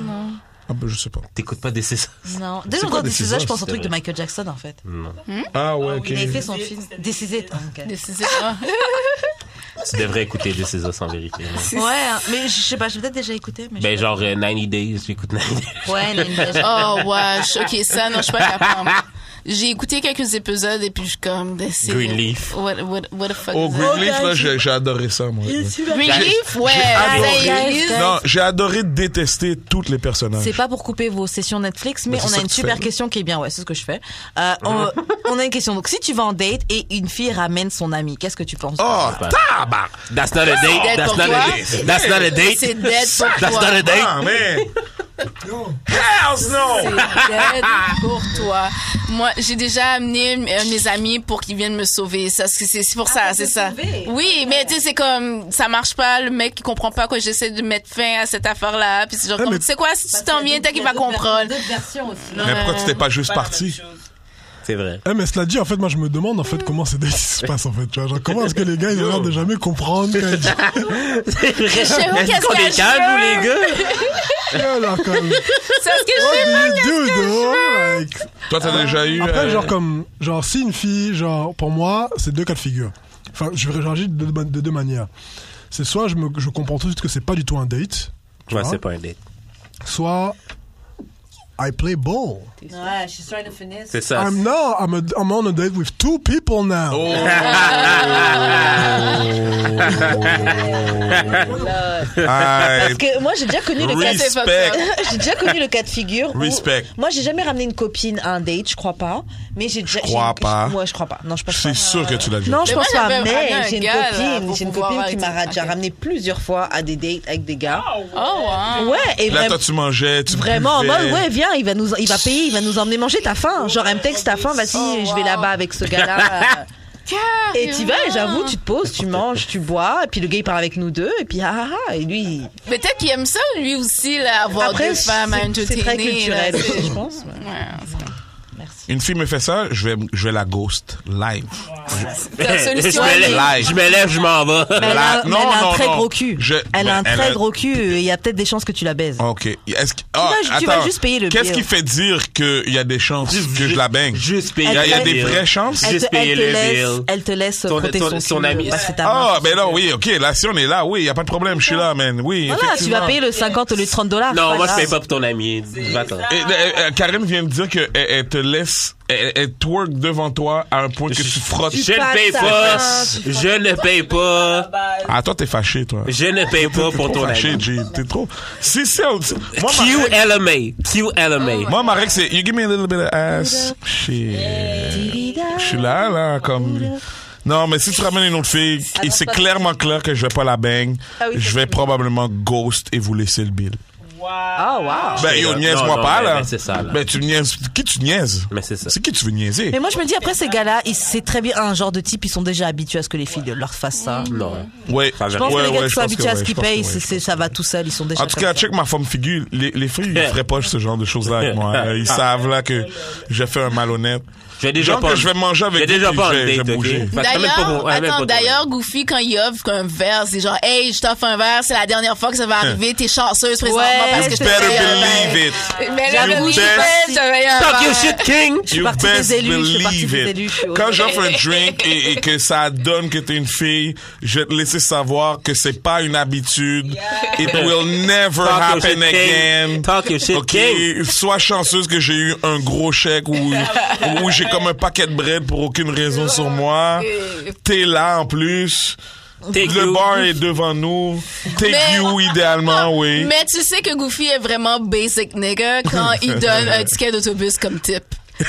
C: Ah, ben, je sais pas.
B: T'écoutes pas this is us.
A: Non. Dès
C: quoi
A: longtemps,
C: des
A: des ciseaux, je
C: ciseaux,
A: pense au truc
B: c'était-
A: de Michael Jackson, en fait.
C: Ah, ouais, ok.
A: Il avait fait son film. Décisé.
D: Des ciseaux.
B: Tu devrais écouter this is us en vérité. là.
A: Ouais, hein, mais je sais pas, j'ai peut-être déjà écouté. Mais
B: Ben, genre, euh, 90 days, j'écoute 90 days.
A: je- Ouais, il y a une-
D: Oh, wesh. OK, ça, non, je suis pas capable. J'ai écouté quelques épisodes et puis je suis comme... des- c'est-
B: Greenleaf.
D: What, what, what the fuck
C: Oh,
D: is that?
C: Greenleaf, là, j'ai j'ai adoré ça, moi.
D: Greenleaf? Ouais.
C: adoré.
D: ça y est.
C: Non, j'ai adoré détester tous les personnages.
A: C'est pas pour couper vos sessions Netflix, mais
C: Mais Bah, c'est
A: on
C: ça
A: a une
C: que tu
A: super
C: fais.
A: question qui est bien, ouais, c'est ce que je fais. Euh, on, on a une question. Donc, si tu vas en date et une fille ramène son ami, qu'est-ce que tu penses
C: Oh, tabac!
B: That's not a date.
D: dead
B: That's
D: pour
B: not
D: toi.
B: a date. That's not a
D: C'est
B: date.
D: dead pour
B: That's
D: toi.
B: not a
C: Ah,
B: date.
C: man! Hells no!
D: dead pour toi. Moi, j'ai déjà amené euh, mes amis pour qu'ils viennent me sauver. Ça, c'est c'est pour ça, c'est ça. Oui, mais tu sais, c'est comme ça marche pas. Le mec, il comprend pas que j'essaie de mettre fin à cette affaire-là. Puis c'est genre,
C: Ah,
D: comme,
C: mais-
D: tu sais quoi, si tu t'en viens, t'as qu'il va comprendre.
C: Mais pourquoi tu t'es pas juste
H: pas la même
C: parti?
H: chose.
B: C'est Mm. vrai.
G: Eh, mais cela dit, en fait, moi, je me demande, en fait, comment c'est des qui se passe, en fait, tu vois. Genre, comment est-ce que les gars, ils ont l'air de jamais comprendre quand ils disent,
D: qu'est-ce
B: Est-ce qu'on
D: qu'elle
B: est calme, les gars?
G: alors, comme, Oh,
D: C'est ce que
G: what
D: je
G: do you do, though? oh, Like,
C: Toi, t'as déjà eu.
G: Après,
C: euh,
G: genre, comme, genre, si une fille, genre, pour moi, c'est deux cas de figure. Enfin, je vais réagir de, de- de deux manières. C'est soit je, me, je comprends tout de suite que c'est pas du tout un date, tu
B: Ouais,
G: vois,
B: c'est pas un date.
G: soit I play ball.
A: Ouais, she's trying to finesse.
B: C'est ça.
G: I'm now I'm, a, I'm on a date with two people now.
C: Oh. Ah,
D: Euh,
C: Aïe,
J: Parce que moi, j'ai déjà connu le cas de...
C: respect.
J: j'ai déjà connu le cas de figure. où-
C: Respect.
J: Moi, j'ai jamais ramené une copine à un date, je crois pas. Mais j'ai déjà.
C: crois
J: j'ai-
C: pas.
J: Ouais, je crois pas. Non, je pense
C: Je
J: pas.
C: suis sûr que tu l'as dit.
J: Non, je
D: Mais
J: pense
D: moi,
J: pas.
D: j'avais ramené
J: Mais
D: un
J: j'ai une
D: gars, là,
J: copine,
D: pour
J: j'ai une
D: pouvoir
J: copine qui
D: être-
J: m'a déjà
D: Ok.
J: ramené plusieurs fois à des dates avec des gars.
D: Oh, wow.
J: Ouais, et
C: Là,
J: vraiment-
C: toi, tu mangeais, tu
J: Vraiment, en
C: buvais.
J: mode, ouais, viens, il va nous, il va payer, il va nous emmener manger, t'as faim. Genre, elle me texte, t'as faim, vas-y,
D: Oh,
J: je vais là-bas avec ce gars-là. et tu vas, et j'avoue, tu te poses, tu manges, tu bois, et puis le gars, il part avec nous deux, et puis ah ah, ah, et lui, il-
D: Mais peut-être qu'il aime ça, lui aussi, là, avoir
J: après,
D: deux
J: c'est
D: femmes à entertainer.
J: c'est très
D: là,
J: culturel,
D: c'est-
J: je pense. ouais.
D: Ouais, c'est comme-
C: Une fille me fait ça, je vais, je vais la ghost live.
D: la
B: je,
D: solution,
B: me
D: elle
C: est-
B: lève, je me lève, je m'en vais.
J: Mais elle
C: La-
J: a, mais
C: non,
J: elle a
C: non,
J: un très
C: non.
J: gros cul.
C: Je-
J: Elle a un
C: ben, elle
J: très
C: a-
J: gros cul, et il y a peut-être des chances que tu la baises.
C: Ok. Est-ce que- ah,
J: vas- tu vas
C: attends.
J: juste payer le
C: Qu'est-ce
J: bill.
C: qui fait dire qu'il y a des chances que je la baigne?
B: Juste
C: Il
B: payer.
C: y a, il y a
J: Elle-
C: des vraies chances?
J: Elle te,
B: Juste payer
J: elle te
B: le
J: laisse,
B: bill.
J: elle te laisse
B: Ton-
J: frotter
B: ton-
J: son,
B: son
J: cul.
B: ami.
J: Bah, c'est ta
C: Ah,
J: marque.
C: ben là, oui, ok. Là, si on est là, oui, il n'y a pas de problème. Je suis là, man. Oui,
J: Voilà, tu vas
C: effectivement.
J: payer le 50 au lieu de 30 dollars.
B: Non, moi, je paye pas pour ton ami. Va-t'en.
C: Et, euh, euh, Karine vient de dire qu'elle elle te laisse, elle, elle twerk devant toi à un point que tu frottes.
B: Je ne
J: passes
B: paye
J: ta
B: pas.
J: main,
B: Je ne paye pas.
C: Ah, toi, t'es fâché, toi.
B: Je ne paye pas pour ton
C: fâché,
B: ami.
C: G. T'es trop. Si, si, on- si- Moi, ma-
B: QLMA. QLMA.
C: Moi, ma règle, c'est You give me a little bit of ass. Shit. Je suis là, là, comme. Non, mais si tu ramènes une autre fille,
B: Ah
C: et c'est clairement clair que je vais pas la bang,
J: Ah oui,
C: je
J: c'est
C: vais
J: sûr.
C: probablement ghost et vous laisser le bill.
J: Oh, wow.
C: Ben, yo,
B: Non,
C: niaise-moi
B: non,
C: pas,
B: mais-
C: là.
B: mais c'est ça, là.
C: Ben, tu me niaises. Qui tu niaises?
B: Mais c'est ça.
C: C'est qui tu veux niaiser?
J: Mais moi, je me dis, après, ces gars-là, ils- c'est très bien un genre de type, ils sont déjà habitués à ce que les filles leur fassent ça.
B: Non.
C: Ouais.
J: Je pense
C: ouais,
J: que les
C: ouais,
J: gars qui
C: je
J: sont
C: pense que
J: habitués à
C: ouais,
J: ce qu'ils
C: je pense que
J: payent,
C: ouais,
J: c'est-
C: je
J: c'est- ça va tout seul, ils sont déjà
C: En tout
J: comme
C: cas,
J: ça.
C: check ma forme figure. Les, les filles, ils feraient pas ce genre de choses-là avec moi. Euh, Ils savent là que j'ai fait un malhonnête.
B: J'ai déjà
C: Genre
B: pas.
C: que je vais manger avec
B: J'ai
C: des
B: déjà
C: filles,
B: pas
C: je vais-
B: un
C: je vais
B: date,
C: bouger.
B: ok? Parce que même pas
D: D'ailleurs,
B: pour- même pas
D: attends,
B: pour-
D: d'ailleurs, Goofy, quand il offre un verre, c'est genre, hey, je t'offre un verre, c'est la dernière fois que ça va
B: Hein.
D: arriver, t'es chanceuse présentement
J: Ouais,
D: parce que
J: you
D: je
C: You
D: te
C: better
D: paye un
J: eh,
D: verre.
C: believe it.
D: Mais
C: You
D: la bouche,
C: best-
D: j'avais un
B: Talk your
D: verre.
B: shit, King!
C: You
J: partie
C: best
J: des élus, je fais partie
C: believe
J: des
C: it.
J: élus, je suis au-
C: Quand j'offre un drink et, et que ça donne que t'es une fille, je vais te laisser savoir que c'est pas une habitude. It will never
B: Talk your
C: happen
B: shit,
C: again.
B: King! Talk your shit,
C: Ok,
B: King!
C: sois chanceuse que j'ai eu un gros chèque ou ou j'ai comme un paquet de bread pour aucune raison sur moi. T'es là en plus.
B: Take
C: le
B: you.
C: bar est devant nous. Take
D: Mais-
C: you idéalement, oui.
D: Mais tu sais que Goofy est vraiment basic nigga quand il donne un ticket d'autobus comme tip.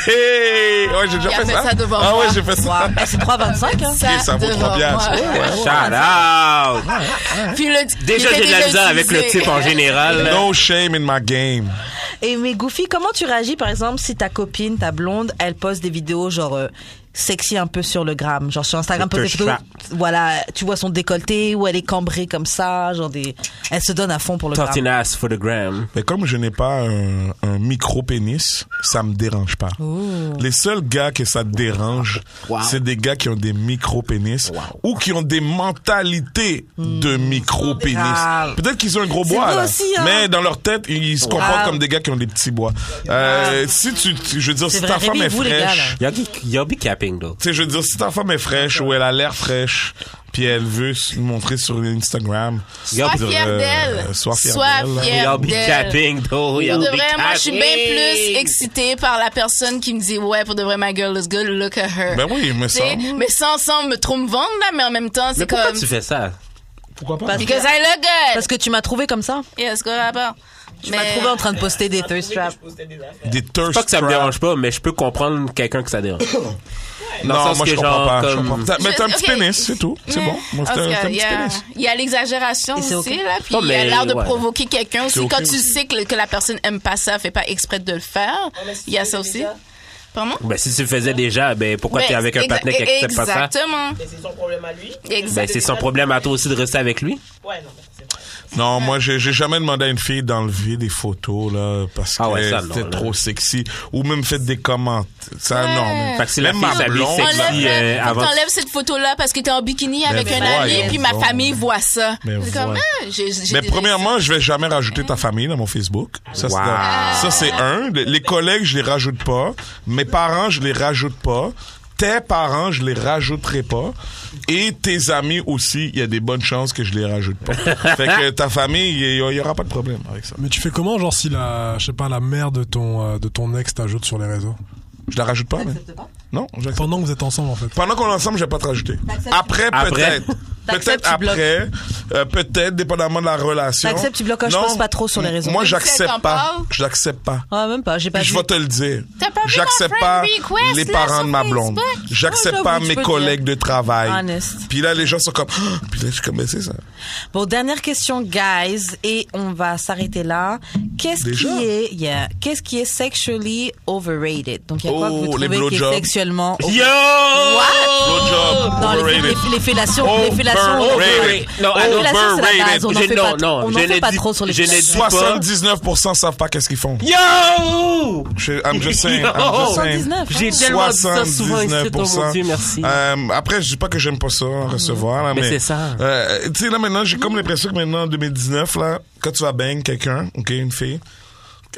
C: Hey! Ouais, j'ai déjà
D: Il a
C: fait
D: fait
C: ça.
D: ça devant
C: ah
D: moi.
C: ouais, j'ai fait ça.
J: Wow. Eh, c'est 3,25, hein.
D: Ça,
C: ça vaut
D: devant
C: trois piastres.
D: moi.
C: Ouais,
B: Shout out!
D: Puis le-
B: Déjà,
D: il
B: j'ai de la
D: était
B: misère avec le
D: utilisé.
B: type en général. là.
C: No shame in my game.
J: Et mais Goofy, comment tu réagis, par exemple, si ta copine, ta blonde, elle poste des vidéos, genre, euh, sexy un peu sur le gramme, genre sur Instagram,
B: Le
J: poste des
B: touch
J: photos,
B: trap.
J: voilà, tu vois son décolleté, où elle est cambrée comme ça, genre des, elle se donne à fond pour le gramme.
B: Tortin ass for the gram.
C: Mais comme je n'ai pas un, un micro-pénis, ça me dérange pas.
J: Oh.
C: Les seuls gars que ça dérange, c'est des gars qui ont des micro-pénis ou qui ont des mentalités de micro-pénis.
J: Hmm. Grave.
C: Peut-être qu'ils ont un gros
J: C'est
C: bois,
J: vrai
C: là,
J: aussi, hein.
C: mais dans leur tête, ils se comportent
J: Grave.
C: comme des gars qui ont des petits bois. Euh, si tu, tu- je veux dire,
J: C'est
C: si
J: vrai,
C: ta femme est
J: réveillez-vous, les gars,
C: fraîche,
J: là.
B: Y'all be- y'all be capping, though.
C: tu sais, je veux dire, si ta femme est fraîche ou elle a l'air fraîche, puis elle veut se montrer sur Instagram,
B: Y'all be-
D: Sois fier
C: Euh,
D: d'elle.
C: sois fière d'elle.
B: Y'all
D: fière
B: be
D: d'elle.
B: capping, though. Y'all
D: Pour de
B: be
D: vrai, moi, je suis bien
B: capping.
D: plus excitée par la personne qui me dit, ouais, pour de vrai, my girl is good, look at her.
C: ben oui, mais
D: Tu
C: ça,
D: sais, mais sans, sans me trop me vendre, là, mais en même temps,
B: Mais
D: c'est
B: pourquoi
D: comme.
B: tu fais ça?
C: pourquoi pas?
J: Parce que,
D: Because I look good.
J: parce que tu m'as trouvé comme ça.
D: Yes, go là-bas.
J: Tu m'as trouvé en train de poster des thirst traps.
C: Des thirst
B: Pas que ça me
C: traps.
B: dérange pas, mais je peux comprendre quelqu'un que ça dérange. Dans le
C: Non,
B: sens
C: moi
B: que
C: je comprends
B: genre,
C: pas. je
B: comme-
C: comprends pas. Mais t'as un
D: Je-
C: petit
D: ok.
C: pénis, c'est tout. C'est bon. Moi
D: En
C: c'était
D: tout
C: un,
D: cas,
C: t'as un
D: il y
C: petit
D: a-
C: pénis.
D: Il y a l'exagération
J: Et
D: aussi,
J: c'est ok.
D: là, puis
B: Non,
D: il y a
B: mais
D: l'air de
B: ouais.
D: provoquer quelqu'un aussi.
C: ok
D: Quand tu
C: aussi.
D: sais que, que la personne aime pas ça, fait pas exprès de le faire, il y a ça aussi. Pardon?
B: Ben, si tu le faisais déjà, ben, pourquoi t'es
D: Ben,
B: avec un
D: exa-
B: patinet qui accepte pas ça?
D: Exactement.
H: Mais c'est son problème à lui.
B: Ben,
D: Exact.
B: c'est son problème à toi aussi de rester avec lui.
H: Ouais, non, mais c'est vrai.
C: Non, moi j'ai j'ai jamais demandé à une fille d'enlever des photos là parce que
B: Ah ouais, ça, non,
C: c'était
B: là.
C: trop sexy ou même fait des commentaires. Ça
D: Ouais.
C: non.
B: Fait que si la
C: Même
B: fille
C: ma
B: s'habille
C: blonde,
B: sexy,
C: là.
D: Enlève,
B: euh,
D: faut que
B: avant-
D: t'enlèves cette photo-là parce que t'es en bikini avec un
C: voyons
D: ami, puis ma
C: donc.
D: famille voit ça.
C: Mais
D: C'est comme,
C: voyons.
D: ah, j'ai- j'ai
C: Mais
D: déjà-
C: Ben, premièrement, je vais jamais rajouter ta famille dans mon Facebook. Ça, c'est
B: Wow.
C: un- ça, c'est un. Les collègues, je les rajoute pas. Mes parents, je les rajoute pas. tes parents, je les rajouterai pas. Et tes amis aussi, il y a des bonnes chances que je les rajoute pas. fait que ta famille, il y, aura pas de problème avec ça.
G: Mais tu fais comment, genre, si la, je sais pas, la mère de ton, euh, de ton ex t'ajoute sur les réseaux
C: Je la rajoute pas, mais. Non, j'accepte.
G: Pendant que vous êtes ensemble, en fait.
C: Pendant qu'on est ensemble, je vais pas te rajouter. Après,
B: Après.
C: peut-être.
A: T'acceptes,
C: Peut-être
A: tu bloques.
C: après, euh, peut-être, dépendamment de la relation.
A: T'acceptes, tu bloques, je pense pas trop sur les réseaux.
C: Moi,
D: Tu acceptes,
C: j'accepte
D: t'en
C: pas.
D: parles?
C: Je l'accepte pas.
A: Ah, même pas, j'ai pas
C: Puis je
A: vu.
C: vais te le dire.
D: T'as pas vu
C: J'accepte
D: mon
C: pas
D: friend request,
C: les
D: là,
C: parents
D: sur
C: de ma blonde.
D: Facebook?
C: J'accepte
A: Ouais,
C: pas
A: j'avoue, tu Ah,
C: mes
A: peux le
C: collègues de travail.
A: Honest.
C: Puis là, les gens sont comme, Ah! puis là, je suis comme, Mais c'est ça.
A: Bon, dernière question, guys, et on va s'arrêter là. Qu'est-ce
C: Déjà?
A: qui est, yeah, qu'est-ce qui est sexually overrated? Donc, il y a quoi que
C: Oh,
A: vous trouvez
C: les
A: qui est
C: blowjobs.
A: sexuellement
B: Yo!
C: Blowjob,
A: Non, les,
C: overrated.
A: les- les fellations, les fellations.
C: Overrated.
B: Non,
A: Les
B: alors-
A: fellations, c'est la base. On n'en
B: Je-
A: fait
B: non,
A: pas,
B: non,
A: on
B: je
A: n'en fait
B: l'ai
A: pas
B: dit-
A: trop sur les
B: je l'ai
A: fellations.
B: dit pas.
C: 79% savent pas qu'est-ce qu'ils font.
B: Yo!
C: Je- I'm just saying, I'm just saying.
A: 79,
B: J'ai tellement dit ça souvent ici, oh mon Dieu, merci.
C: Euh, après, je dis pas que j'aime pas ça, en recevoir. Là,
B: Mais
C: mais
B: c'est ça.
C: Euh, tu sais, là, maintenant, j'ai comme l'impression que maintenant, en 2019, là, quand tu vas bang quelqu'un, OK, une fille,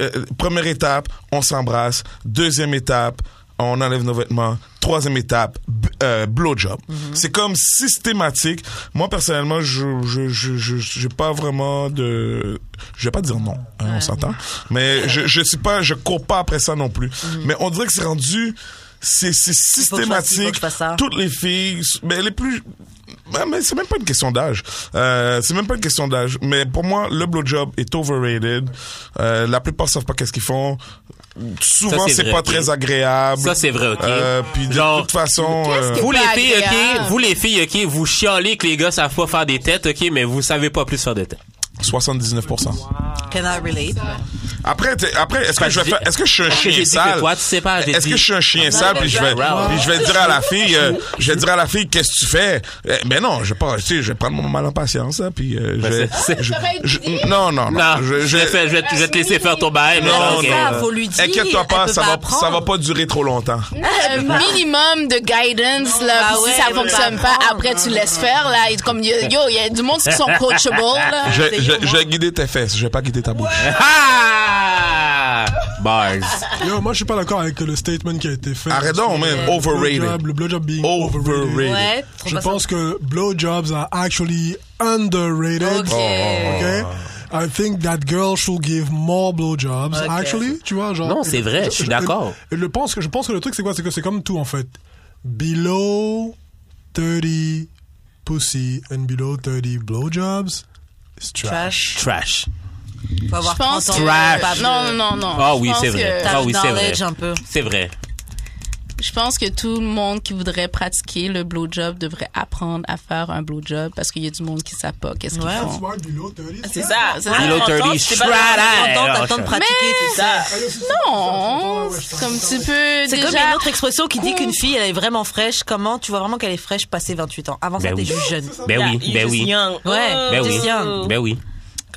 C: euh, première étape, on s'embrasse. Deuxième étape, on enlève nos vêtements. Troisième étape, b- euh, blowjob.
A: Mhm.
C: C'est comme systématique. Moi, personnellement, je je je je- j'ai pas vraiment de... Je vais pas dire non, hein, on s'entend. Mais je, je suis pas... Je cours pas après ça non plus. Mais on dirait que c'est rendu... C'est c'est
A: Mhm. faut que je fasse ci, faut que
C: systématique.
A: je fasse ça.
C: Toutes les filles, mais les plus... Ouais, Bah, Mais c'est même pas une question d'âge. Euh, c'est même pas une question d'âge. Mais pour moi, le blowjob est overrated. Euh, la plupart savent pas qu'est-ce qu'ils font. Souvent,
B: Ça, c'est
C: c'est
B: vrai,
C: pas
B: ok.
C: très agréable.
B: Ça, c'est vrai, ok.
C: Euh, puis de
B: Genre,
C: toute façon... euh,
D: que-
B: Vous les
D: Pas
B: filles, ok,
D: agréable.
B: vous les filles, ok, vous chialez que les gars savent pas faire des têtes, ok, mais vous savez pas plus faire de têtes.
C: 79%.
A: Cannot relate.
C: Après, t'es- après est-ce que
B: Parce
C: je vais
B: que
C: faire...
B: j'ai-
C: Est-ce que je suis un
B: parce que
C: chien
B: j'ai dit que
C: sale?
B: toi, tu sais pas, j'ai
C: Est-ce
B: dit-
C: que je suis un chien sale? Puis je vais,
B: Wow.
C: puis je vais dire à la fille... euh, je vais dire à la fille, qu'est-ce que tu fais? Eh, Mais non, je vais pas... Tu sais, je vais prendre mon mal en patience, hein, puis euh, je
B: Ben,
C: vais...
B: c'est- c'est-
C: je- je- non, non, non.
B: Non,
C: je,
B: je,
C: Ah, je-
B: vais faire- je vais te- je vais te laisser faire ton bail. mais
C: Non,
B: ok.
A: ça, faut lui dire.
C: Inquiète-toi pas,
A: elle peut
C: ça va,
A: apprendre.
C: ça va pas durer trop longtemps.
D: un minimum de guidance là
A: Ah
D: puis
A: ouais,
D: si ça
A: ouais,
D: fonctionne
A: ouais.
D: pas après tu laisses faire là Et comme y a- yo il y a du monde qui sont coachable là
C: Je, je, je
A: hein.
C: vais guider tes fesses, je vais pas guider ta bouche.
B: Ah! Bars.
G: Yo, moi, je suis pas d'accord avec le statement qui a été fait.
C: Arrête donc, man. Overrated.
G: Le blowjob, le blowjob being overrated.
C: Overrated.
A: Ouais, Eh, trop
G: Je
A: pas ça.
G: pense que blowjobs are actually underrated.
A: Ok. Oh.
G: Okay? I think that girl should give more blowjobs.
A: Ok.
G: Actually, tu vois, genre.
B: Non, c'est vrai, je suis d'accord.
G: Je, le pense que, je pense que le truc, c'est quoi C'est que c'est comme tout, en fait. Below 30 pussy and below 30 blowjobs, it's trash.
A: Trash.
B: Trash.
A: Faut avoir
D: je pense
A: 30 ans.
B: Trash.
A: pas
D: que... non non non non
B: Ah
D: Je
B: oui,
D: pense
B: c'est vrai.
D: que-
A: T'as
B: Ah oui, c'est vrai.
A: knowledge un peu.
B: C'est vrai.
D: je pense que tout le monde qui voudrait pratiquer le blowjob devrait apprendre à faire un blowjob parce qu'il y a du monde qui savent pas qu'est-ce qu'ils
A: Ouais.
D: font
G: Why below 30?
H: C'est ça.
D: C'est
H: Ah,
D: ça.
B: Below Ah,
H: en
B: 30,
H: tant que
B: straight
H: t'es pas dans-
B: out.
A: T'entends,
B: Alors,
A: t'as le temps de pratiquer tout ça.
D: non comme tu
A: C'est
D: peux
A: comme il y a
D: déjà
A: une autre expression qui dit qu'une fille, elle est vraiment fraîche. Comment tu vois vraiment qu'elle est fraîche passé 28 ans Avant ça,
B: Ben
A: t'es
B: oui.
A: juste jeune.
B: Ben
H: Yeah,
B: oui,
H: you're
B: ben
H: just
B: oui.
H: young.
A: Ouais,
H: Oh.
B: Ben
A: Just young.
B: oui. Ben oui.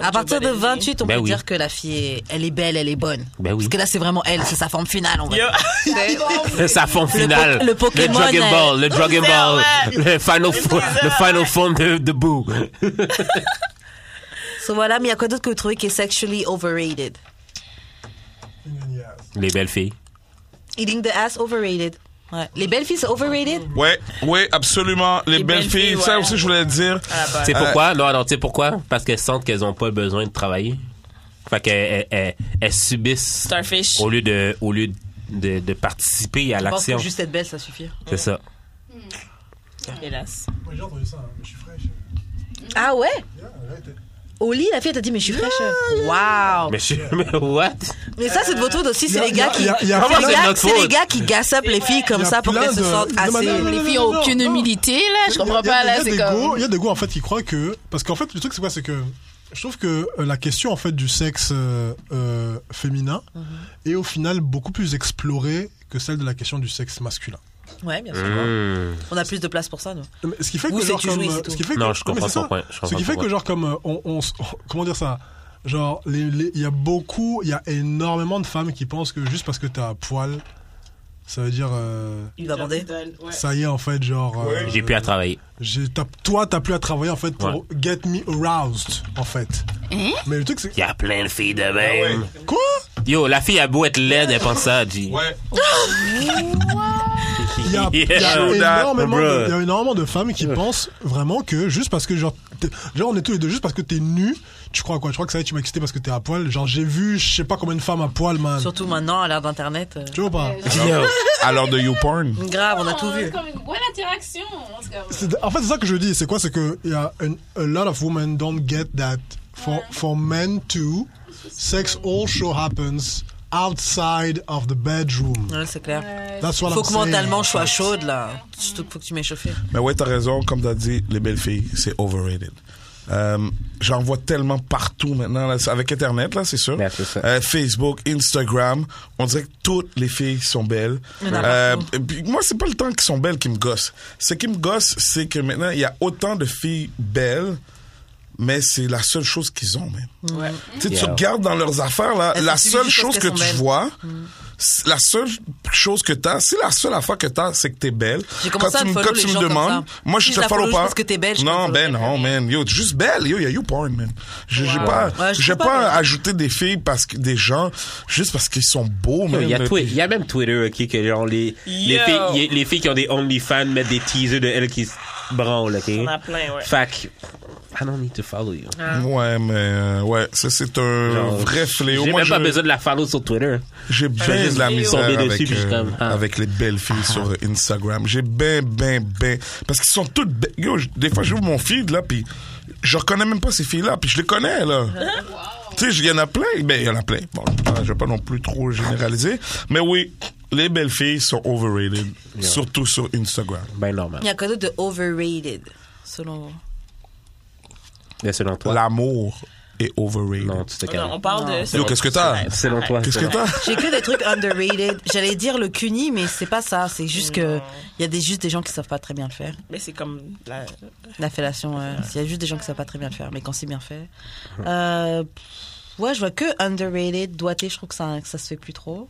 A: À partir de 28, on
B: Ben
A: peut
B: oui.
A: dire que la fille, est- elle est belle, elle est bonne.
B: Ben oui.
A: Parce que là, c'est vraiment elle, c'est sa forme finale, on va
H: Yo.
A: dire.
B: Sa forme
A: po-
B: finale.
A: le Pokémon,
B: Dragon
A: euh,
B: Ball. Le Dragon Ball. Le Final, fo- le final Form de, de Boo.
A: So, voilà, mais il y a quoi d'autre que vous trouvez qui est sexually overrated
B: Les belles filles.
A: Eating the ass, overrated. Ouais. Les belles filles, c'est overrated
C: Ouais, ouais, absolument. Les, belles,
H: belles
C: filles,
H: filles,
C: ça
H: ouais.
C: aussi, je voulais te dire.
A: Ah, bah.
B: Tu sais
C: Euh,
B: pourquoi? Non, non, tu sais pourquoi? Parce qu'elles sentent qu'elles ont pas besoin de travailler. Fait qu'elles elles- elles- elles subissent
H: Starfish.
B: au lieu de, au lieu de, de participer à
A: Je pense que
B: l'action.
A: juste être belle, ça suffit.
B: C'est ça.
H: Hélas.
G: J'ai entendu ça, hein, mais je suis fraîche.
J: Ah ouais Au lit, la fille, elle t'a dit, mais je suis fraîche. Waouh
B: Mais je mais what?
A: Mais ça, Oh. c'est de votre faute aussi, c'est
G: Y a-
A: les gars
G: y
A: qui.
G: a- y a-
A: C'est
B: Comment
A: les
B: c'est de
A: gars,
B: notre
A: c'est les
B: faute?
A: gars qui gassapent les filles comme
G: Y a
A: ça pour
G: plein
A: qu'elles se
G: de-
A: sentent
G: de
A: assez.
G: madame-
D: les filles
G: Non,
D: ont aucune
G: non.
D: humilité là je
G: Il y a-
D: comprends
G: il y a-
D: pas
G: il y a
D: là c'est
G: des gos-
D: comme
G: Il y a des goûts en fait qui croient que parce qu'en fait le truc c'est quoi c'est que je trouve que euh, la question en fait du sexe euh, euh, féminin
D: Mhm.
G: est au final beaucoup plus explorée que celle de la question du sexe masculin.
A: Ouais, bien sûr.
B: Hmm.
A: On a plus de place pour ça, nous.
G: Mais Ce qui fait
A: Où
G: que
A: c'est
G: genre
A: tu
G: comme,
A: jouis,
G: euh,
A: c'est
G: ce
A: tout.
G: qui fait que-
B: Non, je
G: mais
B: comprends
G: c'est
B: ton
G: ça.
B: point, je comprends
G: Ce qui
B: ton
G: fait que
B: point.
G: genre comme euh, on, on s- comment dire ça genre les- les- il y a beaucoup il y a énormément de femmes qui pensent que juste parce que t'as un poil ça veut dire euh,
A: Il va bander.
H: Ouais.
G: ça y est en fait genre euh,
B: J'ai plus à travailler.
G: J'ai- t'as- toi, t'as plus à travailler en fait pour
B: Ouais.
G: get me aroused en fait.
A: Hein?
G: Mais le truc c'est
B: Il y a plein de filles
G: Ah
B: de même.
G: quoi
B: Yo, la fille a beau être laide, elle pense ça, G.
C: Ouais.
G: y a, il y a
B: Yeah.
G: énormément de,
B: Bruh.
G: il y a énormément de femmes qui pensent vraiment que juste parce que genre, t'es- genre on est tous les deux juste parce que t'es nu, tu crois à quoi Tu crois que ça y est, tu m'as excité parce que t'es à poil Genre j'ai vu je sais pas combien de femmes à poil man.
A: Surtout maintenant, à l'ère d'Internet. euh,
G: Tu vois ou pas
B: Yo.
C: Alors de YouPorn.
A: grave, on a tout vu.
D: C'est Ah, comme une bonne interaction. en tout cas.
G: C'est- En fait c'est ça que je dis, c'est quoi C'est que il y a un- a lot of women don't get that for for men too. Sex also happens outside of the bedroom.
A: Ouais, c'est clair.
G: That's what
A: Faut
G: I'm
A: que
G: saying.
A: mentalement je sois chaude, là. Surtout qu'il faut que tu m'aies chauffée.
C: Mais ouais, t'as raison, comme t'as dit, les belles filles, c'est overrated. Euh, J'en vois tellement partout maintenant, là, avec Internet, là, c'est sûr.
B: Ouais, c'est ça.
C: Euh, Facebook, Instagram, on dirait que toutes les filles sont belles.
A: en a
C: Euh, et puis moi, c'est pas le temps qu'elles sont belles qui me gosse. Ce qui me gosse, c'est que maintenant, il y a autant de filles belles, mais c'est la seule chose qu'ils ont, même. Tu sais, tu
B: Yeah.
C: regardes dans leurs affaires, là,
A: Elles
C: la
A: sont
C: seule
A: suivies juste
C: chose
A: parce
C: que
A: qu'elles sont
C: tu
A: belles.
C: vois, c'est la seule chose que t'as, c'est la seule affaire que t'as, c'est que t'es belle.
A: J'ai commencé à
C: tu me-
A: follow les gens comme ça.
C: moi je
A: Si
C: te
A: je la
C: follow
A: follow
C: pas.
A: juste parce que t'es belle, je
C: non,
A: peux
C: ben
A: follow
C: non, man. Yo, t'es juste belle. Yo, y a YouPorn, man. Je- J'ai pas,
A: Ouais, je
C: j'ai
A: trouve pas
C: pas
A: belle.
C: ajouté des filles parce que des gens juste parce qu'ils sont beaux, man.
B: Il y, a
C: Puis-
B: Twi- il y a même Twitter, ok, que genre les, les,
H: Yo.
B: filles, y- les filles qui ont des OnlyFans mettent des teasers de elles qui se branlent, ok?
H: On a plein, ouais. Ah
B: Fac, I don't need to follow you.
A: Ah.
C: Ouais, mais euh, ouais, ça c'est un
B: Genre,
C: vrai fléau.
B: J'ai
C: Moi,
B: même pas
C: je-
B: besoin de la follow sur Twitter.
C: J'ai bien
B: juste
C: de la
B: tomber
C: misère
B: dessus,
C: avec,
B: puis je
C: euh,
B: comme, ah.
C: avec les belles filles sur Instagram. J'ai ben, ben, ben. Parce qu'ils sont toutes belles. Yo, j- Des fois, j'ouvre mon feed, là, puis je reconnais même pas ces filles-là, puis je les connais, là. Tu sais, il y en a plein. Ben, il y en a plein. Bon, je vais pas non plus trop généraliser. Mais oui, les belles filles sont overrated. Surtout sur Instagram.
B: Ben normal.
A: Il y a quoi d'autre de overrated, selon vous
B: Mais selon toi.
C: L'amour est overrated.
B: Non, tu te
H: Non, on
B: calmes.
H: parle de.
C: Yo, Oh, qu'est-ce que t'as?
B: Selon toi.
C: Qu'est-ce que
B: selon-
C: t'as?
A: J'ai que des trucs underrated. J'allais dire le cuni, mais c'est pas ça. C'est juste que il y a des, juste des gens qui savent pas très bien le faire.
H: Mais c'est comme. La...
A: La fellation, euh, il y a juste des gens qui savent pas très bien le faire, mais quand c'est bien fait. Euh, pff, ouais, je vois que underrated, doigté, je trouve que ça, que ça se fait plus trop.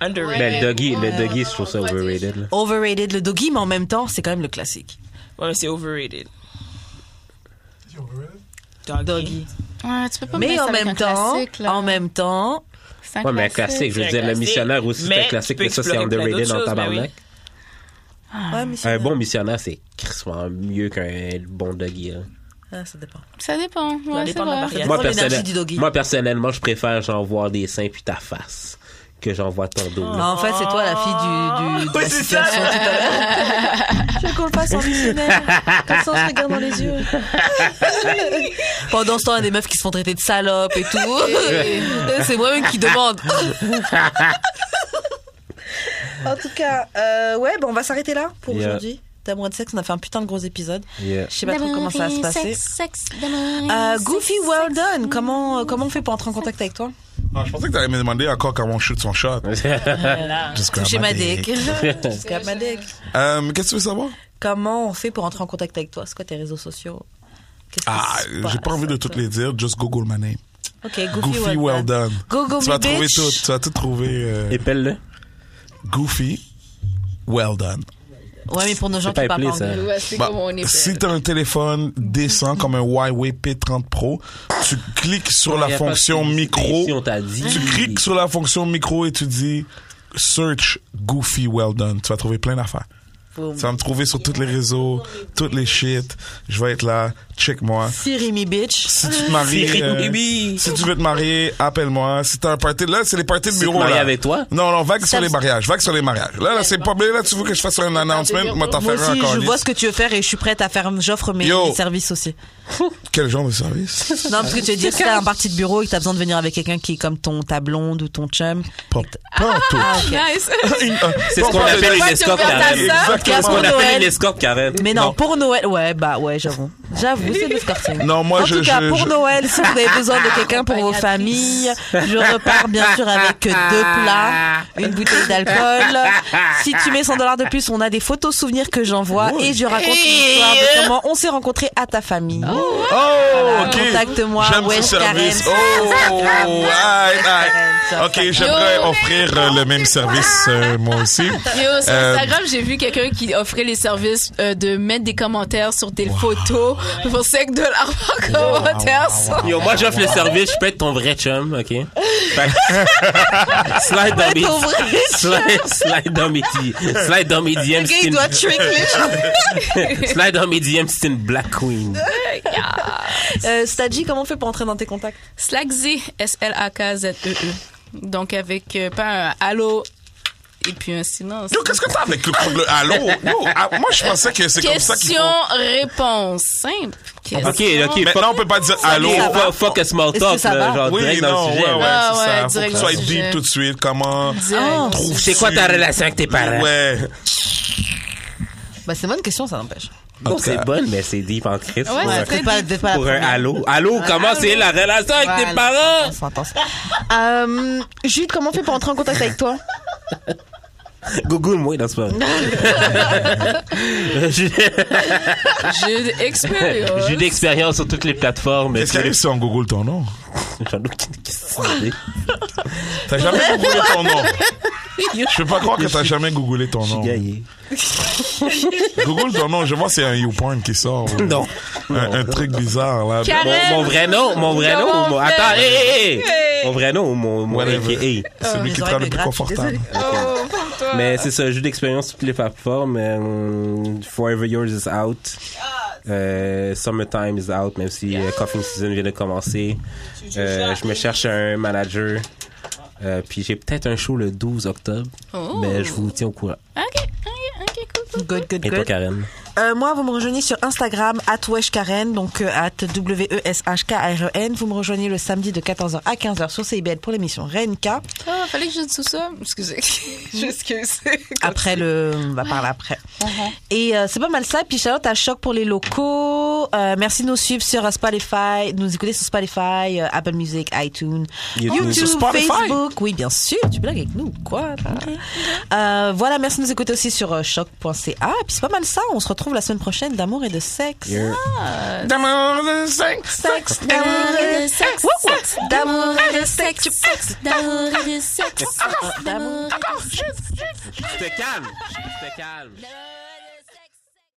H: Underrated.
B: Ben, le doggy,
D: Ouais.
B: le doggy, je trouve ça overrated. là.
A: Overrated, le doggy, mais en même temps, c'est quand même le classique.
H: Ouais, mais c'est overrated. Doggy.
A: Doggy.
D: Ouais, tu peux pas
A: Mais
D: me
A: en
D: laisser avec
A: même
D: un
A: temps,
D: classique, là.
A: en même temps,
D: C'est un
B: Ouais, mais un
D: classique.
B: classique, je veux
H: C'est
B: dire,
H: un
B: le
H: classique.
B: missionnaire aussi, c'est
H: Mais
B: un classique,
H: tu peux
B: mais ça, c'est
H: explorer plein
B: underrated
H: d'autres
B: en
H: choses, mais
B: tabarnak.
D: Ah,
A: ouais, mais
B: Un
A: c'est-
B: bon missionnaire, c'est crissement mieux qu'un bon doggy, là.
A: Ah, ça dépend.
D: Ça dépend. Ouais,
H: dépend
D: c'est
H: de la
D: vrai.
H: variété.
A: dépend
B: Moi,
A: de l'énergie
B: personnel-
A: du doggy.
B: moi, personnellement, je préfère j'en voir des seins puis ta face que j'en vois ton dos.
A: Ah, en fait, c'est toi la fille du, du de la situation tout à l'heure.
J: Je veux qu'on le fasse en missionnaire. Comme ça, on se regarde dans les yeux.
A: Pendant ce temps, il y a des meufs qui se font traiter de salopes et tout. c'est moi-même qui demande. en tout cas, euh, ouais, bon, on va s'arrêter là pour
B: Yeah.
A: aujourd'hui. D'amour et de sexe, on a fait un putain de gros épisode.
B: Yeah.
A: Je sais pas trop comment ça va se passer.
D: Sexe, sexe,
A: Euh, Goofy, well done. Comment, euh, comment on fait pour entrer en contact avec toi
C: Ah, je pensais que t'allais me demander encore comment on shoot son shot. Just grab
A: Toucher
C: my
A: Ah, ma
C: dick.
A: dick. Grab ma dick.
C: Euh, Qu'est-ce que tu veux savoir?
A: Comment on fait pour entrer en contact avec toi C'est quoi tes réseaux sociaux Qu'est-ce qui
C: Ah,
A: se
C: j'ai pas
A: passe
C: envie de
A: avec
C: toutes
A: toi
C: les dire. Just Google my name.
A: Ok, Goofy,
C: Goofy, well done.
A: Go, go,
C: tu vas
A: me
C: trouver
A: bitch.
C: tout. Tu vas tout trouver. euh,
B: Épelle-le.
C: Goofy, well done.
A: Ouais, mais pour nos gens
B: pas
A: qui parlent pas
B: éplé, ça.
A: anglais.
D: c'est
C: Bah,
D: comment on est
C: si t'as un téléphone décent comme un Huawei P30 Pro, tu cliques sur
B: Y
C: la
B: a pas de
C: fonction
B: publicité
C: micro.
B: ici, on t'a dit.
C: Tu cliques sur la fonction micro et tu dis search Goofy well done. Tu vas trouver plein d'affaires.
A: Boom.
C: Tu vas me trouver sur tous les réseaux, toutes les shit. Je vais être là. Check moi.
A: Siri, me bitch.
C: Si tu te maries, euh, si tu veux te marier, appelle-moi. Si t'as un party, là, c'est les parties de
B: tu te
C: bureau.
B: maries
C: là.
B: avec toi?
C: Non, non, vague sur les mariages, vague sur les mariages. Là, là, c'est pas bien. Là, tu veux que je fasse un announcement, moi, t'en
A: Moi
C: faire un
A: aussi,
C: encore.
A: je vois ce que tu veux faire et je suis prête à faire. J'offre mes,
C: Yo.
A: mes services aussi.
C: Quel genre de service?
A: Non, parce que tu veux dire que t'as un parti de bureau et que t'as besoin de venir avec quelqu'un qui est comme ton, ta blonde ou ton chum. Ah,
C: Pas, pas en tout.
B: Ah,
D: Nice.
C: Une- euh,
B: C'est
C: pas
B: ce qu'on
C: en tout.
B: appelle une
D: Ouais,
B: escorte,
D: tu regardes
B: Karen.
D: ta
C: sœur,
B: C'est ce qu'on
A: Pour Noël.
B: appelle une escorte, Karen.
A: Mais non,
C: Non.
A: pour Noël, ouais, bah ouais, j'avoue. J'avoue, c'est du scorting.
C: Non, moi,
A: en
C: je,
A: tout cas,
C: je-
A: pour
C: je-
A: Noël, si vous avez besoin de quelqu'un pour vos familles, je repars bien sûr avec deux plats, une bouteille d'alcool. Si tu mets 100 dollars de plus, on a des photos souvenirs que j'envoie et je raconte l'histoire de comment on s'est rencontrés à ta famille.
C: Oh, ok.
A: Contacte-moi,
C: J'aime
A: Wesh
C: ce service.
A: Karen.
C: Oh, alright, alright.
A: Karen,
C: Ok, j'aimerais offrir euh, le même service, euh, moi aussi.
D: Yo, sur
C: Euh,
D: Instagram, j'ai vu quelqu'un qui offrait les services euh, de mettre des commentaires sur tes photos pour 5 dollars par commentaire. sur-
B: Yo, moi, j'offre le service, je peux être ton vrai chum, ok? Fait que- slide dans mes,
J: Ton vrai
B: slide, slide dans mes, di- slide dans mes DMs.
A: Le gars,
B: c'est
A: il
B: une-
A: doit trick les gens.
B: slide dans mes DMs, c'est une black queen.
J: Euh, Stadji, comment on fait pour entrer dans tes contacts
D: Slakzee, S-L-A-K-Z-E-E. E Donc, avec euh, pas un allô et puis un silence.
C: Yo, qu'est-ce que t'as avec le, le halo? Yo, ah, moi, je pensais que c'est comme ça qu'il faut.
D: Question-réponse simple. Question.
B: Ok, ok.
C: Maintenant, on peut pas dire halo.
B: Allô, fuck, fuck a small
J: Est-ce que
B: talk,
J: ça
B: là,
J: va?
B: genre,
C: Oui,
B: Ah, direct dans
C: non,
B: le
C: ouais,
B: sujet.
C: ouais,
B: là.
D: Ah,
C: c'est
D: ouais,
C: ça. Faut que
D: direct
C: tu
D: dans
C: sois
D: le sujet.
C: deep tout de suite. Comment
D: Direct.
B: C'est quoi ta relation avec tes parents?
C: Ouais.
A: Bah, c'est une bonne question, ça n'empêche.
B: Bon, c'est bonne, mais c'est deep en crise.
D: Ouais, c'est très
J: C'est pas, c'est pas la
B: pour un
J: première.
B: allô. Allô, comment c'est la relation avec tes
A: Voilà.
B: parents?
A: On s'entend.
J: Euh, Jude, comment on fait pour entrer en contact avec toi
B: Google moi dans ce moment. J'ai
D: J'ai de l'expérience.
B: j'ai eu d'expérience sur toutes les plateformes.
C: Qu'est-ce
B: Tous
C: qui
B: les-
C: arrive si on google ton nom?
B: J'en ai aucune idée.
C: T'as jamais googlé ton nom. Je peux pas croire que t'as jamais googlé ton
B: J'ai
C: nom.
B: gagné.
C: Google ton nom, je vois c'est un YouPorn qui sort. ou
B: Non.
C: Un, un truc bizarre là.
D: Car-
B: Mon, mon vrai nom, mon vrai nom,
D: Comment
B: ou mon-
D: on fait?
B: attends, hé, hé, hé. mon vrai nom, ou mon, mon
C: Whatever.
B: AKA.
C: Celui
D: Euh,
A: mes
C: qui te
A: oreilles
C: rend
A: me
C: le plus
A: grattent,
C: confortable.
B: Mais c'est ça, jeu d'expérience sur toutes les plateformes. euh, Forever Yours is out. Euh, Summertime is out, même si euh, Coughing Season vient de commencer. Euh, je me cherche un manager. Euh, puis j'ai peut-être un show le 12 octobre.
D: Oh.
B: Mais je vous tiens au courant.
D: Ok, ok, ok, cool, cool.
A: Good, good,
B: Et toi,
A: good.
B: Karen?
A: Euh, moi, vous me rejoignez sur Instagram, @weshkaren, donc euh, at E W-E-S-H-K-R-E-N. Vous me rejoignez le samedi de 14h à 15h sur CIBL pour l'émission Renka.
D: Ah, fallait que je dise tout ça. Excusez. Je m'excuse.
A: Après le, on va parler après. Et euh, c'est pas mal ça. Puis Charlotte à choc pour les locaux. Euh, merci de nous suivre sur euh, Spotify, de nous écouter sur Spotify, euh, Apple Music, iTunes,
B: YouTube.
A: YouTube,
C: Sur Spotify.
A: Facebook. Oui, bien sûr. Tu blagues avec nous, quoi là. Euh, Voilà, merci de nous écouter aussi sur euh, choc.ca. Puis c'est pas mal ça. On se retrouve la semaine prochaine d'amour et de sexe.
B: Yeah.
C: D'amour de sexe.
A: Sexe, d'amour et de sexe. Wouh, wouh. D'amour et de sexe.
D: D'amour et de sexe.
A: D'amour.
B: Je te calme. Je te calme.
D: D'amour.